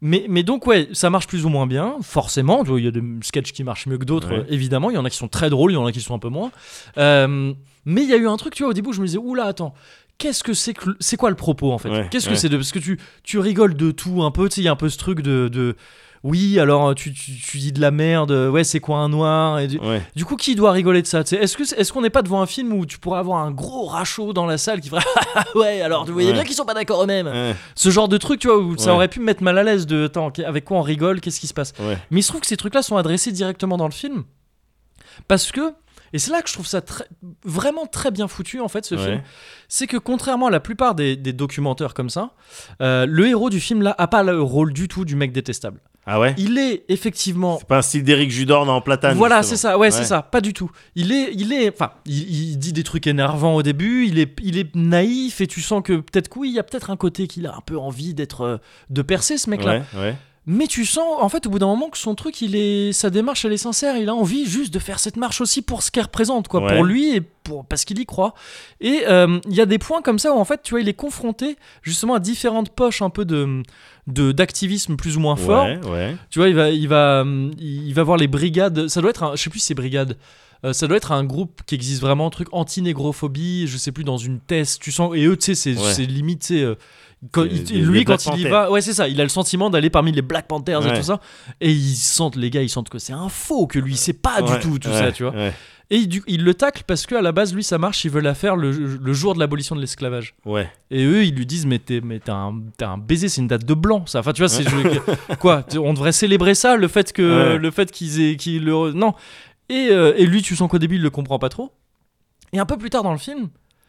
[SPEAKER 1] mais, mais donc ouais, ça marche plus ou moins bien, forcément. Tu vois, Il y a des sketchs qui marchent mieux que d'autres,
[SPEAKER 2] Ouais.
[SPEAKER 1] euh, évidemment. Il y en a qui sont très drôles, il y en a qui sont un peu moins. Euh, mais il y a eu un truc, tu vois, au début, où je me disais, oula, attends. Qu'est-ce que c'est que le- c'est quoi le propos en fait
[SPEAKER 2] Ouais,
[SPEAKER 1] Qu'est-ce
[SPEAKER 2] ouais.
[SPEAKER 1] que c'est de parce que tu tu rigoles de tout un peu, tu sais, il y a un peu ce truc de, de oui alors tu, tu, tu dis de la merde, ouais c'est quoi un noir et du- [LAUGHS]
[SPEAKER 2] Ouais.
[SPEAKER 1] du coup, qui doit rigoler de ça tu sais Est-ce que est-ce qu'on n'est pas devant un film où tu pourrais avoir un gros rachot dans la salle qui ferait [LAUGHS] Ah ouais alors vous voyez
[SPEAKER 2] Ouais.
[SPEAKER 1] bien qu'ils sont pas d'accord eux-mêmes
[SPEAKER 2] Ouais.
[SPEAKER 1] ce genre de truc tu vois où ça
[SPEAKER 2] Ouais.
[SPEAKER 1] aurait pu me mettre mal à l'aise de attends qu- avec quoi on rigole qu'est-ce qui se passe
[SPEAKER 2] Ouais.
[SPEAKER 1] mais il se trouve que ces trucs là sont adressés directement dans le film parce que et c'est là que je trouve ça très- vraiment très bien foutu en fait ce
[SPEAKER 2] Ouais.
[SPEAKER 1] film c'est que contrairement à la plupart des, des documentaires comme ça euh, le héros du film là a pas le rôle du tout du mec détestable
[SPEAKER 2] Ah ouais.
[SPEAKER 1] il est effectivement
[SPEAKER 2] C'est pas un style d'Éric Judor dans Platane.
[SPEAKER 1] voilà,
[SPEAKER 2] justement.
[SPEAKER 1] c'est ça. Ouais,
[SPEAKER 2] Ouais.
[SPEAKER 1] c'est ça. Pas du tout. Il est, il est, enfin, il, il dit des trucs énervants au début. Il est, il est naïf et tu sens que peut-être que oui, il y a peut-être un côté qu'il a un peu envie d'être, euh, de percer ce mec-là.
[SPEAKER 2] Ouais, ouais.
[SPEAKER 1] Mais tu sens, en fait, au bout d'un moment que son truc, il est, sa démarche, elle est sincère. Il a envie juste de faire cette marche aussi pour ce qu'elle représente, quoi,
[SPEAKER 2] Ouais.
[SPEAKER 1] pour lui et pour parce qu'il y croit. Et euh, il y a des points comme ça où en fait, tu vois, il est confronté justement à différentes poches un peu de, de d'activisme plus ou moins fort.
[SPEAKER 2] Ouais, ouais.
[SPEAKER 1] Tu vois, il va, il va, hum, il va voir les brigades. Ça doit être, un, je sais plus si c'est brigade. Euh, ça doit être un groupe qui existe vraiment, un truc anti-négrophobie, je sais plus, dans une thèse. Tu sens, et eux, tu sais, c'est
[SPEAKER 2] Ouais.
[SPEAKER 1] c'est limite, tu sais, euh, quand
[SPEAKER 2] Les-
[SPEAKER 1] il-
[SPEAKER 2] les-
[SPEAKER 1] lui,
[SPEAKER 2] les
[SPEAKER 1] quand
[SPEAKER 2] Black
[SPEAKER 1] il y
[SPEAKER 2] Panthers.
[SPEAKER 1] va, ouais, c'est ça, il a le sentiment d'aller parmi les Black Panthers et
[SPEAKER 2] Ouais.
[SPEAKER 1] tout ça. Et ils sentent, les gars, ils sentent que c'est un faux, que lui, il sait pas
[SPEAKER 2] Ouais,
[SPEAKER 1] Ah, du tout tout
[SPEAKER 2] ouais,
[SPEAKER 1] ça, tu vois.
[SPEAKER 2] Ouais.
[SPEAKER 1] Et il, du- il le tacle parce qu'à la base, lui, sa marche, il veut la faire le, le jour de l'abolition de l'esclavage.
[SPEAKER 2] ouais.
[SPEAKER 1] Et eux, ils lui disent, mais t'es mais t'es un, t'es un baiser, c'est une date de blanc, ça. Enfin, tu vois, c'est je- quoi tu- On devrait célébrer ça, le fait que
[SPEAKER 2] Ouais.
[SPEAKER 1] le fait qu'ils aient qu'ils le non. Et, euh, et lui, tu sens qu'au début, il le comprend pas trop. Et un peu plus tard dans le film,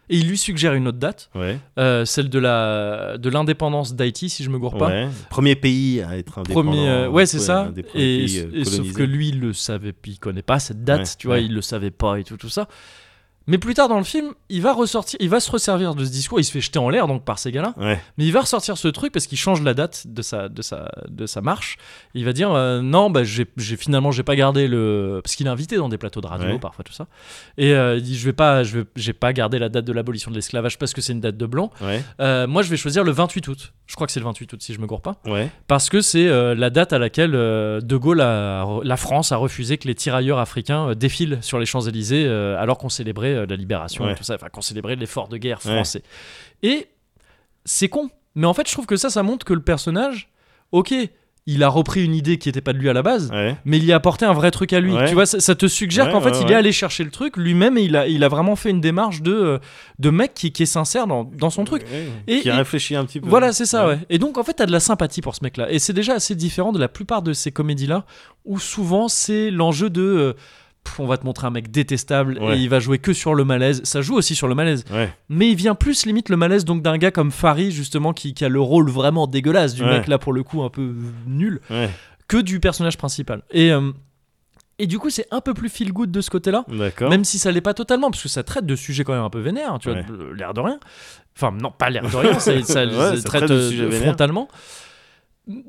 [SPEAKER 1] et il lui suggère une autre date,
[SPEAKER 2] Ouais.
[SPEAKER 1] euh, celle de la de l'indépendance d'Haïti, si je me gourre pas.
[SPEAKER 2] Ouais. Premier pays à être indépendant.
[SPEAKER 1] Premier, euh, ouais, c'est
[SPEAKER 2] un
[SPEAKER 1] ça.
[SPEAKER 2] des premiers
[SPEAKER 1] Et,
[SPEAKER 2] pays, euh,
[SPEAKER 1] et sauf
[SPEAKER 2] colonisés.
[SPEAKER 1] que lui, il le savait, puis il connaît pas cette date,
[SPEAKER 2] Ouais,
[SPEAKER 1] tu vois,
[SPEAKER 2] ouais.
[SPEAKER 1] il le savait pas et tout, tout ça. Mais plus tard dans le film, il va ressortir, il va se resservir de ce discours. Il se fait jeter en l'air donc par ces gars-là.
[SPEAKER 2] Ouais.
[SPEAKER 1] Mais il va ressortir ce truc parce qu'il change la date de sa, de sa, de sa marche. Il va dire euh, non, bah, j'ai j'ai- finalement j'ai pas gardé le parce qu'il est invité dans des plateaux de radio
[SPEAKER 2] Ouais.
[SPEAKER 1] parfois tout ça. Et euh, il dit je vais pas, je vais- j'ai pas gardé la date de l'abolition de l'esclavage parce que c'est une date de blanc.
[SPEAKER 2] Ouais.
[SPEAKER 1] Euh, moi je vais choisir le 28 août. Je crois que c'est le 28 août si je me gourre pas
[SPEAKER 2] Ouais.
[SPEAKER 1] parce que c'est euh, la date à laquelle euh, De Gaulle, a- la France, a refusé que les tirailleurs africains euh, défilent sur les Champs-Élysées euh, alors qu'on célébrait euh, la libération et
[SPEAKER 2] Ouais.
[SPEAKER 1] tout ça, enfin qu'on célébrait l'effort de guerre
[SPEAKER 2] Ouais.
[SPEAKER 1] français. Et c'est con, mais en fait je trouve que ça, ça montre que le personnage, ok, il a repris une idée qui n'était pas de lui à la base.
[SPEAKER 2] Ouais.
[SPEAKER 1] Mais il y a apporté un vrai truc à lui.
[SPEAKER 2] Ouais.
[SPEAKER 1] Tu vois, ça, ça te suggère
[SPEAKER 2] Ouais,
[SPEAKER 1] qu'en fait,
[SPEAKER 2] ouais,
[SPEAKER 1] il
[SPEAKER 2] ouais.
[SPEAKER 1] est allé chercher le truc lui-même et il a, il a vraiment fait une démarche de, euh, de mec qui, qui est sincère dans, dans son truc.
[SPEAKER 2] Ouais.
[SPEAKER 1] Et-
[SPEAKER 2] Qui
[SPEAKER 1] et-
[SPEAKER 2] réfléchit un petit peu.
[SPEAKER 1] Voilà, c'est ça, ouais. Et donc, en fait, t'as de la sympathie pour ce mec-là. Et c'est déjà assez différent de la plupart de ces comédies-là, où souvent c'est l'enjeu de. euh, pff, on va te montrer un mec détestable
[SPEAKER 2] Ouais.
[SPEAKER 1] et il va jouer que sur le malaise. Ça joue aussi sur le malaise,
[SPEAKER 2] Ouais.
[SPEAKER 1] mais il vient plus limite le malaise donc d'un gars comme Farid justement qui, qui a le rôle vraiment dégueulasse du
[SPEAKER 2] Ouais.
[SPEAKER 1] mec là pour le coup un peu nul
[SPEAKER 2] Ouais.
[SPEAKER 1] que du personnage principal. Et euh, et du coup c'est un peu plus feel good de ce côté-là.
[SPEAKER 2] D'accord.
[SPEAKER 1] Même si ça l'est pas totalement, parce que ça traite de sujets quand même un peu vénères, tu vois,
[SPEAKER 2] Ouais.
[SPEAKER 1] de- l'air de rien. Enfin, non, pas l'air de rien, ça, ça
[SPEAKER 2] [LAUGHS] Ouais,
[SPEAKER 1] les
[SPEAKER 2] ça
[SPEAKER 1] traite,
[SPEAKER 2] traite de
[SPEAKER 1] euh,
[SPEAKER 2] sujets vénères.
[SPEAKER 1] frontalement.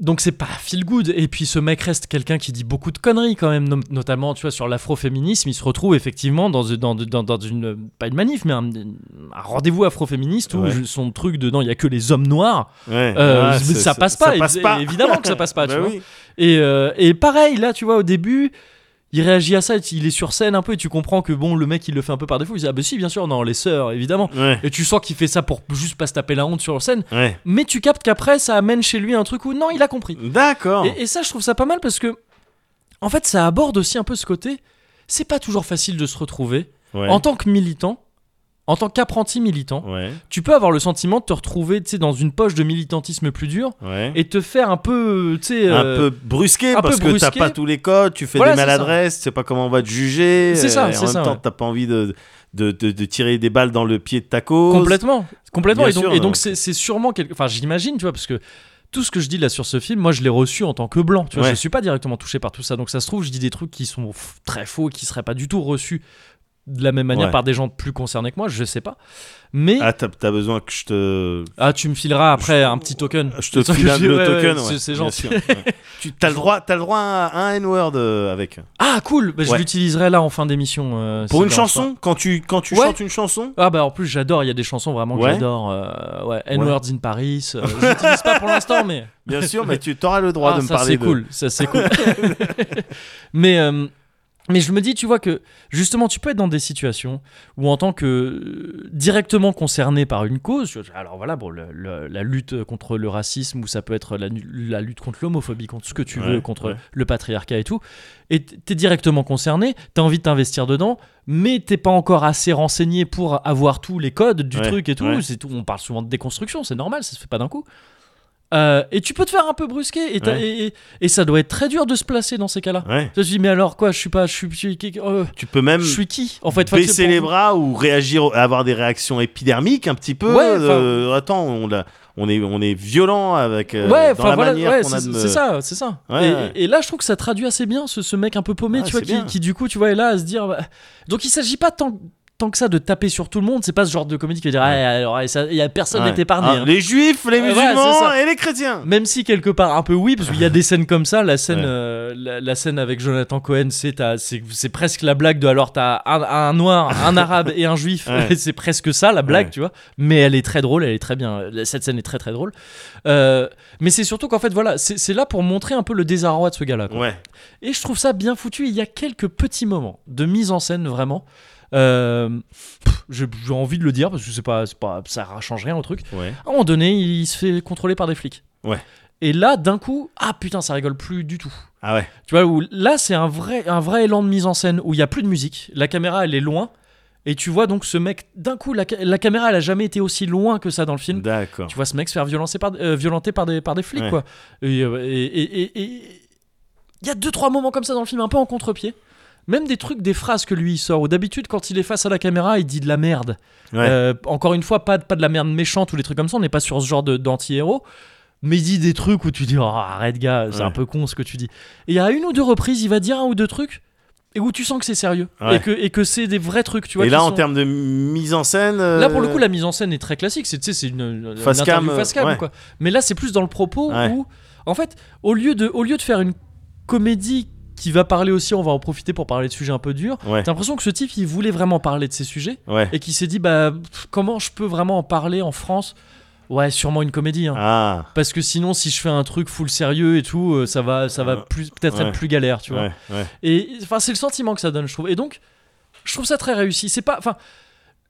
[SPEAKER 1] Donc c'est pas feel good. Et puis ce mec reste quelqu'un qui dit beaucoup de conneries quand même, no- notamment, tu vois, sur l'afroféminisme, il se retrouve effectivement dans, dans, dans, dans une, pas une manif, mais un, un rendez-vous afroféministe où
[SPEAKER 2] Ouais.
[SPEAKER 1] je- son truc dedans, il y a que les hommes noirs.
[SPEAKER 2] Ouais.
[SPEAKER 1] Euh,
[SPEAKER 2] Ah,
[SPEAKER 1] mais
[SPEAKER 2] c'est-
[SPEAKER 1] ça passe pas,
[SPEAKER 2] Ça
[SPEAKER 1] et-
[SPEAKER 2] passe pas.
[SPEAKER 1] et évidemment que ça passe pas,
[SPEAKER 2] [LAUGHS] Bah
[SPEAKER 1] tu vois.
[SPEAKER 2] oui.
[SPEAKER 1] Et, euh, et pareil, là, tu vois, au début, il réagit à ça, il est sur scène un peu, et tu comprends que bon, le mec, il le fait un peu par défaut. Il dit, ah, bah si, bien sûr, non, les sœurs, évidemment.
[SPEAKER 2] Ouais.
[SPEAKER 1] Et tu sens qu'il fait ça pour juste pas se taper la honte sur scène.
[SPEAKER 2] Ouais.
[SPEAKER 1] Mais tu captes qu'après, ça amène chez lui un truc où non, il a compris.
[SPEAKER 2] D'accord.
[SPEAKER 1] Et, et ça, je trouve ça pas mal parce que, en fait, ça aborde aussi un peu ce côté. C'est pas toujours facile de se retrouver
[SPEAKER 2] Ouais.
[SPEAKER 1] en tant que militant, en tant qu'apprenti militant.
[SPEAKER 2] Ouais.
[SPEAKER 1] Tu peux avoir le sentiment de te retrouver, tu sais, dans une poche de militantisme plus dur
[SPEAKER 2] Ouais.
[SPEAKER 1] et te faire un peu, tu sais,
[SPEAKER 2] un
[SPEAKER 1] euh,
[SPEAKER 2] peu brusqué
[SPEAKER 1] un peu
[SPEAKER 2] parce que t'as
[SPEAKER 1] brusqué.
[SPEAKER 2] pas tous les codes, tu fais
[SPEAKER 1] Voilà,
[SPEAKER 2] des
[SPEAKER 1] c'est ça.
[SPEAKER 2] maladresses, tu sais pas comment on va te juger.
[SPEAKER 1] C'est ça,
[SPEAKER 2] euh, et
[SPEAKER 1] c'est
[SPEAKER 2] En même
[SPEAKER 1] ça,
[SPEAKER 2] temps,
[SPEAKER 1] ouais.
[SPEAKER 2] t'as pas envie de, de, de- de tirer des balles dans le pied de ta cause.
[SPEAKER 1] Complètement, complètement.
[SPEAKER 2] Bien
[SPEAKER 1] et donc,
[SPEAKER 2] sûr,
[SPEAKER 1] et
[SPEAKER 2] non.
[SPEAKER 1] donc c'est, c'est sûrement quelque. Enfin, j'imagine, tu vois, parce que tout ce que je dis là sur ce film, moi, je l'ai reçu en tant que blanc. Tu vois,
[SPEAKER 2] Ouais.
[SPEAKER 1] je suis pas directement touché par tout ça. Donc, ça se trouve, je dis des trucs qui sont f- très faux, qui seraient pas du tout reçus de la même manière
[SPEAKER 2] Ouais.
[SPEAKER 1] par des gens plus concernés que moi. Je sais pas. Mais ah,
[SPEAKER 2] Ah, t'as as besoin que je te.
[SPEAKER 1] tu me fileras après un petit token. [LAUGHS]
[SPEAKER 2] Je te
[SPEAKER 1] Ça que
[SPEAKER 2] file un-
[SPEAKER 1] j'ai-
[SPEAKER 2] le
[SPEAKER 1] ouais, ouais,
[SPEAKER 2] token.
[SPEAKER 1] c'est-
[SPEAKER 2] ouais,
[SPEAKER 1] c'est
[SPEAKER 2] bien
[SPEAKER 1] gentil.
[SPEAKER 2] sûr, ouais. Tu as le droit, t'as le droit à un N-word euh, avec.
[SPEAKER 1] Ah cool. Bah, je
[SPEAKER 2] Ouais.
[SPEAKER 1] l'utiliserai là en fin d'émission. euh, si
[SPEAKER 2] Pour une
[SPEAKER 1] ça dérange
[SPEAKER 2] chanson, quand tu, quand tu
[SPEAKER 1] Ouais.
[SPEAKER 2] chantes une chanson.
[SPEAKER 1] Ah bah en plus j'adore, il y a des chansons vraiment que
[SPEAKER 2] Ouais.
[SPEAKER 1] j'adore. euh, ouais, N-Words in Paris. euh, je l'utilise pas pour l'instant mais...
[SPEAKER 2] Bien
[SPEAKER 1] [LAUGHS]
[SPEAKER 2] sûr, mais tu auras le droit
[SPEAKER 1] Ah,
[SPEAKER 2] de me
[SPEAKER 1] ça,
[SPEAKER 2] parler
[SPEAKER 1] c'est
[SPEAKER 2] de.
[SPEAKER 1] cool, ça c'est
[SPEAKER 2] [LAUGHS]
[SPEAKER 1] cool. mais euh, mais je me dis, tu vois que justement, tu peux être dans des situations où en tant que euh, directement concerné par une cause, tu vois, alors voilà, bon, le- le- la lutte contre le racisme ou ça peut être la, nu- la lutte contre l'homophobie, contre ce que tu veux,
[SPEAKER 2] Ouais,
[SPEAKER 1] contre
[SPEAKER 2] ouais.
[SPEAKER 1] le patriarcat et tout. Et t- t'es directement concerné, t'as envie de t'investir dedans, mais t'es pas encore assez renseigné pour avoir tous les codes du
[SPEAKER 2] Ouais,
[SPEAKER 1] truc et tout.
[SPEAKER 2] ouais.
[SPEAKER 1] C'est tout. On parle souvent de déconstruction, c'est normal, ça se fait pas d'un coup. Euh, et tu peux te faire un peu brusquer et, t'as-
[SPEAKER 2] Ouais.
[SPEAKER 1] et, et- et ça doit être très dur de se placer dans ces cas-là.
[SPEAKER 2] Ouais.
[SPEAKER 1] Je me dis mais alors quoi, je suis pas, je suis, je suis qui- euh,
[SPEAKER 2] Tu peux même
[SPEAKER 1] je suis qui en fait Enfin, c'est
[SPEAKER 2] baisser
[SPEAKER 1] pour-
[SPEAKER 2] les bras ou réagir, au- avoir des réactions épidermiques un petit peu.
[SPEAKER 1] Ouais,
[SPEAKER 2] euh, attends, on, l'a- on est, on est violent avec euh,
[SPEAKER 1] Ouais,
[SPEAKER 2] dans
[SPEAKER 1] enfin
[SPEAKER 2] la
[SPEAKER 1] voilà,
[SPEAKER 2] manière
[SPEAKER 1] ouais,
[SPEAKER 2] qu'on a
[SPEAKER 1] c'est
[SPEAKER 2] de.
[SPEAKER 1] c'est ça, c'est ça.
[SPEAKER 2] Ouais,
[SPEAKER 1] et,
[SPEAKER 2] ouais.
[SPEAKER 1] et là, je trouve que ça traduit assez bien ce, ce mec un peu paumé,
[SPEAKER 2] Ah,
[SPEAKER 1] tu vois,
[SPEAKER 2] c'est
[SPEAKER 1] qui,
[SPEAKER 2] bien.
[SPEAKER 1] qui, du coup, tu vois, est là à se dire. bah, Donc il s'agit pas tant tant que ça de taper sur tout le monde. C'est pas ce genre de comédie qui va dire Ah, alors et ça- il y a personne n'est
[SPEAKER 2] Ouais.
[SPEAKER 1] épargné.
[SPEAKER 2] Ah,
[SPEAKER 1] hein.
[SPEAKER 2] les juifs, les
[SPEAKER 1] Ouais, voilà,
[SPEAKER 2] musulmans
[SPEAKER 1] c'est ça.
[SPEAKER 2] et les chrétiens.
[SPEAKER 1] Même si quelque part un peu oui, parce qu'il y a des scènes comme ça, la
[SPEAKER 2] [LAUGHS]
[SPEAKER 1] scène,
[SPEAKER 2] Ouais.
[SPEAKER 1] euh, la, la scène avec Jonathan Cohen, c'est t'as- c'est c'est presque la blague de alors t'as un, un noir, un arabe et un juif,
[SPEAKER 2] Ouais.
[SPEAKER 1] [LAUGHS] c'est presque ça la blague,
[SPEAKER 2] Ouais.
[SPEAKER 1] tu vois. Mais elle est très drôle, elle est très bien, cette scène est très très drôle. Euh, mais c'est surtout qu'en fait voilà, c'est c'est là pour montrer un peu le désarroi de ce gars-là. quoi.
[SPEAKER 2] Ouais.
[SPEAKER 1] Et je trouve ça bien foutu. Il y a quelques petits moments de mise en scène, vraiment. Euh, pff, J'ai j'ai envie de le dire parce que c'est pas, c'est pas, ça change rien au truc.
[SPEAKER 2] Ouais.
[SPEAKER 1] À un moment donné, il se fait contrôler par des flics.
[SPEAKER 2] Ouais.
[SPEAKER 1] Et là, d'un coup, ah putain, ça rigole plus du tout.
[SPEAKER 2] Ah ouais.
[SPEAKER 1] Tu vois, où là, c'est un vrai, un vrai élan de mise en scène où il y a plus de musique. La caméra, elle est loin. Et tu vois donc ce mec, d'un coup, la, ca- la caméra, elle a jamais été aussi loin que ça dans le film.
[SPEAKER 2] D'accord.
[SPEAKER 1] Tu vois ce mec se faire violencer par, euh, violenter par des, par des flics,
[SPEAKER 2] Ouais.
[SPEAKER 1] quoi. Et euh, et- et- et- et- il y a deux, trois moments comme ça dans le film, un peu en contre-pied. Même des trucs, des phrases que lui il sort. Où d'habitude, quand il est face à la caméra, il dit de la merde.
[SPEAKER 2] Ouais.
[SPEAKER 1] Euh, encore une fois, pas, de- pas de la merde méchante ou des trucs comme ça. On n'est pas sur ce genre de- d'anti-héros. Mais il dit des trucs où tu dis, oh, arrête, gars, c'est
[SPEAKER 2] Ouais.
[SPEAKER 1] un peu con ce que tu dis. Et il y a une ou deux reprises, il va dire un ou deux trucs. Et où tu sens que c'est sérieux
[SPEAKER 2] Ouais.
[SPEAKER 1] et que, et que c'est des vrais trucs, tu vois.
[SPEAKER 2] et
[SPEAKER 1] qui
[SPEAKER 2] là, en
[SPEAKER 1] sont-
[SPEAKER 2] termes de mise en scène. euh,
[SPEAKER 1] Là, pour le coup, la mise en scène est très classique. C'est, tu sais, c'est une, une
[SPEAKER 2] Face
[SPEAKER 1] interview
[SPEAKER 2] cam, euh,
[SPEAKER 1] face cam,
[SPEAKER 2] ouais.
[SPEAKER 1] quoi. Mais là, c'est plus dans le propos
[SPEAKER 2] Ouais.
[SPEAKER 1] où, en fait, au lieu, de, au lieu de faire une comédie qui va parler aussi, on va en profiter pour parler de sujets un peu durs,
[SPEAKER 2] Ouais.
[SPEAKER 1] t'as l'impression que ce type, il voulait vraiment parler de ces sujets [LAUGHS]
[SPEAKER 2] Ouais.
[SPEAKER 1] et qui s'est dit, bah, pff, comment je peux vraiment en parler en France Ouais, sûrement une comédie. hein.
[SPEAKER 2] Ah.
[SPEAKER 1] Parce que sinon, si je fais un truc full sérieux et tout, euh, ça va, ça va
[SPEAKER 2] Ouais.
[SPEAKER 1] plus, peut-être
[SPEAKER 2] Ouais.
[SPEAKER 1] être plus galère, tu vois.
[SPEAKER 2] Ouais. Ouais.
[SPEAKER 1] Et enfin, c'est le sentiment que ça donne, je trouve. Et donc, je trouve ça très réussi. C'est pas, enfin,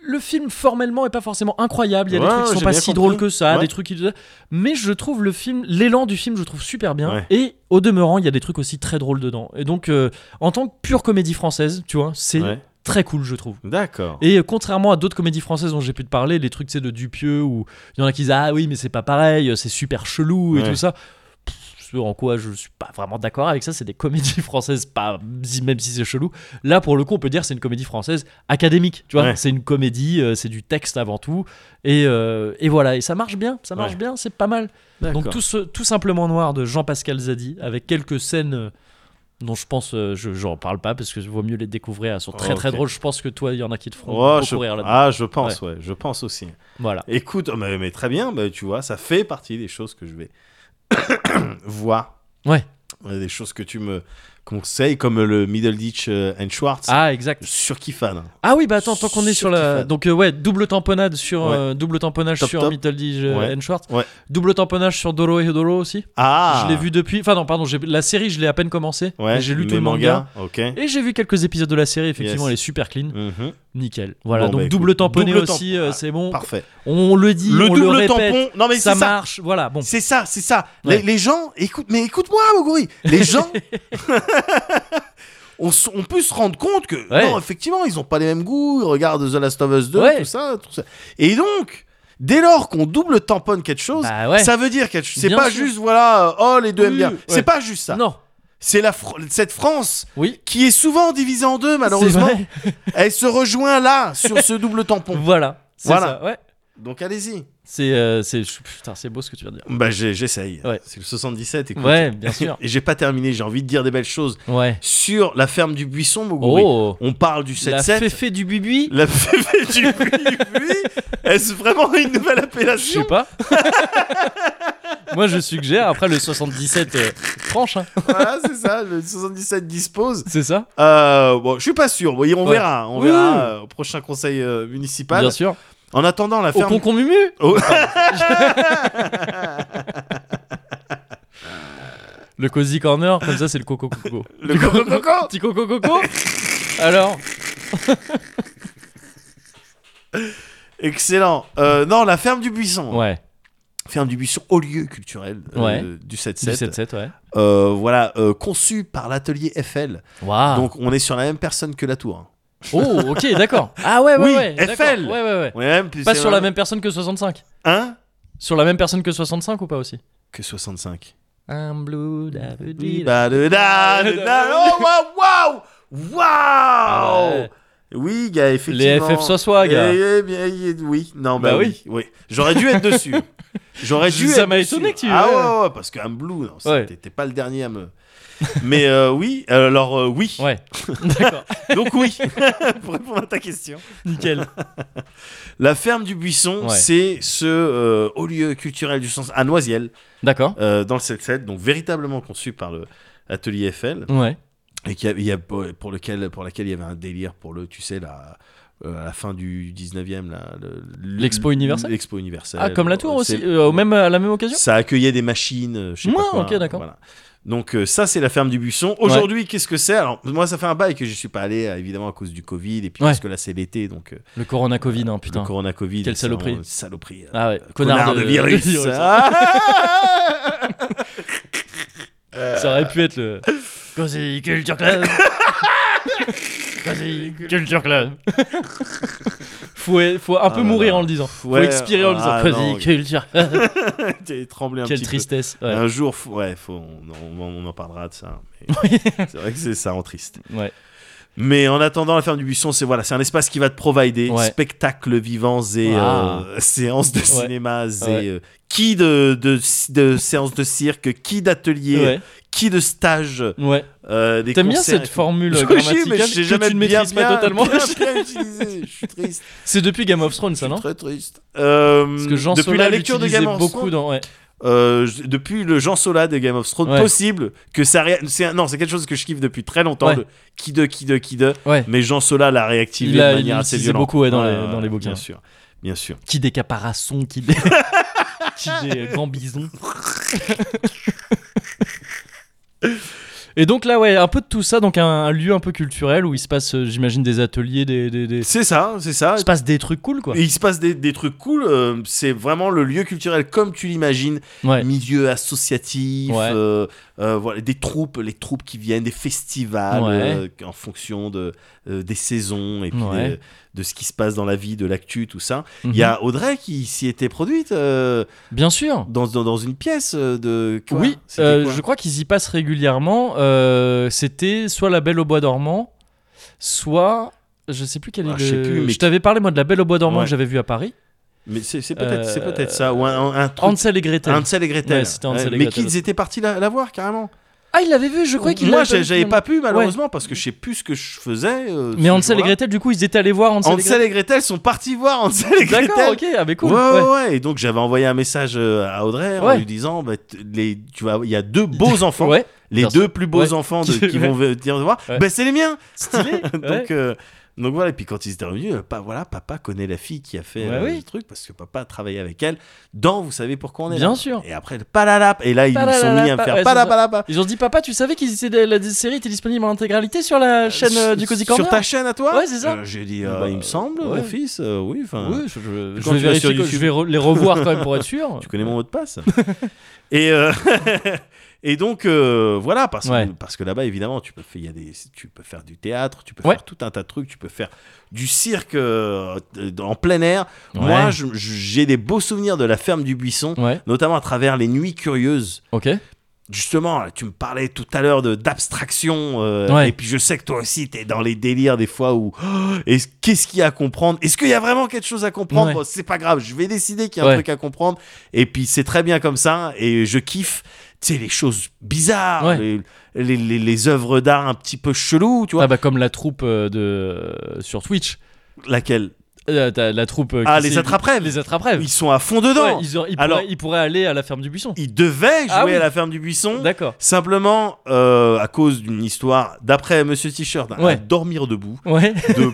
[SPEAKER 1] le film formellement est pas forcément incroyable. Il y a
[SPEAKER 2] Ouais,
[SPEAKER 1] des trucs qui
[SPEAKER 2] j'ai
[SPEAKER 1] sont pas
[SPEAKER 2] bien
[SPEAKER 1] si
[SPEAKER 2] compris.
[SPEAKER 1] drôles que ça,
[SPEAKER 2] Ouais.
[SPEAKER 1] des trucs qui, mais je trouve le film, l'élan du film, je trouve super bien.
[SPEAKER 2] Ouais.
[SPEAKER 1] Et au demeurant, il y a des trucs aussi très drôles dedans. Et donc, euh, en tant que pure comédie française, tu vois, c'est
[SPEAKER 2] Ouais.
[SPEAKER 1] très cool, je trouve.
[SPEAKER 2] D'accord.
[SPEAKER 1] Et euh, contrairement à d'autres comédies françaises dont j'ai pu te parler, les trucs tu sais, de Dupieux où il y en a qui disent ah oui mais c'est pas pareil, euh, c'est super chelou et
[SPEAKER 2] Ouais.
[SPEAKER 1] tout ça. Pff, Ce en quoi je suis pas vraiment d'accord avec ça, c'est des comédies [LAUGHS] françaises, pas même si c'est chelou. Là pour le coup on peut dire c'est une comédie française académique, tu vois.
[SPEAKER 2] Ouais.
[SPEAKER 1] C'est une comédie, euh, c'est du texte avant tout et, euh, et voilà et ça marche bien, ça marche
[SPEAKER 2] Ouais.
[SPEAKER 1] bien, c'est pas mal. Donc tout, ce- tout simplement noir de Jean-Pascal Zadi avec quelques scènes euh, dont je pense euh, je j'en parle pas parce que vaut mieux les découvrir elles sont très
[SPEAKER 2] Oh,
[SPEAKER 1] très
[SPEAKER 2] ok.
[SPEAKER 1] drôles je pense que toi il y en a qui te feront
[SPEAKER 2] Oh,
[SPEAKER 1] beaucoup
[SPEAKER 2] je...
[SPEAKER 1] rire là-dedans.
[SPEAKER 2] Ah, je pense, ouais. Je pense aussi.
[SPEAKER 1] voilà
[SPEAKER 2] Écoute, oh, mais, mais très bien, bah, tu vois, ça fait partie des choses que je vais [COUGHS] voir.
[SPEAKER 1] Ouais.
[SPEAKER 2] Ouais, Des choses que tu me conseilles, comme le Middle Ditch euh, and Schwartz.
[SPEAKER 1] ah exact
[SPEAKER 2] Sur qui fan.
[SPEAKER 1] ah oui bah attends tant qu'on est sur la
[SPEAKER 2] Surkiffade.
[SPEAKER 1] donc euh, ouais double tamponnade sur
[SPEAKER 2] Ouais.
[SPEAKER 1] euh, double tamponnage
[SPEAKER 2] Top,
[SPEAKER 1] sur
[SPEAKER 2] top.
[SPEAKER 1] Mitteldige
[SPEAKER 2] Ouais.
[SPEAKER 1] and Schwartz
[SPEAKER 2] Ouais.
[SPEAKER 1] double tamponnage sur Doro et Doro aussi
[SPEAKER 2] Ah
[SPEAKER 1] je l'ai vu depuis enfin non pardon j'ai- la série je l'ai à peine commencé
[SPEAKER 2] Ouais,
[SPEAKER 1] mais j'ai lu
[SPEAKER 2] mes
[SPEAKER 1] tout le manga
[SPEAKER 2] mangas, Ok.
[SPEAKER 1] et j'ai vu quelques épisodes de la série effectivement
[SPEAKER 2] Yes.
[SPEAKER 1] elle est super clean
[SPEAKER 2] Mhm.
[SPEAKER 1] nickel voilà
[SPEAKER 2] Bon,
[SPEAKER 1] donc
[SPEAKER 2] bah, écoute,
[SPEAKER 1] double tamponné
[SPEAKER 2] double
[SPEAKER 1] aussi
[SPEAKER 2] tampon.
[SPEAKER 1] euh,
[SPEAKER 2] Ah,
[SPEAKER 1] c'est bon
[SPEAKER 2] Parfait.
[SPEAKER 1] on le dit
[SPEAKER 2] Le
[SPEAKER 1] on
[SPEAKER 2] double
[SPEAKER 1] le répète
[SPEAKER 2] tampon. Non, mais c'est
[SPEAKER 1] ça
[SPEAKER 2] ça.
[SPEAKER 1] marche voilà bon
[SPEAKER 2] C'est ça, c'est ça.
[SPEAKER 1] Ouais.
[SPEAKER 2] Les, les gens, écoute, mais écoute-moi, Moguri.
[SPEAKER 1] [LAUGHS]
[SPEAKER 2] Les gens, on, s- on peut se rendre compte que,
[SPEAKER 1] Ouais.
[SPEAKER 2] non, effectivement, ils ont pas les mêmes goûts. Regarde The Last of Us 2,
[SPEAKER 1] Ouais.
[SPEAKER 2] tout, ça, tout ça. Et donc, dès lors qu'on double tamponne quelque chose,
[SPEAKER 1] Bah ouais.
[SPEAKER 2] ça veut dire quelque chose. C'est
[SPEAKER 1] Bien
[SPEAKER 2] pas
[SPEAKER 1] sûr.
[SPEAKER 2] juste, voilà, euh, oh, les deux aiment
[SPEAKER 1] Oui,
[SPEAKER 2] bien.
[SPEAKER 1] ouais.
[SPEAKER 2] C'est pas juste ça.
[SPEAKER 1] non
[SPEAKER 2] C'est la Fr- cette France
[SPEAKER 1] oui
[SPEAKER 2] qui est souvent divisée en deux,
[SPEAKER 1] c'est
[SPEAKER 2] malheureusement.
[SPEAKER 1] vrai.
[SPEAKER 2] Elle se rejoint là, sur
[SPEAKER 1] [LAUGHS]
[SPEAKER 2] ce double tampon.
[SPEAKER 1] voilà c'est
[SPEAKER 2] Voilà.
[SPEAKER 1] ça, ouais
[SPEAKER 2] Donc, allez-y.
[SPEAKER 1] C'est euh, c'est putain, c'est beau ce que tu viens de dire.
[SPEAKER 2] Bah, j'ai- j'essaye.
[SPEAKER 1] Ouais.
[SPEAKER 2] C'est le 77, écoute.
[SPEAKER 1] Ouais, bien sûr.
[SPEAKER 2] Et j'ai pas terminé, j'ai envie de dire des belles choses
[SPEAKER 1] [LAUGHS] Ouais.
[SPEAKER 2] sur la ferme du buisson, Moguri.
[SPEAKER 1] Oh,
[SPEAKER 2] On parle du
[SPEAKER 1] la
[SPEAKER 2] 7-7.
[SPEAKER 1] féfé du bibui.
[SPEAKER 2] La féfé
[SPEAKER 1] [LAUGHS]
[SPEAKER 2] du buisson. Est-ce vraiment une
[SPEAKER 1] Je
[SPEAKER 2] nouvelle
[SPEAKER 1] sais [LAUGHS]
[SPEAKER 2] appellation
[SPEAKER 1] pas. Moi, je suggère. Après le 77 euh, tranche,
[SPEAKER 2] [LAUGHS]
[SPEAKER 1] hein.
[SPEAKER 2] Voilà, c'est ça, le 77 dispose.
[SPEAKER 1] c'est ça
[SPEAKER 2] Euh, bon, je suis pas sûr. Bon, on
[SPEAKER 1] Ouais.
[SPEAKER 2] verra. On
[SPEAKER 1] Oui,
[SPEAKER 2] verra
[SPEAKER 1] oui.
[SPEAKER 2] euh, au prochain conseil euh, municipal.
[SPEAKER 1] Bien sûr.
[SPEAKER 2] En attendant, la
[SPEAKER 1] Au
[SPEAKER 2] ferme.
[SPEAKER 1] concon mumu.
[SPEAKER 2] Oh.
[SPEAKER 1] [LAUGHS] Le cozy corner, comme ça, c'est le coco coco.
[SPEAKER 2] Le coco coco
[SPEAKER 1] Petit coco coco. Alors,
[SPEAKER 2] Excellent. Euh, non, la ferme du buisson.
[SPEAKER 1] ouais.
[SPEAKER 2] Ferme du buisson au lieu culturel euh,
[SPEAKER 1] Ouais.
[SPEAKER 2] du 7-7.
[SPEAKER 1] 77, ouais.
[SPEAKER 2] Euh, voilà, euh, conçu par l'atelier FL.
[SPEAKER 1] Waouh.
[SPEAKER 2] Donc, on est sur la même personne que la tour. hein.
[SPEAKER 1] Oh, ok, d'accord. [LAUGHS] Ah ouais, ouais,
[SPEAKER 2] Oui,
[SPEAKER 1] ouais. d'accord.
[SPEAKER 2] FL.
[SPEAKER 1] Ouais, ouais, ouais.
[SPEAKER 2] On est même
[SPEAKER 1] Pas sur la même personne que 65.
[SPEAKER 2] Hein
[SPEAKER 1] Sur la même personne que 65 ou pas aussi
[SPEAKER 2] Que 65.
[SPEAKER 1] I'm blue, da, blue,
[SPEAKER 2] Oui,
[SPEAKER 1] di, da.
[SPEAKER 2] bah, de- da- de- da- Oh, waouh Waouh
[SPEAKER 1] Ah
[SPEAKER 2] Waouh
[SPEAKER 1] ouais.
[SPEAKER 2] Oui, il y a effectivement.
[SPEAKER 1] Les FF soit soi, gars.
[SPEAKER 2] Eh, eh bien, eh, oui, non, bah,
[SPEAKER 1] Bah oui. [LAUGHS]
[SPEAKER 2] oui. oui. J'aurais dû être dessus. J'aurais dû.
[SPEAKER 1] Ça
[SPEAKER 2] être
[SPEAKER 1] m'a
[SPEAKER 2] dessus.
[SPEAKER 1] étonné que tu-
[SPEAKER 2] Ah
[SPEAKER 1] ouais.
[SPEAKER 2] ouais, ouais, parce qu'un blue, non, ça,
[SPEAKER 1] Ouais.
[SPEAKER 2] t'étais pas le dernier à me. Mais euh, oui, alors euh, oui.
[SPEAKER 1] Ouais, [LAUGHS] d'accord,
[SPEAKER 2] [LAUGHS]
[SPEAKER 1] [LAUGHS]
[SPEAKER 2] Donc oui, pour répondre à ta question.
[SPEAKER 1] nickel.
[SPEAKER 2] La ferme du buisson,
[SPEAKER 1] Ouais.
[SPEAKER 2] c'est ce euh, haut lieu culturel du sens à Noisiel,
[SPEAKER 1] D'accord.
[SPEAKER 2] euh, dans le 7-7, donc véritablement conçu par le atelier FL.
[SPEAKER 1] Ouais.
[SPEAKER 2] et qui a- il y a- pour lequel pour laquelle il y avait un délire pour le tu sais la euh, à la fin du 19e là, le- le-
[SPEAKER 1] L'expo universelle
[SPEAKER 2] l'expo universelle
[SPEAKER 1] Ah, comme la tour
[SPEAKER 2] C'est-
[SPEAKER 1] aussi, euh, au même, à la même occasion
[SPEAKER 2] ça accueillait des machines euh, je sais pas
[SPEAKER 1] Ouais,
[SPEAKER 2] quoi,
[SPEAKER 1] ok, d'accord.
[SPEAKER 2] voilà. donc euh, ça c'est la ferme du buisson aujourd'hui qu'est-ce que c'est alors moi ça fait un bail que je suis pas allé euh, évidemment à cause du covid et puis
[SPEAKER 1] Ouais.
[SPEAKER 2] parce que là c'est l'été donc euh,
[SPEAKER 1] Le Corona Covid, hein,
[SPEAKER 2] le
[SPEAKER 1] putain.
[SPEAKER 2] corona covid
[SPEAKER 1] Quelle
[SPEAKER 2] c'est
[SPEAKER 1] saloperie.
[SPEAKER 2] vraiment une saloperie euh,
[SPEAKER 1] Ah ouais,
[SPEAKER 2] connard, de, virus,
[SPEAKER 1] hein.
[SPEAKER 2] [LAUGHS] Ah
[SPEAKER 1] Ça aurait pu être le. Cozy Culture [LAUGHS] Club Cozy Culture Club faut, être- faut un peu
[SPEAKER 2] Ah là
[SPEAKER 1] mourir
[SPEAKER 2] là.
[SPEAKER 1] en le disant. Faut
[SPEAKER 2] Ouais,
[SPEAKER 1] expirer en le disant.
[SPEAKER 2] ah
[SPEAKER 1] Cozy
[SPEAKER 2] non.
[SPEAKER 1] Culture Club
[SPEAKER 2] J'ai tremblé un
[SPEAKER 1] Quelle
[SPEAKER 2] petit peu.
[SPEAKER 1] tristesse. Ouais.
[SPEAKER 2] Un jour, faut- ouais, faut- on, on- on en parlera de ça. mais
[SPEAKER 1] [LAUGHS]
[SPEAKER 2] c'est vrai que c'est ça en triste.
[SPEAKER 1] Ouais.
[SPEAKER 2] Mais en attendant, la ferme du buisson, c'est voilà, c'est un espace qui va te provider
[SPEAKER 1] Ouais.
[SPEAKER 2] spectacle vivant et
[SPEAKER 1] Ah.
[SPEAKER 2] séances de
[SPEAKER 1] Ouais.
[SPEAKER 2] cinéma et euh,
[SPEAKER 1] Ouais.
[SPEAKER 2] qui de, de, de séances de cirque, qui d'atelier,
[SPEAKER 1] Ouais.
[SPEAKER 2] qui de stage,
[SPEAKER 1] ouais.
[SPEAKER 2] euh, des
[SPEAKER 1] T'aimes bien
[SPEAKER 2] concerts et
[SPEAKER 1] cette
[SPEAKER 2] tout.
[SPEAKER 1] formule
[SPEAKER 2] [LAUGHS]
[SPEAKER 1] euh,
[SPEAKER 2] Oui,
[SPEAKER 1] grammaticale
[SPEAKER 2] mais je sais
[SPEAKER 1] que
[SPEAKER 2] jamais
[SPEAKER 1] tu ne
[SPEAKER 2] bien,
[SPEAKER 1] maîtrises pas
[SPEAKER 2] bien-
[SPEAKER 1] totalement
[SPEAKER 2] [LAUGHS] bien, bien utilisé. Je suis triste,
[SPEAKER 1] C'est depuis Game of Thrones,
[SPEAKER 2] je
[SPEAKER 1] ça,
[SPEAKER 2] suis
[SPEAKER 1] non
[SPEAKER 2] très triste. Euh,
[SPEAKER 1] Parce que Jean
[SPEAKER 2] depuis
[SPEAKER 1] Sola
[SPEAKER 2] la lecture de
[SPEAKER 1] l'utilisait
[SPEAKER 2] Game of
[SPEAKER 1] beaucoup
[SPEAKER 2] Thrones,
[SPEAKER 1] dans. Ouais.
[SPEAKER 2] euh, je- depuis le Jean Sola de Game of Thrones,
[SPEAKER 1] Ouais.
[SPEAKER 2] possible que ça ré- c'est un- non c'est quelque chose que je kiffe depuis très longtemps
[SPEAKER 1] Ouais.
[SPEAKER 2] le qui de qui de qui de
[SPEAKER 1] Ouais.
[SPEAKER 2] mais Jean Sola l'a réactivé
[SPEAKER 1] Il a-
[SPEAKER 2] de manière
[SPEAKER 1] il
[SPEAKER 2] assez
[SPEAKER 1] l'utilisait
[SPEAKER 2] violente
[SPEAKER 1] beaucoup, ouais, dans les- dans les bouquins.
[SPEAKER 2] bien sûr bien sûr
[SPEAKER 1] Qui des caparaçons, qui [LAUGHS] euh, des. qui des grands bisons. [LAUGHS] Et donc là, ouais, un peu de tout ça, donc un, un lieu un peu culturel où il se passe, euh, j'imagine, des ateliers, des, des, des-
[SPEAKER 2] c'est ça c'est ça
[SPEAKER 1] Il se passe des trucs cool, quoi.
[SPEAKER 2] Et il se passe des, des trucs cool euh, c'est vraiment le lieu culturel comme tu l'imagines
[SPEAKER 1] Ouais.
[SPEAKER 2] milieu associatif
[SPEAKER 1] Ouais.
[SPEAKER 2] euh, euh, voilà des troupes les troupes qui viennent des festivals
[SPEAKER 1] Ouais.
[SPEAKER 2] euh, en fonction de euh, des saisons et puis
[SPEAKER 1] Ouais.
[SPEAKER 2] des- de ce qui se passe dans la vie de l'actu tout ça Il y a Audrey qui s'y était produite euh,
[SPEAKER 1] Mhm. Bien sûr.
[SPEAKER 2] dans, dans, dans une pièce euh, de. quoi
[SPEAKER 1] oui,
[SPEAKER 2] C'était
[SPEAKER 1] euh,
[SPEAKER 2] quoi
[SPEAKER 1] je crois qu'ils y passent régulièrement. euh, C'était soit La Belle au Bois dormant, soit. Je sais plus quel est
[SPEAKER 2] Ah,
[SPEAKER 1] le.
[SPEAKER 2] je sais plus, mais-
[SPEAKER 1] Je t'avais parlé, moi, de La Belle au Bois dormant
[SPEAKER 2] Ouais.
[SPEAKER 1] que j'avais vu à Paris.
[SPEAKER 2] Mais c'est c'est peut-être c'est
[SPEAKER 1] Euh,
[SPEAKER 2] peut-être ça. Ou un, un, un truc.
[SPEAKER 1] Hansel et Gretel.
[SPEAKER 2] Hansel et Gretel.
[SPEAKER 1] Ouais, c'était Hansel et
[SPEAKER 2] mais
[SPEAKER 1] Gretel.
[SPEAKER 2] qu'ils étaient partis la, la voir carrément.
[SPEAKER 1] Ah, il l'avait vu, je crois qu'il
[SPEAKER 2] Moi,
[SPEAKER 1] l'avait
[SPEAKER 2] j'ai- j'avais
[SPEAKER 1] finalement.
[SPEAKER 2] pas pu malheureusement parce que je sais plus ce que je faisais. euh,
[SPEAKER 1] Mais
[SPEAKER 2] ce
[SPEAKER 1] Hansel et
[SPEAKER 2] jour-là.
[SPEAKER 1] Gretel, du coup, ils étaient allés voir Hansel, et
[SPEAKER 2] Hansel et Gretel sont partis voir Hansel et
[SPEAKER 1] Gretel.
[SPEAKER 2] Gretel.
[SPEAKER 1] D'accord, ok, ah, mais cool.
[SPEAKER 2] ouais, ouais,
[SPEAKER 1] ouais.
[SPEAKER 2] ouais. Et donc j'avais envoyé un message euh, à Audrey en
[SPEAKER 1] Ouais.
[SPEAKER 2] lui disant bah, t- les, tu vois, il y a deux beaux enfants,
[SPEAKER 1] [LAUGHS]
[SPEAKER 2] [LAUGHS]
[SPEAKER 1] Ouais,
[SPEAKER 2] les
[SPEAKER 1] bien
[SPEAKER 2] deux
[SPEAKER 1] sûr.
[SPEAKER 2] plus beaux
[SPEAKER 1] Ouais. [LAUGHS]
[SPEAKER 2] enfants de- qui
[SPEAKER 1] Ouais.
[SPEAKER 2] vont venir te voir.
[SPEAKER 1] Ouais.
[SPEAKER 2] Bah, c'est les miens.
[SPEAKER 1] stylé. ouais.
[SPEAKER 2] [LAUGHS] donc, euh, donc voilà, et puis quand ils étaient revenus, euh, pas, voilà, papa connaît la fille qui a fait
[SPEAKER 1] Ouais,
[SPEAKER 2] euh,
[SPEAKER 1] oui.
[SPEAKER 2] le truc parce que papa a travaillé avec elle dans Vous savez pourquoi on est
[SPEAKER 1] Bien
[SPEAKER 2] là.
[SPEAKER 1] sûr. euh,
[SPEAKER 2] Et après, le palalap. Et là, ils
[SPEAKER 1] Palalap,
[SPEAKER 2] sont mis à me faire
[SPEAKER 1] ouais, c'est
[SPEAKER 2] palalap.
[SPEAKER 1] Ils ont dit, papa, tu savais que la série était disponible en intégralité sur la chaîne euh, du Cozy Corner
[SPEAKER 2] Sur ta chaîne à toi
[SPEAKER 1] Ouais, c'est ça.
[SPEAKER 2] Euh, J'ai dit, euh,
[SPEAKER 1] Bah,
[SPEAKER 2] il me semble,
[SPEAKER 1] ouais.
[SPEAKER 2] mon fils, euh, oui, enfin.
[SPEAKER 1] Oui, je, je-
[SPEAKER 2] Quand
[SPEAKER 1] je
[SPEAKER 2] tu vas
[SPEAKER 1] vais vérifier,
[SPEAKER 2] sur
[SPEAKER 1] que- je
[SPEAKER 2] YouTube.
[SPEAKER 1] vais re- les revoir quand même pour être sûr.
[SPEAKER 2] Tu connais mon mot
[SPEAKER 1] [LAUGHS]
[SPEAKER 2] de passe Et. euh, [LAUGHS] Et donc euh, voilà parce
[SPEAKER 1] Ouais.
[SPEAKER 2] que parce que là-bas évidemment tu peux faire il y a des tu peux faire du théâtre tu peux
[SPEAKER 1] Ouais.
[SPEAKER 2] faire tout un tas de trucs tu peux faire du cirque euh, en plein air
[SPEAKER 1] Ouais.
[SPEAKER 2] moi je- je- j'ai des beaux souvenirs de la ferme du buisson
[SPEAKER 1] Ouais,
[SPEAKER 2] notamment à travers les nuits curieuses.
[SPEAKER 1] ok.
[SPEAKER 2] Justement, là, tu me parlais tout à l'heure de- d'abstraction, euh,
[SPEAKER 1] Ouais.
[SPEAKER 2] et puis je sais que toi aussi, t'es dans les délires des fois où oh, est-ce- qu'est-ce qu'il y a à comprendre Est-ce qu'il y a vraiment quelque chose à comprendre
[SPEAKER 1] Ouais.
[SPEAKER 2] Bon, C'est pas grave, je vais décider qu'il y a un
[SPEAKER 1] Ouais.
[SPEAKER 2] truc à comprendre, et puis c'est très bien comme ça, et je kiffe. Tu sais, les choses bizarres,
[SPEAKER 1] Ouais.
[SPEAKER 2] les, les, les- les œuvres d'art un petit peu chelou, tu vois.
[SPEAKER 1] Ah bah comme la troupe euh, de euh, sur Twitch,
[SPEAKER 2] Laquelle
[SPEAKER 1] Euh, t'as la troupe euh,
[SPEAKER 2] Ah,
[SPEAKER 1] qui
[SPEAKER 2] les
[SPEAKER 1] s'est-
[SPEAKER 2] attrape-rêves.
[SPEAKER 1] les attrape-rêves.
[SPEAKER 2] Ils sont à fond dedans.
[SPEAKER 1] Ouais, ils, auraient- ils
[SPEAKER 2] Alors-
[SPEAKER 1] pourraient, ils pourraient aller à la ferme du buisson.
[SPEAKER 2] Ils devaient jouer
[SPEAKER 1] Ah oui.
[SPEAKER 2] à la ferme du buisson.
[SPEAKER 1] D'accord.
[SPEAKER 2] Simplement, euh, à cause d'une histoire, d'après Monsieur T-shirt, hein, à
[SPEAKER 1] Ouais.
[SPEAKER 2] dormir debout,
[SPEAKER 1] Ouais. [LAUGHS]
[SPEAKER 2] de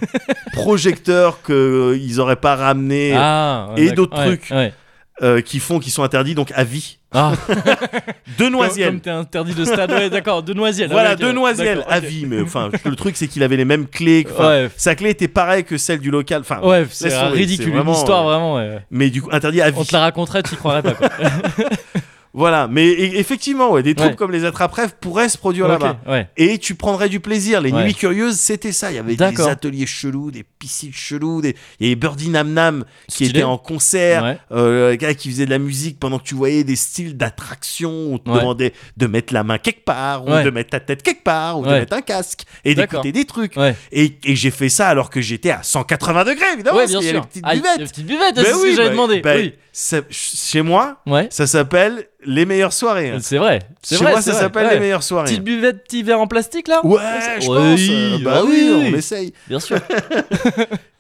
[SPEAKER 2] projecteurs qu'ils n'auraient pas ramenés,
[SPEAKER 1] ah, ouais,
[SPEAKER 2] et
[SPEAKER 1] d'accord.
[SPEAKER 2] d'autres
[SPEAKER 1] Ouais,
[SPEAKER 2] trucs.
[SPEAKER 1] Ouais.
[SPEAKER 2] euh, qui font qu'ils sont interdits, donc à vie.
[SPEAKER 1] Ah,
[SPEAKER 2] De
[SPEAKER 1] comme, comme
[SPEAKER 2] Noisiel.
[SPEAKER 1] t'es interdit de stade, ouais, d'accord, de Noisiel.
[SPEAKER 2] Voilà,
[SPEAKER 1] ouais, ok,
[SPEAKER 2] de Noisiel,
[SPEAKER 1] d'accord,
[SPEAKER 2] à
[SPEAKER 1] ok. [LAUGHS]
[SPEAKER 2] vie. Mais enfin, le truc, c'est qu'il avait les mêmes clés. que- enfin,
[SPEAKER 1] Ouais,
[SPEAKER 2] Sa clé était pareille que celle du local. Enfin,
[SPEAKER 1] ouais c'est
[SPEAKER 2] laisse tomber,
[SPEAKER 1] ridicule,
[SPEAKER 2] c'est vraiment,
[SPEAKER 1] une histoire
[SPEAKER 2] euh,
[SPEAKER 1] vraiment. ouais, ouais.
[SPEAKER 2] Mais du coup, interdit à
[SPEAKER 1] On
[SPEAKER 2] vie.
[SPEAKER 1] te la raconterait, tu y croirais pas. Quoi.
[SPEAKER 2] Voilà. Mais e- effectivement, ouais, des troupes
[SPEAKER 1] Ouais.
[SPEAKER 2] comme les attrape-rêves pourraient se produire
[SPEAKER 1] Ok,
[SPEAKER 2] là-bas.
[SPEAKER 1] ouais.
[SPEAKER 2] Et tu prendrais du plaisir. Les
[SPEAKER 1] Ouais.
[SPEAKER 2] nuits curieuses, c'était ça. Il y avait des
[SPEAKER 1] D'accord.
[SPEAKER 2] ateliers chelous, des piscines cheloues. des- Il y avait Birdie Nam Nam qui
[SPEAKER 1] Stylé.
[SPEAKER 2] était en concert,
[SPEAKER 1] Ouais.
[SPEAKER 2] euh, le gars qui faisait de la musique pendant que tu voyais des styles d'attraction. On te
[SPEAKER 1] Ouais.
[SPEAKER 2] demandait de mettre la main quelque part, ou
[SPEAKER 1] Ouais.
[SPEAKER 2] de mettre ta tête quelque part, ou de
[SPEAKER 1] Ouais.
[SPEAKER 2] mettre un casque et
[SPEAKER 1] D'accord.
[SPEAKER 2] d'écouter des trucs.
[SPEAKER 1] Ouais.
[SPEAKER 2] Et, et j'ai fait ça alors que j'étais à 180 degrés, évidemment,
[SPEAKER 1] ouais,
[SPEAKER 2] parce
[SPEAKER 1] bien
[SPEAKER 2] qu'il y a
[SPEAKER 1] sûr.
[SPEAKER 2] les petites
[SPEAKER 1] Ah, il y a
[SPEAKER 2] buvettes.
[SPEAKER 1] les petites buvettes,
[SPEAKER 2] Ben
[SPEAKER 1] c'est ce que
[SPEAKER 2] oui,
[SPEAKER 1] j'avais
[SPEAKER 2] ben-
[SPEAKER 1] demandé.
[SPEAKER 2] ben,
[SPEAKER 1] oui.
[SPEAKER 2] ça- chez moi,
[SPEAKER 1] Ouais.
[SPEAKER 2] ça s'appelle les meilleures soirées. hein.
[SPEAKER 1] C'est vrai. C'est
[SPEAKER 2] Chez
[SPEAKER 1] vrai.
[SPEAKER 2] moi,
[SPEAKER 1] c'est
[SPEAKER 2] ça
[SPEAKER 1] vrai.
[SPEAKER 2] s'appelle
[SPEAKER 1] Ouais.
[SPEAKER 2] les meilleures soirées.
[SPEAKER 1] Petite buvette, petit verre en plastique [LAUGHS] là
[SPEAKER 2] Ouais, je pense.
[SPEAKER 1] Oui,
[SPEAKER 2] euh, bah
[SPEAKER 1] ah
[SPEAKER 2] oui,
[SPEAKER 1] oui.
[SPEAKER 2] on essaye.
[SPEAKER 1] Bien sûr.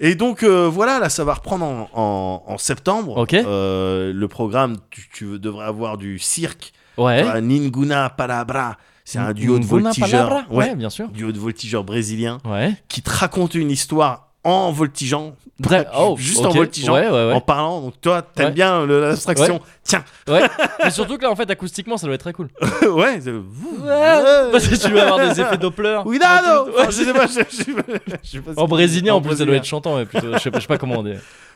[SPEAKER 2] Et donc euh, voilà, là ça va reprendre en, en- en septembre.
[SPEAKER 1] Ok.
[SPEAKER 2] Euh, le programme, tu, tu devrais avoir du cirque.
[SPEAKER 1] Ouais.
[SPEAKER 2] Euh, Ninguna Palabra, c'est un duo de
[SPEAKER 1] Eh Ninguna palabra.
[SPEAKER 2] voltigeurs.
[SPEAKER 1] Ouais, bien sûr.
[SPEAKER 2] Duo de voltigeurs brésiliens
[SPEAKER 1] Ouais.
[SPEAKER 2] qui te raconte une histoire en voltigeant,
[SPEAKER 1] Dra- oh,
[SPEAKER 2] juste
[SPEAKER 1] ok.
[SPEAKER 2] en voltigeant,
[SPEAKER 1] Ouais, ouais, ouais.
[SPEAKER 2] en parlant. Donc toi, t'aimes
[SPEAKER 1] Ouais.
[SPEAKER 2] bien euh, le- l'abstraction. Tiens, [LAUGHS]
[SPEAKER 1] Ouais. Mais surtout que là, en fait, acoustiquement, ça doit être très cool.
[SPEAKER 2] ouais. c'est-
[SPEAKER 1] Parce que tu vas avoir des effets Doppler.
[SPEAKER 2] [LAUGHS]
[SPEAKER 1] [LAUGHS]
[SPEAKER 2] Cuidado
[SPEAKER 1] Ouais.
[SPEAKER 2] Enfin, je sais pas, je- je- je- je sais pas
[SPEAKER 1] En
[SPEAKER 2] si-
[SPEAKER 1] brésilien, en plus, ça doit
[SPEAKER 2] brésilien.
[SPEAKER 1] être chantant. ouais, plutôt. Je sais pas- je sais pas comment on dit.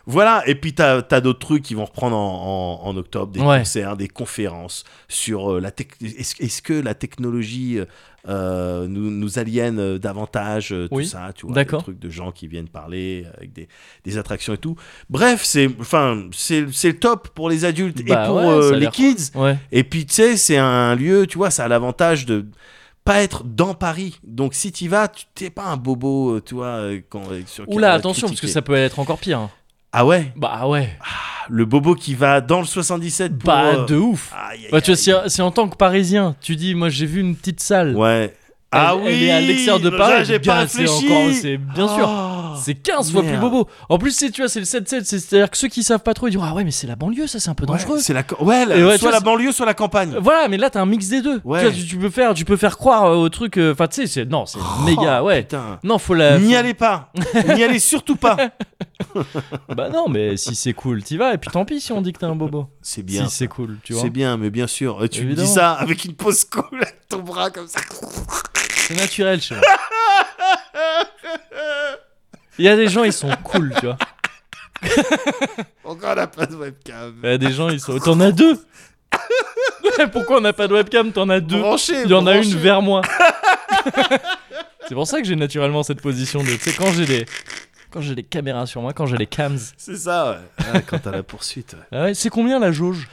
[SPEAKER 2] Voilà, et puis t'as as, d'autres trucs qui vont reprendre en, en- en octobre, des
[SPEAKER 1] Ouais.
[SPEAKER 2] concerts, des conférences sur euh, la tech- est-ce est-ce que la technologie euh, nous, nous aliène euh, davantage, euh, tout
[SPEAKER 1] Oui,
[SPEAKER 2] ça, tu vois, des
[SPEAKER 1] d'accord.
[SPEAKER 2] trucs de gens qui viennent parler avec des, des attractions et tout. Bref, c'est enfin c'est c'est le top pour les adultes
[SPEAKER 1] Bah
[SPEAKER 2] et pour
[SPEAKER 1] ouais,
[SPEAKER 2] euh,
[SPEAKER 1] ça a
[SPEAKER 2] les
[SPEAKER 1] l'air
[SPEAKER 2] kids.
[SPEAKER 1] Ouais.
[SPEAKER 2] Et puis tu sais, c'est un lieu, tu vois, ça a l'avantage de pas être dans Paris. Donc si t'y vas, tu t'es pas un bobo, euh, tu vois, euh, quand, euh, sur
[SPEAKER 1] Oula,
[SPEAKER 2] qui-
[SPEAKER 1] attention, parce que
[SPEAKER 2] critiqué.
[SPEAKER 1] ça peut être encore pire. hein.
[SPEAKER 2] Ah ouais
[SPEAKER 1] Bah ouais.
[SPEAKER 2] le bobo qui va dans le 77 Ah, pour,
[SPEAKER 1] Bah
[SPEAKER 2] euh,
[SPEAKER 1] de ouf.
[SPEAKER 2] aïe, aïe,
[SPEAKER 1] Bah, tu vois,
[SPEAKER 2] aïe.
[SPEAKER 1] si, si en tant que parisien, tu dis, moi j'ai vu une petite salle.
[SPEAKER 2] Ouais. Ah
[SPEAKER 1] elle,
[SPEAKER 2] oui
[SPEAKER 1] Elle est à l'extérieur de
[SPEAKER 2] là,
[SPEAKER 1] Paris.
[SPEAKER 2] j'ai
[SPEAKER 1] gars,
[SPEAKER 2] pas
[SPEAKER 1] c'est
[SPEAKER 2] réfléchi.
[SPEAKER 1] encore- c'est bien sûr.
[SPEAKER 2] Oh.
[SPEAKER 1] C'est 15 fois plus
[SPEAKER 2] Merde.
[SPEAKER 1] bobo. En plus, c'est- tu vois, c'est le 7-7, c'est- c'est-à-dire que ceux qui savent pas trop, ils diront Ah ouais, mais c'est la banlieue, ça, c'est un peu dangereux.
[SPEAKER 2] Ouais, c'est la ca- ouais, la-
[SPEAKER 1] Et ouais, tu
[SPEAKER 2] soit
[SPEAKER 1] vois,
[SPEAKER 2] la
[SPEAKER 1] c'est-
[SPEAKER 2] banlieue soit la campagne.
[SPEAKER 1] voilà, mais là, t'as un mix des deux.
[SPEAKER 2] Ouais.
[SPEAKER 1] Tu, vois, tu- tu peux faire, tu peux faire croire euh, au truc. euh, Enfin, tu sais, c'est. Non, c'est méga,
[SPEAKER 2] Oh,
[SPEAKER 1] ouais. Euh,
[SPEAKER 2] Putain.
[SPEAKER 1] Non, faut la.
[SPEAKER 2] N'y
[SPEAKER 1] faut- [LAUGHS]
[SPEAKER 2] allez pas, n'y allez surtout pas.
[SPEAKER 1] Bah non, mais si c'est cool, t'y vas, et puis tant pis si on dit que t'es un bobo.
[SPEAKER 2] C'est bien.
[SPEAKER 1] Si c'est cool, tu vois.
[SPEAKER 2] C'est bien, mais bien sûr. Euh, Tu me dis
[SPEAKER 1] Évidemment.
[SPEAKER 2] ça avec une pose cool avec ton bras comme ça. [LAUGHS]
[SPEAKER 1] C'est naturel, je sais pas. Il y a des gens, ils sont cool, tu vois.
[SPEAKER 2] Encore la pas de webcam.
[SPEAKER 1] Il y a des gens, ils sont. T'en as deux Pourquoi on n'a pas de webcam T'en as deux
[SPEAKER 2] Branché,
[SPEAKER 1] Il y en a
[SPEAKER 2] branché.
[SPEAKER 1] une vers moi. [LAUGHS] c'est pour ça que j'ai naturellement cette position de. Tu sais, quand j'ai des. Quand j'ai des caméras sur moi, quand j'ai les cams.
[SPEAKER 2] C'est ça, ouais.
[SPEAKER 1] [LAUGHS]
[SPEAKER 2] Ah, quand t'as la poursuite. ouais.
[SPEAKER 1] Ah ouais, c'est combien la jauge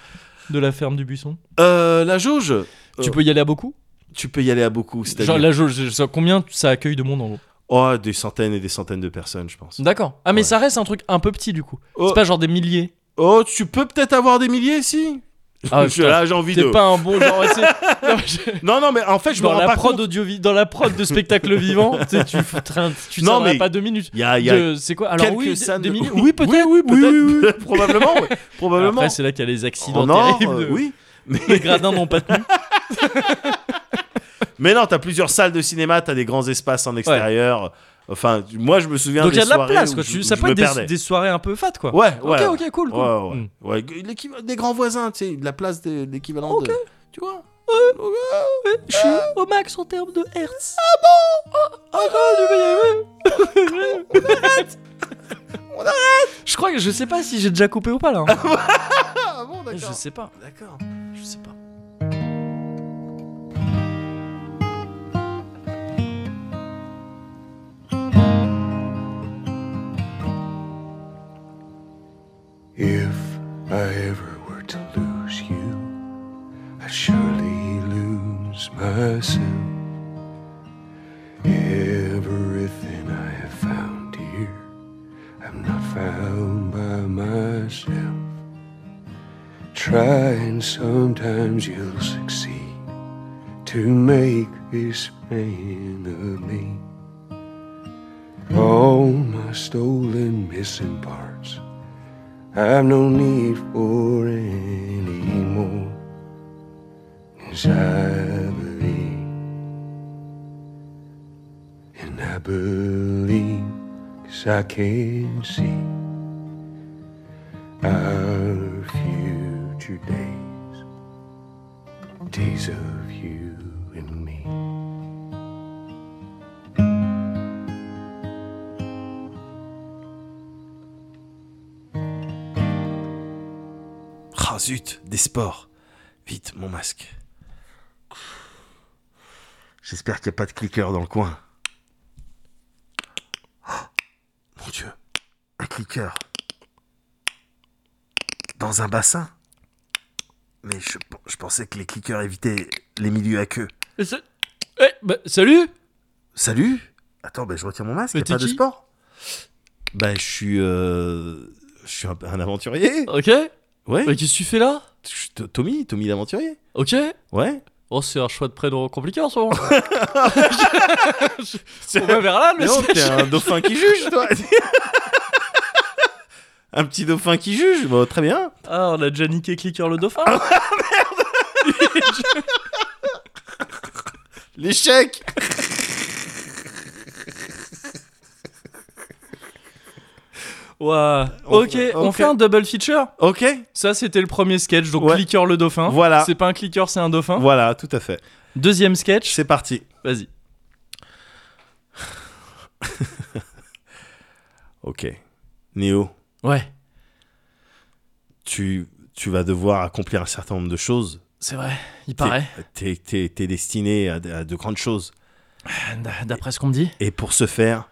[SPEAKER 1] de la ferme du buisson
[SPEAKER 2] Euh, la jauge,
[SPEAKER 1] Tu
[SPEAKER 2] Euh,
[SPEAKER 1] peux y aller à beaucoup
[SPEAKER 2] tu peux y aller à beaucoup. c'est-à-dire-
[SPEAKER 1] Genre la jauge, je sais combien ça accueille de monde en gros
[SPEAKER 2] Oh, des centaines et des centaines de personnes, je pense.
[SPEAKER 1] D'accord. Ah, mais
[SPEAKER 2] Ouais.
[SPEAKER 1] ça reste un truc un peu petit du coup.
[SPEAKER 2] Oh.
[SPEAKER 1] C'est pas genre des milliers.
[SPEAKER 2] Oh, tu peux peut-être avoir des milliers, si
[SPEAKER 1] Ah,
[SPEAKER 2] [LAUGHS] Je-
[SPEAKER 1] putain.
[SPEAKER 2] Là, j'ai envie de.
[SPEAKER 1] T'es pas un bon genre. tu sais. Non, mais je-
[SPEAKER 2] Non, non, mais en fait, [LAUGHS] je me
[SPEAKER 1] dans,
[SPEAKER 2] rends
[SPEAKER 1] la
[SPEAKER 2] pas
[SPEAKER 1] prod
[SPEAKER 2] compte.
[SPEAKER 1] audio vi- dans la prod de spectacle vivant, tu sais, tu f- train- tu
[SPEAKER 2] Non,
[SPEAKER 1] tiendras
[SPEAKER 2] mais
[SPEAKER 1] pas deux minutes.
[SPEAKER 2] Il y a, il y a
[SPEAKER 1] De- C'est quoi Alors
[SPEAKER 2] quelques
[SPEAKER 1] oui, des-
[SPEAKER 2] scènes
[SPEAKER 1] des
[SPEAKER 2] de-
[SPEAKER 1] milliers.
[SPEAKER 2] Oui,
[SPEAKER 1] Oui, peut-être.
[SPEAKER 2] oui, oui,
[SPEAKER 1] peut-être.
[SPEAKER 2] oui, oui,
[SPEAKER 1] [LAUGHS]
[SPEAKER 2] probablement, oui. probablement.
[SPEAKER 1] Après, c'est là qu'il y a les accidents
[SPEAKER 2] En or,
[SPEAKER 1] terribles.
[SPEAKER 2] euh, oui.
[SPEAKER 1] [LAUGHS] Les gradins n'ont pas tenu.
[SPEAKER 2] Mais non, t'as plusieurs salles de cinéma, t'as des grands espaces en extérieur. Enfin, tu- moi, je me souviens
[SPEAKER 1] Donc il
[SPEAKER 2] des
[SPEAKER 1] y a de la
[SPEAKER 2] soirées
[SPEAKER 1] place,
[SPEAKER 2] où
[SPEAKER 1] quoi.
[SPEAKER 2] je-
[SPEAKER 1] Tu-
[SPEAKER 2] où
[SPEAKER 1] ça
[SPEAKER 2] je
[SPEAKER 1] peut
[SPEAKER 2] me
[SPEAKER 1] être des,
[SPEAKER 2] perdais.
[SPEAKER 1] des soirées un peu fat, quoi.
[SPEAKER 2] Ouais, ouais.
[SPEAKER 1] Ok, ok, cool, cool.
[SPEAKER 2] Ouais, ouais.
[SPEAKER 1] Mm.
[SPEAKER 2] Ouais, l'équivalent- Des grands voisins, tu sais, de la place de l'équivalent
[SPEAKER 1] Ok.
[SPEAKER 2] de. Tu vois
[SPEAKER 1] Ouais, Je suis au max en termes de hertz. Ah bon Ah non, je vais y arriver. On arrête Je crois que je sais pas si j'ai déjà coupé ou pas là. hein.
[SPEAKER 2] Ah bon,
[SPEAKER 1] je sais pas,
[SPEAKER 2] D'accord.
[SPEAKER 1] je sais pas.
[SPEAKER 7] If I ever were to lose you, I'd surely lose myself. Everything I have found here, I'm not found by myself. Try and sometimes you'll succeed to make this man of me. All my stolen missing parts. I've no need for any more, 'cause I believe, and I believe 'cause I can see our future days, days of you and me.
[SPEAKER 2] Ah zut, des sports. Vite, mon masque. J'espère qu'il n'y a pas de clicker dans le coin. Oh, [GASPS] mon dieu.
[SPEAKER 8] cœur. Dans un bassin. Mais je, je pensais que les cliqueurs évitaient les milieux à queue.
[SPEAKER 1] Et ça- Eh, bah, salut
[SPEAKER 8] Salut Attends, ben je retire mon masque,
[SPEAKER 1] Mais
[SPEAKER 8] y a
[SPEAKER 1] t'es
[SPEAKER 8] pas de
[SPEAKER 1] qui
[SPEAKER 8] sport
[SPEAKER 2] Bah, je suis. euh, Je suis un, un aventurier.
[SPEAKER 1] Ok Mais
[SPEAKER 2] Ouais.
[SPEAKER 1] qu'est-ce que tu fais là
[SPEAKER 2] Je suis T- Tommy, Tommy l'aventurier.
[SPEAKER 1] Ok
[SPEAKER 2] Ouais.
[SPEAKER 1] Oh, c'est un choix de prénom compliqué en ce
[SPEAKER 2] [LAUGHS]
[SPEAKER 1] moment. On va vers là, le
[SPEAKER 2] Mais non, t'es
[SPEAKER 1] siège.
[SPEAKER 2] un dauphin qui juge, toi. [LAUGHS] un petit dauphin qui juge. Bon, très bien.
[SPEAKER 1] Ah, on a déjà niqué Clicker le dauphin.
[SPEAKER 2] Ah. L'échec.
[SPEAKER 1] Ouah.
[SPEAKER 2] On-
[SPEAKER 1] Ok, on
[SPEAKER 2] ok.
[SPEAKER 1] fait un double feature.
[SPEAKER 2] Ok.
[SPEAKER 1] Ça, c'était le premier sketch, donc
[SPEAKER 2] Ouais.
[SPEAKER 1] Clicker le dauphin.
[SPEAKER 2] Voilà.
[SPEAKER 1] C'est pas un clicker, c'est un dauphin.
[SPEAKER 2] Voilà, tout à fait.
[SPEAKER 1] Deuxième sketch.
[SPEAKER 2] C'est parti.
[SPEAKER 1] Vas-y.
[SPEAKER 2] Ok. Néo,
[SPEAKER 1] Ouais,
[SPEAKER 2] tu, tu vas devoir accomplir un certain nombre de choses.
[SPEAKER 1] c'est vrai. Il
[SPEAKER 2] T'es-
[SPEAKER 1] paraît,
[SPEAKER 2] T'es, t'es- t'es destiné à, de- à de grandes choses.
[SPEAKER 1] d- d'après ce qu'on me dit.
[SPEAKER 2] Et pour ce faire,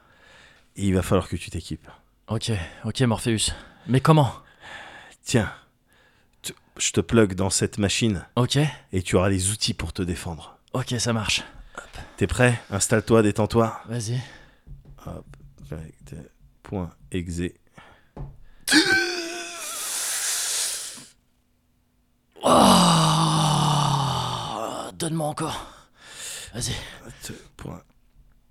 [SPEAKER 2] il va falloir que tu t'équipes.
[SPEAKER 1] Ok, ok, Morpheus. Mais comment
[SPEAKER 2] Tiens, tu- je te plug dans cette machine
[SPEAKER 1] Ok,
[SPEAKER 2] et tu auras les outils pour te défendre.
[SPEAKER 1] ok, ça marche.
[SPEAKER 2] T'es prêt Installe-toi, détends-toi.
[SPEAKER 1] Vas-y.
[SPEAKER 2] Point exe.
[SPEAKER 1] Ah, Donne-moi encore. Vas-y.
[SPEAKER 2] Point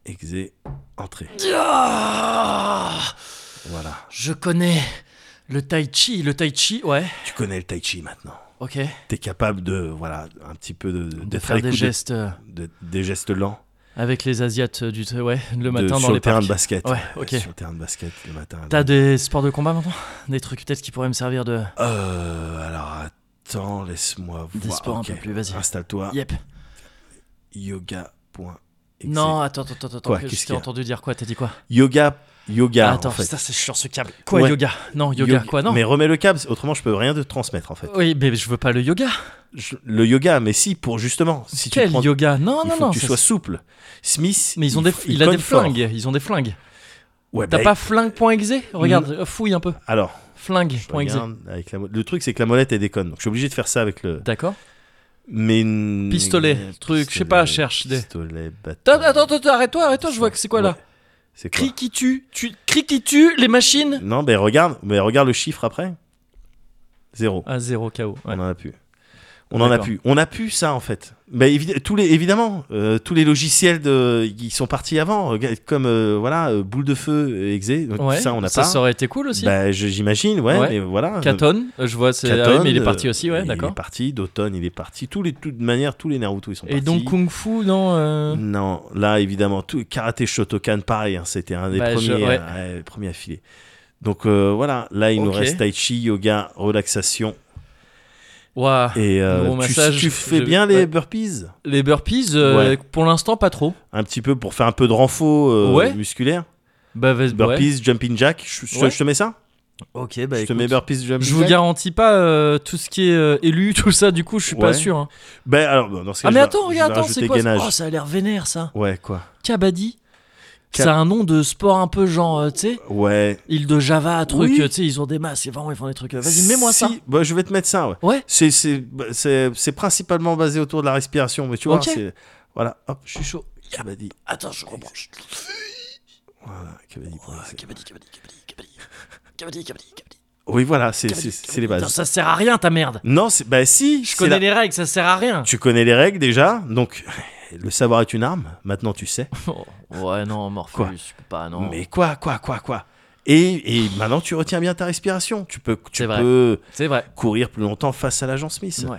[SPEAKER 2] exe. Entrée.
[SPEAKER 1] Ah,
[SPEAKER 2] Voilà.
[SPEAKER 1] je connais le tai chi. Le tai chi, ouais.
[SPEAKER 2] Tu connais le tai chi maintenant.
[SPEAKER 1] Ok.
[SPEAKER 2] T'es capable de, voilà, un petit peu de,
[SPEAKER 1] De
[SPEAKER 2] d'être à
[SPEAKER 1] faire des
[SPEAKER 2] l'écoute de-
[SPEAKER 1] gestes euh,
[SPEAKER 2] de- des gestes lents.
[SPEAKER 1] avec les Asiates euh, du. Ouais, le
[SPEAKER 2] de-
[SPEAKER 1] matin
[SPEAKER 2] sur
[SPEAKER 1] dans
[SPEAKER 2] le
[SPEAKER 1] les
[SPEAKER 2] terrain
[SPEAKER 1] parcs.
[SPEAKER 2] de basket.
[SPEAKER 1] Ouais, ok.
[SPEAKER 2] Sur le terrain de basket le matin.
[SPEAKER 1] T'as des sports de combat maintenant Des trucs peut-être qui pourraient me servir de.
[SPEAKER 2] Euh, alors attends, laisse-moi voir.
[SPEAKER 1] Des sports un
[SPEAKER 2] Ok.
[SPEAKER 1] peu plus, vas-y.
[SPEAKER 2] Installe-toi.
[SPEAKER 1] Yep.
[SPEAKER 2] Yoga. Point. exe.
[SPEAKER 1] Non, attends, attends, attends,
[SPEAKER 2] Quoi,
[SPEAKER 1] attends. que
[SPEAKER 2] qu'est-ce
[SPEAKER 1] Je
[SPEAKER 2] qu'il
[SPEAKER 1] t'ai
[SPEAKER 2] y a
[SPEAKER 1] entendu dire quoi T'as dit quoi
[SPEAKER 2] Yoga. Yoga.
[SPEAKER 1] Ah, Attends,
[SPEAKER 2] en fait.
[SPEAKER 1] putain, c'est sur ce câble. Quoi,
[SPEAKER 2] Ouais.
[SPEAKER 1] yoga Non, yoga,
[SPEAKER 2] Yoga.
[SPEAKER 1] quoi, non
[SPEAKER 2] Mais remets le câble, autrement je peux rien te transmettre en fait.
[SPEAKER 1] Oui, mais je veux pas le yoga.
[SPEAKER 2] Je- le yoga, mais si, pour justement. Si
[SPEAKER 1] Quel
[SPEAKER 2] tu prends,
[SPEAKER 1] yoga Non, Ah non,
[SPEAKER 2] il faut
[SPEAKER 1] non.
[SPEAKER 2] que tu
[SPEAKER 1] ça,
[SPEAKER 2] sois
[SPEAKER 1] c'est-
[SPEAKER 2] souple. Smith.
[SPEAKER 1] Mais ils ont
[SPEAKER 2] il
[SPEAKER 1] des,
[SPEAKER 2] f-
[SPEAKER 1] il, a
[SPEAKER 2] cogne
[SPEAKER 1] des
[SPEAKER 2] fort.
[SPEAKER 1] flingues. Ils ont des flingues.
[SPEAKER 2] Ouais,
[SPEAKER 1] T'as
[SPEAKER 2] bah,
[SPEAKER 1] pas flingue.exe Regarde, euh, fouille un peu.
[SPEAKER 2] Alors, je
[SPEAKER 1] Flingue.exe.
[SPEAKER 2] regarde avec la mo- le truc, c'est que la molette, elle déconne. Donc, je suis obligé de faire ça avec le.
[SPEAKER 1] D'accord.
[SPEAKER 2] Mais. n-
[SPEAKER 1] Pistolet, truc, je sais pas,
[SPEAKER 2] pistolet,
[SPEAKER 1] cherche des-
[SPEAKER 2] Pistolet, bâton.
[SPEAKER 1] Attends, attends, attends, arrête-toi, arrête-toi. Je vois que c'est quoi là
[SPEAKER 2] Ouais. C'est quoi
[SPEAKER 1] Cri qui tue. tu- Cri qui tue les machines.
[SPEAKER 2] Non, mais regarde, mais regarde le chiffre après. Zéro.
[SPEAKER 1] Ah, zéro KO. ouais.
[SPEAKER 2] On en a plus. On en a
[SPEAKER 1] D'accord.
[SPEAKER 2] plus. On a plus ça en fait. Mais évi- tous les, évidemment, euh, tous les logiciels de, ils sont partis avant, Regarde, comme euh, voilà, euh, boule de feu, euh, exe. Donc,
[SPEAKER 1] Ouais,
[SPEAKER 2] ça on n'a
[SPEAKER 1] ça,
[SPEAKER 2] pas.
[SPEAKER 1] ça aurait été cool aussi.
[SPEAKER 2] Bah, je- j'imagine, ouais,
[SPEAKER 1] Ouais.
[SPEAKER 2] mais voilà.
[SPEAKER 1] Katon, euh, je vois, c'est. ah oui,
[SPEAKER 2] Katon,
[SPEAKER 1] mais il est
[SPEAKER 2] euh,
[SPEAKER 1] parti aussi, ouais,
[SPEAKER 2] Il est
[SPEAKER 1] d'accord.
[SPEAKER 2] parti, D'automne, il est parti. Tous les, toutes- de manière, tous les Naruto, ils sont
[SPEAKER 1] Et
[SPEAKER 2] partis.
[SPEAKER 1] donc Kung Fu, non euh,
[SPEAKER 2] Non, là évidemment, tout, karaté Shotokan, pareil, hein, c'était un des
[SPEAKER 1] Bah,
[SPEAKER 2] premiers,
[SPEAKER 1] je- ouais.
[SPEAKER 2] euh, ouais, les premiers affilés. Donc euh, voilà, là il nous
[SPEAKER 1] Ok.
[SPEAKER 2] reste tai chi, yoga, relaxation.
[SPEAKER 1] Ouah.
[SPEAKER 2] Et euh,
[SPEAKER 1] Gros
[SPEAKER 2] tu,
[SPEAKER 1] massage,
[SPEAKER 2] tu fais
[SPEAKER 1] je-
[SPEAKER 2] bien les
[SPEAKER 1] ouais.
[SPEAKER 2] burpees
[SPEAKER 1] Les burpees, euh,
[SPEAKER 2] Ouais.
[SPEAKER 1] pour l'instant, pas trop.
[SPEAKER 2] Un petit peu pour faire un peu de renfort euh,
[SPEAKER 1] Ouais.
[SPEAKER 2] musculaire.
[SPEAKER 1] Bah, vas- ouais.
[SPEAKER 2] Burpees, jumping jack, je, je-
[SPEAKER 1] Ouais.
[SPEAKER 2] je te mets ça
[SPEAKER 1] Ok,
[SPEAKER 2] Je te mets burpees, jumping
[SPEAKER 1] Je vous
[SPEAKER 2] jack
[SPEAKER 1] garantis pas euh, tout ce qui est euh, élu, [LAUGHS] tout ça, du coup, je suis
[SPEAKER 2] Ouais.
[SPEAKER 1] pas sûr. hein.
[SPEAKER 2] Ben, alors, bon, dans ce
[SPEAKER 1] Ah,
[SPEAKER 2] cas,
[SPEAKER 1] mais
[SPEAKER 2] je vais-
[SPEAKER 1] attends,
[SPEAKER 2] je vais
[SPEAKER 1] regarde, attends,
[SPEAKER 2] rajouter
[SPEAKER 1] c'est quoi ça
[SPEAKER 2] gainage.
[SPEAKER 1] Oh, ça a l'air vénère ça.
[SPEAKER 2] Ouais, quoi
[SPEAKER 1] Kabaddi.
[SPEAKER 2] Ka-
[SPEAKER 1] C'est un nom de sport un peu genre, euh, tu sais,
[SPEAKER 2] Ouais.
[SPEAKER 1] île de Java, truc,
[SPEAKER 2] Oui.
[SPEAKER 1] euh, tu sais, ils ont des masses, et vraiment, ils font des trucs. euh, Vas-y, mets-moi
[SPEAKER 2] Si-
[SPEAKER 1] ça.
[SPEAKER 2] bah, je vais te mettre ça, ouais.
[SPEAKER 1] Ouais.
[SPEAKER 2] C'est- C'est bah, c'est- c'est principalement basé autour de la respiration, mais tu vois,
[SPEAKER 1] Ok.
[SPEAKER 2] c'est. Voilà, hop, je suis chaud. Kabaddi.
[SPEAKER 1] Attends, je rebranche.
[SPEAKER 2] Voilà, Kabaddi. pour
[SPEAKER 1] Ah,
[SPEAKER 2] l'excès.
[SPEAKER 1] Kabaddi, Kabaddi, Kabaddi, Kabaddi. Kabaddi, Kabaddi, Kabaddi.
[SPEAKER 2] Oui, voilà, c'est
[SPEAKER 1] Kabaddi,
[SPEAKER 2] c'est-
[SPEAKER 1] Kabaddi.
[SPEAKER 2] c'est les
[SPEAKER 1] Attends,
[SPEAKER 2] bases.
[SPEAKER 1] Ça sert à rien ta merde.
[SPEAKER 2] Non, c'est. Bah, si,
[SPEAKER 1] Je
[SPEAKER 2] c'est
[SPEAKER 1] connais
[SPEAKER 2] la-
[SPEAKER 1] les règles, ça sert à rien.
[SPEAKER 2] Tu connais les règles déjà, donc [LAUGHS] le savoir est une arme, maintenant tu sais.
[SPEAKER 1] Oh, ouais, non, Morpheus,
[SPEAKER 2] Quoi
[SPEAKER 1] je peux pas, non.
[SPEAKER 2] Mais quoi, quoi, quoi, quoi et, et maintenant tu retiens bien ta respiration. Tu peux, tu
[SPEAKER 1] C'est vrai.
[SPEAKER 2] peux
[SPEAKER 1] C'est vrai.
[SPEAKER 2] courir plus longtemps face à l'agent Smith.
[SPEAKER 1] Ouais.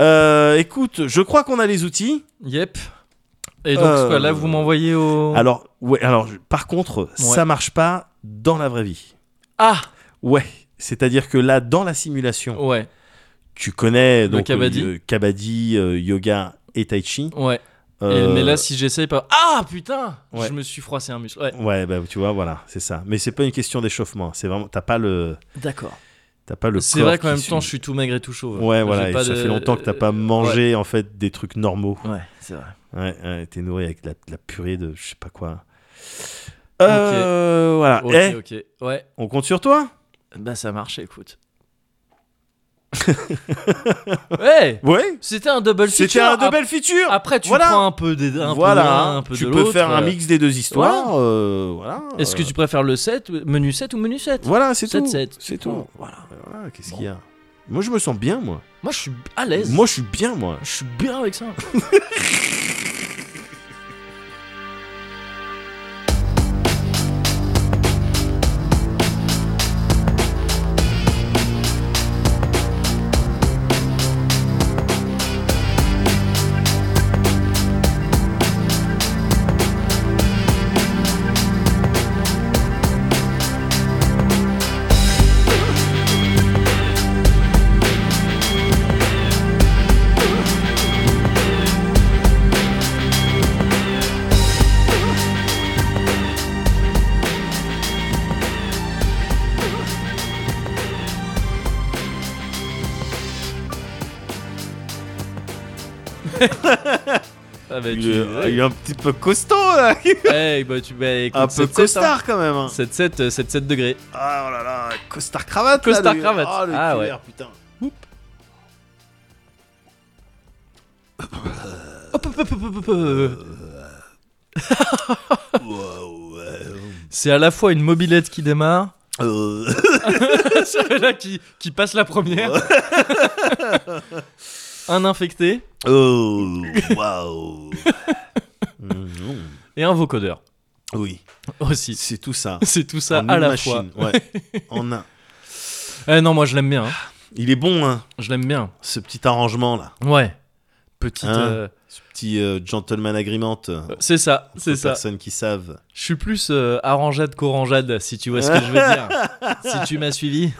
[SPEAKER 2] Euh, écoute, je crois qu'on a les outils.
[SPEAKER 1] Yep. Et donc,
[SPEAKER 2] Euh,
[SPEAKER 1] quoi, là, vous m'envoyez au.
[SPEAKER 2] Alors, ouais, alors je- par contre, ça marche pas dans la vraie vie.
[SPEAKER 1] Ah
[SPEAKER 2] Ouais. C'est-à-dire que là, dans la simulation,
[SPEAKER 1] Ouais,
[SPEAKER 2] tu connais donc euh,
[SPEAKER 1] kabaddi.
[SPEAKER 2] euh, kabaddi, euh, yoga et tai chi.
[SPEAKER 1] ouais. Et-
[SPEAKER 2] Euh,
[SPEAKER 1] mais là, si j'essaye pas. Ah putain
[SPEAKER 2] Ouais.
[SPEAKER 1] Je me suis froissé un muscle. Ouais.
[SPEAKER 2] ouais, bah, tu vois, voilà, c'est ça. Mais c'est pas une question d'échauffement. C'est vraiment, t'as pas le,
[SPEAKER 1] D'accord.
[SPEAKER 2] t'as pas le.
[SPEAKER 1] C'est
[SPEAKER 2] corps
[SPEAKER 1] vrai qu'en
[SPEAKER 2] qui
[SPEAKER 1] même temps,
[SPEAKER 2] suit.
[SPEAKER 1] je suis tout maigre et tout chauve.
[SPEAKER 2] Ouais,
[SPEAKER 1] J'ai
[SPEAKER 2] voilà, et
[SPEAKER 1] pas
[SPEAKER 2] ça
[SPEAKER 1] de- euh,
[SPEAKER 2] fait longtemps que t'as pas mangé en fait des trucs normaux.
[SPEAKER 1] Ouais, c'est vrai.
[SPEAKER 2] Ouais, ouais, t'es nourri avec de la, de la purée de je sais pas quoi. Euh, Voilà.
[SPEAKER 1] Ok,
[SPEAKER 2] Eh,
[SPEAKER 1] ok. Ouais.
[SPEAKER 2] on compte sur toi
[SPEAKER 1] Bah ça marche, écoute. ouais
[SPEAKER 2] Ouais.
[SPEAKER 1] C'était un double feature.
[SPEAKER 2] C'était un
[SPEAKER 1] Ap-
[SPEAKER 2] double feature.
[SPEAKER 1] Après, tu
[SPEAKER 2] Voilà.
[SPEAKER 1] prends un peu des un peu
[SPEAKER 2] voilà.
[SPEAKER 1] d'un, un peu
[SPEAKER 2] tu
[SPEAKER 1] de
[SPEAKER 2] peux
[SPEAKER 1] l'autre. euh,
[SPEAKER 2] faire un mix des deux histoires. euh, voilà.
[SPEAKER 1] Est-ce que
[SPEAKER 2] Euh,
[SPEAKER 1] tu préfères le 7, ou- menu 7 ou menu 7
[SPEAKER 2] Voilà, c'est
[SPEAKER 1] Sept,
[SPEAKER 2] tout.
[SPEAKER 1] sept.
[SPEAKER 2] C'est tout. Voilà. voilà, Qu'est-ce qu'il y a Moi, je me sens bien, moi.
[SPEAKER 1] Moi, je suis à l'aise.
[SPEAKER 2] Moi, je suis bien, moi.
[SPEAKER 1] je suis bien avec ça. Ah bah
[SPEAKER 2] Il
[SPEAKER 1] tu.
[SPEAKER 2] est, il est un petit peu costaud,
[SPEAKER 1] [LAUGHS]
[SPEAKER 2] là.
[SPEAKER 1] Eh, bah tu. Bah, écoute,
[SPEAKER 2] un
[SPEAKER 1] 7-7,
[SPEAKER 2] peu
[SPEAKER 1] hein.
[SPEAKER 2] costard, quand même. hein.
[SPEAKER 1] 7-7, euh, 7-7 degrés.
[SPEAKER 2] Ah, oh là là, costard cravate. là,
[SPEAKER 1] Costard
[SPEAKER 2] le-
[SPEAKER 1] cravate.
[SPEAKER 2] Ah, le
[SPEAKER 1] Ah,
[SPEAKER 2] cuir, putain.
[SPEAKER 1] Oh,
[SPEAKER 2] [LAUGHS]
[SPEAKER 1] C'est à la fois une mobilette qui
[SPEAKER 2] [LAUGHS]
[SPEAKER 1] démarre,
[SPEAKER 2] Euh,
[SPEAKER 1] celle-là qui, qui passe la première, [LAUGHS] un infecté [LAUGHS]
[SPEAKER 2] Oh, waouh. Mm, mm.
[SPEAKER 1] et un vocodeur
[SPEAKER 2] Oui,
[SPEAKER 1] aussi.
[SPEAKER 2] c'est tout ça.
[SPEAKER 1] C'est tout ça
[SPEAKER 2] en
[SPEAKER 1] à
[SPEAKER 2] une
[SPEAKER 1] la
[SPEAKER 2] machine.
[SPEAKER 1] [LAUGHS]
[SPEAKER 2] Ouais. en un.
[SPEAKER 1] fois. Eh non, moi je l'aime bien. hein.
[SPEAKER 2] Il est bon, hein,
[SPEAKER 1] Je l'aime bien.
[SPEAKER 2] ce petit arrangement là,
[SPEAKER 1] Ouais. Petite.
[SPEAKER 2] Hein
[SPEAKER 1] euh,
[SPEAKER 2] ce petit euh, gentleman agreement. euh, entre
[SPEAKER 1] C'est ça, c'est ça.
[SPEAKER 2] Personnes qui savent.
[SPEAKER 1] Je suis plus euh, arrangeade qu'orangeade, si tu vois ce que je veux
[SPEAKER 2] [LAUGHS]
[SPEAKER 1] dire. si tu m'as suivi.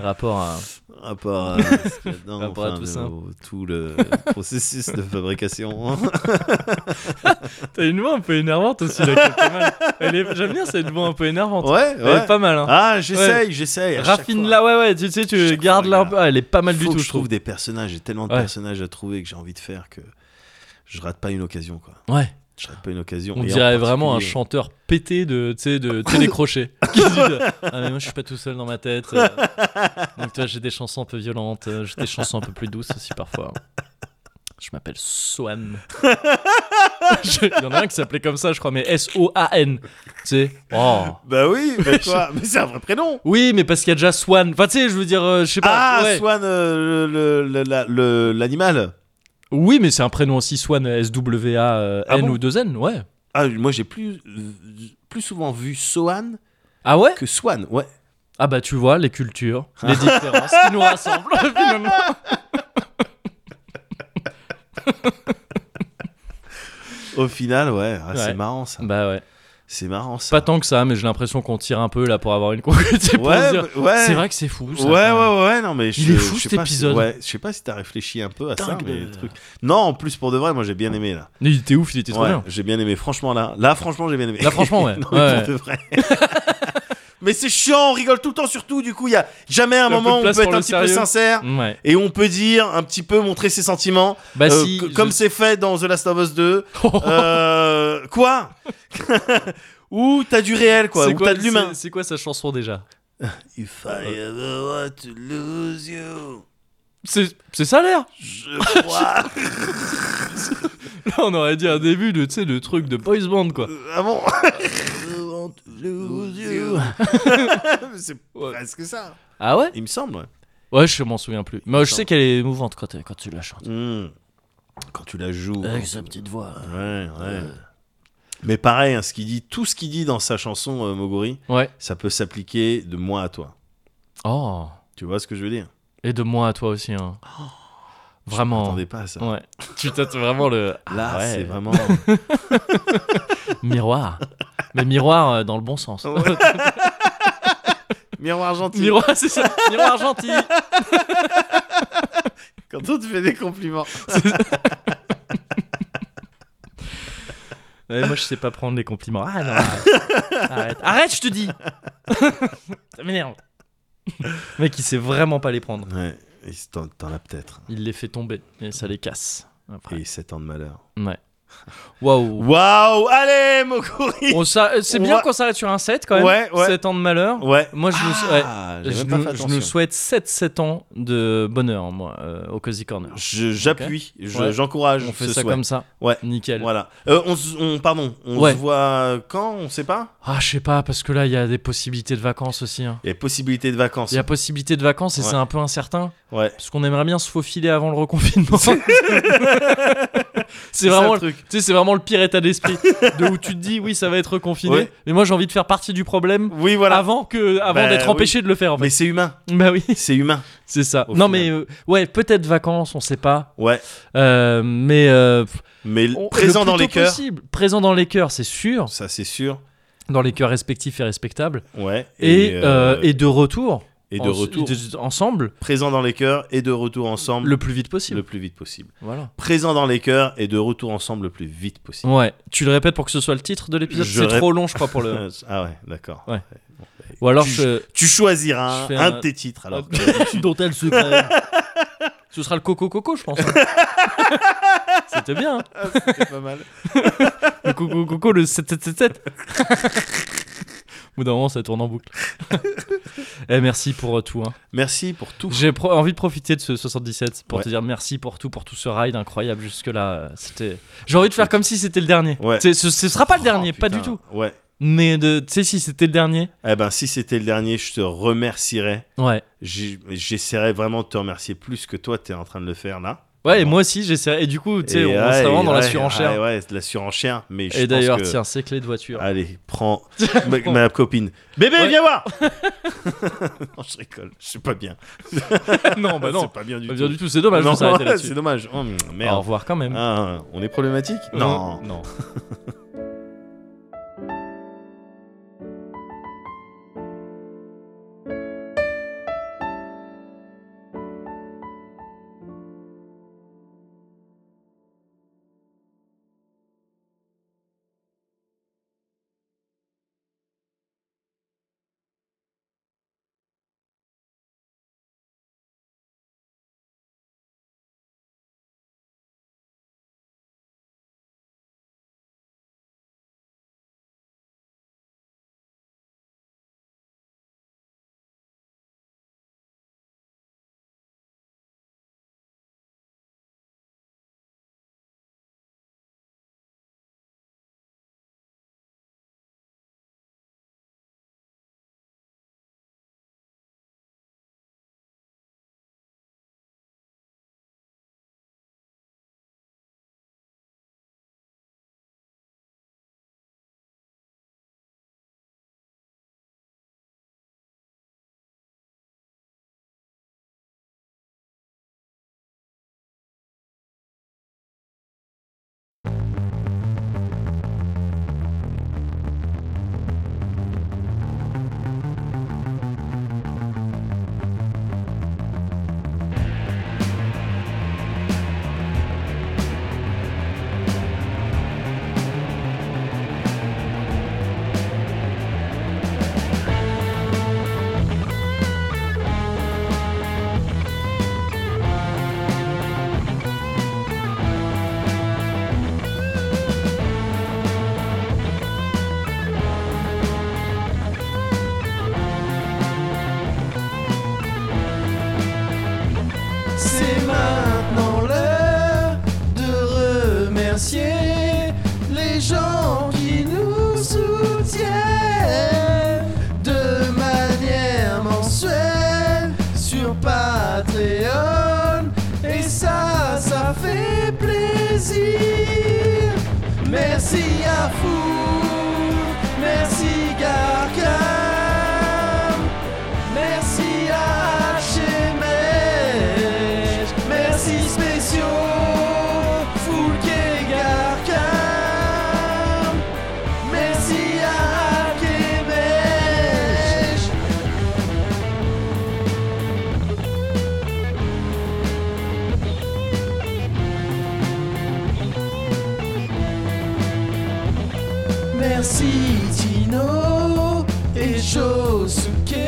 [SPEAKER 1] Rapport à.
[SPEAKER 2] Rapport
[SPEAKER 1] [LAUGHS]
[SPEAKER 2] à, euh, ce qu'il y a dedans,
[SPEAKER 1] Rapport à tout
[SPEAKER 2] mais
[SPEAKER 1] ça.
[SPEAKER 2] au- tout
[SPEAKER 1] [LAUGHS]
[SPEAKER 2] le processus de fabrication.
[SPEAKER 1] T'as une voix un peu énervante aussi, là, qui est pas mal. Elle est- J'aime bien cette voix un peu énervante.
[SPEAKER 2] ouais,
[SPEAKER 1] Elle est
[SPEAKER 2] ouais.
[SPEAKER 1] pas mal, hein.
[SPEAKER 2] Ah, j'essaye, j'essaye. à chaque fois.
[SPEAKER 1] Raffine-la, ouais, ouais, tu sais, tu
[SPEAKER 2] Chaque
[SPEAKER 1] gardes
[SPEAKER 2] fois,
[SPEAKER 1] la.
[SPEAKER 2] regarde.
[SPEAKER 1] Ah, elle est pas mal
[SPEAKER 2] Faut
[SPEAKER 1] du
[SPEAKER 2] que
[SPEAKER 1] tout,
[SPEAKER 2] je trouve des personnages. J'ai tellement de
[SPEAKER 1] Ouais.
[SPEAKER 2] personnages à trouver que j'ai envie de faire que je rate pas une occasion, quoi.
[SPEAKER 1] Ouais.
[SPEAKER 2] Je rate pas une occasion.
[SPEAKER 1] On
[SPEAKER 2] Et en
[SPEAKER 1] dirait vraiment un
[SPEAKER 2] particulier- euh,
[SPEAKER 1] chanteur pété de, tu sais,
[SPEAKER 2] [LAUGHS]
[SPEAKER 1] de télécrochet. qui dit, euh, ah mais moi je suis pas tout seul dans ma tête. euh. Donc tu vois, j'ai des chansons un peu violentes, euh, j'ai des chansons un peu plus douces aussi parfois. Je m'appelle
[SPEAKER 2] [LAUGHS]
[SPEAKER 1] Swan. Je- Il y en a un qui s'appelait comme ça, je crois, mais S-O-A-N. Tu sais. Oh.
[SPEAKER 2] Bah
[SPEAKER 1] [LAUGHS]
[SPEAKER 2] oui, mais quoi Mais c'est un vrai prénom.
[SPEAKER 1] Oui, mais parce qu'il y a déjà Swan. Enfin, tu sais, je veux dire, euh, je sais pas.
[SPEAKER 2] Ah,
[SPEAKER 1] ouais.
[SPEAKER 2] Swan, euh, le- le- la- le- l'animal.
[SPEAKER 1] Oui, mais c'est un prénom aussi, Swan, S-W-A-N
[SPEAKER 2] Ah bon
[SPEAKER 1] euh, ou 2N, ouais.
[SPEAKER 2] Ah, moi j'ai plus, euh, plus souvent vu Sohan
[SPEAKER 1] Ah ouais
[SPEAKER 2] que Swan, ouais.
[SPEAKER 1] Ah bah tu vois, les cultures,
[SPEAKER 2] [LAUGHS]
[SPEAKER 1] les différences qui nous rassemblent [LAUGHS] finalement.
[SPEAKER 2] Au final, ouais, ah,
[SPEAKER 1] Ouais.
[SPEAKER 2] c'est marrant ça.
[SPEAKER 1] Bah ouais.
[SPEAKER 2] C'est marrant ça.
[SPEAKER 1] Pas tant que ça, mais j'ai l'impression qu'on tire un peu là pour avoir une [LAUGHS] conclusion. C'est pour
[SPEAKER 2] ouais,
[SPEAKER 1] se dire,
[SPEAKER 2] mais- ouais.
[SPEAKER 1] C'est vrai que c'est fou. ça,
[SPEAKER 2] ouais,
[SPEAKER 1] quand
[SPEAKER 2] ouais,
[SPEAKER 1] même.
[SPEAKER 2] ouais, non, mais je,
[SPEAKER 1] Il est fou,
[SPEAKER 2] je sais
[SPEAKER 1] cet
[SPEAKER 2] pas si-
[SPEAKER 1] épisode.
[SPEAKER 2] ouais, je sais pas si t'as réfléchi un peu à ça,
[SPEAKER 1] Dingue
[SPEAKER 2] mais
[SPEAKER 1] de-
[SPEAKER 2] le truc. Non, en plus pour de vrai, moi j'ai bien aimé là.
[SPEAKER 1] Mais Il était ouf, il était trop
[SPEAKER 2] Ouais,
[SPEAKER 1] bien.
[SPEAKER 2] j'ai bien aimé, franchement là. Là, franchement, j'ai bien aimé.
[SPEAKER 1] Là, franchement, ouais.
[SPEAKER 2] [LAUGHS] Non, mais
[SPEAKER 1] Ouais.
[SPEAKER 2] pour de vrai. [LAUGHS] mais c'est chiant, on rigole tout le temps, surtout. Du coup, il y a jamais un
[SPEAKER 1] peu de
[SPEAKER 2] moment où on
[SPEAKER 1] place
[SPEAKER 2] peut
[SPEAKER 1] pour
[SPEAKER 2] être un
[SPEAKER 1] le
[SPEAKER 2] petit peu
[SPEAKER 1] sérieux. Mm.
[SPEAKER 2] sincère.
[SPEAKER 1] Ouais.
[SPEAKER 2] Et on peut dire un petit peu montrer ses sentiments,
[SPEAKER 1] Bah
[SPEAKER 2] euh,
[SPEAKER 1] si.
[SPEAKER 2] que-
[SPEAKER 1] je-
[SPEAKER 2] [LAUGHS] comme c'est fait dans The Last of Us
[SPEAKER 1] [LAUGHS]
[SPEAKER 2] 2. Euh, quoi [LAUGHS] Ou t'as du réel, quoi.
[SPEAKER 1] C'est
[SPEAKER 2] Ou t'as de l'humain.
[SPEAKER 1] c'est- C'est quoi sa chanson déjà
[SPEAKER 2] If I ever want to lose you,
[SPEAKER 1] C'est c'est ça l'air
[SPEAKER 2] [LAUGHS] je crois.
[SPEAKER 1] Là, [LAUGHS] on aurait dit un début de, tu sais, de truc de boys band quoi.
[SPEAKER 2] ah [LAUGHS] bon I want to lose you. [LAUGHS] C'est presque ça.
[SPEAKER 1] Ah ouais
[SPEAKER 2] Il me semble, ouais.
[SPEAKER 1] Ouais, je m'en souviens plus. Mais je sais qu'elle est émouvante quand, quand tu la chantes.
[SPEAKER 2] Hmm. Quand tu la joues.
[SPEAKER 1] Avec sa petite voix.
[SPEAKER 2] Ouais, ouais. Mais pareil, hein, ce qu'il dit, tout ce qu'il dit dans sa chanson euh, Mogori,
[SPEAKER 1] Ouais.
[SPEAKER 2] ça peut s'appliquer de moi à toi.
[SPEAKER 1] Oh.
[SPEAKER 2] Tu vois ce que je veux dire
[SPEAKER 1] Et de moi à toi aussi. Hein.
[SPEAKER 2] Je
[SPEAKER 1] Vraiment.
[SPEAKER 2] m'attendais pas à ça.
[SPEAKER 1] Ouais. [LAUGHS] Tu tâtes vraiment le.
[SPEAKER 2] Là,
[SPEAKER 1] Ah ouais.
[SPEAKER 2] c'est vraiment.
[SPEAKER 1] Miroir. Mais miroir euh, dans le bon sens.
[SPEAKER 2] [LAUGHS] Oh. Miroir gentil.
[SPEAKER 1] Miroir, c'est ça. Miroir gentil.
[SPEAKER 2] Quand on te fait des compliments.
[SPEAKER 1] Ouais, moi, je sais pas prendre les compliments. Ah non. arrête. Arrête, Arrête, je te dis. ça m'énerve. Mec, il sait vraiment pas les prendre.
[SPEAKER 2] Ouais, et c'est- t'en t'en as peut-être.
[SPEAKER 1] Il les fait tomber et ça les casse. Après.
[SPEAKER 2] Et 7 ans de malheur.
[SPEAKER 1] Ouais. Waouh.
[SPEAKER 2] Waouh, allez, Mokuri
[SPEAKER 1] On s'a- C'est
[SPEAKER 2] On
[SPEAKER 1] bien
[SPEAKER 2] va-
[SPEAKER 1] qu'on s'arrête sur un 7 quand même.
[SPEAKER 2] Ouais, ouais.
[SPEAKER 1] 7 ans de malheur.
[SPEAKER 2] Ouais.
[SPEAKER 1] Moi, je me sou- ouais.
[SPEAKER 2] Ah, j'ai
[SPEAKER 1] Je,
[SPEAKER 2] même pas
[SPEAKER 1] nous-
[SPEAKER 2] fait
[SPEAKER 1] je
[SPEAKER 2] attention.
[SPEAKER 1] nous souhaite 7-7 ans de bonheur, moi, euh, au Cozy Corner.
[SPEAKER 2] Je- J'appuie, je-
[SPEAKER 1] Ouais.
[SPEAKER 2] j'encourage.
[SPEAKER 1] On fait
[SPEAKER 2] ce
[SPEAKER 1] ça
[SPEAKER 2] souhait.
[SPEAKER 1] comme ça.
[SPEAKER 2] Ouais.
[SPEAKER 1] Nickel.
[SPEAKER 2] Voilà. Euh, on, se- on- pardon, on
[SPEAKER 1] Ouais.
[SPEAKER 2] se voit quand On sait pas
[SPEAKER 1] Ah, je sais pas, parce que là, il y a des possibilités de vacances aussi. hein.
[SPEAKER 2] Il y a possibilité de vacances.
[SPEAKER 1] Il y a possibilité de vacances et
[SPEAKER 2] Ouais.
[SPEAKER 1] c'est un peu incertain.
[SPEAKER 2] Ouais.
[SPEAKER 1] Parce qu'on aimerait bien se faufiler avant le reconfinement. [LAUGHS] c'est
[SPEAKER 2] ça,
[SPEAKER 1] vraiment,
[SPEAKER 2] le
[SPEAKER 1] tu
[SPEAKER 2] truc.
[SPEAKER 1] sais, c'est vraiment le pire état d'esprit. de où tu te dis, oui, ça va être reconfiné.
[SPEAKER 2] Ouais.
[SPEAKER 1] Mais moi, j'ai envie de faire partie du problème
[SPEAKER 2] Oui, voilà.
[SPEAKER 1] avant, que, avant
[SPEAKER 2] Bah,
[SPEAKER 1] d'être
[SPEAKER 2] oui.
[SPEAKER 1] empêché de le faire, en
[SPEAKER 2] Mais
[SPEAKER 1] fait.
[SPEAKER 2] c'est humain,
[SPEAKER 1] Bah oui,
[SPEAKER 2] c'est humain.
[SPEAKER 1] [LAUGHS] c'est ça.
[SPEAKER 2] Au
[SPEAKER 1] non,
[SPEAKER 2] final.
[SPEAKER 1] mais euh, ouais, peut-être vacances, on sait pas.
[SPEAKER 2] Ouais.
[SPEAKER 1] Euh, mais euh,
[SPEAKER 2] Mais
[SPEAKER 1] on- le
[SPEAKER 2] présent
[SPEAKER 1] plus
[SPEAKER 2] dans
[SPEAKER 1] tôt
[SPEAKER 2] les cœurs,
[SPEAKER 1] possible. Présent dans les cœurs, c'est sûr.
[SPEAKER 2] ça c'est sûr.
[SPEAKER 1] Dans les cœurs respectifs et respectables.
[SPEAKER 2] Ouais.
[SPEAKER 1] Et,
[SPEAKER 2] euh,
[SPEAKER 1] euh, et de retour.
[SPEAKER 2] et de
[SPEAKER 1] En-
[SPEAKER 2] retour.
[SPEAKER 1] de- ensemble,
[SPEAKER 2] Présent dans les cœurs et de retour ensemble
[SPEAKER 1] le plus vite
[SPEAKER 2] le,
[SPEAKER 1] possible.
[SPEAKER 2] plus vite possible.
[SPEAKER 1] Voilà.
[SPEAKER 2] Présent dans les cœurs et de retour ensemble le plus vite possible.
[SPEAKER 1] Ouais, tu le répètes pour que ce soit le titre de l'épisode.
[SPEAKER 2] Je
[SPEAKER 1] C'est
[SPEAKER 2] rép-
[SPEAKER 1] trop long, je crois, pour
[SPEAKER 2] [LAUGHS]
[SPEAKER 1] le.
[SPEAKER 2] Euh, ah ouais, d'accord.
[SPEAKER 1] Ouais. Ou alors,
[SPEAKER 2] Tu-
[SPEAKER 1] je...
[SPEAKER 2] Tu choisiras
[SPEAKER 1] Je
[SPEAKER 2] un,
[SPEAKER 1] fais
[SPEAKER 2] de
[SPEAKER 1] un-
[SPEAKER 2] tes titres alors.
[SPEAKER 1] [LAUGHS] dont elle se parle. Ce sera le coco coco, je pense.
[SPEAKER 2] [LAUGHS]
[SPEAKER 1] hein. C'était bien. hein.
[SPEAKER 2] C'est pas mal.
[SPEAKER 1] Le coco coco, le 777. Au bout d'un moment, ça tourne en boucle. [LAUGHS] Eh, merci pour euh, tout. hein.
[SPEAKER 2] [LAUGHS] Merci pour tout.
[SPEAKER 1] J'ai pro- envie de profiter de ce 77 pour
[SPEAKER 2] Ouais.
[SPEAKER 1] te dire merci pour tout, pour tout ce ride incroyable jusque-là. euh, C'était. J'ai envie de faire comme si c'était le dernier.
[SPEAKER 2] Ouais.
[SPEAKER 1] C'est- Ce, ce sera pas le dernier,
[SPEAKER 2] Oh,
[SPEAKER 1] pas
[SPEAKER 2] putain.
[SPEAKER 1] du tout.
[SPEAKER 2] Ouais.
[SPEAKER 1] Mais de- tu sais, si c'était le dernier.
[SPEAKER 2] Eh ben, si c'était le dernier, je te remercierais.
[SPEAKER 1] Ouais.
[SPEAKER 2] J'ai- J'essaierai vraiment de te remercier plus que toi, tu es en train de le faire là.
[SPEAKER 1] Ouais, et
[SPEAKER 2] Bon.
[SPEAKER 1] moi aussi, j'essaie. Et du coup, tu sais,
[SPEAKER 2] Et
[SPEAKER 1] on
[SPEAKER 2] ouais,
[SPEAKER 1] serait vraiment dans la
[SPEAKER 2] ouais,
[SPEAKER 1] surenchère.
[SPEAKER 2] Ouais, ouais, de la surenchère. Mais je
[SPEAKER 1] et
[SPEAKER 2] pense
[SPEAKER 1] d'ailleurs,
[SPEAKER 2] que-
[SPEAKER 1] tiens, ces clés de voiture.
[SPEAKER 2] Allez,
[SPEAKER 1] [LAUGHS]
[SPEAKER 2] prends ma, ma copine. Bébé,
[SPEAKER 1] Ouais. [LAUGHS]
[SPEAKER 2] viens voir [LAUGHS] Non, je rigole, je suis pas bien.
[SPEAKER 1] non, bah non.
[SPEAKER 2] [LAUGHS] C'est pas bien du
[SPEAKER 1] Pas
[SPEAKER 2] tout.
[SPEAKER 1] bien du tout, c'est dommage
[SPEAKER 2] Non,
[SPEAKER 1] de s'arrêter
[SPEAKER 2] ouais,
[SPEAKER 1] là-dessus.
[SPEAKER 2] [LAUGHS] c'est dommage. Oh,
[SPEAKER 1] Au
[SPEAKER 2] merde.
[SPEAKER 1] revoir quand même.
[SPEAKER 2] Ah, on est problématique Non.
[SPEAKER 1] Non.
[SPEAKER 2] C'est maintenant l'heure de remercier les gens qui nous soutiennent de manière mensuelle sur Patreon. Et ça, ça fait plaisir. Merci à vous, merci Gargam. Merci à Chemège, merci spéciaux, Foulquet Garcam, merci à Québec. Merci Tino et Josuke.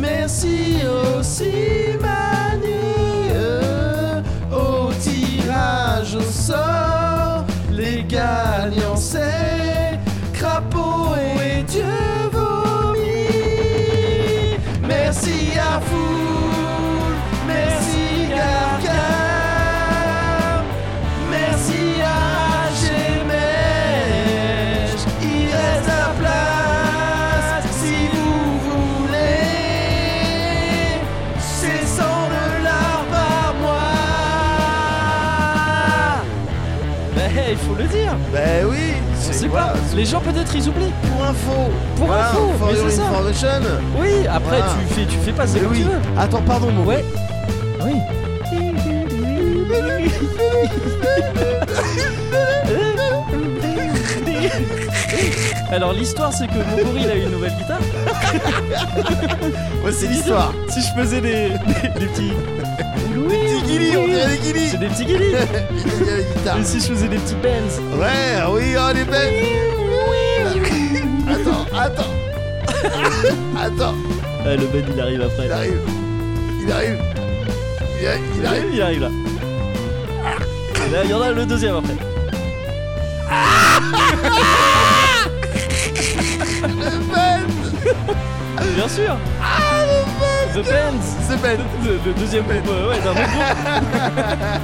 [SPEAKER 2] Merci aussi Manu. euh, Au tirage au sort,
[SPEAKER 1] les gagnants, c'est Crapaud et Dieu vomi. Merci à vous, merci à Cam, merci à Gmèche. Il reste la place si vous voulez. C'est 100 dollars par mois.
[SPEAKER 7] Bah, il faut le dire.
[SPEAKER 1] Ben oui,
[SPEAKER 7] On
[SPEAKER 1] c'est
[SPEAKER 7] sait
[SPEAKER 1] voilà,
[SPEAKER 7] pas. Les gens, peut-être, ils oublient.
[SPEAKER 1] c'est pour info.
[SPEAKER 7] Pour
[SPEAKER 1] Voilà,
[SPEAKER 7] info,
[SPEAKER 1] for
[SPEAKER 7] mais
[SPEAKER 1] your
[SPEAKER 7] c'est ça.
[SPEAKER 1] information.
[SPEAKER 7] Oui, après,
[SPEAKER 1] Voilà.
[SPEAKER 7] tu, fais, tu fais pas, c'est
[SPEAKER 1] Mais
[SPEAKER 7] comme
[SPEAKER 1] oui.
[SPEAKER 7] tu veux.
[SPEAKER 1] Attends, pardon, mon
[SPEAKER 7] Ouais. Oui.
[SPEAKER 1] [LAUGHS]
[SPEAKER 7] [LAUGHS] Alors l'histoire c'est que Mogori il a eu une nouvelle [LAUGHS] guitare.
[SPEAKER 1] Ouais, c'est l'histoire.
[SPEAKER 7] Si je faisais des, des, des petits. Des
[SPEAKER 1] Petit guili, on dirait des guilis.
[SPEAKER 7] C'est des petits [LAUGHS] guillis
[SPEAKER 1] Il y a la guitare.
[SPEAKER 7] Et si je faisais des petits bends
[SPEAKER 1] Ouais, oui, oh les belles. Attends, attends.
[SPEAKER 2] [LAUGHS]
[SPEAKER 1] Attends,
[SPEAKER 7] Ah, Le bend il arrive après.
[SPEAKER 1] il
[SPEAKER 7] là.
[SPEAKER 1] arrive. Il arrive. Il arrive. Il arrive.
[SPEAKER 7] Ah Il arrive là. Et là il y en a le deuxième après. Bien sûr Ah le The Bends
[SPEAKER 1] C'est belle.
[SPEAKER 7] Le, le deuxième groupe, euh, ouais, d'un autre groupe. [LAUGHS]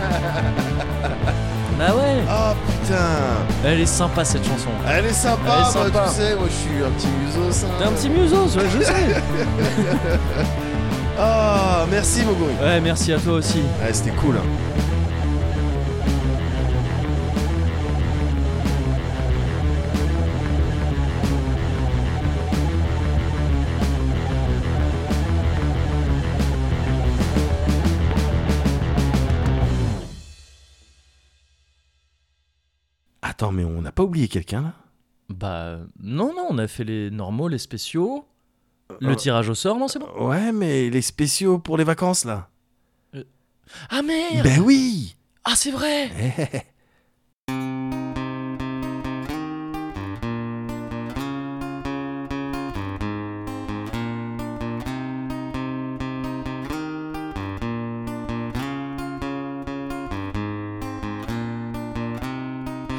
[SPEAKER 7] bah ouais
[SPEAKER 1] Oh putain.
[SPEAKER 7] Elle est sympa cette chanson.
[SPEAKER 1] Elle est
[SPEAKER 7] Elle
[SPEAKER 1] sympa,
[SPEAKER 7] est
[SPEAKER 1] moi,
[SPEAKER 7] sympa.
[SPEAKER 1] tu sais, moi je suis un petit museau ça.
[SPEAKER 7] T'es un petit musos, ouais,
[SPEAKER 1] [LAUGHS]
[SPEAKER 7] je sais [LAUGHS]
[SPEAKER 1] Oh, merci Moguri.
[SPEAKER 7] Ouais, merci à toi aussi.
[SPEAKER 1] Ouais, c'était cool. hein.
[SPEAKER 2] Attends, mais on n'a pas oublié quelqu'un là
[SPEAKER 7] Bah non, non, on a fait les normaux, les spéciaux,
[SPEAKER 1] Euh,
[SPEAKER 7] le tirage au sort, non, c'est bon.
[SPEAKER 2] Ouais, mais les spéciaux pour les vacances là.
[SPEAKER 1] euh,
[SPEAKER 7] Ah merde
[SPEAKER 2] Ben oui
[SPEAKER 7] Ah c'est vrai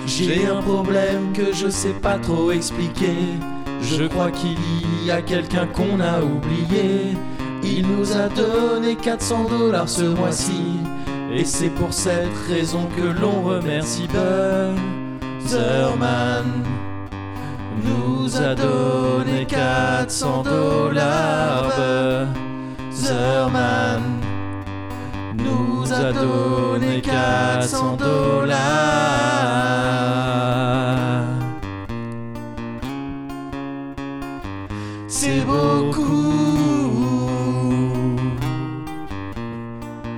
[SPEAKER 1] J'ai un problème que je sais pas trop expliquer. Je crois qu'il y a quelqu'un qu'on a oublié. Il nous a donné 400 dollars ce mois-ci. Et c'est pour cette raison que l'on remercie Buzzerman. Nous a donné 400 dollars. Buzzerman. Nous a donné 400 dollars. C'est beaucoup.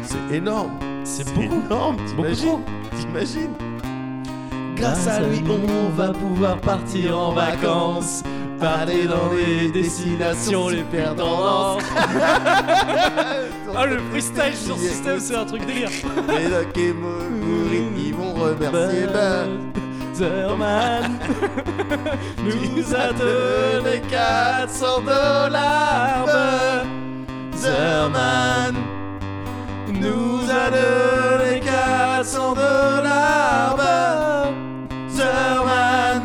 [SPEAKER 1] C'est énorme.
[SPEAKER 7] C'est beaucoup
[SPEAKER 1] énorme,
[SPEAKER 7] Beaucoup
[SPEAKER 1] T'imagines
[SPEAKER 2] [LAUGHS]
[SPEAKER 1] Grâce à lui, on va pouvoir partir en vacances. Parler dans les destinations les perdantes.
[SPEAKER 7] [LAUGHS] Ah le freestyle sur système c'est un truc délire
[SPEAKER 1] Les Doc et Moguri, ils vont remercier Ben.
[SPEAKER 7] Buzzerman nous a donné
[SPEAKER 1] 400 dollars. Zerman nous a donné 400 dollars. Zerman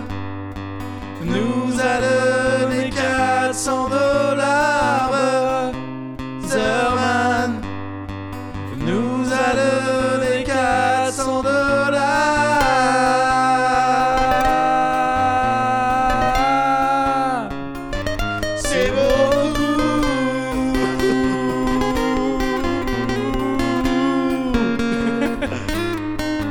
[SPEAKER 1] nous a donné 400 dollars. Zerman nous a donné 400 dollars. C'est beaucoup.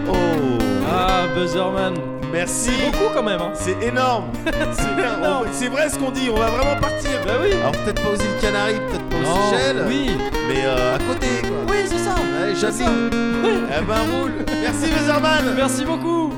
[SPEAKER 2] Oh
[SPEAKER 7] Ah Buzzerman
[SPEAKER 2] Merci
[SPEAKER 7] C'est beaucoup quand même hein
[SPEAKER 2] C'est énorme [LAUGHS] C'est Ben
[SPEAKER 7] énorme.
[SPEAKER 2] C'est vrai ce qu'on dit, on va vraiment partir
[SPEAKER 7] Bah oui
[SPEAKER 1] Alors peut-être pas aux îles Canaries, peut-être pas aux
[SPEAKER 7] Non,
[SPEAKER 1] Seychelles,
[SPEAKER 7] Oui
[SPEAKER 1] mais euh, à côté quoi.
[SPEAKER 7] Oui c'est ça
[SPEAKER 1] Allez, Jamy, eh ben roule. Merci Bezerman.
[SPEAKER 7] Merci beaucoup